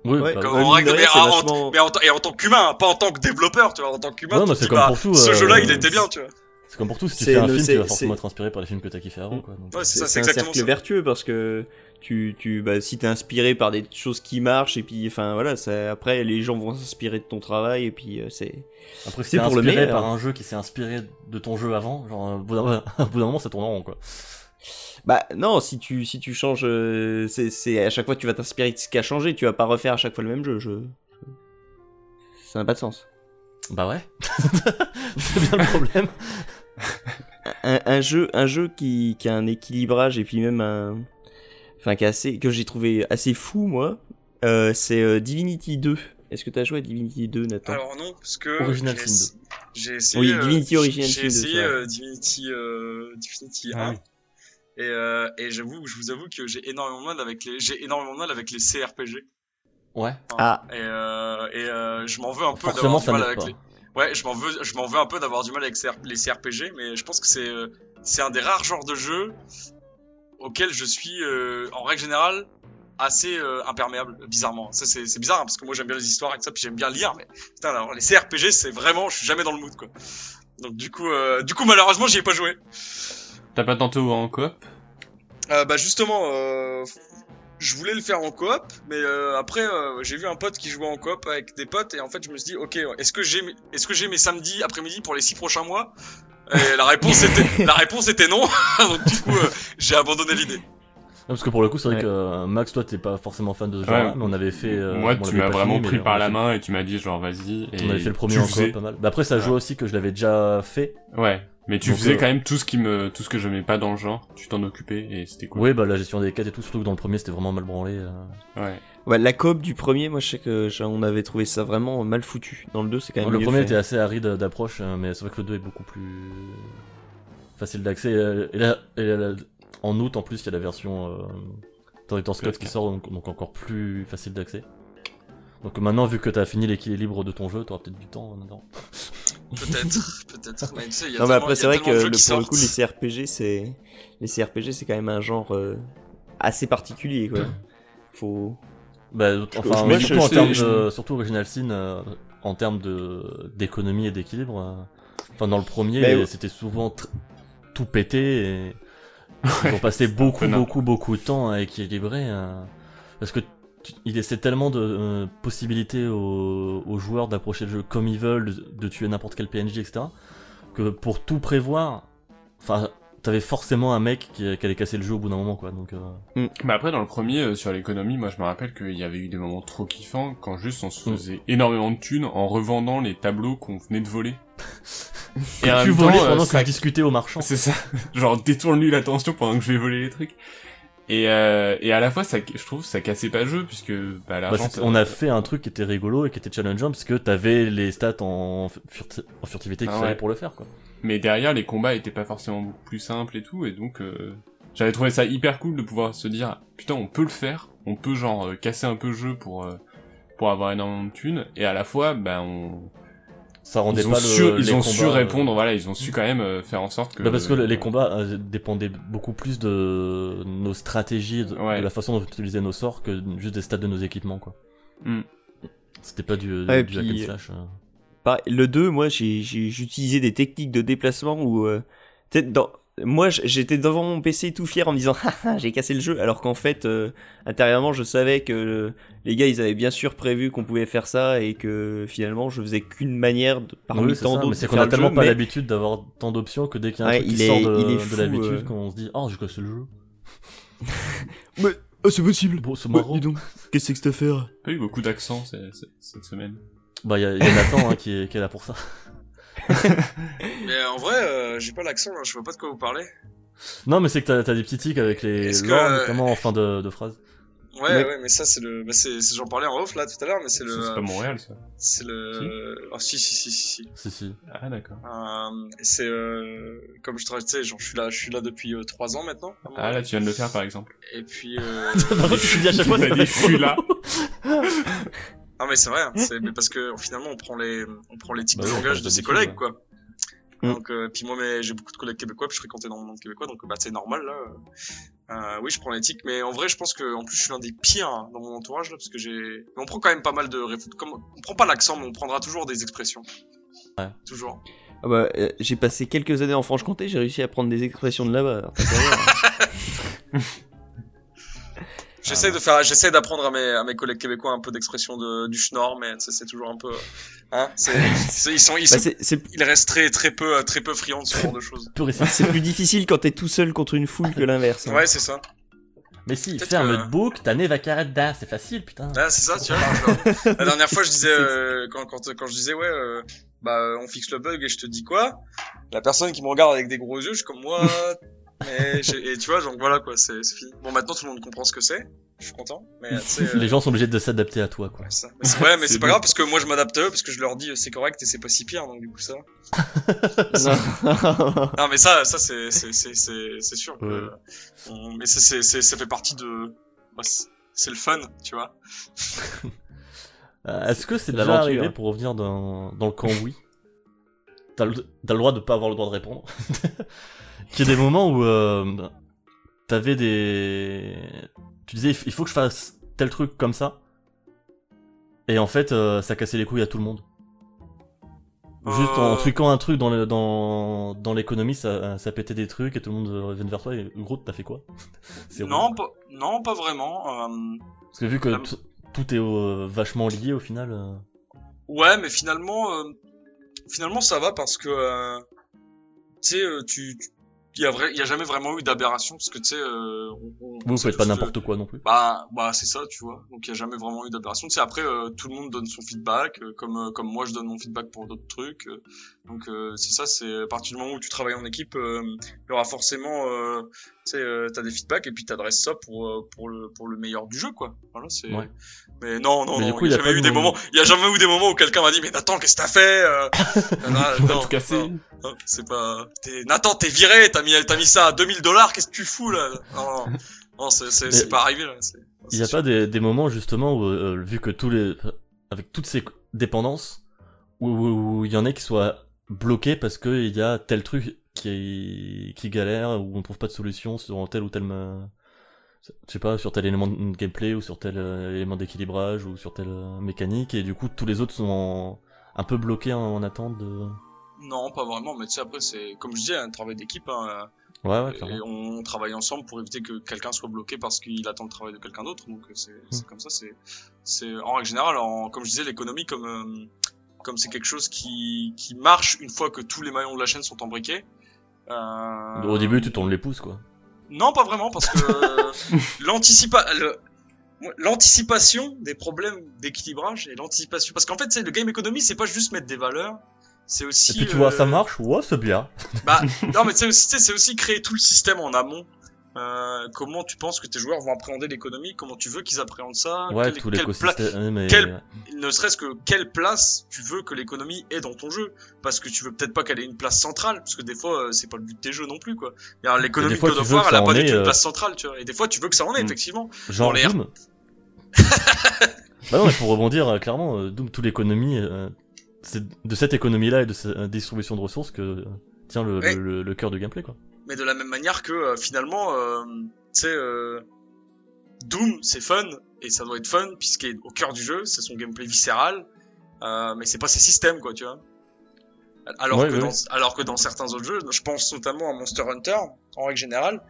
Speaker 4: Oui,
Speaker 3: Ouais,
Speaker 4: bah,
Speaker 6: comme
Speaker 4: ouais.
Speaker 3: mine
Speaker 6: en
Speaker 3: de
Speaker 6: règle-
Speaker 3: rien,
Speaker 6: mais
Speaker 3: c'est
Speaker 6: en-
Speaker 3: vachement-
Speaker 6: mais en, tant- et en tant qu'humain hein, pas en tant que développeur tu vois en tant qu'humain
Speaker 4: Ouais,
Speaker 6: tu
Speaker 4: mais
Speaker 6: te
Speaker 4: c'est
Speaker 6: dis,
Speaker 4: comme
Speaker 6: bah,
Speaker 4: pour tout.
Speaker 6: ce
Speaker 4: euh,
Speaker 6: jeu là il était bien tu vois
Speaker 4: C'est comme pour tout, si tu
Speaker 3: C'est
Speaker 4: fais un
Speaker 3: le-
Speaker 4: film,
Speaker 3: c'est-
Speaker 4: tu vas
Speaker 3: c'est-
Speaker 4: forcément être inspiré par les films que t'as kiffé avant, quoi. donc,
Speaker 6: Ouais,
Speaker 4: euh,
Speaker 6: c'est ça,
Speaker 3: C'est
Speaker 6: c'est
Speaker 3: un
Speaker 6: exactement
Speaker 3: cercle
Speaker 6: ça.
Speaker 3: vertueux parce que tu, tu, bah, si t'es inspiré par des choses qui marchent, et puis enfin voilà, ça- après les gens vont s'inspirer de ton travail, et puis euh, c'est.
Speaker 4: Après, si
Speaker 3: C'est
Speaker 4: t'es
Speaker 3: pour le hein.
Speaker 4: inspiré
Speaker 3: meilleur.
Speaker 4: par un jeu qui s'est inspiré de ton jeu avant, genre, euh, au bout d'un au bout d'un moment, *laughs* ça tourne en rond, quoi.
Speaker 3: Bah non, si tu, si tu changes, euh, c'est c'est- à chaque fois tu vas t'inspirer de ce qui a changé, tu vas pas refaire à chaque fois le même jeu. Je... Ça n'a pas de sens.
Speaker 4: Bah ouais. *laughs* c'est bien le problème.
Speaker 3: un, un jeu, un jeu qui, qui a un équilibrage et puis même un, enfin qui est assez, que j'ai trouvé assez fou moi, euh, c'est euh, Divinity 2. Est-ce que t'as joué à Divinity 2, Nathan
Speaker 6: Alors non, parce que
Speaker 4: Original
Speaker 6: j'ai-
Speaker 4: Sin
Speaker 6: j'ai essayé.
Speaker 3: Oui,
Speaker 6: euh,
Speaker 3: Divinity Original Sin
Speaker 6: J'ai
Speaker 3: deux,
Speaker 6: essayé
Speaker 3: c'est vrai.
Speaker 6: euh, Divinity, euh, Divinity
Speaker 4: Ah
Speaker 6: 1.
Speaker 4: oui.
Speaker 6: Et, euh, et j'avoue, je vous avoue que j'ai énormément de mal avec les, j'ai énormément de mal avec les CRPG.
Speaker 4: Ouais.
Speaker 3: Ah,
Speaker 6: Et, euh, et euh, je m'en veux un peu d'avoir
Speaker 4: Forcément,
Speaker 6: du
Speaker 4: ça
Speaker 6: mal
Speaker 4: m'aide
Speaker 6: avec
Speaker 4: pas.
Speaker 6: les, ouais, je m'en veux, je m'en veux un peu d'avoir du mal avec CR les CRPG, mais je pense que c'est, euh, c'est un des rares genres de jeux auxquels je suis, euh, en règle générale, assez euh, imperméable, bizarrement. Ça, c'est, c'est bizarre, hein, parce que moi j'aime bien les histoires et tout ça, puis j'aime bien lire, mais putain, alors, les CRPG, c'est vraiment, je suis jamais dans le mood, quoi. Donc du coup, euh, du coup, malheureusement, j'y ai pas joué.
Speaker 5: T'as pas tenté en coop
Speaker 6: Euh, bah justement, euh, je voulais le faire en coop, mais euh, après euh, j'ai vu un pote qui jouait en coop avec des potes et en fait je me suis dit ok est-ce que j'ai est-ce que j'ai mes samedis après-midi pour les six prochains mois Et la réponse était la réponse était non, *laughs* donc du coup euh, j'ai abandonné l'idée.
Speaker 4: Ouais, Parce que pour le coup, c'est vrai
Speaker 3: Ouais.
Speaker 4: que euh, Max, toi, t'es pas forcément fan de ce genre,
Speaker 5: Ouais.
Speaker 4: mais on avait fait. euh,
Speaker 5: Moi,
Speaker 4: bon, on
Speaker 5: tu
Speaker 4: l'avait
Speaker 5: m'as
Speaker 4: pas
Speaker 5: vraiment
Speaker 4: fini, mais
Speaker 5: pris
Speaker 4: on
Speaker 5: par
Speaker 4: avait
Speaker 5: la
Speaker 4: fait-
Speaker 5: main et tu m'as dit genre vas-y. et
Speaker 4: On avait fait le premier
Speaker 5: tu
Speaker 4: en
Speaker 5: faisais- Ah.
Speaker 4: coop, pas mal. Bah après, ça joue
Speaker 5: Ouais.
Speaker 4: aussi que je l'avais déjà fait.
Speaker 5: Ouais, mais tu
Speaker 4: Donc,
Speaker 5: faisais
Speaker 4: euh,
Speaker 5: quand même tout ce qui me, tout ce que je mets pas dans le genre. Tu t'en occupais et c'était cool.
Speaker 4: Ouais, bah la gestion des quêtes et tout, surtout que dans le premier, c'était vraiment mal branlé. euh.
Speaker 5: Ouais.
Speaker 3: ouais, la coop du premier, moi je sais que j'en- on avait trouvé ça vraiment mal foutu. Dans le 2, c'est quand même
Speaker 4: le
Speaker 3: mieux
Speaker 4: premier
Speaker 3: fait.
Speaker 4: était assez aride d'approche, euh, mais c'est vrai que le 2 est beaucoup plus facile d'accès. euh, Et là, et là- en août, en plus, il y a la version euh, Director Scott qui
Speaker 5: PS4.
Speaker 4: sort, donc, donc encore plus facile d'accès. Donc maintenant, vu que t'as fini l'équilibre de ton jeu, t'auras peut-être du temps. euh, dedans.
Speaker 6: Peut-être, peut-être. Mais tu sais, il y a
Speaker 3: Non mais
Speaker 6: tellement-
Speaker 3: après
Speaker 6: il y a
Speaker 3: c'est vrai que
Speaker 6: tellement de
Speaker 3: le,
Speaker 6: jeux qui
Speaker 3: pour le
Speaker 6: sortent.
Speaker 3: coup les CRPG c'est les CRPG c'est quand même un genre euh, assez particulier quoi. Faut
Speaker 4: Bah, enfin,
Speaker 3: moi,
Speaker 4: surtout,
Speaker 3: je-
Speaker 4: en
Speaker 3: je-
Speaker 4: termes
Speaker 3: je-
Speaker 4: de- surtout Original Sin, euh, en termes de d'économie et d'équilibre. euh, Enfin, dans le premier,
Speaker 3: Mais-
Speaker 4: c'était souvent tr- tout
Speaker 5: *laughs*
Speaker 4: pété. Et... Ils ont passé beaucoup,
Speaker 5: peu
Speaker 4: beaucoup, beaucoup de temps à équilibrer. euh, parce que tu- il laissait tellement de euh, possibilités aux, aux joueurs d'approcher le jeu comme ils veulent, de, de tuer n'importe quel PNJ, etc. Que pour tout prévoir, enfin, t'avais forcément un mec qui, qui allait casser le jeu au bout d'un moment, quoi. Donc, euh,
Speaker 5: Mais après, dans le premier, euh, sur l'économie, moi, je me rappelle qu'il y avait eu des moments trop kiffants quand juste on se
Speaker 4: Mm.
Speaker 5: faisait énormément de thunes en revendant les tableaux qu'on venait de
Speaker 4: *laughs*
Speaker 5: voler. et en
Speaker 4: tu
Speaker 5: même temps,
Speaker 4: volais
Speaker 5: euh,
Speaker 4: pendant que
Speaker 5: ça-
Speaker 4: tu discutais au marchand.
Speaker 5: C'est ça. *laughs* Genre, détourne-lui l'attention pendant que je vais voler les trucs. Et, euh, et à la fois, ça, je trouve, ça cassait pas le jeu, puisque, bah,
Speaker 4: Bah,
Speaker 5: l'argent...
Speaker 4: c'est-
Speaker 5: ça-
Speaker 4: on a fait un truc qui était rigolo et qui était challengeant parce que t'avais les stats en, furti- en furtivité qu'il
Speaker 5: Ah
Speaker 4: fallait
Speaker 5: ouais.
Speaker 4: pour le faire quoi.
Speaker 5: Mais derrière, les combats étaient pas forcément beaucoup plus simples et tout, et donc euh, j'avais trouvé ça hyper cool de pouvoir se dire putain, on peut le faire, on peut genre euh, casser un peu le jeu pour euh, pour avoir énormément de thunes, et à la fois, ben on,
Speaker 4: Ça rendait
Speaker 5: ils ont
Speaker 4: pas
Speaker 5: su,
Speaker 4: le, les
Speaker 5: ils ont
Speaker 4: combats,
Speaker 5: su
Speaker 4: euh,
Speaker 5: répondre, voilà, ils ont su quand même euh, faire en sorte que
Speaker 4: Bah parce que les combats euh, dépendaient beaucoup plus de nos stratégies, de,
Speaker 5: Ouais.
Speaker 4: de la façon dont on utilisait nos sorts que juste des stats de nos équipements quoi.
Speaker 5: Hmm.
Speaker 4: C'était pas du,
Speaker 3: Ouais,
Speaker 4: du hack and
Speaker 3: puis-
Speaker 4: slash. euh.
Speaker 3: Pareil, le 2, moi, j'ai- j'ai- j'utilisais des techniques de déplacement où. euh, peut-être dans... Moi, j- j'étais devant mon PC tout fier en me disant *laughs* Haha, j'ai cassé le jeu, alors qu'en fait, euh, intérieurement, je savais que euh, les gars, ils avaient bien sûr prévu qu'on pouvait faire ça et que finalement, je faisais qu'une manière de, parmi
Speaker 4: Oui, c'est
Speaker 3: tant
Speaker 4: ça,
Speaker 3: d'autres.
Speaker 4: mais c'est
Speaker 3: de
Speaker 4: qu'on
Speaker 3: faire
Speaker 4: a
Speaker 3: le
Speaker 4: tellement
Speaker 3: jeu,
Speaker 4: pas
Speaker 3: mais-
Speaker 4: l'habitude d'avoir tant d'options que dès qu'il y a un
Speaker 3: Ouais,
Speaker 4: truc
Speaker 3: il
Speaker 4: qui
Speaker 3: est-
Speaker 4: sort de,
Speaker 3: il est
Speaker 4: de
Speaker 3: fou,
Speaker 4: l'habitude
Speaker 3: euh.
Speaker 4: qu'on se dit oh j'ai cassé le jeu.
Speaker 3: Ah, c'est possible
Speaker 4: Bon, c'est
Speaker 3: Bah,
Speaker 4: marrant.
Speaker 3: dis donc, qu'est-ce que c'est que cette *laughs* affaire
Speaker 5: pas eu beaucoup d'accent ce- ce- cette semaine.
Speaker 4: Bah il y, a- y a Nathan hein, qui, est, qui est là pour ça.
Speaker 6: Mais euh, en vrai, euh, j'ai pas l'accent, hein, je vois pas de quoi vous parlez.
Speaker 4: Non, mais c'est que t'as, t'as des petits tics avec les
Speaker 6: Est-ce que-
Speaker 4: lords, notamment en fin de, de phrase.
Speaker 6: Ouais, ouais, mais ça c'est le, bah, c'est, c'est- j'en parlais en off là tout à l'heure, mais c'est
Speaker 5: C'est
Speaker 6: le, euh,
Speaker 5: c'est pas Montréal ça.
Speaker 6: c'est le, oh si si si si. si.
Speaker 4: Si, si.
Speaker 5: Ah d'accord.
Speaker 6: Euh, c'est euh, comme je travaille, tu sais, genre je suis là, je suis là depuis 3 ans maintenant. à mon
Speaker 5: Ah
Speaker 6: avis.
Speaker 5: là tu viens de le faire par exemple.
Speaker 6: Et puis,
Speaker 4: *laughs*
Speaker 6: euh...
Speaker 4: Par contre, tu dis à *laughs* chaque fois,
Speaker 5: T'as
Speaker 4: ça
Speaker 5: dit,
Speaker 4: fait
Speaker 5: je suis là.
Speaker 6: non mais c'est vrai, hein, c'est mais parce que finalement on prend les, on prend les types
Speaker 4: Bah
Speaker 6: de
Speaker 4: oui, on
Speaker 6: langage
Speaker 4: prend
Speaker 6: de
Speaker 4: les
Speaker 6: ses
Speaker 4: habitudes,
Speaker 6: collègues
Speaker 4: ouais.
Speaker 6: quoi.
Speaker 3: Mm.
Speaker 6: Donc euh, puis moi mais j'ai beaucoup de collègues québécois, puis je fréquente énormément de québécois, donc bah c'est normal là. Euh, oui, je prends les tics, mais en vrai, je pense que en plus je suis l'un des pires hein, dans mon entourage là, parce que j'ai. mais on prend quand même pas mal de, réf- comme on prend pas l'accent, mais on prendra toujours des expressions.
Speaker 4: Ouais.
Speaker 6: Toujours.
Speaker 3: *laughs* Ah bah, euh, j'ai passé quelques années en Franche-Comté, j'ai réussi à prendre des expressions de là-bas.
Speaker 4: *laughs*
Speaker 3: Bah, alors
Speaker 6: J'essaie
Speaker 3: t'as qu'à voir.
Speaker 6: de faire, j'essaie d'apprendre à mes, à mes collègues québécois un peu d'expression de, du schnorr, mais tu sais, c'est toujours un peu, hein, c'est, c'est- ils sont, ils, sont-
Speaker 3: Bah, c'est- c'est
Speaker 6: ils restent très, très peu, très peu friands de ce genre de choses.
Speaker 4: Pur
Speaker 6: *laughs*
Speaker 4: et simple.
Speaker 3: c'est plus difficile quand t'es tout seul contre une foule que l'inverse. hein.
Speaker 6: Ouais, c'est ça.
Speaker 4: Mais si,
Speaker 6: Peut-être
Speaker 4: fais un
Speaker 6: que-
Speaker 4: notebook, ta nez va carrette d'art, c'est facile, putain.
Speaker 6: Ah, c'est ça, tu vois. genre, la dernière fois, je disais, euh, quand, quand, quand je disais, ouais, euh, bah, euh, on fixe le bug et je te dis quoi La personne qui me regarde avec des gros yeux, je suis comme, moi. et, j'ai- et tu vois, donc voilà, quoi, c'est c'est fini. Bon, maintenant, tout le monde comprend ce que c'est. Je suis content. Mais, tu sais, euh,
Speaker 4: *laughs* Les gens sont obligés de s'adapter à toi, quoi.
Speaker 6: ouais, ça.
Speaker 4: *laughs*
Speaker 6: Mais c'est- ouais, mais
Speaker 5: C'est
Speaker 6: c'est pas
Speaker 5: bon.
Speaker 6: grave parce que moi, je m'adapte à eux parce que je leur dis, euh, c'est correct et c'est pas si pire, donc du coup, ça. va.
Speaker 3: *laughs* Non.
Speaker 6: *laughs* Non, mais ça, ça, c'est, c'est, c'est, c'est, c'est sûr. que-
Speaker 4: Ouais.
Speaker 6: on- mais ça, c'est, c'est, ça fait partie de. bah, c'est- c'est le fun, tu vois.
Speaker 4: Euh, Est-ce que c'est
Speaker 3: c'est
Speaker 4: déjà
Speaker 3: l'aventure.
Speaker 4: arrivé pour revenir dans, dans le camp oui T'as le, t'as le droit de pas avoir le droit de répondre. *laughs* Qu'il y a des moments où euh, t'avais des. Tu disais, il faut que je fasse tel truc comme ça. Et en fait, euh, ça cassait les couilles à tout le monde. Juste en
Speaker 6: Euh.
Speaker 4: truquant un truc dans le- dans, dans l'économie, ça, ça pétait des trucs et tout le monde euh, revenait vers toi. Et gros, t'as fait quoi *laughs* C'est
Speaker 6: Non,
Speaker 4: relou.
Speaker 6: pas, non, pas vraiment. euh,
Speaker 4: Parce que vu que
Speaker 6: ça me-
Speaker 4: t- tout est euh, vachement lié au final. euh,
Speaker 6: Ouais, mais finalement, euh, finalement ça va parce que euh, tu sais, euh, tu, il y a vrai, y a jamais vraiment eu d'aberration parce que tu sais, euh, on- on-
Speaker 4: Vous,
Speaker 6: on
Speaker 4: vous
Speaker 6: sait
Speaker 4: faites pas
Speaker 6: tous, euh,
Speaker 4: n'importe quoi non plus.
Speaker 6: Bah, bah c'est ça, tu vois. Donc il y a jamais vraiment eu d'aberration. Tu sais, après euh, tout le monde donne son feedback, euh, comme euh, comme moi je donne mon feedback pour d'autres trucs. euh. donc euh, c'est ça, c'est à partir du moment où tu travailles en équipe, euh, il y aura forcément, euh, tu sais, euh, t'as des feedbacks et puis t'adresses ça pour euh, pour le pour le meilleur du jeu, quoi. Voilà, c'est.
Speaker 4: Ouais.
Speaker 6: Mais non, non,
Speaker 4: Mais du
Speaker 6: non.
Speaker 4: coup,
Speaker 6: Il y a
Speaker 4: y a pas
Speaker 6: jamais eu
Speaker 4: de
Speaker 6: des
Speaker 4: moment-
Speaker 6: moments. Il y a jamais eu des moments où quelqu'un m'a dit mais Nathan, qu'est-ce que t'as fait euh,
Speaker 4: *laughs*
Speaker 6: non, non,
Speaker 5: tout casser.
Speaker 6: non, non, Oh, c'est pas. t'es- Nathan, t'es viré. T'as mis t'as mis ça à 2000 dollars. Qu'est-ce que tu fous là Non, non, non, c'est c'est- c'est
Speaker 4: Mais-
Speaker 6: pas arrivé là. c'est-
Speaker 4: Il n'y a
Speaker 6: Bah, c'est
Speaker 4: pas des, des moments justement où, euh, vu que tous les. avec toutes ces dépendances, où- où où il y en a qui soient bloqués parce qu'il y a tel truc qui, qui galère, où on trouve pas de solution sur tel ou tel. euh, Je sais pas, sur tel élément de gameplay ou sur tel euh, élément d'équilibrage ou sur telle euh, mécanique, et du coup tous les autres sont en- un peu bloqués en, en attente de.
Speaker 6: Non, pas vraiment, mais tu sais, après, c'est comme je dis, un travail d'équipe. hein,
Speaker 4: Ouais, ouais,
Speaker 6: et
Speaker 4: clairement.
Speaker 6: on travaille ensemble pour éviter que quelqu'un soit bloqué parce qu'il attend le travail de quelqu'un d'autre. Donc, euh, c'est
Speaker 4: Mmh.
Speaker 6: c'est comme ça. C'est c'est- en règle générale, en, comme je disais, l'économie, comme euh, comme c'est quelque chose qui, qui marche une fois que tous les maillons de la chaîne sont embriqués. euh,
Speaker 4: Au début, tu tournes les pouces quoi.
Speaker 6: Non, pas vraiment, parce
Speaker 4: *laughs*
Speaker 6: que euh, l'anticipa- le- l'anticipation des problèmes d'équilibrage et l'anticipation. Parce qu'en fait, c'est le game économie, c'est pas juste mettre des valeurs. C'est aussi.
Speaker 4: Et puis tu vois,
Speaker 6: euh,
Speaker 4: ça marche, ouais, c'est bien.
Speaker 6: bah, non, mais tu sais aussi, tu sais, c'est aussi créer tout le système en amont. Euh, comment tu penses que tes joueurs vont appréhender l'économie Comment tu veux qu'ils appréhendent ça
Speaker 4: Ouais,
Speaker 6: Quelle-
Speaker 4: tout
Speaker 6: quelle pla-
Speaker 4: l'écosystème. mais- euh,
Speaker 6: quel- Ne serait-ce que quelle place tu veux que l'économie ait dans ton jeu Parce que tu veux peut-être pas qu'elle ait une place centrale, parce que des fois, euh, c'est pas le but des jeux non plus, quoi. Et alors, L'économie de
Speaker 4: Et des fois,
Speaker 6: God
Speaker 4: tu
Speaker 6: of
Speaker 4: veux
Speaker 6: War,
Speaker 4: que
Speaker 6: elle a
Speaker 4: ça
Speaker 6: pas
Speaker 4: en
Speaker 6: du tout
Speaker 4: ait,
Speaker 6: une
Speaker 4: euh,
Speaker 6: place centrale, tu vois. Et des fois, tu veux que ça en ait,
Speaker 5: Mm.
Speaker 6: effectivement.
Speaker 4: Genre
Speaker 6: Dans l'air. *laughs*
Speaker 4: Doom Bah non, mais pour rebondir, euh, clairement, euh, Doom, toute l'économie, euh, c'est de cette économie-là et de cette distribution de ressources que euh, tient le,
Speaker 6: Ouais.
Speaker 4: le, le- le cœur du gameplay, quoi.
Speaker 6: mais de la même manière que euh, finalement, euh, tu sais, euh, Doom, c'est fun et ça doit être fun puisqu'il est au cœur du jeu, c'est son gameplay viscéral, euh, mais c'est pas ses systèmes quoi, tu vois. Alors
Speaker 4: Ouais,
Speaker 6: que
Speaker 4: ouais.
Speaker 6: dans alors que dans certains autres jeux, je pense notamment à Monster Hunter en règle générale,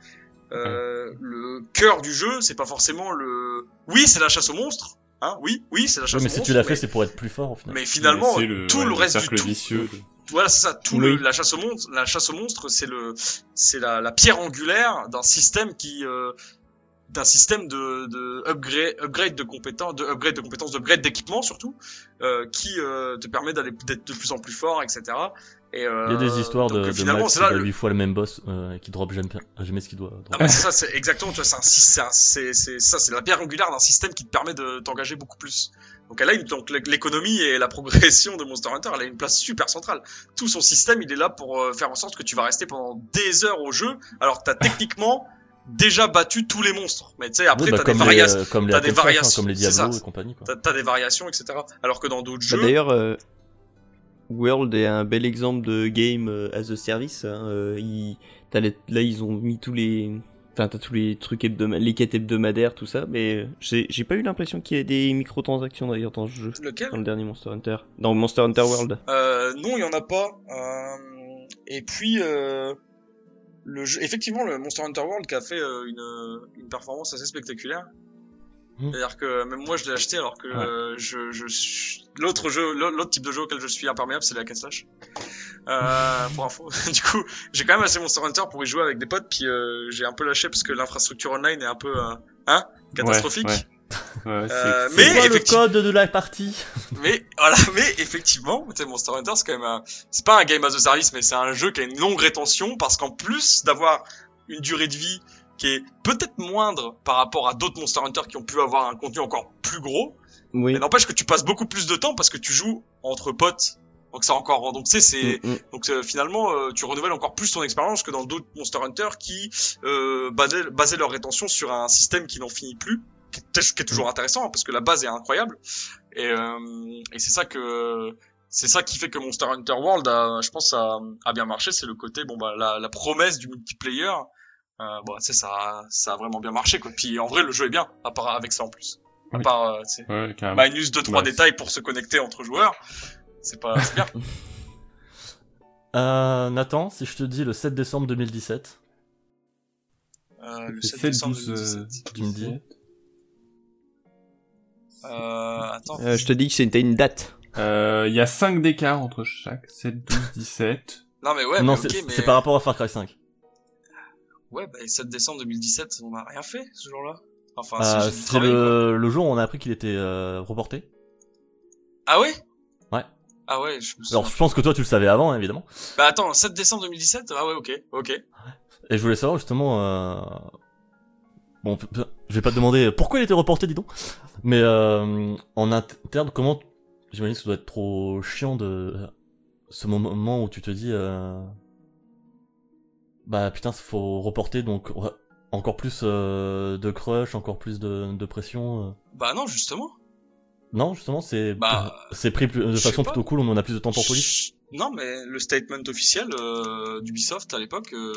Speaker 6: euh, le cœur du jeu, c'est pas forcément le. Oui, c'est la chasse aux monstres, hein. Oui, oui, c'est la chasse
Speaker 4: Ouais, mais
Speaker 6: aux
Speaker 4: si
Speaker 6: monstres.
Speaker 4: tu l'as fait, c'est pour être plus fort, au final.
Speaker 6: mais finalement,
Speaker 5: C'est
Speaker 6: tout
Speaker 5: ouais,
Speaker 6: le reste
Speaker 5: cercle
Speaker 6: du tout,
Speaker 5: vicieux. de-
Speaker 6: voilà, c'est ça. Tout le,
Speaker 3: Oui.
Speaker 6: la chasse au monstre, la chasse au monstre, c'est le, c'est la, la pierre angulaire d'un système qui, euh, d'un système de, de upgrade, upgrade de compétences, de upgrade de compétences, d'upgrade d'équipement surtout, euh, qui euh, te permet d'aller d'être de plus en plus fort, etc. Et, euh,
Speaker 4: Il y a des histoires
Speaker 6: donc,
Speaker 4: de,
Speaker 6: euh,
Speaker 4: de
Speaker 6: finalement,
Speaker 4: Max
Speaker 6: c'est
Speaker 4: qui
Speaker 6: là
Speaker 4: bat
Speaker 6: le-
Speaker 4: 8 fois le même boss euh, et qui drop jamais, jamais ce qu'il doit.
Speaker 6: ah
Speaker 4: dropper.
Speaker 6: bah c'est ça, c'est exactement, tu vois, c'est un sy- c'est un- c'est c'est ça, c'est la pierre angulaire d'un système qui te permet de t'engager beaucoup plus. Donc elle a une, donc l'é- l'économie et la progression de Monster Hunter, elle a une place super centrale. Tout son système, il est là pour euh, faire en sorte que tu vas rester pendant des heures au jeu, alors que t'as techniquement déjà battu tous les monstres. Mais tu sais, après
Speaker 4: Ouais, bah,
Speaker 6: t'as des
Speaker 4: comme,
Speaker 6: variations,
Speaker 4: les, euh, comme les
Speaker 6: t'as des
Speaker 4: Atom Smash, hein,
Speaker 6: variations,
Speaker 4: comme les euh,
Speaker 6: c'est
Speaker 4: Diablo
Speaker 6: ça.
Speaker 4: et compagnie, quoi.
Speaker 6: t'as t'as des variations, etc. Alors que dans d'autres
Speaker 3: Bah,
Speaker 6: jeux,
Speaker 3: D'ailleurs, euh, World est un bel exemple de game euh, as a service. hein, euh, il- t'as les- là, ils ont mis tous les. enfin, Enfin, t'as tous les trucs hebdomadaires, les quêtes hebdomadaires, tout ça, mais j'ai j'ai pas eu l'impression qu'il y ait des microtransactions d'ailleurs dans ce jeu,
Speaker 6: Lequel
Speaker 3: dans le dernier Monster Hunter, dans Monster Hunter World.
Speaker 6: Euh, non, il y en a pas. Euh, et puis, euh, le jeu, effectivement, le Monster Hunter World qui a fait euh, une, une performance assez spectaculaire.
Speaker 5: Hmm.
Speaker 4: Mm.
Speaker 6: C'est-à-dire que même moi, je l'ai acheté alors que
Speaker 4: Ouais.
Speaker 6: euh, je, je suis- l'autre jeu, l'autre type de jeu auquel je suis imperméable, c'est la Cat Slash.
Speaker 5: *laughs*
Speaker 6: Euh, pour info. *laughs* du coup, j'ai quand même assez Monster Hunter pour y jouer avec des potes, puis euh, j'ai un peu lâché parce que l'infrastructure online est un peu euh, hein, catastrophique.
Speaker 5: ouais. Ouais, c'est-
Speaker 6: Euh,
Speaker 5: c'est-
Speaker 6: mais-
Speaker 4: C'est quoi le
Speaker 6: effectivement-
Speaker 4: code de la partie
Speaker 6: Mais voilà, *laughs* mais effectivement, tu sais, Monster Hunter, c'est quand même un... c'est pas un game as a service, mais c'est un jeu qui a une longue rétention parce qu'en plus d'avoir une durée de vie qui est peut-être moindre par rapport à d'autres Monster Hunter qui ont pu avoir un contenu encore plus gros,
Speaker 3: Oui.
Speaker 6: mais n'empêche que tu passes beaucoup plus de temps parce que tu joues entre potes. Donc ça encore, donc tu sais, c'est
Speaker 3: Mm, mm.
Speaker 6: donc euh, finalement, euh, tu renouvelles encore plus ton expérience que dans d'autres Monster Hunter qui euh, basaient, basaient leur rétention sur un système qui n'en finit plus, qui est, qui est toujours intéressant hein, parce que la base est incroyable. Et, euh, et c'est ça que c'est ça qui fait que Monster Hunter World, a, je pense, a, a bien marché. C'est le côté bon bah la, la promesse du multiplayer. Euh, bon, tu sais, ça, a- ça a vraiment bien marché quoi. Puis en vrai, le jeu est bien, à part avec ça en plus. À
Speaker 5: Oui.
Speaker 6: part, euh, tu sais,
Speaker 5: ouais, carrément.
Speaker 6: minus deux trois
Speaker 5: Bah, c'est-
Speaker 6: détails pour se connecter entre joueurs. C'est pas c'est bien.
Speaker 4: euh, Nathan, si je te dis le 7 décembre 2017,
Speaker 6: Euh, le
Speaker 5: C'est
Speaker 6: 7 décembre
Speaker 5: 12, euh,
Speaker 6: 2017.
Speaker 4: tu me dis
Speaker 6: Euh, attends.
Speaker 3: Euh, je te dis que c'était une date.
Speaker 5: Euh, Il y a 5 d'écart entre chaque. 7, 12, 17.
Speaker 6: Non mais ouais,
Speaker 4: Non,
Speaker 6: mais
Speaker 4: c'est
Speaker 6: ok, mais
Speaker 4: c'est par rapport à Far Cry 5.
Speaker 6: ouais, bah, le 7 décembre 2017, on n'a rien fait ce jour-là. Enfin,
Speaker 4: Euh,
Speaker 6: si, j'ai dû
Speaker 4: c'est
Speaker 6: travailler, quoi.
Speaker 4: le, le jour où on a appris qu'il était euh, reporté.
Speaker 6: Ah ouais
Speaker 4: Ouais.
Speaker 6: Ah ouais, je me souviens.
Speaker 4: Alors, je pense que toi, tu le savais avant, hein, évidemment.
Speaker 6: Bah attends, 7 décembre 2017 Ah ouais, ok, ok.
Speaker 4: Et je voulais savoir justement. euh, Bon, p- p- je vais pas te demander pourquoi il était reporté, dis donc. Mais euh, en interne, comment. J'imagine que ça doit être trop chiant de. Ce moment où tu te dis. euh, Bah putain, faut reporter donc. ouais, Encore plus euh, de crush, encore plus de, de pression. euh.
Speaker 6: Bah non, justement.
Speaker 4: Non, justement, c'est
Speaker 6: Bah,
Speaker 4: c'est pris plus- de
Speaker 6: je sais
Speaker 4: façon
Speaker 6: pas.
Speaker 4: plutôt cool. On en a plus de temps pour police.
Speaker 6: Chut. Non, mais le statement officiel euh, d'Ubisoft à l'époque, euh,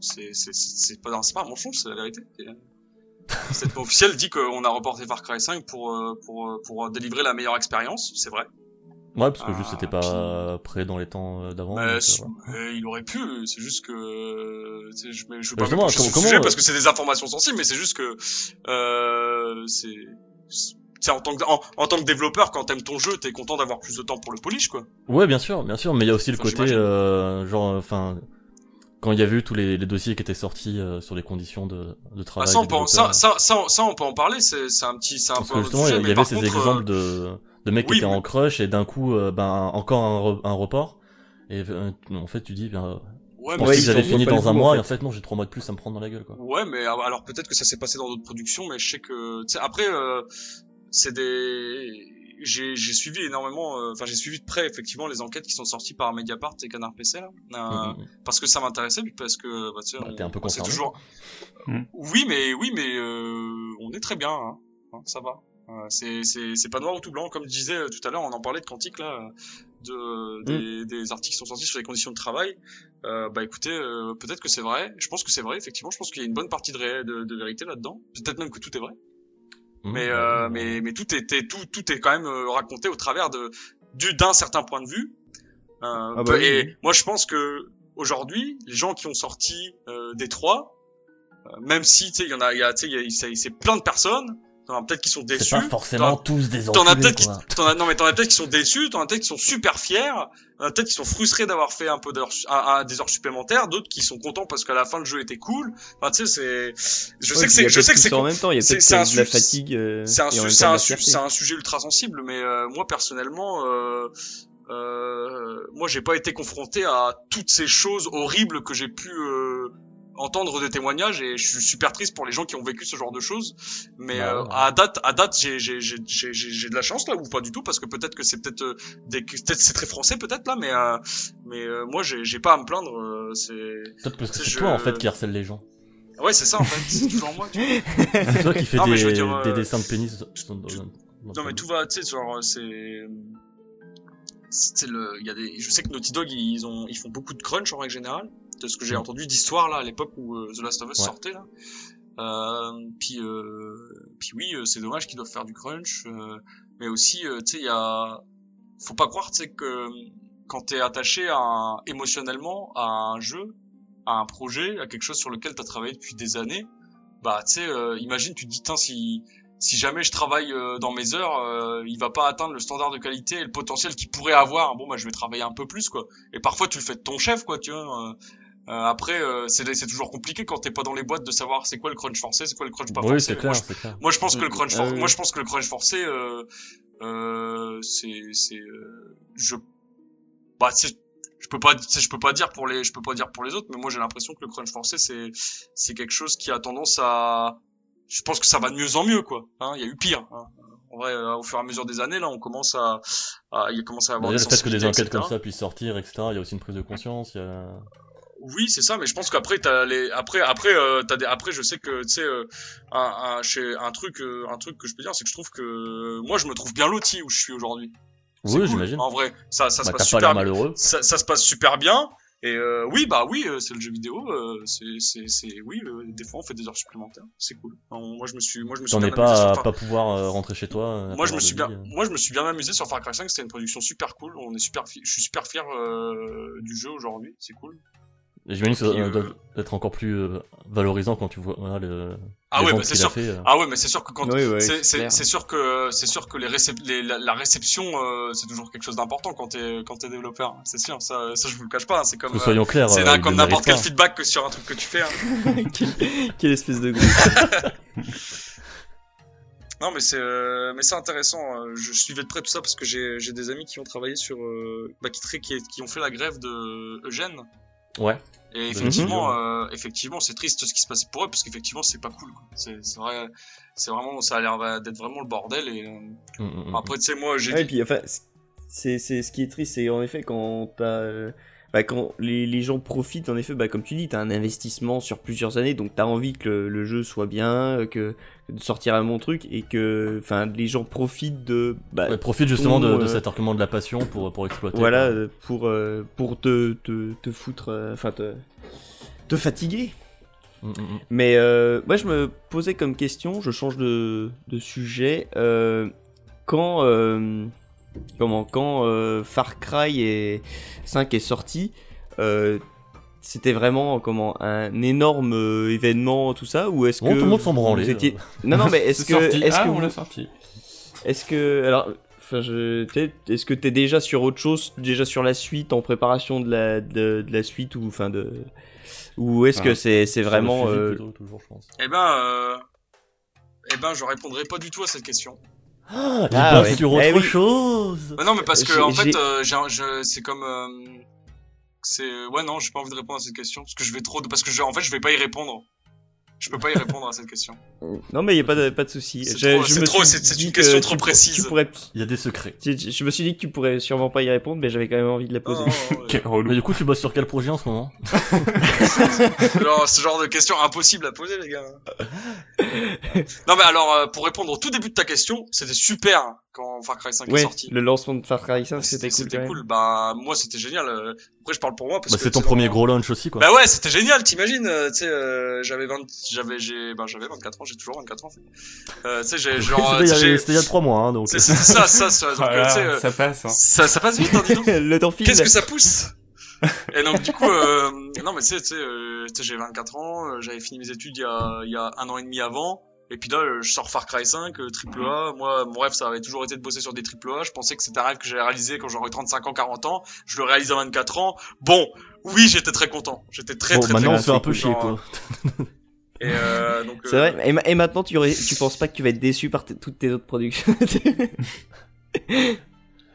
Speaker 6: c'est c'est- c'est- c'est pas, c'est pas un mensonge, c'est la vérité. euh, Le statement officiel dit qu'on a reporté Far Cry 5 pour, euh, pour, euh, pour délivrer la meilleure expérience, c'est vrai.
Speaker 4: Ouais, parce que
Speaker 6: Ah,
Speaker 4: juste c'était pas prêt dans les temps euh, d'avant.
Speaker 6: Euh,
Speaker 4: donc,
Speaker 6: s-
Speaker 4: euh, voilà.
Speaker 6: euh, il aurait pu, c'est juste que euh, tu sais, je, mais je veux
Speaker 4: Bah,
Speaker 6: pas me
Speaker 4: justement,
Speaker 6: pencher sur le
Speaker 4: comment-
Speaker 6: sujet
Speaker 4: comment-
Speaker 6: parce que c'est des informations sensibles, mais c'est juste que euh, c'est c'est en tant que en, en tant que développeur quand t'aimes ton jeu t'es content d'avoir plus de temps pour le polish quoi.
Speaker 4: Ouais, bien sûr, bien sûr, mais il y a aussi le
Speaker 6: Enfin,
Speaker 4: côté,
Speaker 6: j'imagine.
Speaker 4: euh, genre, enfin, quand il y a vu tous les, les dossiers qui étaient sortis euh, sur les conditions de, de
Speaker 6: Ah,
Speaker 4: travail.
Speaker 6: ça, on
Speaker 4: des
Speaker 6: peut en, ça,
Speaker 4: développeurs.
Speaker 6: ça,
Speaker 4: hein.
Speaker 6: ça, ça, on peut en parler c'est c'est un petit c'est un
Speaker 4: parce
Speaker 6: peu
Speaker 4: que
Speaker 6: un autre
Speaker 4: justement,
Speaker 6: sujet,
Speaker 4: il y
Speaker 6: mais
Speaker 4: avait
Speaker 6: par
Speaker 4: ces
Speaker 6: contre, euh,
Speaker 4: exemples de, de mecs
Speaker 6: oui,
Speaker 4: qui étaient
Speaker 6: mais-
Speaker 4: en crush et d'un coup, euh, ben, encore un, re- un report. Et euh, en fait, tu dis, ben,
Speaker 6: euh, ouais,
Speaker 4: je
Speaker 6: mais
Speaker 4: pensais que
Speaker 6: c'est-
Speaker 3: ils
Speaker 4: j'avais
Speaker 3: en
Speaker 4: fini
Speaker 3: voient pas
Speaker 4: dans
Speaker 3: du
Speaker 4: un
Speaker 3: tout,
Speaker 4: mois,
Speaker 3: en
Speaker 4: et en fait, non, j'ai trois mois de plus à me prendre dans la gueule, quoi.
Speaker 6: Ouais, mais a- alors peut-être que ça s'est passé dans d'autres productions, mais je sais que, tu sais, après, euh, c'est des, j'ai j'ai suivi énormément, euh, enfin j'ai suivi de près effectivement les enquêtes qui sont sorties par Mediapart et Canard PC là, euh,
Speaker 4: Mm, mm, mm.
Speaker 6: parce que ça m'intéressait, puis parce que, bah, tu sais,
Speaker 4: Bah,
Speaker 6: on-
Speaker 4: t'es un peu
Speaker 6: on sait
Speaker 4: concerné.
Speaker 6: toujours.
Speaker 5: Mm.
Speaker 6: Oui, mais oui, mais euh, on est très bien, hein. Hein, ça va. Euh, c'est c'est c'est pas noir ou tout blanc, comme je disais euh, tout à l'heure, on en parlait de Quantique là, euh,
Speaker 4: Mm.
Speaker 6: de des, des articles qui sont sortis sur les conditions de travail. Euh, bah écoutez, euh, peut-être que c'est vrai. Je pense que c'est vrai, effectivement. Je pense qu'il y a une bonne partie de, ré- de, de vérité là-dedans. Peut-être même que tout est vrai.
Speaker 4: Mm,
Speaker 6: Mais,
Speaker 4: ouais,
Speaker 6: euh,
Speaker 4: ouais.
Speaker 6: mais, mais tout, est, est- tout, tout est quand même euh, raconté au travers de du- d'un certain point de vue. Euh,
Speaker 3: Ah bah oui,
Speaker 6: et
Speaker 3: oui.
Speaker 6: moi, je pense que aujourd'hui, les gens qui ont sorti euh, des trois, euh, même si tu sais, il y en a, il y a, tu sais, il y a- il s'est- c'est plein de personnes. t'en as Peut-être qui sont
Speaker 4: C'est
Speaker 6: déçus.
Speaker 4: pas forcément
Speaker 6: t'en-
Speaker 4: tous des
Speaker 6: T'en as
Speaker 4: enculés,
Speaker 6: peut-être qui,
Speaker 4: quoi.
Speaker 6: t'en as, non mais t'en as peut-être qui sont déçus, t'en as peut-être qui sont super fiers, t'en as peut-être qui sont frustrés d'avoir fait un peu d'heures, un- un- des heures supplémentaires, d'autres qui sont contents parce qu'à la fin le jeu était cool. Enfin tu sais c'est, je sais que
Speaker 3: Ouais, puis il y
Speaker 6: c'est,
Speaker 3: a
Speaker 6: je
Speaker 3: peut-être
Speaker 6: sais que
Speaker 3: tout
Speaker 6: c'est
Speaker 3: ça en même temps, il y a
Speaker 6: c'est-
Speaker 3: peut-être
Speaker 6: c'est un
Speaker 3: de la
Speaker 6: su-
Speaker 3: fatigue. euh,
Speaker 6: c'est un,
Speaker 3: et en
Speaker 6: su-
Speaker 3: même
Speaker 6: c'est
Speaker 3: temps de
Speaker 6: un
Speaker 3: la
Speaker 6: su-
Speaker 3: fierté.
Speaker 6: c'est un sujet ultra sensible, mais euh, moi personnellement, euh, euh, moi j'ai pas été confronté à toutes ces choses horribles que j'ai pu euh, entendre de témoignages et je suis super triste pour les gens qui ont vécu ce genre de choses. Mais
Speaker 4: Bah
Speaker 6: euh,
Speaker 4: ouais.
Speaker 6: à date, à date, j'ai j'ai j'ai j'ai j'ai- j'ai de la chance là ou pas du tout parce que peut-être que c'est peut-être euh, des- que peut-être c'est très français peut-être là, mais euh, mais euh, moi j'ai j'ai pas à me plaindre. euh, c'est
Speaker 4: Peut-être parce que
Speaker 6: c'est
Speaker 4: c'est
Speaker 6: je-
Speaker 4: toi, en fait, qui harcèle les gens.
Speaker 6: ouais c'est ça en fait, c'est toujours moi. tu vois.
Speaker 4: C'est toi qui fais
Speaker 6: Non, mais je veux
Speaker 4: des,
Speaker 6: dire, euh,
Speaker 4: des dessins de pénis. dans- dans-
Speaker 6: tu-
Speaker 4: dans-
Speaker 6: Non mais tout va, tu sais, genre euh, c'est, c'est le, il y a des, je sais que Naughty Dog ils ont, ils font beaucoup de crunch en règle générale. de ce que j'ai entendu d'histoire là à l'époque où euh, The Last of Us
Speaker 4: Mm. Ouais.
Speaker 6: sortait là. Euh, puis, euh, puis oui, euh, c'est dommage qu'ils doivent faire du crunch, euh, mais aussi, euh, tu sais, il y a, faut pas croire, tu sais, que quand t'es attaché à un- émotionnellement à un jeu, à un projet, à quelque chose sur lequel t'as travaillé depuis des années, bah, tu sais, euh, imagine, tu te dis, tiens, si si jamais je travaille euh, dans mes heures, euh, il va pas atteindre le standard de qualité et le potentiel qu'il pourrait avoir. Bon, bah, je vais travailler un peu plus, quoi. Et parfois, tu le fais de ton chef, quoi, tu vois. euh. Euh, après, euh, c'est c'est toujours compliqué quand t'es pas dans les boîtes de savoir c'est quoi le crunch forcé, c'est quoi le crunch pas
Speaker 4: Oui,
Speaker 6: forcé.
Speaker 4: c'est
Speaker 6: Mais
Speaker 4: clair,
Speaker 6: Moi,
Speaker 4: c'est clair.
Speaker 6: je, moi, je pense que le crunch, for-
Speaker 4: Euh,
Speaker 3: Ah oui.
Speaker 6: moi, je pense que le crunch forcé, euh, euh, c'est, c'est, euh, je, bah, c'est- je peux pas, c'est- je peux pas dire pour les, je peux pas dire pour les autres, mais moi, j'ai l'impression que le crunch forcé, c'est, c'est quelque chose qui a tendance à, je pense que ça va de mieux en mieux, quoi. Hein, il y a eu pire. hein. En vrai, euh, au fur et à mesure des années, là, on commence à, à il commence à avoir
Speaker 4: D'ailleurs, le fait que des
Speaker 6: sensibilités,
Speaker 4: enquêtes
Speaker 6: etc.
Speaker 4: comme ça puissent sortir, etc., il y a aussi une prise de conscience, il y a...
Speaker 6: Oui, c'est ça, mais je pense qu'après t'as les après après euh, t'as des après je sais que tu sais euh, un, un, chez- un truc euh, un truc que je peux dire c'est que je trouve que euh, moi je me trouve bien loti où je suis aujourd'hui. C'est
Speaker 4: Oui,
Speaker 6: cool.
Speaker 4: j'imagine.
Speaker 6: En vrai, ça ça se
Speaker 4: Bah,
Speaker 6: passe
Speaker 4: t'as pas
Speaker 6: super
Speaker 4: l'air
Speaker 6: bien.
Speaker 4: malheureux.
Speaker 6: Ça, ça se passe super bien et euh, oui bah oui euh, c'est le jeu vidéo euh, c'est c'est c'est oui euh, des fois on fait des heures supplémentaires c'est cool. Non, moi je me suis moi je me suis
Speaker 4: T'en
Speaker 6: bien
Speaker 4: es
Speaker 6: amusé sur
Speaker 4: pas à
Speaker 6: Far-
Speaker 4: pas pouvoir euh, rentrer chez toi. euh,
Speaker 6: moi je
Speaker 4: avoir
Speaker 6: me
Speaker 4: de
Speaker 6: suis bien
Speaker 4: vie, euh.
Speaker 6: moi je me suis bien amusé sur Far Cry 5 c'était une production super cool on est super fi- je suis super fier euh, du jeu aujourd'hui c'est cool.
Speaker 4: Et J'imagine que ça
Speaker 6: Puis, euh,
Speaker 4: doit- doit être encore plus euh, valorisant quand tu vois voilà, le...
Speaker 6: Ah
Speaker 4: les
Speaker 6: ouais
Speaker 4: ventes
Speaker 6: bah c'est
Speaker 4: qu'il a
Speaker 6: sûr
Speaker 4: fait, euh.
Speaker 6: Ah ouais, mais c'est sûr que quand
Speaker 3: Oui, oui,
Speaker 6: c'est-
Speaker 3: c'est
Speaker 6: c'est
Speaker 3: clair.
Speaker 6: c'est sûr que c'est sûr que les récep- les- la, la réception euh, c'est toujours quelque chose d'important quand t'es quand t'es développeur. hein. C'est sûr, ça, ça je vous le cache pas. hein, C'est comme
Speaker 4: Que
Speaker 6: euh,
Speaker 4: soyons clairs,
Speaker 6: c'est
Speaker 4: euh,
Speaker 6: d'un-
Speaker 4: il
Speaker 6: comme
Speaker 4: le
Speaker 6: n'importe quel
Speaker 4: mérite
Speaker 6: feedback que sur un truc que tu fais. hein.
Speaker 4: *laughs*
Speaker 3: quelle, quelle espèce de groupe.
Speaker 6: Non, mais c'est euh, mais c'est intéressant. euh, Je suivais de près tout ça parce que j'ai j'ai des amis qui ont travaillé sur euh, bah, qui, tra- qui qui ont fait la grève de Eugène.
Speaker 4: pas. Ouais.
Speaker 6: Et
Speaker 4: Bah,
Speaker 6: effectivement, euh, effectivement, c'est triste ce qui se passait pour eux, parce qu'effectivement, c'est pas cool. quoi. C'est c'est vrai, c'est vraiment, ça a l'air d'être vraiment le bordel. Et euh,
Speaker 4: Mm, mm, mm.
Speaker 6: après, tu sais, moi, j'ai
Speaker 3: Ouais, et puis enfin, c- c'est, c'est ce qui est triste, c'est en effet quand t'as, euh, bah, quand les, les gens profitent, en effet, bah, comme tu dis, t'as un investissement sur plusieurs années, donc t'as envie que le, le jeu soit bien, euh, que de sortir un bon truc, et que, enfin, les gens profitent de, bah,
Speaker 4: Ouais, profite justement de,
Speaker 3: ton,
Speaker 4: de
Speaker 3: euh,
Speaker 4: cet argument de la passion pour, pour exploiter.
Speaker 3: voilà,
Speaker 4: quoi.
Speaker 3: euh, pour euh, pour te te, te foutre, euh, enfin te te fatiguer.
Speaker 4: Mm, mm, mm.
Speaker 3: Mais euh, moi, je me posais comme question, je change de, de sujet. euh, quand euh, comment quand euh, Far Cry est- 5 est sorti, euh, c'était vraiment comment un énorme euh, événement tout ça ou est-ce
Speaker 4: Bon,
Speaker 3: que
Speaker 4: tout le monde s'en branlait.
Speaker 3: vous étiez- *laughs* Non non mais est-ce
Speaker 5: C'est
Speaker 3: que
Speaker 5: sorti.
Speaker 3: est-ce
Speaker 5: ah,
Speaker 3: que
Speaker 5: on
Speaker 3: vous-
Speaker 5: l'a sorti.
Speaker 3: est-ce que alors enfin je t'es- est-ce que t'es déjà sur autre chose déjà sur la suite en préparation de la de, de la suite ou enfin de ou est-ce que
Speaker 4: Enfin,
Speaker 3: c'est c'est
Speaker 4: Sur
Speaker 3: vraiment
Speaker 4: le suivi,
Speaker 3: euh,
Speaker 4: plutôt, toujours, je pense.
Speaker 6: Eh ben, euh... eh ben, je répondrai pas du tout à cette question.
Speaker 4: Ah, il
Speaker 3: Ah,
Speaker 4: bosse
Speaker 3: ouais.
Speaker 4: sur autre
Speaker 3: Eh oui.
Speaker 4: chose
Speaker 6: Bah non, mais parce que
Speaker 3: J'ai-
Speaker 6: en fait,
Speaker 3: j'ai-
Speaker 6: euh, j'ai un- je- c'est comme, euh, c'est ouais non, j'ai pas envie de répondre à cette question parce que je vais trop, de- parce que je, en fait, je vais pas y répondre. Je peux pas y répondre à cette
Speaker 4: *laughs*
Speaker 6: question.
Speaker 3: Non, mais il n'y a pas de, pas de souci.
Speaker 6: C'est
Speaker 3: Je-
Speaker 6: trop-
Speaker 3: je
Speaker 6: c'est
Speaker 3: me
Speaker 6: trop-
Speaker 3: suis
Speaker 6: c'est- c'est
Speaker 3: dit
Speaker 6: une
Speaker 3: que
Speaker 6: question
Speaker 3: tu
Speaker 6: trop
Speaker 3: pour-
Speaker 6: précise.
Speaker 3: tu pourrais-
Speaker 4: Il y a des secrets.
Speaker 3: tu- tu- je me suis dit que tu pourrais sûrement pas y répondre, mais j'avais quand même envie de la
Speaker 6: Non,
Speaker 3: poser.
Speaker 6: non,
Speaker 4: *laughs*
Speaker 6: non,
Speaker 5: Quel
Speaker 4: Mais
Speaker 5: relou.
Speaker 4: du coup, tu bosses sur quel projet en ce moment Bah,
Speaker 6: euh, genre, ce genre de question impossible à poser, les gars. non, mais alors, euh, pour répondre au tout début de ta question, c'était super hein, quand Far Cry 5 est
Speaker 3: ouais,
Speaker 6: sorti. Ah,
Speaker 3: le lancement de Far Cry 5, c'était cool. quand
Speaker 6: C'était
Speaker 3: même.
Speaker 6: cool. Bah, moi, c'était génial. euh, Après, je parle pour moi parce
Speaker 4: Bah,
Speaker 6: que
Speaker 4: C'est ton
Speaker 6: tu sais,
Speaker 4: premier
Speaker 6: dans-
Speaker 4: gros launch aussi, quoi.
Speaker 6: Bah ouais, c'était génial, t'imagines, euh, tu sais, euh, j'avais 20, j'avais, j'ai, ben, j'avais 24 ans, j'ai toujours 24 ans, en fait. Euh, tu sais, j'ai, genre,
Speaker 4: C'était
Speaker 6: euh,
Speaker 4: il y a-
Speaker 6: j'ai-
Speaker 4: c'était il y a 3 mois, hein, donc.
Speaker 6: c'est, c'est ça, ça, ça, donc, euh, tu sais,
Speaker 5: Voilà,
Speaker 6: euh,
Speaker 5: ça passe. Hein.
Speaker 6: ça, ça passe vite, hein, dis donc.
Speaker 3: *laughs* le temps file.
Speaker 6: Qu'est-ce que ça pousse? *laughs* Et donc, du coup, euh, non, mais tu sais, tu sais, euh, tu sais, j'ai 24 ans, euh, j'avais fini mes études il y a, il y a un an et demi avant. Et puis là, euh, je sors Far Cry 5, euh, triple
Speaker 3: Mhm.
Speaker 6: A. Moi, mon rêve, ça avait toujours été de bosser sur des triple A. Je pensais que c'était un rêve que j'allais réaliser quand j'aurais 35 ans, 40 ans. Je le réalise à 24 ans. Bon, oui, j'étais très content. J'étais très,
Speaker 4: Bon,
Speaker 6: très,
Speaker 4: maintenant on
Speaker 6: très
Speaker 4: se fait un peu
Speaker 6: content.
Speaker 4: chier, quoi.
Speaker 6: Et euh, donc,
Speaker 3: C'est
Speaker 6: euh,
Speaker 3: vrai. Et, ma- et maintenant, tu, aurais, tu penses pas que tu vas être déçu par t- toutes tes
Speaker 6: *laughs*
Speaker 3: autres productions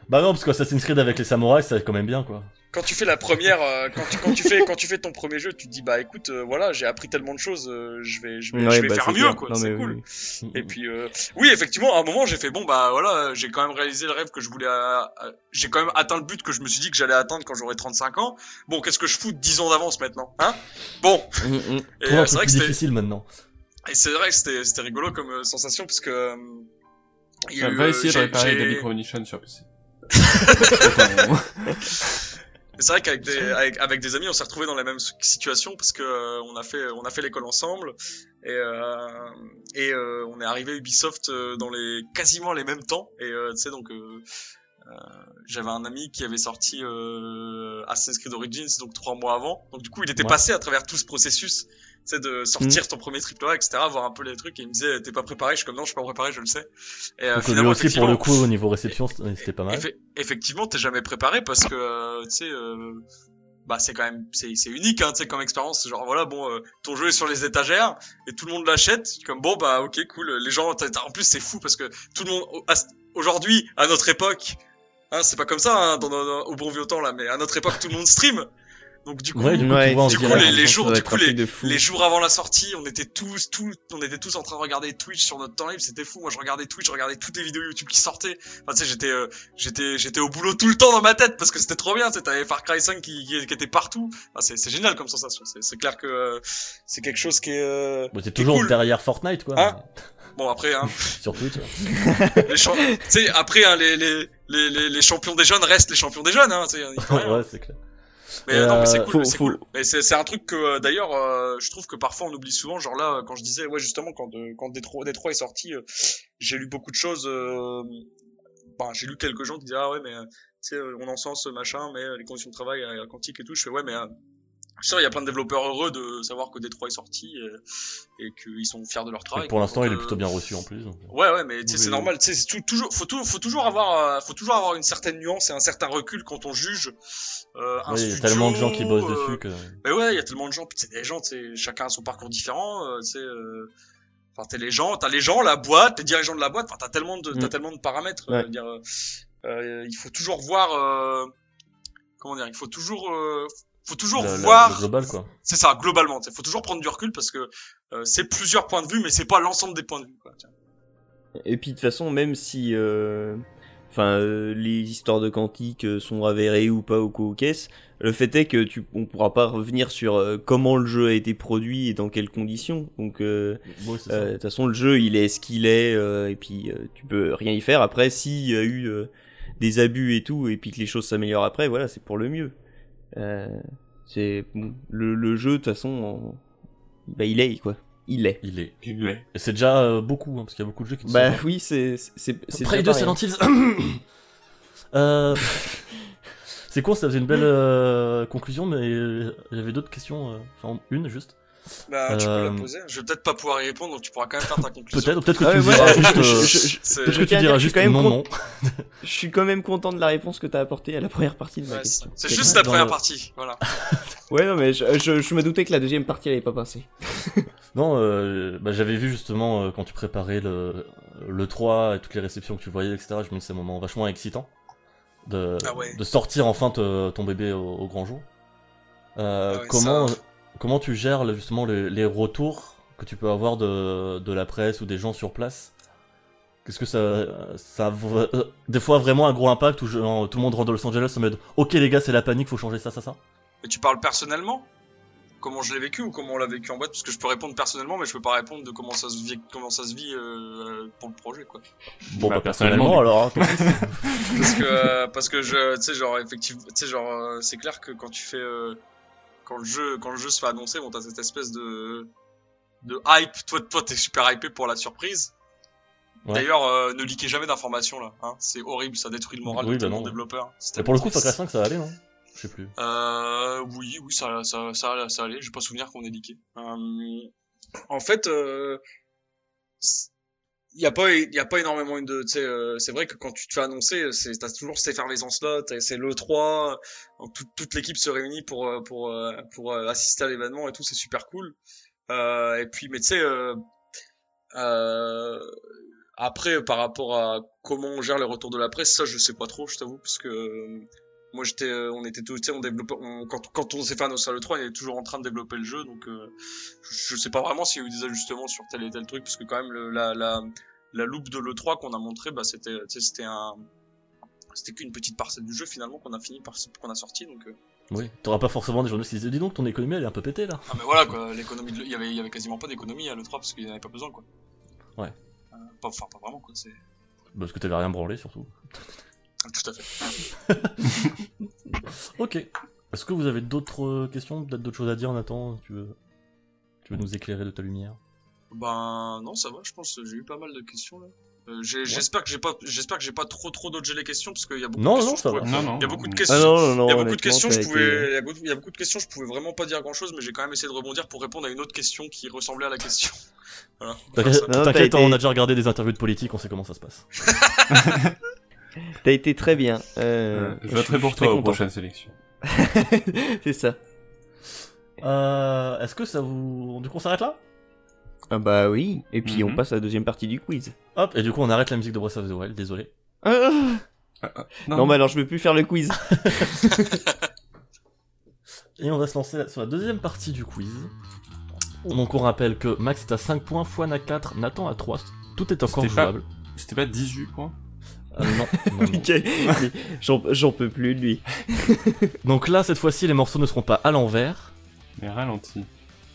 Speaker 4: Bah non, parce que Assassin's Creed avec les samouraïs, ça va quand même bien, quoi.
Speaker 6: quand tu fais la première, euh, quand, tu, quand, tu fais, quand tu fais ton premier jeu, tu te dis, bah écoute, euh, voilà, j'ai appris tellement de choses, euh, je vais, je vais, je
Speaker 3: Ouais,
Speaker 6: vais
Speaker 3: bah,
Speaker 6: faire
Speaker 3: c'est
Speaker 6: mieux,
Speaker 3: clair.
Speaker 6: quoi.
Speaker 3: Non,
Speaker 6: C'est
Speaker 3: mais
Speaker 6: cool.
Speaker 3: oui, oui.
Speaker 6: Et
Speaker 4: Mhm.
Speaker 6: puis euh, oui, effectivement, à un moment j'ai fait bon bah voilà, j'ai quand même réalisé le rêve que je voulais, euh, euh, j'ai quand même atteint le but que je me suis dit que j'allais atteindre quand j'aurais 35 ans. Bon, qu'est-ce que je fous de 10 ans d'avance maintenant, hein Bon, *laughs*
Speaker 3: Mm, mm.
Speaker 6: et
Speaker 4: Trouve
Speaker 6: euh, c'est
Speaker 4: un
Speaker 6: Euh,
Speaker 4: truc
Speaker 6: vrai que
Speaker 4: plus
Speaker 6: c'était,
Speaker 4: difficile maintenant.
Speaker 6: et c'est vrai que c'était, c'était rigolo comme euh, sensation parce que euh, il y a eu,
Speaker 5: va
Speaker 6: euh,
Speaker 5: essayer de
Speaker 6: j'ai-
Speaker 5: réparer
Speaker 6: j'ai-
Speaker 5: des micro sur PC.
Speaker 6: Mais c'est vrai qu'avec des, avec, avec des amis, on s'est retrouvés dans la même situation parce que euh, on a fait, on a fait l'école ensemble et, euh, et euh, on est arrivé à Ubisoft euh, dans les quasiment les mêmes temps. Et euh, tu sais donc. euh, euh, j'avais un ami qui avait sorti euh, Assassin's Creed Origins donc trois mois avant donc du coup il était
Speaker 4: Ouais. Mm.
Speaker 6: passé à travers tout ce processus tu sais de sortir ton premier triple A etc voir un peu les trucs et il me disait t'es pas préparé je suis comme non je suis pas préparé je le sais et euh,
Speaker 4: Donc, lui
Speaker 6: finalement
Speaker 4: aussi, pour le
Speaker 6: effectivement,
Speaker 4: coup, au niveau réception, c'était c'était pas mal.
Speaker 6: Effe- effectivement, t'es jamais préparé parce que euh, tu sais, euh, bah c'est quand même c'est c'est unique, hein, tu sais comme expérience. Genre voilà, bon, euh, ton jeu est sur les étagères et tout le monde l'achète. Comme bon bah ok cool. Les gens, t'as- t'as- en plus c'est fou parce que tout le monde au- à ce- aujourd'hui à notre époque, hein, c'est pas comme ça hein, dans, dans- au bon vieux temps là, mais à notre époque tout le monde stream. Donc du coup,
Speaker 4: Ouais, du coup, tu vois en
Speaker 6: du coup,
Speaker 4: direct.
Speaker 6: les- les jours,
Speaker 3: ça doit
Speaker 6: du
Speaker 3: être
Speaker 6: coup,
Speaker 3: un truc de fou.
Speaker 6: les jours avant la sortie, on était tous, tous, on était tous en train de regarder Twitch sur notre temps libre. C'était fou. Moi, je regardais Twitch, je regardais toutes les vidéos YouTube qui sortaient. Enfin, tu sais, j'étais, euh, j'étais, j'étais au boulot tout le temps dans ma tête parce que c'était trop bien. Tu sais, T'avais Far Cry 5 qui, qui, qui était partout. Enfin, c'est, c'est génial comme sensation. C'est, c'est clair que euh, c'est quelque chose qui est. euh,
Speaker 4: Bon, t'es
Speaker 6: qui est
Speaker 4: toujours
Speaker 6: cool.
Speaker 4: derrière Fortnite, quoi.
Speaker 6: Hein Bon, après, hein,
Speaker 4: *laughs* sur Twitch.
Speaker 6: les champ- *laughs* tu sais, après, hein, les, les, les, les, les champions des jeunes restent les champions des jeunes. Hein, tu sais, ils font rien.
Speaker 4: *laughs* ouais, c'est clair.
Speaker 6: Mais euh, non, mais c'est
Speaker 4: Euh,
Speaker 6: cool,
Speaker 3: faut-
Speaker 6: c'est
Speaker 3: faut-
Speaker 6: cool. Mais c'est c'est un truc que euh, d'ailleurs, euh, je trouve que parfois on oublie souvent. Genre là, euh, quand je disais, ouais, justement, quand euh, quand Détroit, Détroit est sorti, euh, j'ai lu beaucoup de choses. euh, ben, j'ai lu quelques gens qui disaient ah ouais, mais euh, tu sais, euh, on encense ce machin, mais euh, les conditions de travail à à Quantique et tout. Je fais ouais, mais euh, je suis sûr, il y a plein de développeurs heureux de savoir que Détroit est sorti euh, et qu'ils sont fiers de leur travail.
Speaker 4: Mais pour l'instant,
Speaker 6: Donc,
Speaker 4: il est
Speaker 6: euh,
Speaker 4: plutôt bien reçu en plus. donc.
Speaker 6: Ouais, ouais, mais tu sais, c'est
Speaker 5: Mais-
Speaker 6: normal. Tu sais, c'est tout- toujours, faut, tout- faut toujours avoir, euh, faut toujours avoir une certaine nuance et un certain recul quand on juge. Euh, un
Speaker 4: Ouais, il y a
Speaker 6: studio,
Speaker 4: tellement de gens qui bossent
Speaker 6: euh,
Speaker 4: dessus que.
Speaker 6: mais ouais, il y a tellement de gens, puis c'est des gens, tu sais, chacun a son parcours différent, euh, tu sais, euh, enfin t'es les gens, t'as les gens, la boîte, les dirigeants de la boîte, enfin t'as tellement de, t'as
Speaker 3: Mm.
Speaker 6: tellement de paramètres.
Speaker 3: Ouais.
Speaker 6: euh, je veux dire, euh, euh, il faut toujours voir, euh, comment dire, il faut toujours, euh, faut toujours
Speaker 4: la- la-
Speaker 6: voir,
Speaker 4: le global, quoi.
Speaker 6: c'est ça, globalement, il faut toujours prendre du recul parce que euh, c'est plusieurs points de vue, mais c'est pas l'ensemble des points de vue. Quoi, tiens.
Speaker 3: Et puis de toute façon, même si euh, enfin, euh, les histoires de Quantique euh, sont avérées ou pas au coup ou caisse, le fait est que tu, on pourra pas revenir sur euh, comment le jeu a été produit et dans quelles conditions. Donc euh,
Speaker 4: Ouais, c'est ça.
Speaker 3: euh, de toute façon, le jeu, il est ce qu'il est, euh, et puis euh, tu peux rien y faire. Après, s'il y a eu euh, des abus et tout, et puis que les choses s'améliorent après, voilà, c'est pour le mieux. Euh, c'est bon, le, le jeu, de toute façon, en- bah, il est quoi, il est.
Speaker 4: Il est.
Speaker 5: Il est.
Speaker 4: Et c'est déjà euh, beaucoup, hein, parce qu'il y a beaucoup de jeux qui ne
Speaker 3: Bah
Speaker 4: sont pas.
Speaker 3: oui, c'est c'est- c'est c'est hein.
Speaker 4: Près
Speaker 3: déjà
Speaker 4: de
Speaker 3: pas rien.
Speaker 4: Silent Hills. *coughs* euh... C'est con, ça faisait une belle euh, conclusion, mais euh, j'avais d'autres questions, euh, enfin une juste.
Speaker 6: Bah, tu peux la
Speaker 4: Euh,
Speaker 6: poser. Je vais peut-être pas pouvoir y répondre, donc tu pourras quand même faire ta conclusion.
Speaker 4: Peut-être, peut-être que
Speaker 3: Ah
Speaker 4: tu
Speaker 3: ouais,
Speaker 4: me
Speaker 3: moi, je-
Speaker 4: diras juste,
Speaker 3: je-
Speaker 4: euh,
Speaker 3: je- je-
Speaker 6: C'est-
Speaker 4: peut-être que
Speaker 3: je tiens
Speaker 4: tu
Speaker 3: à
Speaker 4: diras
Speaker 3: dire, je suis
Speaker 4: juste
Speaker 3: quand même
Speaker 4: non,
Speaker 3: con-
Speaker 4: non.
Speaker 3: Je suis quand même content de la réponse que t'as apportée à la première partie de ma
Speaker 6: ouais, c'est
Speaker 3: question.
Speaker 6: c'est juste la
Speaker 4: Dans
Speaker 6: première
Speaker 4: le-
Speaker 6: partie, voilà.
Speaker 3: Ouais, non, mais je, je, je me doutais que la deuxième partie elle avait pas passé.
Speaker 4: Non, euh, bah, j'avais vu justement euh, quand tu préparais le, le 3 et toutes les réceptions que tu voyais, etc. Je me disais c'est un moment vachement excitant de,
Speaker 6: Ah ouais.
Speaker 4: de sortir enfin te- ton bébé au, au grand jour. Euh,
Speaker 6: Ah ouais,
Speaker 4: comment,
Speaker 6: ça-
Speaker 4: comment tu gères le- justement les, les retours que tu peux avoir de, de la presse ou des gens sur place Qu'est-ce que ça, ça a vra- euh, des fois vraiment un gros impact où genre, tout le monde rentre de Los Angeles en mode ok les gars c'est la panique faut changer ça ça ça
Speaker 6: Mais tu parles personnellement Comment je l'ai vécu ou comment on l'a vécu en boîte Parce que je peux répondre personnellement, mais je peux pas répondre de comment ça se vit, comment ça se vit euh, pour le projet, quoi.
Speaker 4: bon
Speaker 5: Bah,
Speaker 4: bah, personnellement alors hein, *laughs*
Speaker 6: Parce que, euh, parce que je, tu sais, genre effectivement, tu sais, genre, euh, c'est clair que quand tu fais, euh, quand le jeu, quand le jeu se fait annoncer, bon, t'as cette espèce de, de hype. Toi, toi, t'es super hypé pour la surprise.
Speaker 4: Ouais.
Speaker 6: D'ailleurs, euh, ne liquez jamais d'informations là. Hein. C'est horrible, ça détruit le moral
Speaker 4: Oui,
Speaker 6: de
Speaker 4: bah
Speaker 6: tout
Speaker 4: non.
Speaker 6: mon développeur.
Speaker 4: Et pour le coup Far Cry 5 ça allait non je sais plus
Speaker 6: Euh, oui, oui, ça, ça, ça, ça allait. J'ai pas souvenir qu'on ait liqué. Euh, en fait, euh, il y a pas, il y a pas énormément de, tu sais, euh, c'est vrai que quand tu te fais annoncer, c'est, t'as toujours cette effervescence là. C'est le 3 donc toute- toute l'équipe se réunit pour euh, pour euh, pour euh, assister à l'événement et tout. C'est super cool. Euh, et puis, mais tu sais, euh, euh, après par rapport à comment on gère les retours de la presse, ça je sais pas trop, je t'avoue, parce que euh, moi j'étais, euh, on était tous, tu sais, on développait, on- quand quand on s'est fait annoncer le 3, on était toujours en train de développer le jeu, donc euh, je je sais pas vraiment s'il y a eu des ajustements sur tel et tel truc, parce que quand même le- la la la loupe de l'E3 qu'on a montré, bah c'était, tu sais, c'était un c'était qu'une petite parcelle du jeu finalement qu'on a fini par qu'on a sorti donc euh,
Speaker 4: Oui, t'auras pas forcément des journalistes qui disent dis donc ton économie elle est un peu pétée là.
Speaker 6: ah mais voilà quoi l'économie de l'E- il y avait il y avait quasiment pas d'économie à l'E3 parce qu'il n'y en avait pas besoin quoi
Speaker 4: Ouais.
Speaker 6: Euh, pas enfin pas vraiment quoi c'est
Speaker 4: Parce que t'avais rien branlé surtout.
Speaker 6: Tout à fait.
Speaker 4: Ok. Est-ce que vous avez d'autres euh, questions, peut-être d'autres choses à dire, Nathan Tu veux, tu veux nous éclairer de ta lumière
Speaker 6: Ben non, ça va, je pense. J'ai eu pas mal de questions là. Euh, j'ai- J'espère que j'ai pas, j'espère que j'ai pas trop trop dodgé les questions parce qu'il y a beaucoup
Speaker 4: Non,
Speaker 6: de
Speaker 4: non,
Speaker 6: questions. je
Speaker 4: ça va.
Speaker 6: pouvais-
Speaker 5: Non, non.
Speaker 6: Il y a beaucoup de
Speaker 5: on-
Speaker 6: questions.
Speaker 3: Ah non, non, non.
Speaker 6: Il y a beaucoup de
Speaker 3: honnêtement,
Speaker 6: questions, je
Speaker 3: t'as été-
Speaker 6: pouvais, il y a beaucoup- il y a beaucoup de questions, je pouvais vraiment pas dire grand chose, mais j'ai quand même essayé de rebondir pour répondre à une autre question qui ressemblait à la question. *laughs* Voilà.
Speaker 4: T'inquiète,
Speaker 3: Non,
Speaker 4: t'inquiète,
Speaker 3: t'as été-
Speaker 4: on a déjà regardé des interviews de politique, on sait comment ça se passe.
Speaker 3: T'as été très bien. Euh,
Speaker 5: Euh, je
Speaker 3: suis-
Speaker 5: voterai
Speaker 3: je
Speaker 5: pour
Speaker 3: suis très
Speaker 5: toi aux
Speaker 3: content.
Speaker 5: prochaines sélections.
Speaker 3: C'est ça.
Speaker 4: Euh, Est-ce que ça vous. Du coup, on s'arrête là
Speaker 3: Ah bah oui. Et puis on
Speaker 5: Mhm.
Speaker 3: passe à la deuxième partie du quiz.
Speaker 4: Hop, et du coup, on arrête la musique de Breath of the Wild, désolé.
Speaker 3: Ah
Speaker 5: Ah, ah,
Speaker 3: non, mais alors je vais plus faire le quiz.
Speaker 4: Et on va se lancer sur la deuxième partie du quiz. Donc, on rappelle que Max est à 5 points, Fouane à 4, Nathan à 3. Tout est encore
Speaker 5: C'était pas-
Speaker 4: jouable.
Speaker 5: C'était pas 18 points
Speaker 4: Euh, non, *laughs* non, non.
Speaker 3: *laughs* Ok. J'en- J'en peux plus de lui.
Speaker 4: Donc là, cette fois-ci, les morceaux ne seront pas à l'envers.
Speaker 5: Mais ralenti.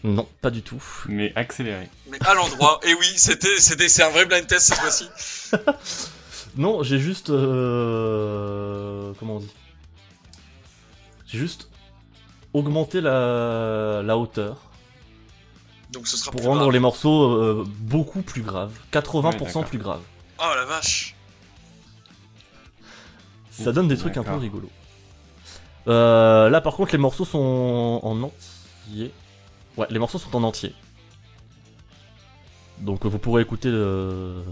Speaker 4: Non, pas du tout.
Speaker 5: Mais accéléré.
Speaker 6: Mais à l'endroit, et oui, c'était, c'était, c'est un vrai blind test cette fois-ci.
Speaker 4: Non, j'ai juste. euh, Comment on dit J'ai juste augmenté la, la hauteur
Speaker 6: Donc ce sera
Speaker 4: pour
Speaker 6: plus
Speaker 4: rendre
Speaker 6: grave.
Speaker 4: les morceaux euh, beaucoup plus graves. 80%
Speaker 5: Ouais,
Speaker 4: plus graves.
Speaker 6: Oh la vache.
Speaker 4: Ça donne des trucs un peu
Speaker 5: D'accord.
Speaker 4: rigolos. Euh, là par contre, les morceaux sont en entier. Ouais, les morceaux sont en entier. Donc euh, vous pourrez écouter. euh,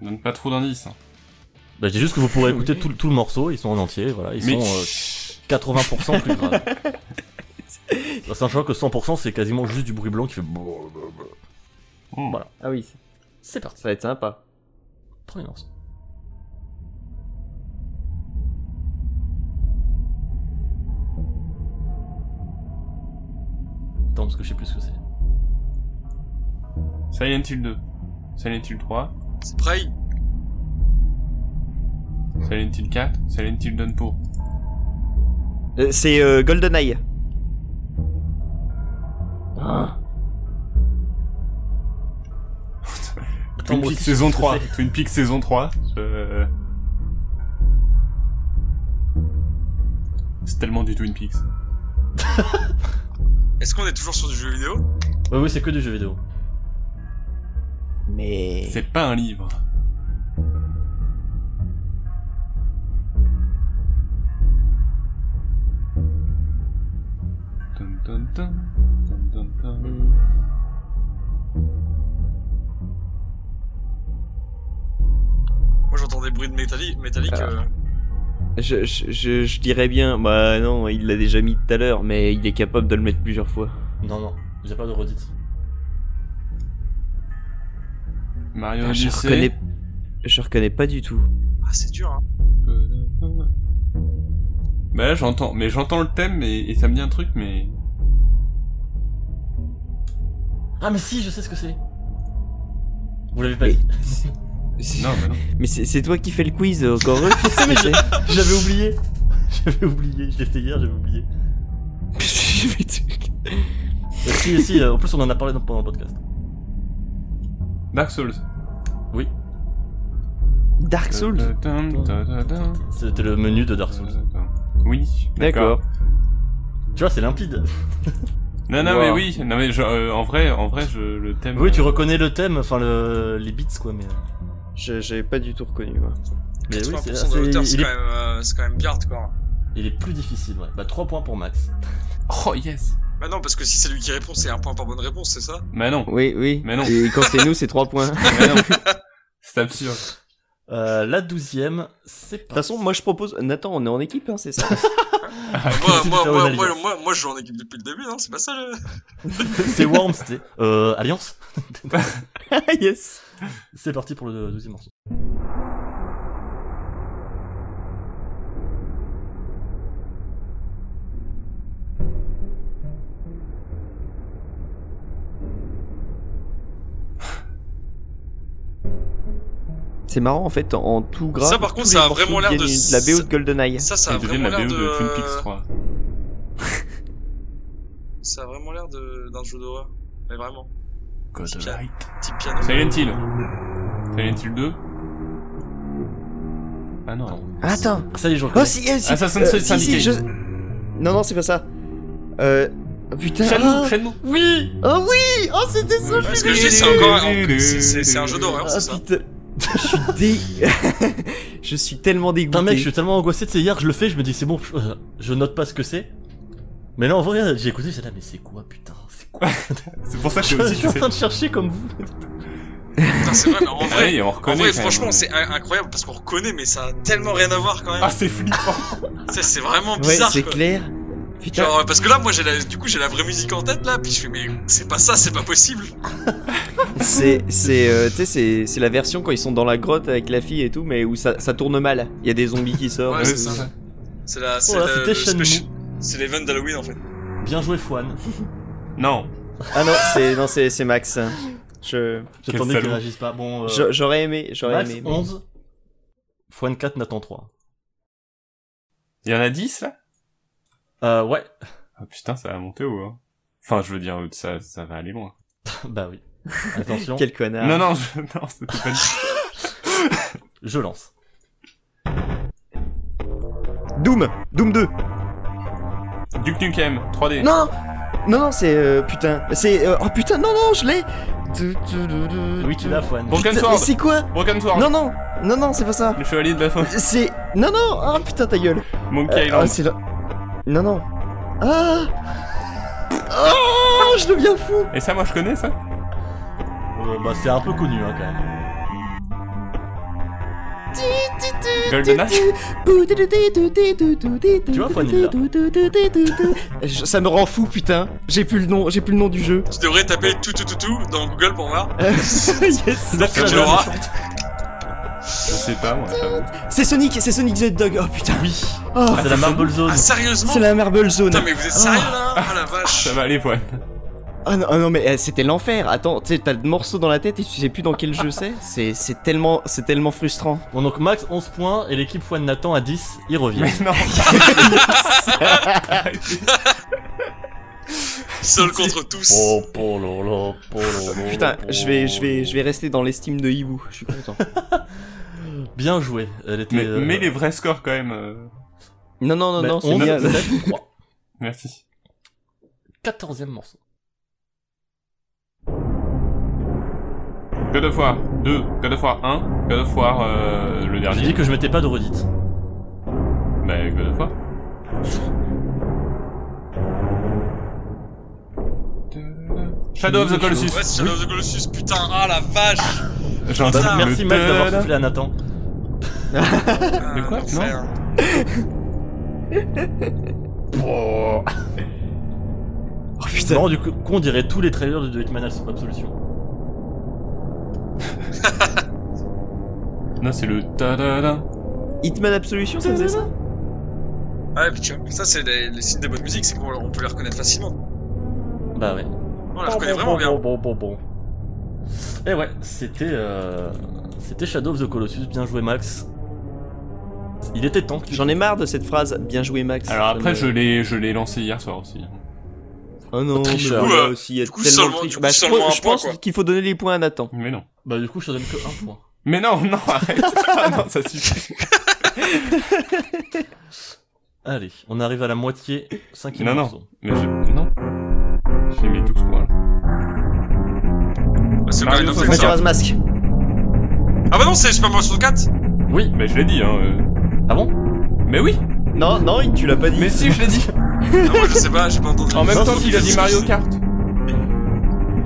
Speaker 5: Donne pas trop d'indices. hein.
Speaker 4: Bah, je dis juste que vous pourrez écouter tout, tout le morceau, ils sont en entier, voilà. Ils
Speaker 5: Mais
Speaker 4: sont. euh, 80% plus grave. *laughs* Bah, Sachant que 100% c'est quasiment juste du bruit blanc qui fait. blablabla.
Speaker 5: Hmm.
Speaker 4: Voilà.
Speaker 3: Ah oui.
Speaker 4: C'est parti,
Speaker 3: Ça va être sympa.
Speaker 4: premier morceau. Attends, parce que je sais plus ce que c'est.
Speaker 5: Silent Hill 2. Silent Hill 3.
Speaker 6: C'est pareil.
Speaker 5: Silent Hill 4. Silent Hill *laughs* Dunpo.
Speaker 3: Euh, C'est euh, GoldenEye. Ah.
Speaker 5: Twin
Speaker 4: moi
Speaker 5: Peaks
Speaker 4: aussi,
Speaker 5: saison
Speaker 4: je sais
Speaker 5: 3.
Speaker 4: ce que
Speaker 5: Twin Peaks saison Euh. 3. Je- C'est tellement du Twin Peaks.
Speaker 6: Est-ce qu'on est toujours sur du jeu vidéo
Speaker 4: Ouais, oui, c'est que du jeu vidéo.
Speaker 3: Mais.
Speaker 5: C'est pas un livre. Dun, dun, dun. Dun, dun, dun.
Speaker 6: Moi j'entends des bruits de métalli- métallique.
Speaker 3: Ah.
Speaker 6: euh,
Speaker 3: Je, je, je, je dirais bien. Bah non, il l'a déjà mis tout à l'heure, mais il est capable de le mettre plusieurs fois.
Speaker 4: Non, non, j'ai pas de redite.
Speaker 5: Mario
Speaker 3: Ah, je
Speaker 5: Odyssey.
Speaker 3: reconnais. Je reconnais pas du tout.
Speaker 6: Ah c'est dur. Hein.
Speaker 5: Bah là j'entends, mais j'entends le thème et, et ça me dit un truc mais...
Speaker 4: Ah, mais si, je sais ce que c'est. Vous l'avez pas
Speaker 3: Mais-
Speaker 4: *laughs* dit.
Speaker 3: C'est-
Speaker 5: Non, bah non.
Speaker 3: Mais c'est c'est toi qui fais le quiz, euh, encore eux
Speaker 5: *laughs*
Speaker 3: qui
Speaker 4: Mais je-
Speaker 3: se
Speaker 4: J'avais oublié. *laughs* J'avais oublié, je l'ai fait hier, j'avais oublié. Euh, si, si, euh, en plus on en a parlé dans- pendant le podcast.
Speaker 5: Dark Souls.
Speaker 3: Dark Souls
Speaker 5: Dun, dun, dun, dun, dun.
Speaker 4: C'était le menu de Dark Souls.
Speaker 5: Oui,
Speaker 3: D'accord.
Speaker 5: d'accord.
Speaker 4: Tu vois, c'est limpide.
Speaker 5: Non, non,
Speaker 3: Wow.
Speaker 5: mais oui, non, mais je- euh, en vrai, en vrai, je, le thème.
Speaker 4: Oui, tu
Speaker 5: euh, *laughs*
Speaker 4: reconnais le thème, enfin le, les beats quoi, mais. euh,
Speaker 3: Je- J'avais pas du tout reconnu, moi.
Speaker 4: Mais oui,
Speaker 6: 80%
Speaker 4: c'est
Speaker 6: de hauteur,
Speaker 4: c'est-
Speaker 6: c'est quand,
Speaker 4: il, est,
Speaker 6: même, euh, c'est quand même bien hardcore.
Speaker 4: il est plus difficile, ouais. Bah 3 points pour Max.
Speaker 5: Oh yes.
Speaker 6: Bah non, parce que si c'est lui qui répond, c'est un point par bonne réponse, c'est ça
Speaker 5: Bah non,
Speaker 3: Oui, oui.
Speaker 5: Mais non.
Speaker 3: Et quand c'est nous, c'est 3
Speaker 5: *laughs*
Speaker 3: points. De
Speaker 5: bah non. C'est absurde.
Speaker 4: Euh, la douzième, c'est
Speaker 3: toute
Speaker 4: pas.
Speaker 3: façon, moi je propose. Nathan, on est en équipe, hein,
Speaker 5: *laughs*
Speaker 3: c'est ça
Speaker 6: moi,
Speaker 5: Ah,
Speaker 4: c'est
Speaker 6: moi,
Speaker 4: de faire
Speaker 6: moi,
Speaker 4: une
Speaker 6: moi,
Speaker 4: alliance.
Speaker 6: moi, moi, je joue en équipe depuis le début, non C'est pas ça le...
Speaker 4: c'est Worms, c'était. Euh, Alliance
Speaker 3: Yes
Speaker 4: C'est parti pour le deuxième morceau.
Speaker 3: C'est marrant en fait, en en tout grave.
Speaker 6: Ça, par contre,
Speaker 3: tous les
Speaker 6: ça a
Speaker 3: morceaux
Speaker 6: vraiment l'air
Speaker 3: viennent
Speaker 6: de-
Speaker 3: de la BO de GoldenEye.
Speaker 6: Ça, ça a
Speaker 5: Ça devient
Speaker 6: vraiment
Speaker 5: la
Speaker 6: l'air
Speaker 5: BO
Speaker 6: de...
Speaker 5: de Twin Peaks 3.
Speaker 6: Ça a vraiment l'air de- d'un jeu d'horreur. Mais vraiment.
Speaker 5: God
Speaker 6: Type
Speaker 5: of
Speaker 6: piano.
Speaker 5: Light.
Speaker 6: Type piano.
Speaker 5: Silent Hill. Silent Hill 2. Ah non.
Speaker 3: Attends.
Speaker 4: Ça y est, je
Speaker 3: Oh
Speaker 4: reconnais.
Speaker 3: si, eh,
Speaker 6: Ah,
Speaker 3: si,
Speaker 5: Assassin's Creed
Speaker 3: si, si,
Speaker 5: Syndicate.
Speaker 3: je- Non, non, c'est pas ça. Euh... oh, Putain.
Speaker 5: Shenmue,
Speaker 3: ah,
Speaker 5: Shenmue.
Speaker 4: Oui
Speaker 3: Oh oui Oh c'était ça, je
Speaker 6: Parce
Speaker 3: suis
Speaker 6: que je dis, c'est encore. en plus, c'est- C'est c'est un jeu d'horreur, c'est ça.
Speaker 3: Ah putain. *laughs* je suis dé... *laughs* je suis tellement dégoûté.
Speaker 4: Putain mec, je suis tellement angoissé, tu sais, hier je le fais, je me dis c'est bon, je, euh, je note pas ce que c'est. Mais là en vrai, j'ai écouté, j'ai dit ah, mais c'est quoi putain, c'est quoi
Speaker 5: C'est pour
Speaker 3: *laughs*
Speaker 5: ça que
Speaker 4: Ah, *laughs* Je
Speaker 5: aussi,
Speaker 4: suis en
Speaker 5: tu sais.
Speaker 4: train de chercher comme vous.
Speaker 6: Putain, c'est vrai, mais en
Speaker 5: Ah
Speaker 6: vrai.
Speaker 5: oui, on
Speaker 6: En
Speaker 5: reconnaît.
Speaker 6: vrai,
Speaker 5: quand même.
Speaker 6: franchement, c'est in- incroyable parce qu'on reconnaît, mais ça a tellement rien à voir quand même.
Speaker 5: Ah, c'est flippant.
Speaker 6: Ça, *laughs* c'est vraiment
Speaker 3: Ouais,
Speaker 6: bizarre.
Speaker 3: c'est
Speaker 6: quoi.
Speaker 3: clair. Putain.
Speaker 6: Genre, parce que là, moi, j'ai la- du coup, j'ai la vraie musique en tête là, puis je fais, mais c'est pas ça, c'est pas possible.
Speaker 3: C'est c'est euh, tu sais c'est c'est la version quand ils sont dans la grotte avec la fille et tout mais où ça, ça tourne mal. Il y a des zombies qui sortent.
Speaker 6: Ouais, c'est
Speaker 5: Ouais,
Speaker 6: ça.
Speaker 5: c'est ça.
Speaker 6: C'est la. C'est
Speaker 4: là,
Speaker 6: le-
Speaker 4: c'était
Speaker 6: le
Speaker 4: Shenmue.
Speaker 6: spécial- C'est l'event d'Halloween en fait.
Speaker 4: Bien joué Fouane.
Speaker 5: Non.
Speaker 3: Ah non, c'est non c'est c'est Max. Je
Speaker 4: J'attendais
Speaker 5: Quel
Speaker 4: qu'il
Speaker 5: salaud.
Speaker 4: réagisse pas. Bon, euh,
Speaker 3: je- j'aurais aimé, j'aurais
Speaker 4: Max
Speaker 3: aimé. mais-
Speaker 4: 11, Fouane 4, Nathan 3.
Speaker 5: Il y en a 10 là
Speaker 4: Euh ouais,
Speaker 5: Ah putain, ça va monter haut. Hein. Enfin, je veux dire, ça, ça va aller loin.
Speaker 4: bah oui. *laughs* Attention,
Speaker 3: Quel connard.
Speaker 5: Non, non, je... *laughs* non, c'était pas dit.
Speaker 4: je lance.
Speaker 3: Doom, Doom 2.
Speaker 5: Duke Nukem 3D.
Speaker 3: Non, non, non, c'est euh, putain, c'est euh, oh putain, non, non, je l'ai. Tu- tu- tu- tu-
Speaker 4: Oui, tu l'as Fouane.
Speaker 5: Bon. Broken
Speaker 3: Putain,
Speaker 5: Sword.
Speaker 3: mais c'est quoi
Speaker 5: Broken Sword.
Speaker 3: Non, non, non, non, c'est pas ça.
Speaker 5: Le chevalier de la faute.
Speaker 3: C'est non, non, ah putain ta gueule.
Speaker 5: Monkey
Speaker 3: Euh,
Speaker 5: Island.
Speaker 3: ah, c'est là. Non, non. Ah. Oh, je deviens fou.
Speaker 5: Et ça, moi, je connais ça.
Speaker 4: Euh, bah c'est un peu connu hein quand même.
Speaker 5: GoldenEye.
Speaker 3: Tu
Speaker 4: vois, Fanny, là.
Speaker 3: Je- Ça me rend fou, putain. J'ai plus le nom, j'ai plus le nom du jeu.
Speaker 6: Tu devrais taper tout tout tout tout dans Google pour voir.
Speaker 3: Yes.
Speaker 4: C'est
Speaker 6: tu
Speaker 4: la
Speaker 6: l'auras.
Speaker 4: méchante.
Speaker 5: Je sais pas, moi. j'avoue.
Speaker 3: C'est Sonic, c'est Sonic the Dog. Oh putain.
Speaker 4: Oui,
Speaker 3: Oh,
Speaker 4: c'est la Marble Zone.
Speaker 6: Ah, sérieusement
Speaker 3: c'est la Marble Zone.
Speaker 6: Putain, mais vous êtes sérieux là Ah la vache
Speaker 5: Ça va aller, ouais.
Speaker 3: Ah non, ah non, mais euh, c'était l'enfer. Attends, tu sais, t'as le morceau dans la tête et tu sais plus dans quel jeu c'est. C'est c'est tellement, c'est tellement frustrant.
Speaker 4: Bon donc Max 11 points et l'équipe Fouane Nathan à 10, ils reviennent.
Speaker 5: Mais non.
Speaker 6: Seul contre tous
Speaker 4: Oh. pololo, pololo,
Speaker 3: Putain, je vais, je vais, je vais rester dans l'estime de Hibou. Je suis content.
Speaker 4: Bien joué. Elle était.
Speaker 5: mais,
Speaker 4: euh,
Speaker 5: mais les vrais scores quand même. euh,
Speaker 3: Non, non, non,
Speaker 4: bah,
Speaker 3: non, c'est
Speaker 4: 11,
Speaker 3: bien.
Speaker 4: 7, 3.
Speaker 5: Merci.
Speaker 4: 14e morceau.
Speaker 5: God of War 2, God of War 1, God of War euh, le
Speaker 4: J'ai
Speaker 5: dernier.
Speaker 4: dit que je mettais pas de redite.
Speaker 5: Bah, God of War. Shadow of the Colossus.
Speaker 6: Ouais, c'est Shadow of the Colossus, putain, ah la vache
Speaker 5: J'ai
Speaker 4: Bah,
Speaker 6: Putain,
Speaker 4: merci Max d'avoir soufflé à Nathan.
Speaker 6: De
Speaker 5: quoi
Speaker 6: Non
Speaker 3: Oh putain.
Speaker 4: C'est marrant du coup on dirait tous les trailers de Hitman Abs- Absolution.
Speaker 5: Non, c'est le ta da da.
Speaker 3: Hitman Absolution, ça faisait ça
Speaker 6: Ouais, puis tu vois, ça c'est les, les signes des bonnes musiques, c'est qu'on on peut les reconnaître facilement.
Speaker 4: Bah ouais.
Speaker 6: On les reconnaît vraiment bien.
Speaker 4: Bon bon bon bon. Et ouais, c'était euh, c'était Shadow of the Colossus. Bien joué Max. Il était temps. que tu-
Speaker 3: J'en ai marre de cette phrase. Bien joué, Max.
Speaker 5: Alors
Speaker 3: Ça
Speaker 5: après,
Speaker 3: me-
Speaker 5: je l'ai, je l'ai lancé hier soir aussi.
Speaker 3: Oh non, mais
Speaker 4: Tricheur.
Speaker 3: voilà
Speaker 6: Ouais.
Speaker 3: aussi, il y a
Speaker 6: Du coup,
Speaker 3: tellement de
Speaker 6: seulement-
Speaker 3: triche.
Speaker 6: du coup,
Speaker 3: Bah, je,
Speaker 6: seulement
Speaker 3: pense-
Speaker 6: un
Speaker 3: je
Speaker 6: point,
Speaker 3: pense
Speaker 6: quoi.
Speaker 3: qu'il faut donner les points à Nathan.
Speaker 5: Mais non.
Speaker 4: Bah du coup je te donne que un point.
Speaker 5: Mais non, non, *laughs* arrête. Ah non, ça suffit.
Speaker 4: Allez, on arrive à la moitié. Cinquième
Speaker 5: Non, non.
Speaker 4: morceau.
Speaker 5: Mais je... non. J'ai mis 12 points.
Speaker 6: Ouais, Ah, c'est
Speaker 5: Mario
Speaker 6: Ocarina of
Speaker 5: Majora's
Speaker 6: Time, ça.
Speaker 3: Majora's Mask.
Speaker 6: Ah bah non, c'est Super Mario 64
Speaker 4: Oui.
Speaker 5: Mais je l'ai dit, hein. euh.
Speaker 4: Ah bon
Speaker 5: Mais oui.
Speaker 3: Non, non, il- tu l'as pas dit.
Speaker 5: Mais si, je l'ai dit.
Speaker 6: Non, Ah, moi je sais pas, j'ai pas entendu.
Speaker 5: En même
Speaker 4: Non,
Speaker 5: temps
Speaker 4: c'est-
Speaker 5: qu'il a dit Mario Kart.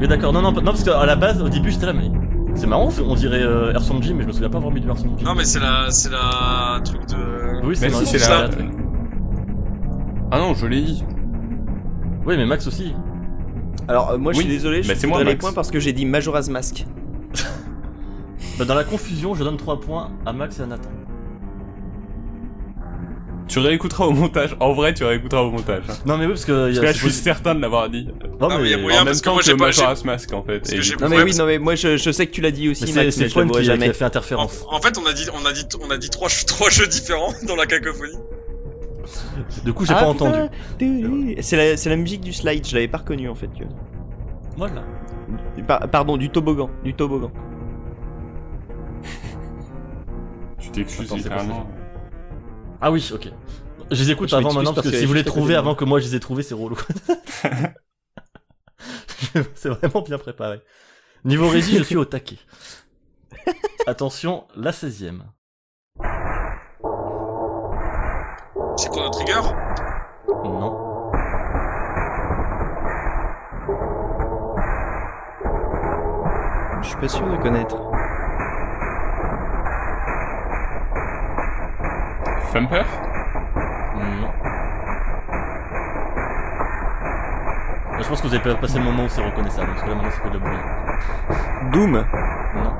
Speaker 4: Mais d'accord, non, non, pas- non, parce qu'à la base, au début, j'étais là, mais c'est marrant, on dirait euh, Earthsong Jim, mais je me souviens pas avoir mis du Earthsong Jim.
Speaker 6: Non, mais c'est la. C'est la. truc de.
Speaker 4: oui,
Speaker 5: Mais
Speaker 4: dans
Speaker 5: si,
Speaker 4: les
Speaker 5: c'est la.
Speaker 4: Earthsong Jim, ouais.
Speaker 5: Ah non, je l'ai dit.
Speaker 4: Oui, mais Max aussi.
Speaker 3: Alors, euh, moi, je suis
Speaker 5: Oui.
Speaker 3: désolé, je
Speaker 5: Bah,
Speaker 3: te
Speaker 5: c'est moi,
Speaker 3: donnerai les
Speaker 5: Max.
Speaker 3: points parce que j'ai dit Majora's Mask.
Speaker 4: Bah, dans la confusion, je donne 3 points à Max et à Nathan.
Speaker 5: Tu réécouteras au montage. En vrai, tu réécouteras au montage. hein.
Speaker 4: Non, mais oui, parce que... il
Speaker 5: Parce
Speaker 4: y a-
Speaker 5: que là, je
Speaker 4: c'est
Speaker 5: suis
Speaker 4: possible.
Speaker 5: certain de l'avoir dit.
Speaker 4: Non,
Speaker 6: Ah, mais il y a
Speaker 4: mais-
Speaker 6: moyen.
Speaker 5: en même
Speaker 6: parce que
Speaker 5: temps
Speaker 6: moi,
Speaker 5: que,
Speaker 6: j'ai pas- j'ai-
Speaker 5: Majora's Mask, en fait.
Speaker 6: Parce
Speaker 5: Et
Speaker 6: que j'ai
Speaker 5: du-
Speaker 3: Non, mais
Speaker 6: Ouais,
Speaker 3: oui,
Speaker 6: parce-
Speaker 3: non, mais moi, je, je sais que tu l'as dit aussi,
Speaker 4: mais c'est
Speaker 3: Max, mais
Speaker 4: c'est
Speaker 3: je
Speaker 4: Fouane
Speaker 3: l'avouerai
Speaker 4: qui, qui
Speaker 3: jamais.
Speaker 4: a fait
Speaker 6: En,
Speaker 4: interférence.
Speaker 6: en fait, on a dit, on a dit, on a dit trois, *laughs* trois jeux différents dans la cacophonie.
Speaker 4: Du coup, j'ai
Speaker 3: Ah,
Speaker 4: pas
Speaker 3: putain.
Speaker 4: entendu.
Speaker 3: C'est la, c'est la musique du slide, je l'avais pas reconnue en fait. tu vois.
Speaker 4: Voilà.
Speaker 3: Du- par- pardon, du toboggan. Du toboggan.
Speaker 5: Tu t'excuses
Speaker 4: Attends, c'est pas
Speaker 5: littéralement.
Speaker 4: Ah oui, ok. Je les écoute
Speaker 3: Je
Speaker 4: avant
Speaker 3: m'excuse
Speaker 4: maintenant parce
Speaker 3: parce
Speaker 4: que
Speaker 3: que
Speaker 4: si vous les
Speaker 3: j'étais à côté
Speaker 4: trouvez
Speaker 3: de
Speaker 4: avant
Speaker 3: vous.
Speaker 4: que moi je les ai trouvés,
Speaker 3: *laughs*
Speaker 4: c'est relou. *laughs* c'est vraiment bien préparé. Niveau régie, je suis
Speaker 3: *laughs*
Speaker 4: au taquet. Attention, la 16ème.
Speaker 7: C'est pour notre trigger
Speaker 4: Non.
Speaker 3: Je suis pas sûr de connaître.
Speaker 5: Thumper
Speaker 4: Non. Là, je pense que vous avez pas passé le moment où c'est reconnaissable, parce que là maintenant c'est que de la brouille.
Speaker 3: Doom
Speaker 4: Non.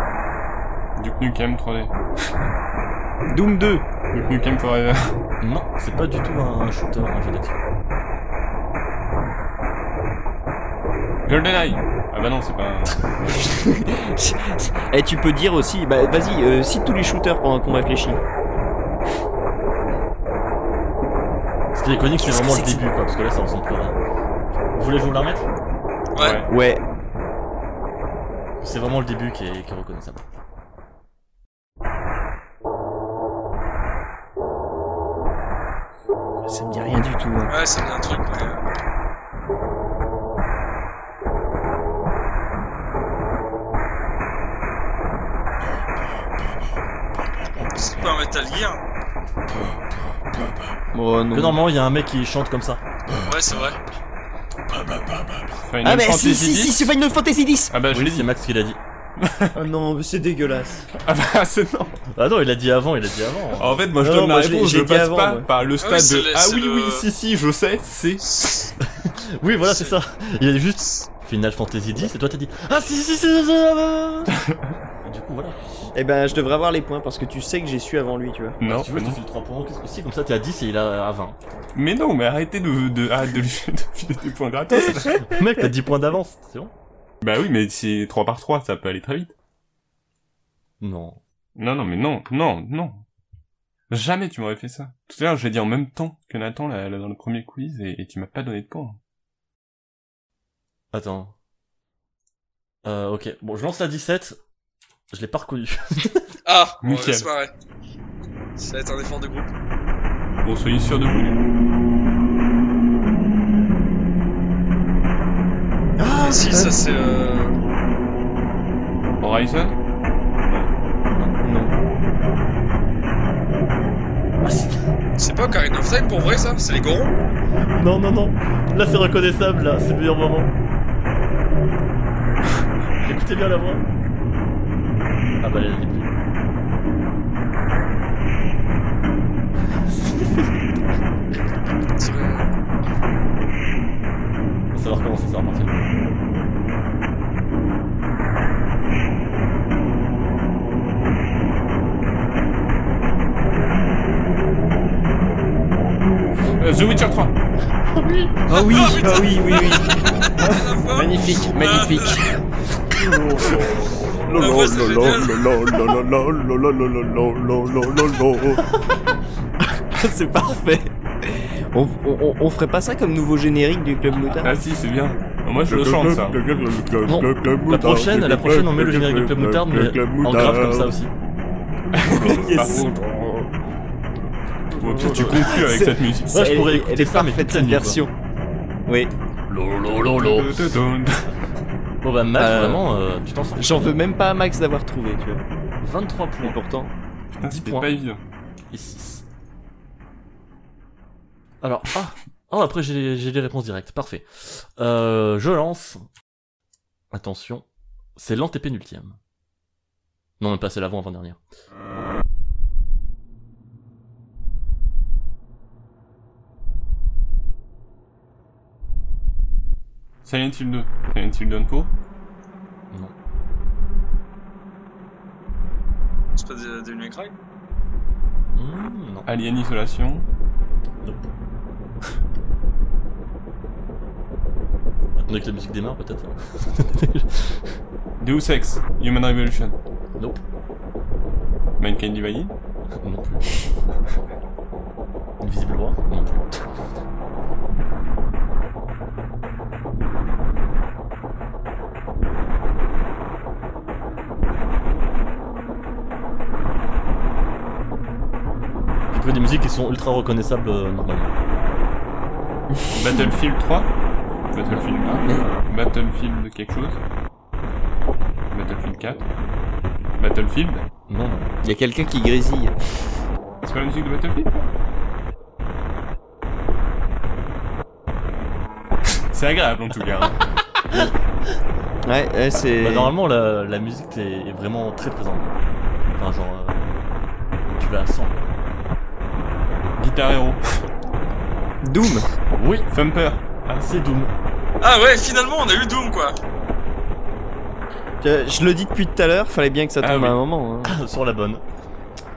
Speaker 5: Duke Nukem 3D.
Speaker 3: *laughs* Doom 2
Speaker 5: Duke Nukem Forever.
Speaker 4: Non, c'est pas du tout un shooter, un jeu d'action.
Speaker 5: GoldenEye Ah bah non, c'est pas un...
Speaker 3: Et Eh, tu peux dire aussi, bah vas-y, euh, cite tous les shooters pendant qu'on réfléchit.
Speaker 4: Ce qui est iconique, c'est
Speaker 3: Qu'est-ce
Speaker 4: vraiment
Speaker 3: que
Speaker 4: le
Speaker 3: c'est que
Speaker 4: début, quoi, parce que là ça ressemble plus à rien. Vous voulez que je vous la remette
Speaker 7: Ouais.
Speaker 3: Ouais.
Speaker 4: C'est vraiment le début qui est, qui est reconnaissable.
Speaker 3: Ça me dit rien du tout. hein.
Speaker 7: Ouais, ça me dit un truc, mais... euh, C'est pas un Metal Gear
Speaker 3: Oh non.
Speaker 4: Que normalement, il y a un mec qui chante comme
Speaker 5: Bah,
Speaker 4: ça.
Speaker 7: Ouais, c'est vrai.
Speaker 5: Final
Speaker 3: Ah bah si,
Speaker 5: Fantasy
Speaker 3: si, si,
Speaker 5: X
Speaker 3: c'est Final Fantasy
Speaker 4: *laughs*
Speaker 3: X
Speaker 5: Ah bah je
Speaker 4: Oui,
Speaker 5: l'ai
Speaker 4: c'est
Speaker 5: dit.
Speaker 4: Max qui l'a dit.
Speaker 3: Oh non, c'est dégueulasse.
Speaker 5: Ah bah *laughs* c'est non.
Speaker 4: Ah non, il l'a dit avant, il l'a
Speaker 5: *laughs*
Speaker 4: dit avant.
Speaker 5: En fait, moi je
Speaker 3: Non,
Speaker 5: donne la
Speaker 3: moi, je l'ai-
Speaker 5: réponse,
Speaker 3: je
Speaker 5: je
Speaker 3: l'ai dit
Speaker 5: passe
Speaker 3: avant,
Speaker 5: pas
Speaker 3: moi. Ah,
Speaker 5: par le stade
Speaker 7: c'est
Speaker 5: de
Speaker 7: le-
Speaker 5: Ah
Speaker 7: c'est
Speaker 5: oui,
Speaker 7: le-
Speaker 5: oui, si, si, je sais, c'est.
Speaker 4: Oui, voilà, c'est ça. Il est juste Final Fantasy X et toi t'as dit Ah si, si, si, si, si,
Speaker 5: *laughs*
Speaker 4: ah, bah, bah. Et Du coup, voilà.
Speaker 3: Eh ben, je devrais avoir les points parce que tu sais que j'ai su avant lui, tu vois.
Speaker 5: Non,
Speaker 4: Si tu veux, je te
Speaker 5: non.
Speaker 4: file 3 points. Qu'est-ce que si Comme ça, t'es à 10 et il a à 20.
Speaker 5: Mais non, mais arrêtez de, de, ah, de lui de filer des points gratos.
Speaker 4: *laughs* Mec, t'as 10 points d'avance, c'est bon
Speaker 5: bah oui, mais c'est 3 par 3, ça peut aller très vite.
Speaker 4: Non.
Speaker 5: Non, non, mais non, non, non. Jamais tu m'aurais fait ça. Tout à l'heure, j'ai dit en même temps que Nathan là, là, dans le premier quiz et, et tu m'as pas donné de points.
Speaker 4: Attends. Euh, ok. Bon, je lance la 17. Je l'ai pas reconnu.
Speaker 7: Ah, bon,
Speaker 5: Nickel.
Speaker 7: laisse marrer. Ça va être un effort de groupe.
Speaker 5: Bon, soyez sûr de vous. les-
Speaker 3: Ah,
Speaker 7: si, ça c'est... Euh...
Speaker 5: Horizon
Speaker 3: Non.
Speaker 4: Ah, si.
Speaker 7: C'est pas Ocarina of Time pour vrai, ça C'est les Gorons
Speaker 4: Non, non, non. Là, c'est reconnaissable, là. C'est le meilleur moment. *laughs* Écoutez bien la voix. Ah bah, elle est plus.
Speaker 7: C'est le-
Speaker 4: Ça va recommencer, ça va repartir.
Speaker 5: Euh, The Witcher 3
Speaker 7: *laughs*
Speaker 3: Ah oui, ah oui, oui, oui.
Speaker 7: La voix-
Speaker 3: Magnifique, magnifique.
Speaker 7: la voix, c'est génial.
Speaker 3: c'est parfait. On, on, on ferait pas ça comme nouveau générique du Club Moutard
Speaker 5: Ah si, c'est bien. Moi, je le chante ça.
Speaker 4: Non, la prochaine, la prochaine, on met le générique de Club Moutarde, mais en grave comme ça aussi.
Speaker 3: Yes.
Speaker 5: Bon, peut-être tu conclus avec
Speaker 3: C'est-
Speaker 5: cette musique.
Speaker 4: Ouais, je pourrais
Speaker 3: elle,
Speaker 4: écouter
Speaker 3: elle est
Speaker 4: ça, mais
Speaker 3: parfaite
Speaker 4: toute la
Speaker 3: cette
Speaker 4: nuit, quoi.
Speaker 3: version. Oui,
Speaker 4: Bon bah, Max,
Speaker 3: Euh,
Speaker 4: vraiment, euh, tu t'en sors.
Speaker 3: j'en veux même pas à Max d'avoir trouvé, tu vois.
Speaker 4: 23
Speaker 3: Mais
Speaker 4: points
Speaker 3: pourtant,
Speaker 5: Putain, C'était
Speaker 4: points.
Speaker 5: pas évident.
Speaker 4: et 6. Alors, ah Oh, après, j'ai les- j'ai les réponses directes. Parfait. Euh, je lance. Attention. C'est l'antépénultième. Non, même pas, c'est l'avant, avant-dernière.
Speaker 5: Silent Hill 2. Silent Hill Downpour.
Speaker 7: C'est pas de, de Lumière Cry
Speaker 4: Hmm, non.
Speaker 5: Alien Isolation.
Speaker 4: Attendez que la musique démarre, peut-être. *laughs*
Speaker 5: Deus Ex. Human Revolution.
Speaker 4: Nope.
Speaker 5: Mankind Divided.
Speaker 4: Non plus. Invisible War Non plus. trouver des musiques qui sont ultra reconnaissables euh, normalement.
Speaker 5: Battlefield 3 Battlefield 1 Battlefield quelque chose Battlefield 4 Battlefield
Speaker 4: Non, non.
Speaker 3: Il y a quelqu'un qui grésille.
Speaker 5: C'est pas la musique de Battlefield C'est agréable en tout cas. hein.
Speaker 3: Ouais, ouais, c'est.
Speaker 4: Bah, normalement, la, la musique est, est vraiment très présente. Enfin, genre, euh, tu vas à 100. quoi.
Speaker 5: Guitar Hero.
Speaker 3: Doom
Speaker 4: Oui,
Speaker 5: Thumper.
Speaker 4: c'est Doom. *laughs*
Speaker 7: Ah ouais, finalement, on a eu Doom, quoi.
Speaker 3: Euh, Je, je le dis depuis tout à l'heure, fallait bien que ça
Speaker 5: Ah
Speaker 3: tombe
Speaker 5: oui.
Speaker 3: à un moment. hein.
Speaker 4: Sur la bonne.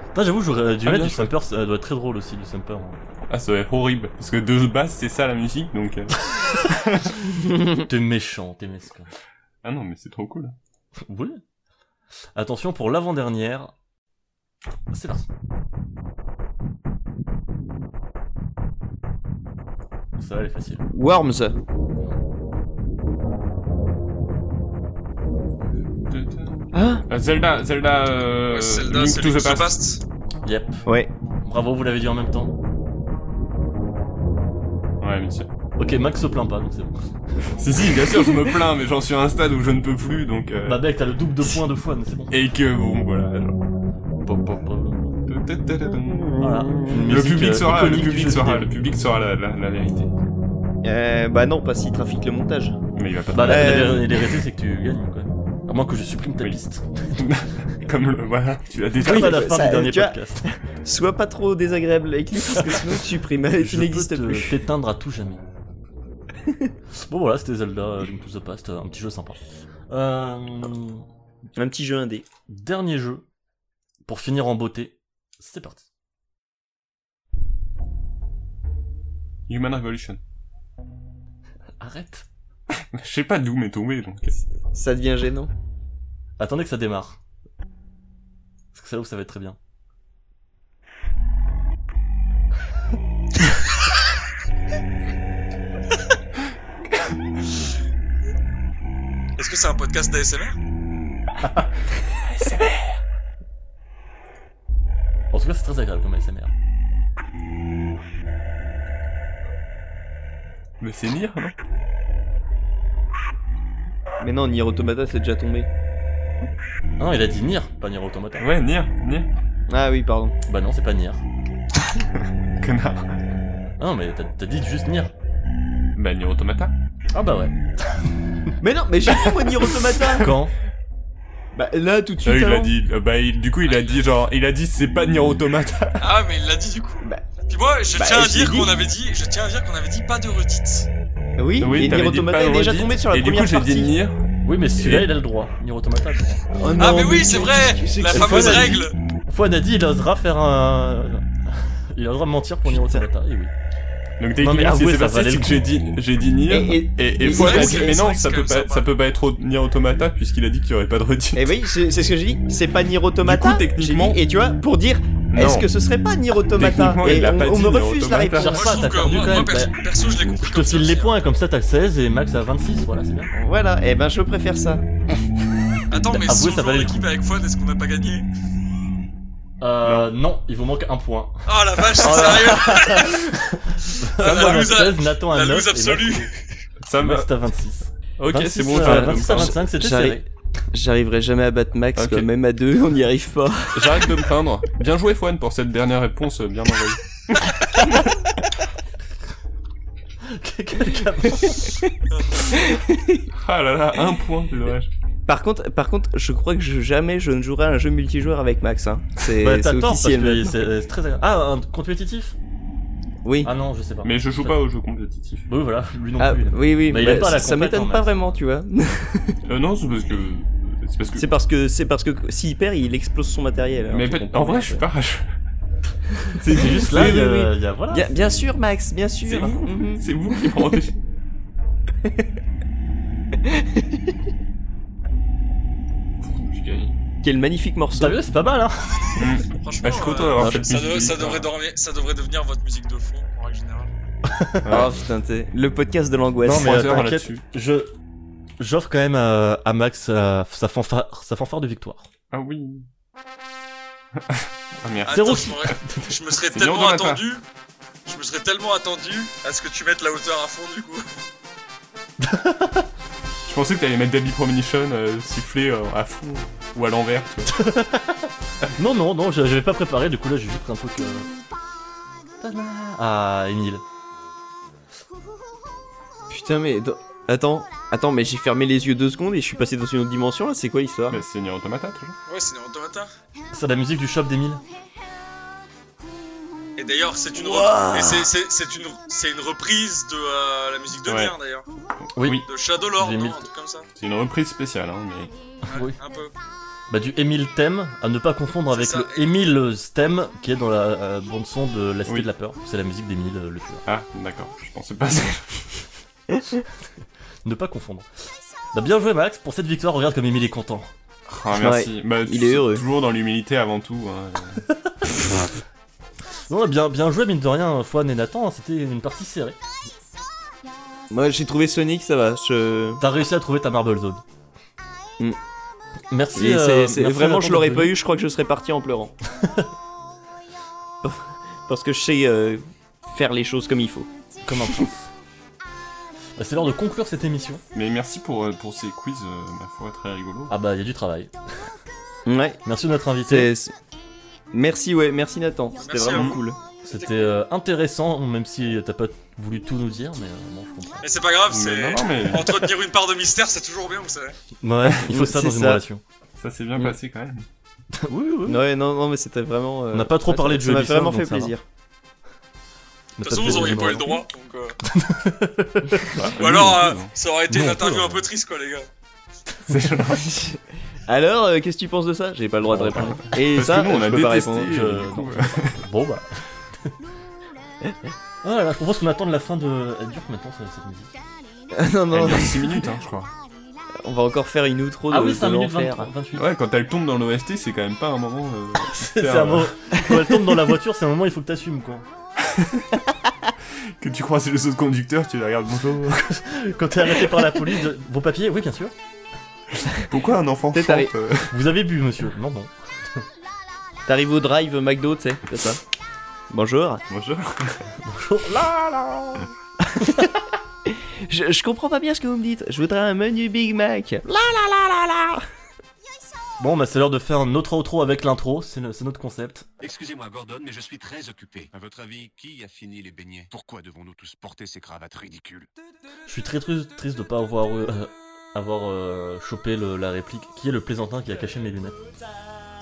Speaker 4: Putain, j'avoue, j'aurais dû
Speaker 5: Ah,
Speaker 4: mettre
Speaker 5: bien
Speaker 4: du
Speaker 5: sûr.
Speaker 4: Sumper, ça doit être très drôle aussi, du Sumper. hein.
Speaker 5: Ah, ça va être horrible. Parce que de base, c'est ça la musique donc. euh,
Speaker 4: T'es méchant, t'es mesquin.
Speaker 5: Ah non, mais c'est trop cool.
Speaker 4: Oui. Attention pour l'avant-dernière. C'est parti. Ça, elle est facile.
Speaker 3: Worms Ah
Speaker 5: Euh, Zelda, Zelda, euh,
Speaker 7: Hein Ouais, Zelda,
Speaker 5: Link
Speaker 7: c'est
Speaker 5: to
Speaker 7: Link
Speaker 5: the Past.
Speaker 4: Yep.
Speaker 3: Ouais.
Speaker 4: Bravo, vous l'avez dit en même temps.
Speaker 5: Ouais, mais tiens.
Speaker 4: Ok, Max se plaint pas, donc c'est bon.
Speaker 5: Si, si, bien sûr, je me plains, mais j'en suis à un stade où je ne peux plus, donc... euh,
Speaker 4: Bah, mec, t'as le double de points de fois, mais c'est bon.
Speaker 5: Et que, bon, voilà. genre.
Speaker 4: Pop, pop, pop. Voilà.
Speaker 5: Voilà.
Speaker 4: Une
Speaker 5: Le
Speaker 4: musique,
Speaker 5: public
Speaker 4: euh,
Speaker 5: sera, le
Speaker 4: iconique du
Speaker 5: public
Speaker 4: jeu
Speaker 5: sera,
Speaker 4: vidéo.
Speaker 5: le public sera la, la, la vérité.
Speaker 3: Euh, Bah non, pas s'il trafique le montage.
Speaker 5: Mais il va pas
Speaker 4: Bah, la, la
Speaker 3: Euh.
Speaker 4: vé- la vérité, c'est que tu gagnes, quoi. À moins que je supprime ta
Speaker 5: Oui.
Speaker 4: piste.
Speaker 5: comme le... Voilà, tu l'as déjà
Speaker 4: Comme
Speaker 3: Oui,
Speaker 4: à la fin
Speaker 3: ça,
Speaker 4: du dernier
Speaker 3: tu vois,
Speaker 4: podcast.
Speaker 3: Sois pas trop désagréable avec lui
Speaker 4: *laughs*
Speaker 3: parce que sinon tu supprimes et *laughs*
Speaker 4: Je
Speaker 3: tu
Speaker 4: peux
Speaker 3: n'existes
Speaker 4: te-
Speaker 3: plus.
Speaker 4: t'éteindre à tout jamais. *laughs* bon, voilà, c'était Zelda, euh, Link to the Past, euh, un petit jeu sympa. Euh...
Speaker 3: Un petit jeu indé.
Speaker 4: Dernier jeu, pour finir en beauté, c'est parti.
Speaker 5: Human Revolution. *laughs*
Speaker 4: Arrête.
Speaker 5: Je sais pas d'où m'est tombé, donc... euh,
Speaker 3: Ça devient gênant.
Speaker 4: Attendez que ça démarre. Parce que c'est là où ça va être très bien.
Speaker 7: Est-ce que c'est un podcast d'ASMR
Speaker 4: En tout cas, c'est très agréable comme ASMR.
Speaker 5: Mais c'est Nier, non
Speaker 3: Mais non, Nier Automata c'est déjà tombé.
Speaker 4: Ah non, il a dit Nier, pas Nier Automata.
Speaker 5: Ouais, Nier, Nier.
Speaker 3: Ah oui, pardon.
Speaker 4: Bah non, c'est pas Nier.
Speaker 5: *laughs* Connard.
Speaker 4: Ah non, mais t'as t'as dit juste Nier.
Speaker 5: Bah, Nier Automata.
Speaker 4: Ah
Speaker 5: *laughs*
Speaker 4: bah ouais.
Speaker 3: Mais non, mais j'ai dit moi Nier
Speaker 4: *laughs*
Speaker 3: Automata
Speaker 4: Quand
Speaker 3: Bah là tout de
Speaker 5: Euh,
Speaker 3: suite.
Speaker 5: il a
Speaker 3: avant.
Speaker 5: dit... euh, bah, il- du coup, il a dit genre... Il a dit c'est pas Nier Automata.
Speaker 7: Ah, mais il l'a dit du coup.
Speaker 3: Bah.
Speaker 7: Puis moi, je
Speaker 3: Bah,
Speaker 7: tiens
Speaker 3: je
Speaker 7: à
Speaker 3: l'ai
Speaker 7: dire
Speaker 3: dit.
Speaker 7: qu'on avait dit, je tiens à dire qu'on avait dit pas de redites.
Speaker 3: Oui, et
Speaker 5: t'avais
Speaker 3: Nier
Speaker 5: dit
Speaker 3: Automata
Speaker 5: pas
Speaker 3: est déjà
Speaker 5: Reddit,
Speaker 3: tombé sur la
Speaker 5: et
Speaker 3: première
Speaker 5: du coup, j'ai
Speaker 3: partie.
Speaker 5: dit Nier.
Speaker 4: Oui, mais celui-là,
Speaker 5: Et-
Speaker 4: il a le droit. Nier Automata, je crois.
Speaker 3: Oh
Speaker 7: Ah,
Speaker 3: non,
Speaker 7: mais oui,
Speaker 3: qu'est-
Speaker 7: c'est vrai
Speaker 3: qu'est-ce que c'est
Speaker 7: La
Speaker 3: que
Speaker 4: c'est
Speaker 3: ça
Speaker 7: fameuse
Speaker 4: pas la
Speaker 7: règle
Speaker 4: Fouanadi, il osera faire un. Il osera mentir pour Nier Automata, et eh oui.
Speaker 5: Donc
Speaker 4: Non, mais
Speaker 5: techniquement, ce qui
Speaker 4: avouez,
Speaker 5: s'est
Speaker 4: ça valait
Speaker 5: passé,
Speaker 4: le
Speaker 5: c'est
Speaker 4: coup.
Speaker 5: que j'ai dit, j'ai dit Nier,
Speaker 3: Et- et-
Speaker 5: et, et,
Speaker 3: et
Speaker 5: Fouad
Speaker 3: c'est
Speaker 5: a
Speaker 3: vrai
Speaker 5: dit,
Speaker 7: que-
Speaker 5: mais
Speaker 7: c'est
Speaker 5: non,
Speaker 7: vrai que
Speaker 5: ça
Speaker 7: c'est
Speaker 5: peut
Speaker 7: quand même
Speaker 5: pas, ça
Speaker 7: sympa.
Speaker 5: peut pas être Nier Automata, puisqu'il a dit qu'il y aurait pas de redit.
Speaker 3: Eh oui, c'est c'est ce que j'ai dit, c'est pas Nier Automata.
Speaker 5: Du coup,
Speaker 3: J'ai
Speaker 5: techniquement-
Speaker 3: dit, et tu vois, pour dire, est-ce que ce serait pas Nier Automata
Speaker 5: Techniquement,
Speaker 3: Et
Speaker 5: il a
Speaker 3: on,
Speaker 5: pas
Speaker 3: on
Speaker 5: dit
Speaker 3: me
Speaker 5: Nier
Speaker 3: refuse la
Speaker 5: Automata.
Speaker 7: Moi,
Speaker 4: Cherche
Speaker 7: je
Speaker 4: pas,
Speaker 7: trouve
Speaker 4: t'as
Speaker 7: que-
Speaker 4: perdu
Speaker 7: moi,
Speaker 4: quand
Speaker 7: moi,
Speaker 4: même.
Speaker 7: perso,
Speaker 4: Bah,
Speaker 7: perso, je l'ai compris
Speaker 4: Je te
Speaker 7: comme ça
Speaker 4: file les
Speaker 7: aussi,
Speaker 4: points, comme ça t'as 16 et Max a 26, voilà, c'est bien.
Speaker 3: Voilà, et ben je préfère ça.
Speaker 7: hein. Attends, mais
Speaker 4: Bah, Avouez,
Speaker 7: si on
Speaker 4: ça
Speaker 7: joue en
Speaker 4: valait le
Speaker 7: équipe avec Fun, est-ce qu'on n'a pas gagné
Speaker 4: Euh, non, il vous manque un point.
Speaker 7: Oh
Speaker 4: *laughs*
Speaker 7: la vache, c'est
Speaker 4: Oh là
Speaker 7: sérieux
Speaker 4: Ça
Speaker 7: La
Speaker 4: va,
Speaker 7: loose a-
Speaker 4: 16, Nathan
Speaker 7: La
Speaker 4: a 9.
Speaker 7: lose
Speaker 4: et Max-
Speaker 7: absolue
Speaker 5: Ça
Speaker 4: et
Speaker 5: m'a,
Speaker 4: Max, t'as 26.
Speaker 5: ok,
Speaker 4: 26,
Speaker 5: c'est bon,
Speaker 4: euh,
Speaker 5: j'arrête.
Speaker 4: 26 à 25, c'était
Speaker 3: J'arrive.
Speaker 4: serré.
Speaker 3: J'arriverai jamais à battre Max,
Speaker 5: Ok.
Speaker 3: quoi, même à deux, *laughs* on n'y arrive pas.
Speaker 5: j'arrête de me plaindre. Bien joué, Fouad, pour cette dernière réponse euh, bien envoyée.
Speaker 4: *laughs* Quel gamin.
Speaker 5: Ah là là, un point, c'est dommage.
Speaker 3: Par contre, par contre, je crois que je- jamais je ne jouerai à un jeu multijoueur avec Max. Hein. C'est
Speaker 4: Bah,
Speaker 3: c'est
Speaker 4: t'as tort, parce
Speaker 3: officiel.
Speaker 4: que c'est c'est très agréable. Ah, un compétitif
Speaker 3: Oui.
Speaker 4: Ah non, je sais pas.
Speaker 5: Mais je joue pas aux jeux compétitifs.
Speaker 4: Bah oui, voilà, lui non
Speaker 3: Ah,
Speaker 4: plus.
Speaker 3: oui, oui.
Speaker 4: Bah, il aime pas
Speaker 3: ça-
Speaker 4: la
Speaker 3: ça
Speaker 4: compète, hein,
Speaker 3: m'étonne pas
Speaker 4: Max.
Speaker 3: vraiment, tu vois.
Speaker 5: Euh, non, c'est parce que, c'est parce que,
Speaker 3: c'est parce que c'est parce que s'il perd, il explose son matériel. alors.
Speaker 5: mais
Speaker 4: tu
Speaker 5: peut-
Speaker 4: comprends
Speaker 5: en vrai,
Speaker 4: bien,
Speaker 5: je suis
Speaker 4: ouais.
Speaker 5: pas rageux. *laughs*
Speaker 4: C'est juste là,
Speaker 3: Oui,
Speaker 4: il y
Speaker 3: oui,
Speaker 4: a- il y a. Voilà.
Speaker 3: Bien, bien sûr, Max, bien
Speaker 5: C'est
Speaker 3: sûr.
Speaker 5: vous,
Speaker 3: Mhm.
Speaker 5: c'est vous qui me rendez.
Speaker 7: *laughs*
Speaker 5: J'ai gagné.
Speaker 3: Quel magnifique morceau.
Speaker 4: T'as vu, c'est pas mal, hein.
Speaker 5: Hmm.
Speaker 7: Franchement,
Speaker 5: Bah, je suis content
Speaker 7: euh,
Speaker 5: d'avoir
Speaker 4: euh,
Speaker 5: fait
Speaker 7: ça, devrait- ça devrait dormir- ça devrait devenir votre musique de fond, en règle
Speaker 4: Bah,
Speaker 7: générale.
Speaker 3: Oh putain, t'es- le podcast de l'angoisse.
Speaker 4: Non, mais euh,
Speaker 5: Trois heures
Speaker 4: t'inquiète,
Speaker 5: là-dessus.
Speaker 4: Je. J'offre quand euh, même à, à Max euh, sa, fanfare, sa fanfare de victoire.
Speaker 5: Ah oui. *laughs* Ah merde.
Speaker 4: Zéro
Speaker 7: Attends, je, m'aurais- je me serais
Speaker 5: C'est Léon
Speaker 7: tellement
Speaker 5: Donatin.
Speaker 7: attendu. Je me serais tellement attendu à ce que tu mettes la hauteur à fond du coup.
Speaker 5: Je pensais que t'allais mettre Deadly Premonition euh, sifflé euh, à fond ou à l'envers, tu vois.
Speaker 4: Non, non, non, je- j'avais pas préparé, du coup là j'ai juste pris un truc. euh, Ah, Emile.
Speaker 3: Putain, mais do- attends, attends, mais j'ai fermé les yeux deux secondes et je suis passé dans une autre dimension là, c'est quoi l'histoire
Speaker 5: Bah, c'est Nier Automata, toujours.
Speaker 7: Ouais, c'est Naruto Matin.
Speaker 4: C'est la musique du shop d'Emile.
Speaker 7: Et d'ailleurs, c'est une,
Speaker 4: Wouah.
Speaker 7: rep- et c'est- c'est- c'est une, c'est une reprise de euh, la musique de
Speaker 5: Ouais.
Speaker 7: Nier d'ailleurs.
Speaker 4: Oui.
Speaker 7: De Shadowlord,
Speaker 4: J'ai mis-
Speaker 7: non Un truc
Speaker 5: *laughs*
Speaker 7: comme ça.
Speaker 5: C'est une reprise spéciale, hein, mais...
Speaker 7: Ouais,
Speaker 4: Oui.
Speaker 7: Un peu.
Speaker 4: Bah, du Emile Thème, à ne pas confondre avec
Speaker 7: C'est ça.
Speaker 4: le Emile Thème qui est dans la euh, bande-son de La Cité
Speaker 5: Oui.
Speaker 4: de la Peur. C'est la musique d'Emile euh, le tueur.
Speaker 5: Ah, d'accord, je pensais pas *laughs* à ça.
Speaker 4: Ne pas confondre. Bah, bien joué, Max, pour cette victoire, regarde comme Emile est content.
Speaker 5: Ah, merci. Bah,
Speaker 3: il
Speaker 5: tu-
Speaker 3: est heureux.
Speaker 5: Toujours dans l'humilité avant tout. hein.
Speaker 4: Non, bien, bien joué, mine de rien, Fouane et Nathan, hein, c'était une partie serrée.
Speaker 3: Moi j'ai trouvé Sonic, ça va. Je...
Speaker 4: T'as réussi à trouver ta Marble Zone.
Speaker 3: Mm.
Speaker 4: Merci.
Speaker 3: Et c'est-
Speaker 4: euh,
Speaker 3: c'est-
Speaker 4: merci,
Speaker 3: Vraiment,
Speaker 4: Nathan,
Speaker 3: je l'aurais
Speaker 4: de-
Speaker 3: pas eu, je crois que je serais parti en pleurant. Parce que je sais euh, faire les choses comme il faut.
Speaker 4: Comme un prince. Bah, c'est l'heure de conclure cette émission.
Speaker 5: mais merci pour, euh, pour ces quiz, euh, ma foi, très rigolo.
Speaker 4: Ah bah, il y a du travail.
Speaker 3: Ouais,
Speaker 4: Merci de notre invité.
Speaker 3: c'est. c'est- Merci, ouais, merci Nathan, c'était
Speaker 7: Merci à
Speaker 3: vraiment
Speaker 5: Mm.
Speaker 7: vous.
Speaker 3: cool.
Speaker 4: C'était euh, intéressant, même si t'as pas voulu tout nous dire, mais euh, bon, je comprends.
Speaker 7: Mais c'est pas grave,
Speaker 5: Mais
Speaker 7: c'est.
Speaker 5: non, non, mais
Speaker 7: Entretenir une part de mystère, c'est toujours bien, vous savez.
Speaker 4: Ouais, il faut ça
Speaker 3: C'est
Speaker 4: dans une
Speaker 3: ça.
Speaker 4: relation.
Speaker 5: ça s'est bien
Speaker 3: Mm.
Speaker 5: passé quand même.
Speaker 4: *laughs* oui, oui. oui.
Speaker 3: Ouais, non, non, mais c'était vraiment. euh,
Speaker 4: On n'a pas trop
Speaker 3: ouais,
Speaker 4: parlé
Speaker 3: ça-
Speaker 4: de
Speaker 3: Ça
Speaker 4: jeux
Speaker 3: m'a
Speaker 4: Ubisoft,
Speaker 3: vraiment
Speaker 4: donc
Speaker 3: fait
Speaker 4: ça va.
Speaker 3: plaisir.
Speaker 7: De toute façon, vous auriez pas eu le droit. Donc, euh,
Speaker 5: Ah,
Speaker 7: Ou
Speaker 5: oui,
Speaker 7: alors,
Speaker 5: non
Speaker 7: euh,
Speaker 5: plus, hein.
Speaker 7: ça aurait été une
Speaker 4: Non,
Speaker 7: interview
Speaker 4: ouais.
Speaker 7: un peu triste, quoi, les gars.
Speaker 3: *laughs* Alors, euh, qu'est-ce que tu penses de ça J'ai pas le
Speaker 4: Oh.
Speaker 3: droit de
Speaker 4: *laughs*
Speaker 3: répondre. Et
Speaker 5: Parce
Speaker 3: ça,
Speaker 5: que nous, on
Speaker 3: je
Speaker 5: a
Speaker 3: peux pas
Speaker 5: détesté.
Speaker 3: répondre.
Speaker 5: euh,
Speaker 4: je-
Speaker 5: du *laughs* coup,
Speaker 4: non.
Speaker 5: euh,
Speaker 4: Bon bah. *laughs* Ah là, là, je propose qu'on attende la fin de. Elle dure combien de temps ça, cette
Speaker 3: *laughs*
Speaker 4: musique
Speaker 3: non,
Speaker 5: elle
Speaker 3: non,
Speaker 5: dure 6 minutes, hein, je crois.
Speaker 3: on va encore faire une outro
Speaker 4: Ah
Speaker 3: de,
Speaker 4: oui,
Speaker 3: de
Speaker 4: 5 minutes
Speaker 3: l'enfer.
Speaker 4: 23, 28.
Speaker 5: Ouais, quand elle tombe dans l'OST, c'est quand même pas un moment. euh,
Speaker 4: *laughs* c'est
Speaker 5: super,
Speaker 4: un
Speaker 5: euh,
Speaker 4: moment. Quand elle tombe dans la voiture, c'est un moment il faut que t'assumes quoi.
Speaker 5: que tu croises les autres conducteurs, tu les regardes bonjour.
Speaker 4: Quand t'es arrêté par la police, de- vos papiers, oui bien sûr.
Speaker 5: Pourquoi un enfant
Speaker 3: Peut-être
Speaker 5: chante
Speaker 3: arri-
Speaker 5: euh,
Speaker 4: Vous avez bu monsieur Non *laughs* non.
Speaker 3: T'arrives au drive McDo, tu sais, c'est ça. Bonjour.
Speaker 5: Bonjour.
Speaker 4: Bonjour. Là là.
Speaker 3: Je, je comprends pas bien ce que vous me dites. Je voudrais un menu Big Mac. Là là là là là.
Speaker 4: Bon bah c'est l'heure de faire un autre outro avec l'intro, c'est le- c'est notre concept.
Speaker 1: Excusez-moi, Gordon, mais je suis très occupé.
Speaker 2: À votre avis, qui a fini les beignets Pourquoi devons-nous tous porter ces cravates ridicules
Speaker 4: Je suis très tru- triste de pas avoir eu- euh, *laughs* avoir euh, chopé le- la réplique. Qui est le plaisantin qui a caché mes lunettes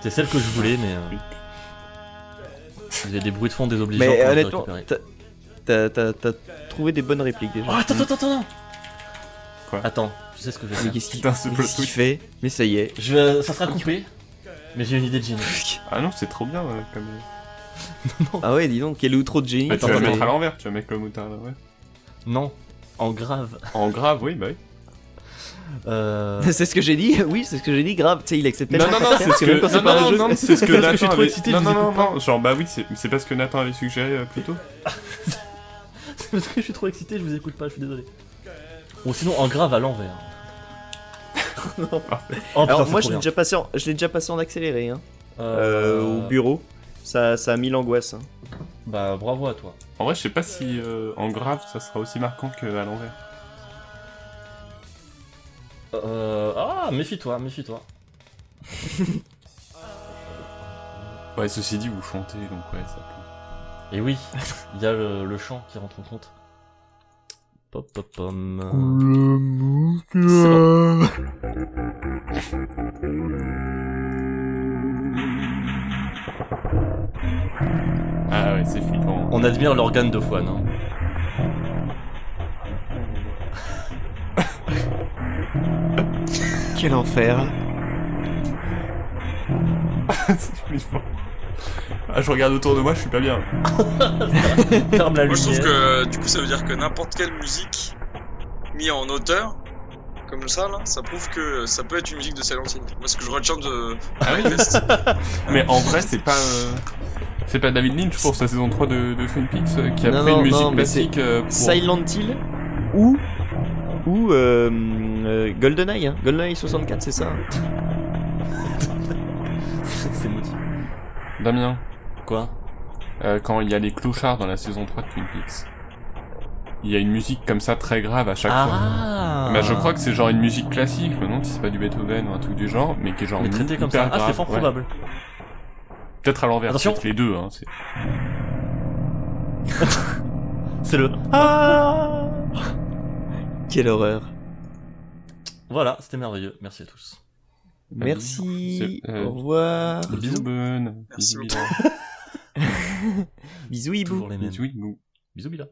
Speaker 4: C'est celle que je voulais,
Speaker 3: *laughs*
Speaker 4: mais. euh, Il y a des bruits de fond désobligeants.
Speaker 3: Mais
Speaker 4: qu'on a
Speaker 3: honnêtement,
Speaker 4: récupérés.
Speaker 3: t'as- t'as- t'as t'as trouvé des bonnes répliques
Speaker 4: Oh,
Speaker 3: déjà.
Speaker 4: attends, attends, attends, attends
Speaker 5: Quoi
Speaker 4: Attends, je sais ce que je vais
Speaker 3: Mais
Speaker 4: faire.
Speaker 3: qu'est-ce qu'il
Speaker 5: Putain, ce
Speaker 3: mais
Speaker 5: plot
Speaker 3: qu'est-ce qu'il
Speaker 5: twist.
Speaker 3: fait Mais ça y est.
Speaker 4: Je vais- Ça sera coupé, mais j'ai une idée de génie.
Speaker 3: *laughs*
Speaker 5: Ah non, c'est trop bien euh, comme.
Speaker 3: Ah ouais, dis donc, quel outro de génie.
Speaker 5: Bah, tu vas
Speaker 4: attends,
Speaker 5: mettre
Speaker 4: mais-
Speaker 5: à l'envers, tu vas mettre le motard là, ouais.
Speaker 4: Non, en grave.
Speaker 5: En grave, oui, bah oui.
Speaker 3: *laughs*
Speaker 4: Euh... *laughs*
Speaker 3: C'est ce que j'ai dit, oui, c'est ce que j'ai dit, grave, tu sais, il accepte
Speaker 5: Non, non, non, c'est ce
Speaker 3: même quand
Speaker 5: que.
Speaker 3: c'est
Speaker 5: Non,
Speaker 3: pas un
Speaker 5: non,
Speaker 3: jeu,
Speaker 5: non, non, c'est ce *laughs* que
Speaker 4: parce que je suis
Speaker 5: Nathan
Speaker 4: trop
Speaker 5: avait.
Speaker 4: excité, je
Speaker 5: Non, non,
Speaker 4: vous
Speaker 5: non,
Speaker 4: écoute pas.
Speaker 5: non, genre, bah oui, c'est c'est parce que Nathan avait suggéré euh, plus tôt.
Speaker 4: C'est parce que je suis trop excité, je vous écoute pas, je suis désolé. Ou sinon, en grave
Speaker 3: *laughs*
Speaker 4: à l'envers. Oh, putain,
Speaker 3: Alors
Speaker 4: c'est
Speaker 3: moi
Speaker 4: trop
Speaker 3: je l'ai
Speaker 4: bien.
Speaker 3: déjà passé en, je l'ai déjà passé en accéléré hein.
Speaker 4: Euh,
Speaker 3: au bureau. Ça, ça a mis l'angoisse. hein.
Speaker 4: Bah, bravo à toi.
Speaker 5: En vrai, je sais pas si euh, en grave ça sera aussi marquant que à l'envers.
Speaker 4: Euh... Ah, méfie-toi, méfie-toi.
Speaker 5: Ouais, ceci dit, vous chantez donc ouais, ça
Speaker 4: Et oui, il y a le, le chant qui rentre en compte. Pop pop pom. C'est bon.
Speaker 5: peut. Ah ouais, c'est flippant.
Speaker 4: On admire l'organe de Fouane. hein. *laughs*
Speaker 3: Quel enfer.
Speaker 5: *laughs* c'est flippant. Ah, je regarde autour de moi, je suis pas bien.
Speaker 4: Ferme la lumière.
Speaker 7: Moi, je trouve que du coup, ça veut dire que n'importe quelle musique mise en hauteur, comme ça, là, ça prouve que ça peut être une musique de Silent Hill. Moi, ce que je retiens *laughs* de
Speaker 5: Ah oui
Speaker 7: Manifest,
Speaker 5: Mais en vrai, c'est pas. euh, C'est pas David Lynch pour sa saison 3 de, de Twin Peaks euh, qui a
Speaker 3: Non,
Speaker 5: pris
Speaker 3: non,
Speaker 5: une musique
Speaker 3: non, mais
Speaker 5: classique euh, pour.
Speaker 3: Silent Hill ou ou euh, euh, GoldenEye, hein. GoldenEye 64, c'est ça. hein.
Speaker 4: c'est motivé.
Speaker 5: Damien,
Speaker 4: Quoi
Speaker 5: euh, quand il y a les clochards dans la saison 3 de Twin Peaks, il y a une musique comme ça très grave à chaque fois.
Speaker 4: Ah
Speaker 5: Bah, je crois que c'est genre une musique classique, je me demande si c'est pas du Beethoven ou un truc du genre, mais qui est genre
Speaker 4: Mais traité comme
Speaker 5: Mmh. hyper
Speaker 4: ça. Ah, c'est
Speaker 5: grave,
Speaker 4: fort
Speaker 5: ouais.
Speaker 4: probable.
Speaker 5: Peut-être à l'envers,
Speaker 4: Attention.
Speaker 5: peut-être les deux. Hein, c'est-
Speaker 4: C'est le. Ah
Speaker 3: Quelle horreur.
Speaker 5: Euh,
Speaker 4: Voilà, c'était merveilleux. Merci à tous.
Speaker 3: Merci.
Speaker 5: C'est- euh,
Speaker 3: Au revoir.
Speaker 5: Bisous, bonne.
Speaker 7: Merci
Speaker 5: Bisous, Mila.
Speaker 3: Bisous, hibou.
Speaker 4: Toujours les mêmes.
Speaker 5: Bisous, Hibou.
Speaker 4: Bisous, Bila.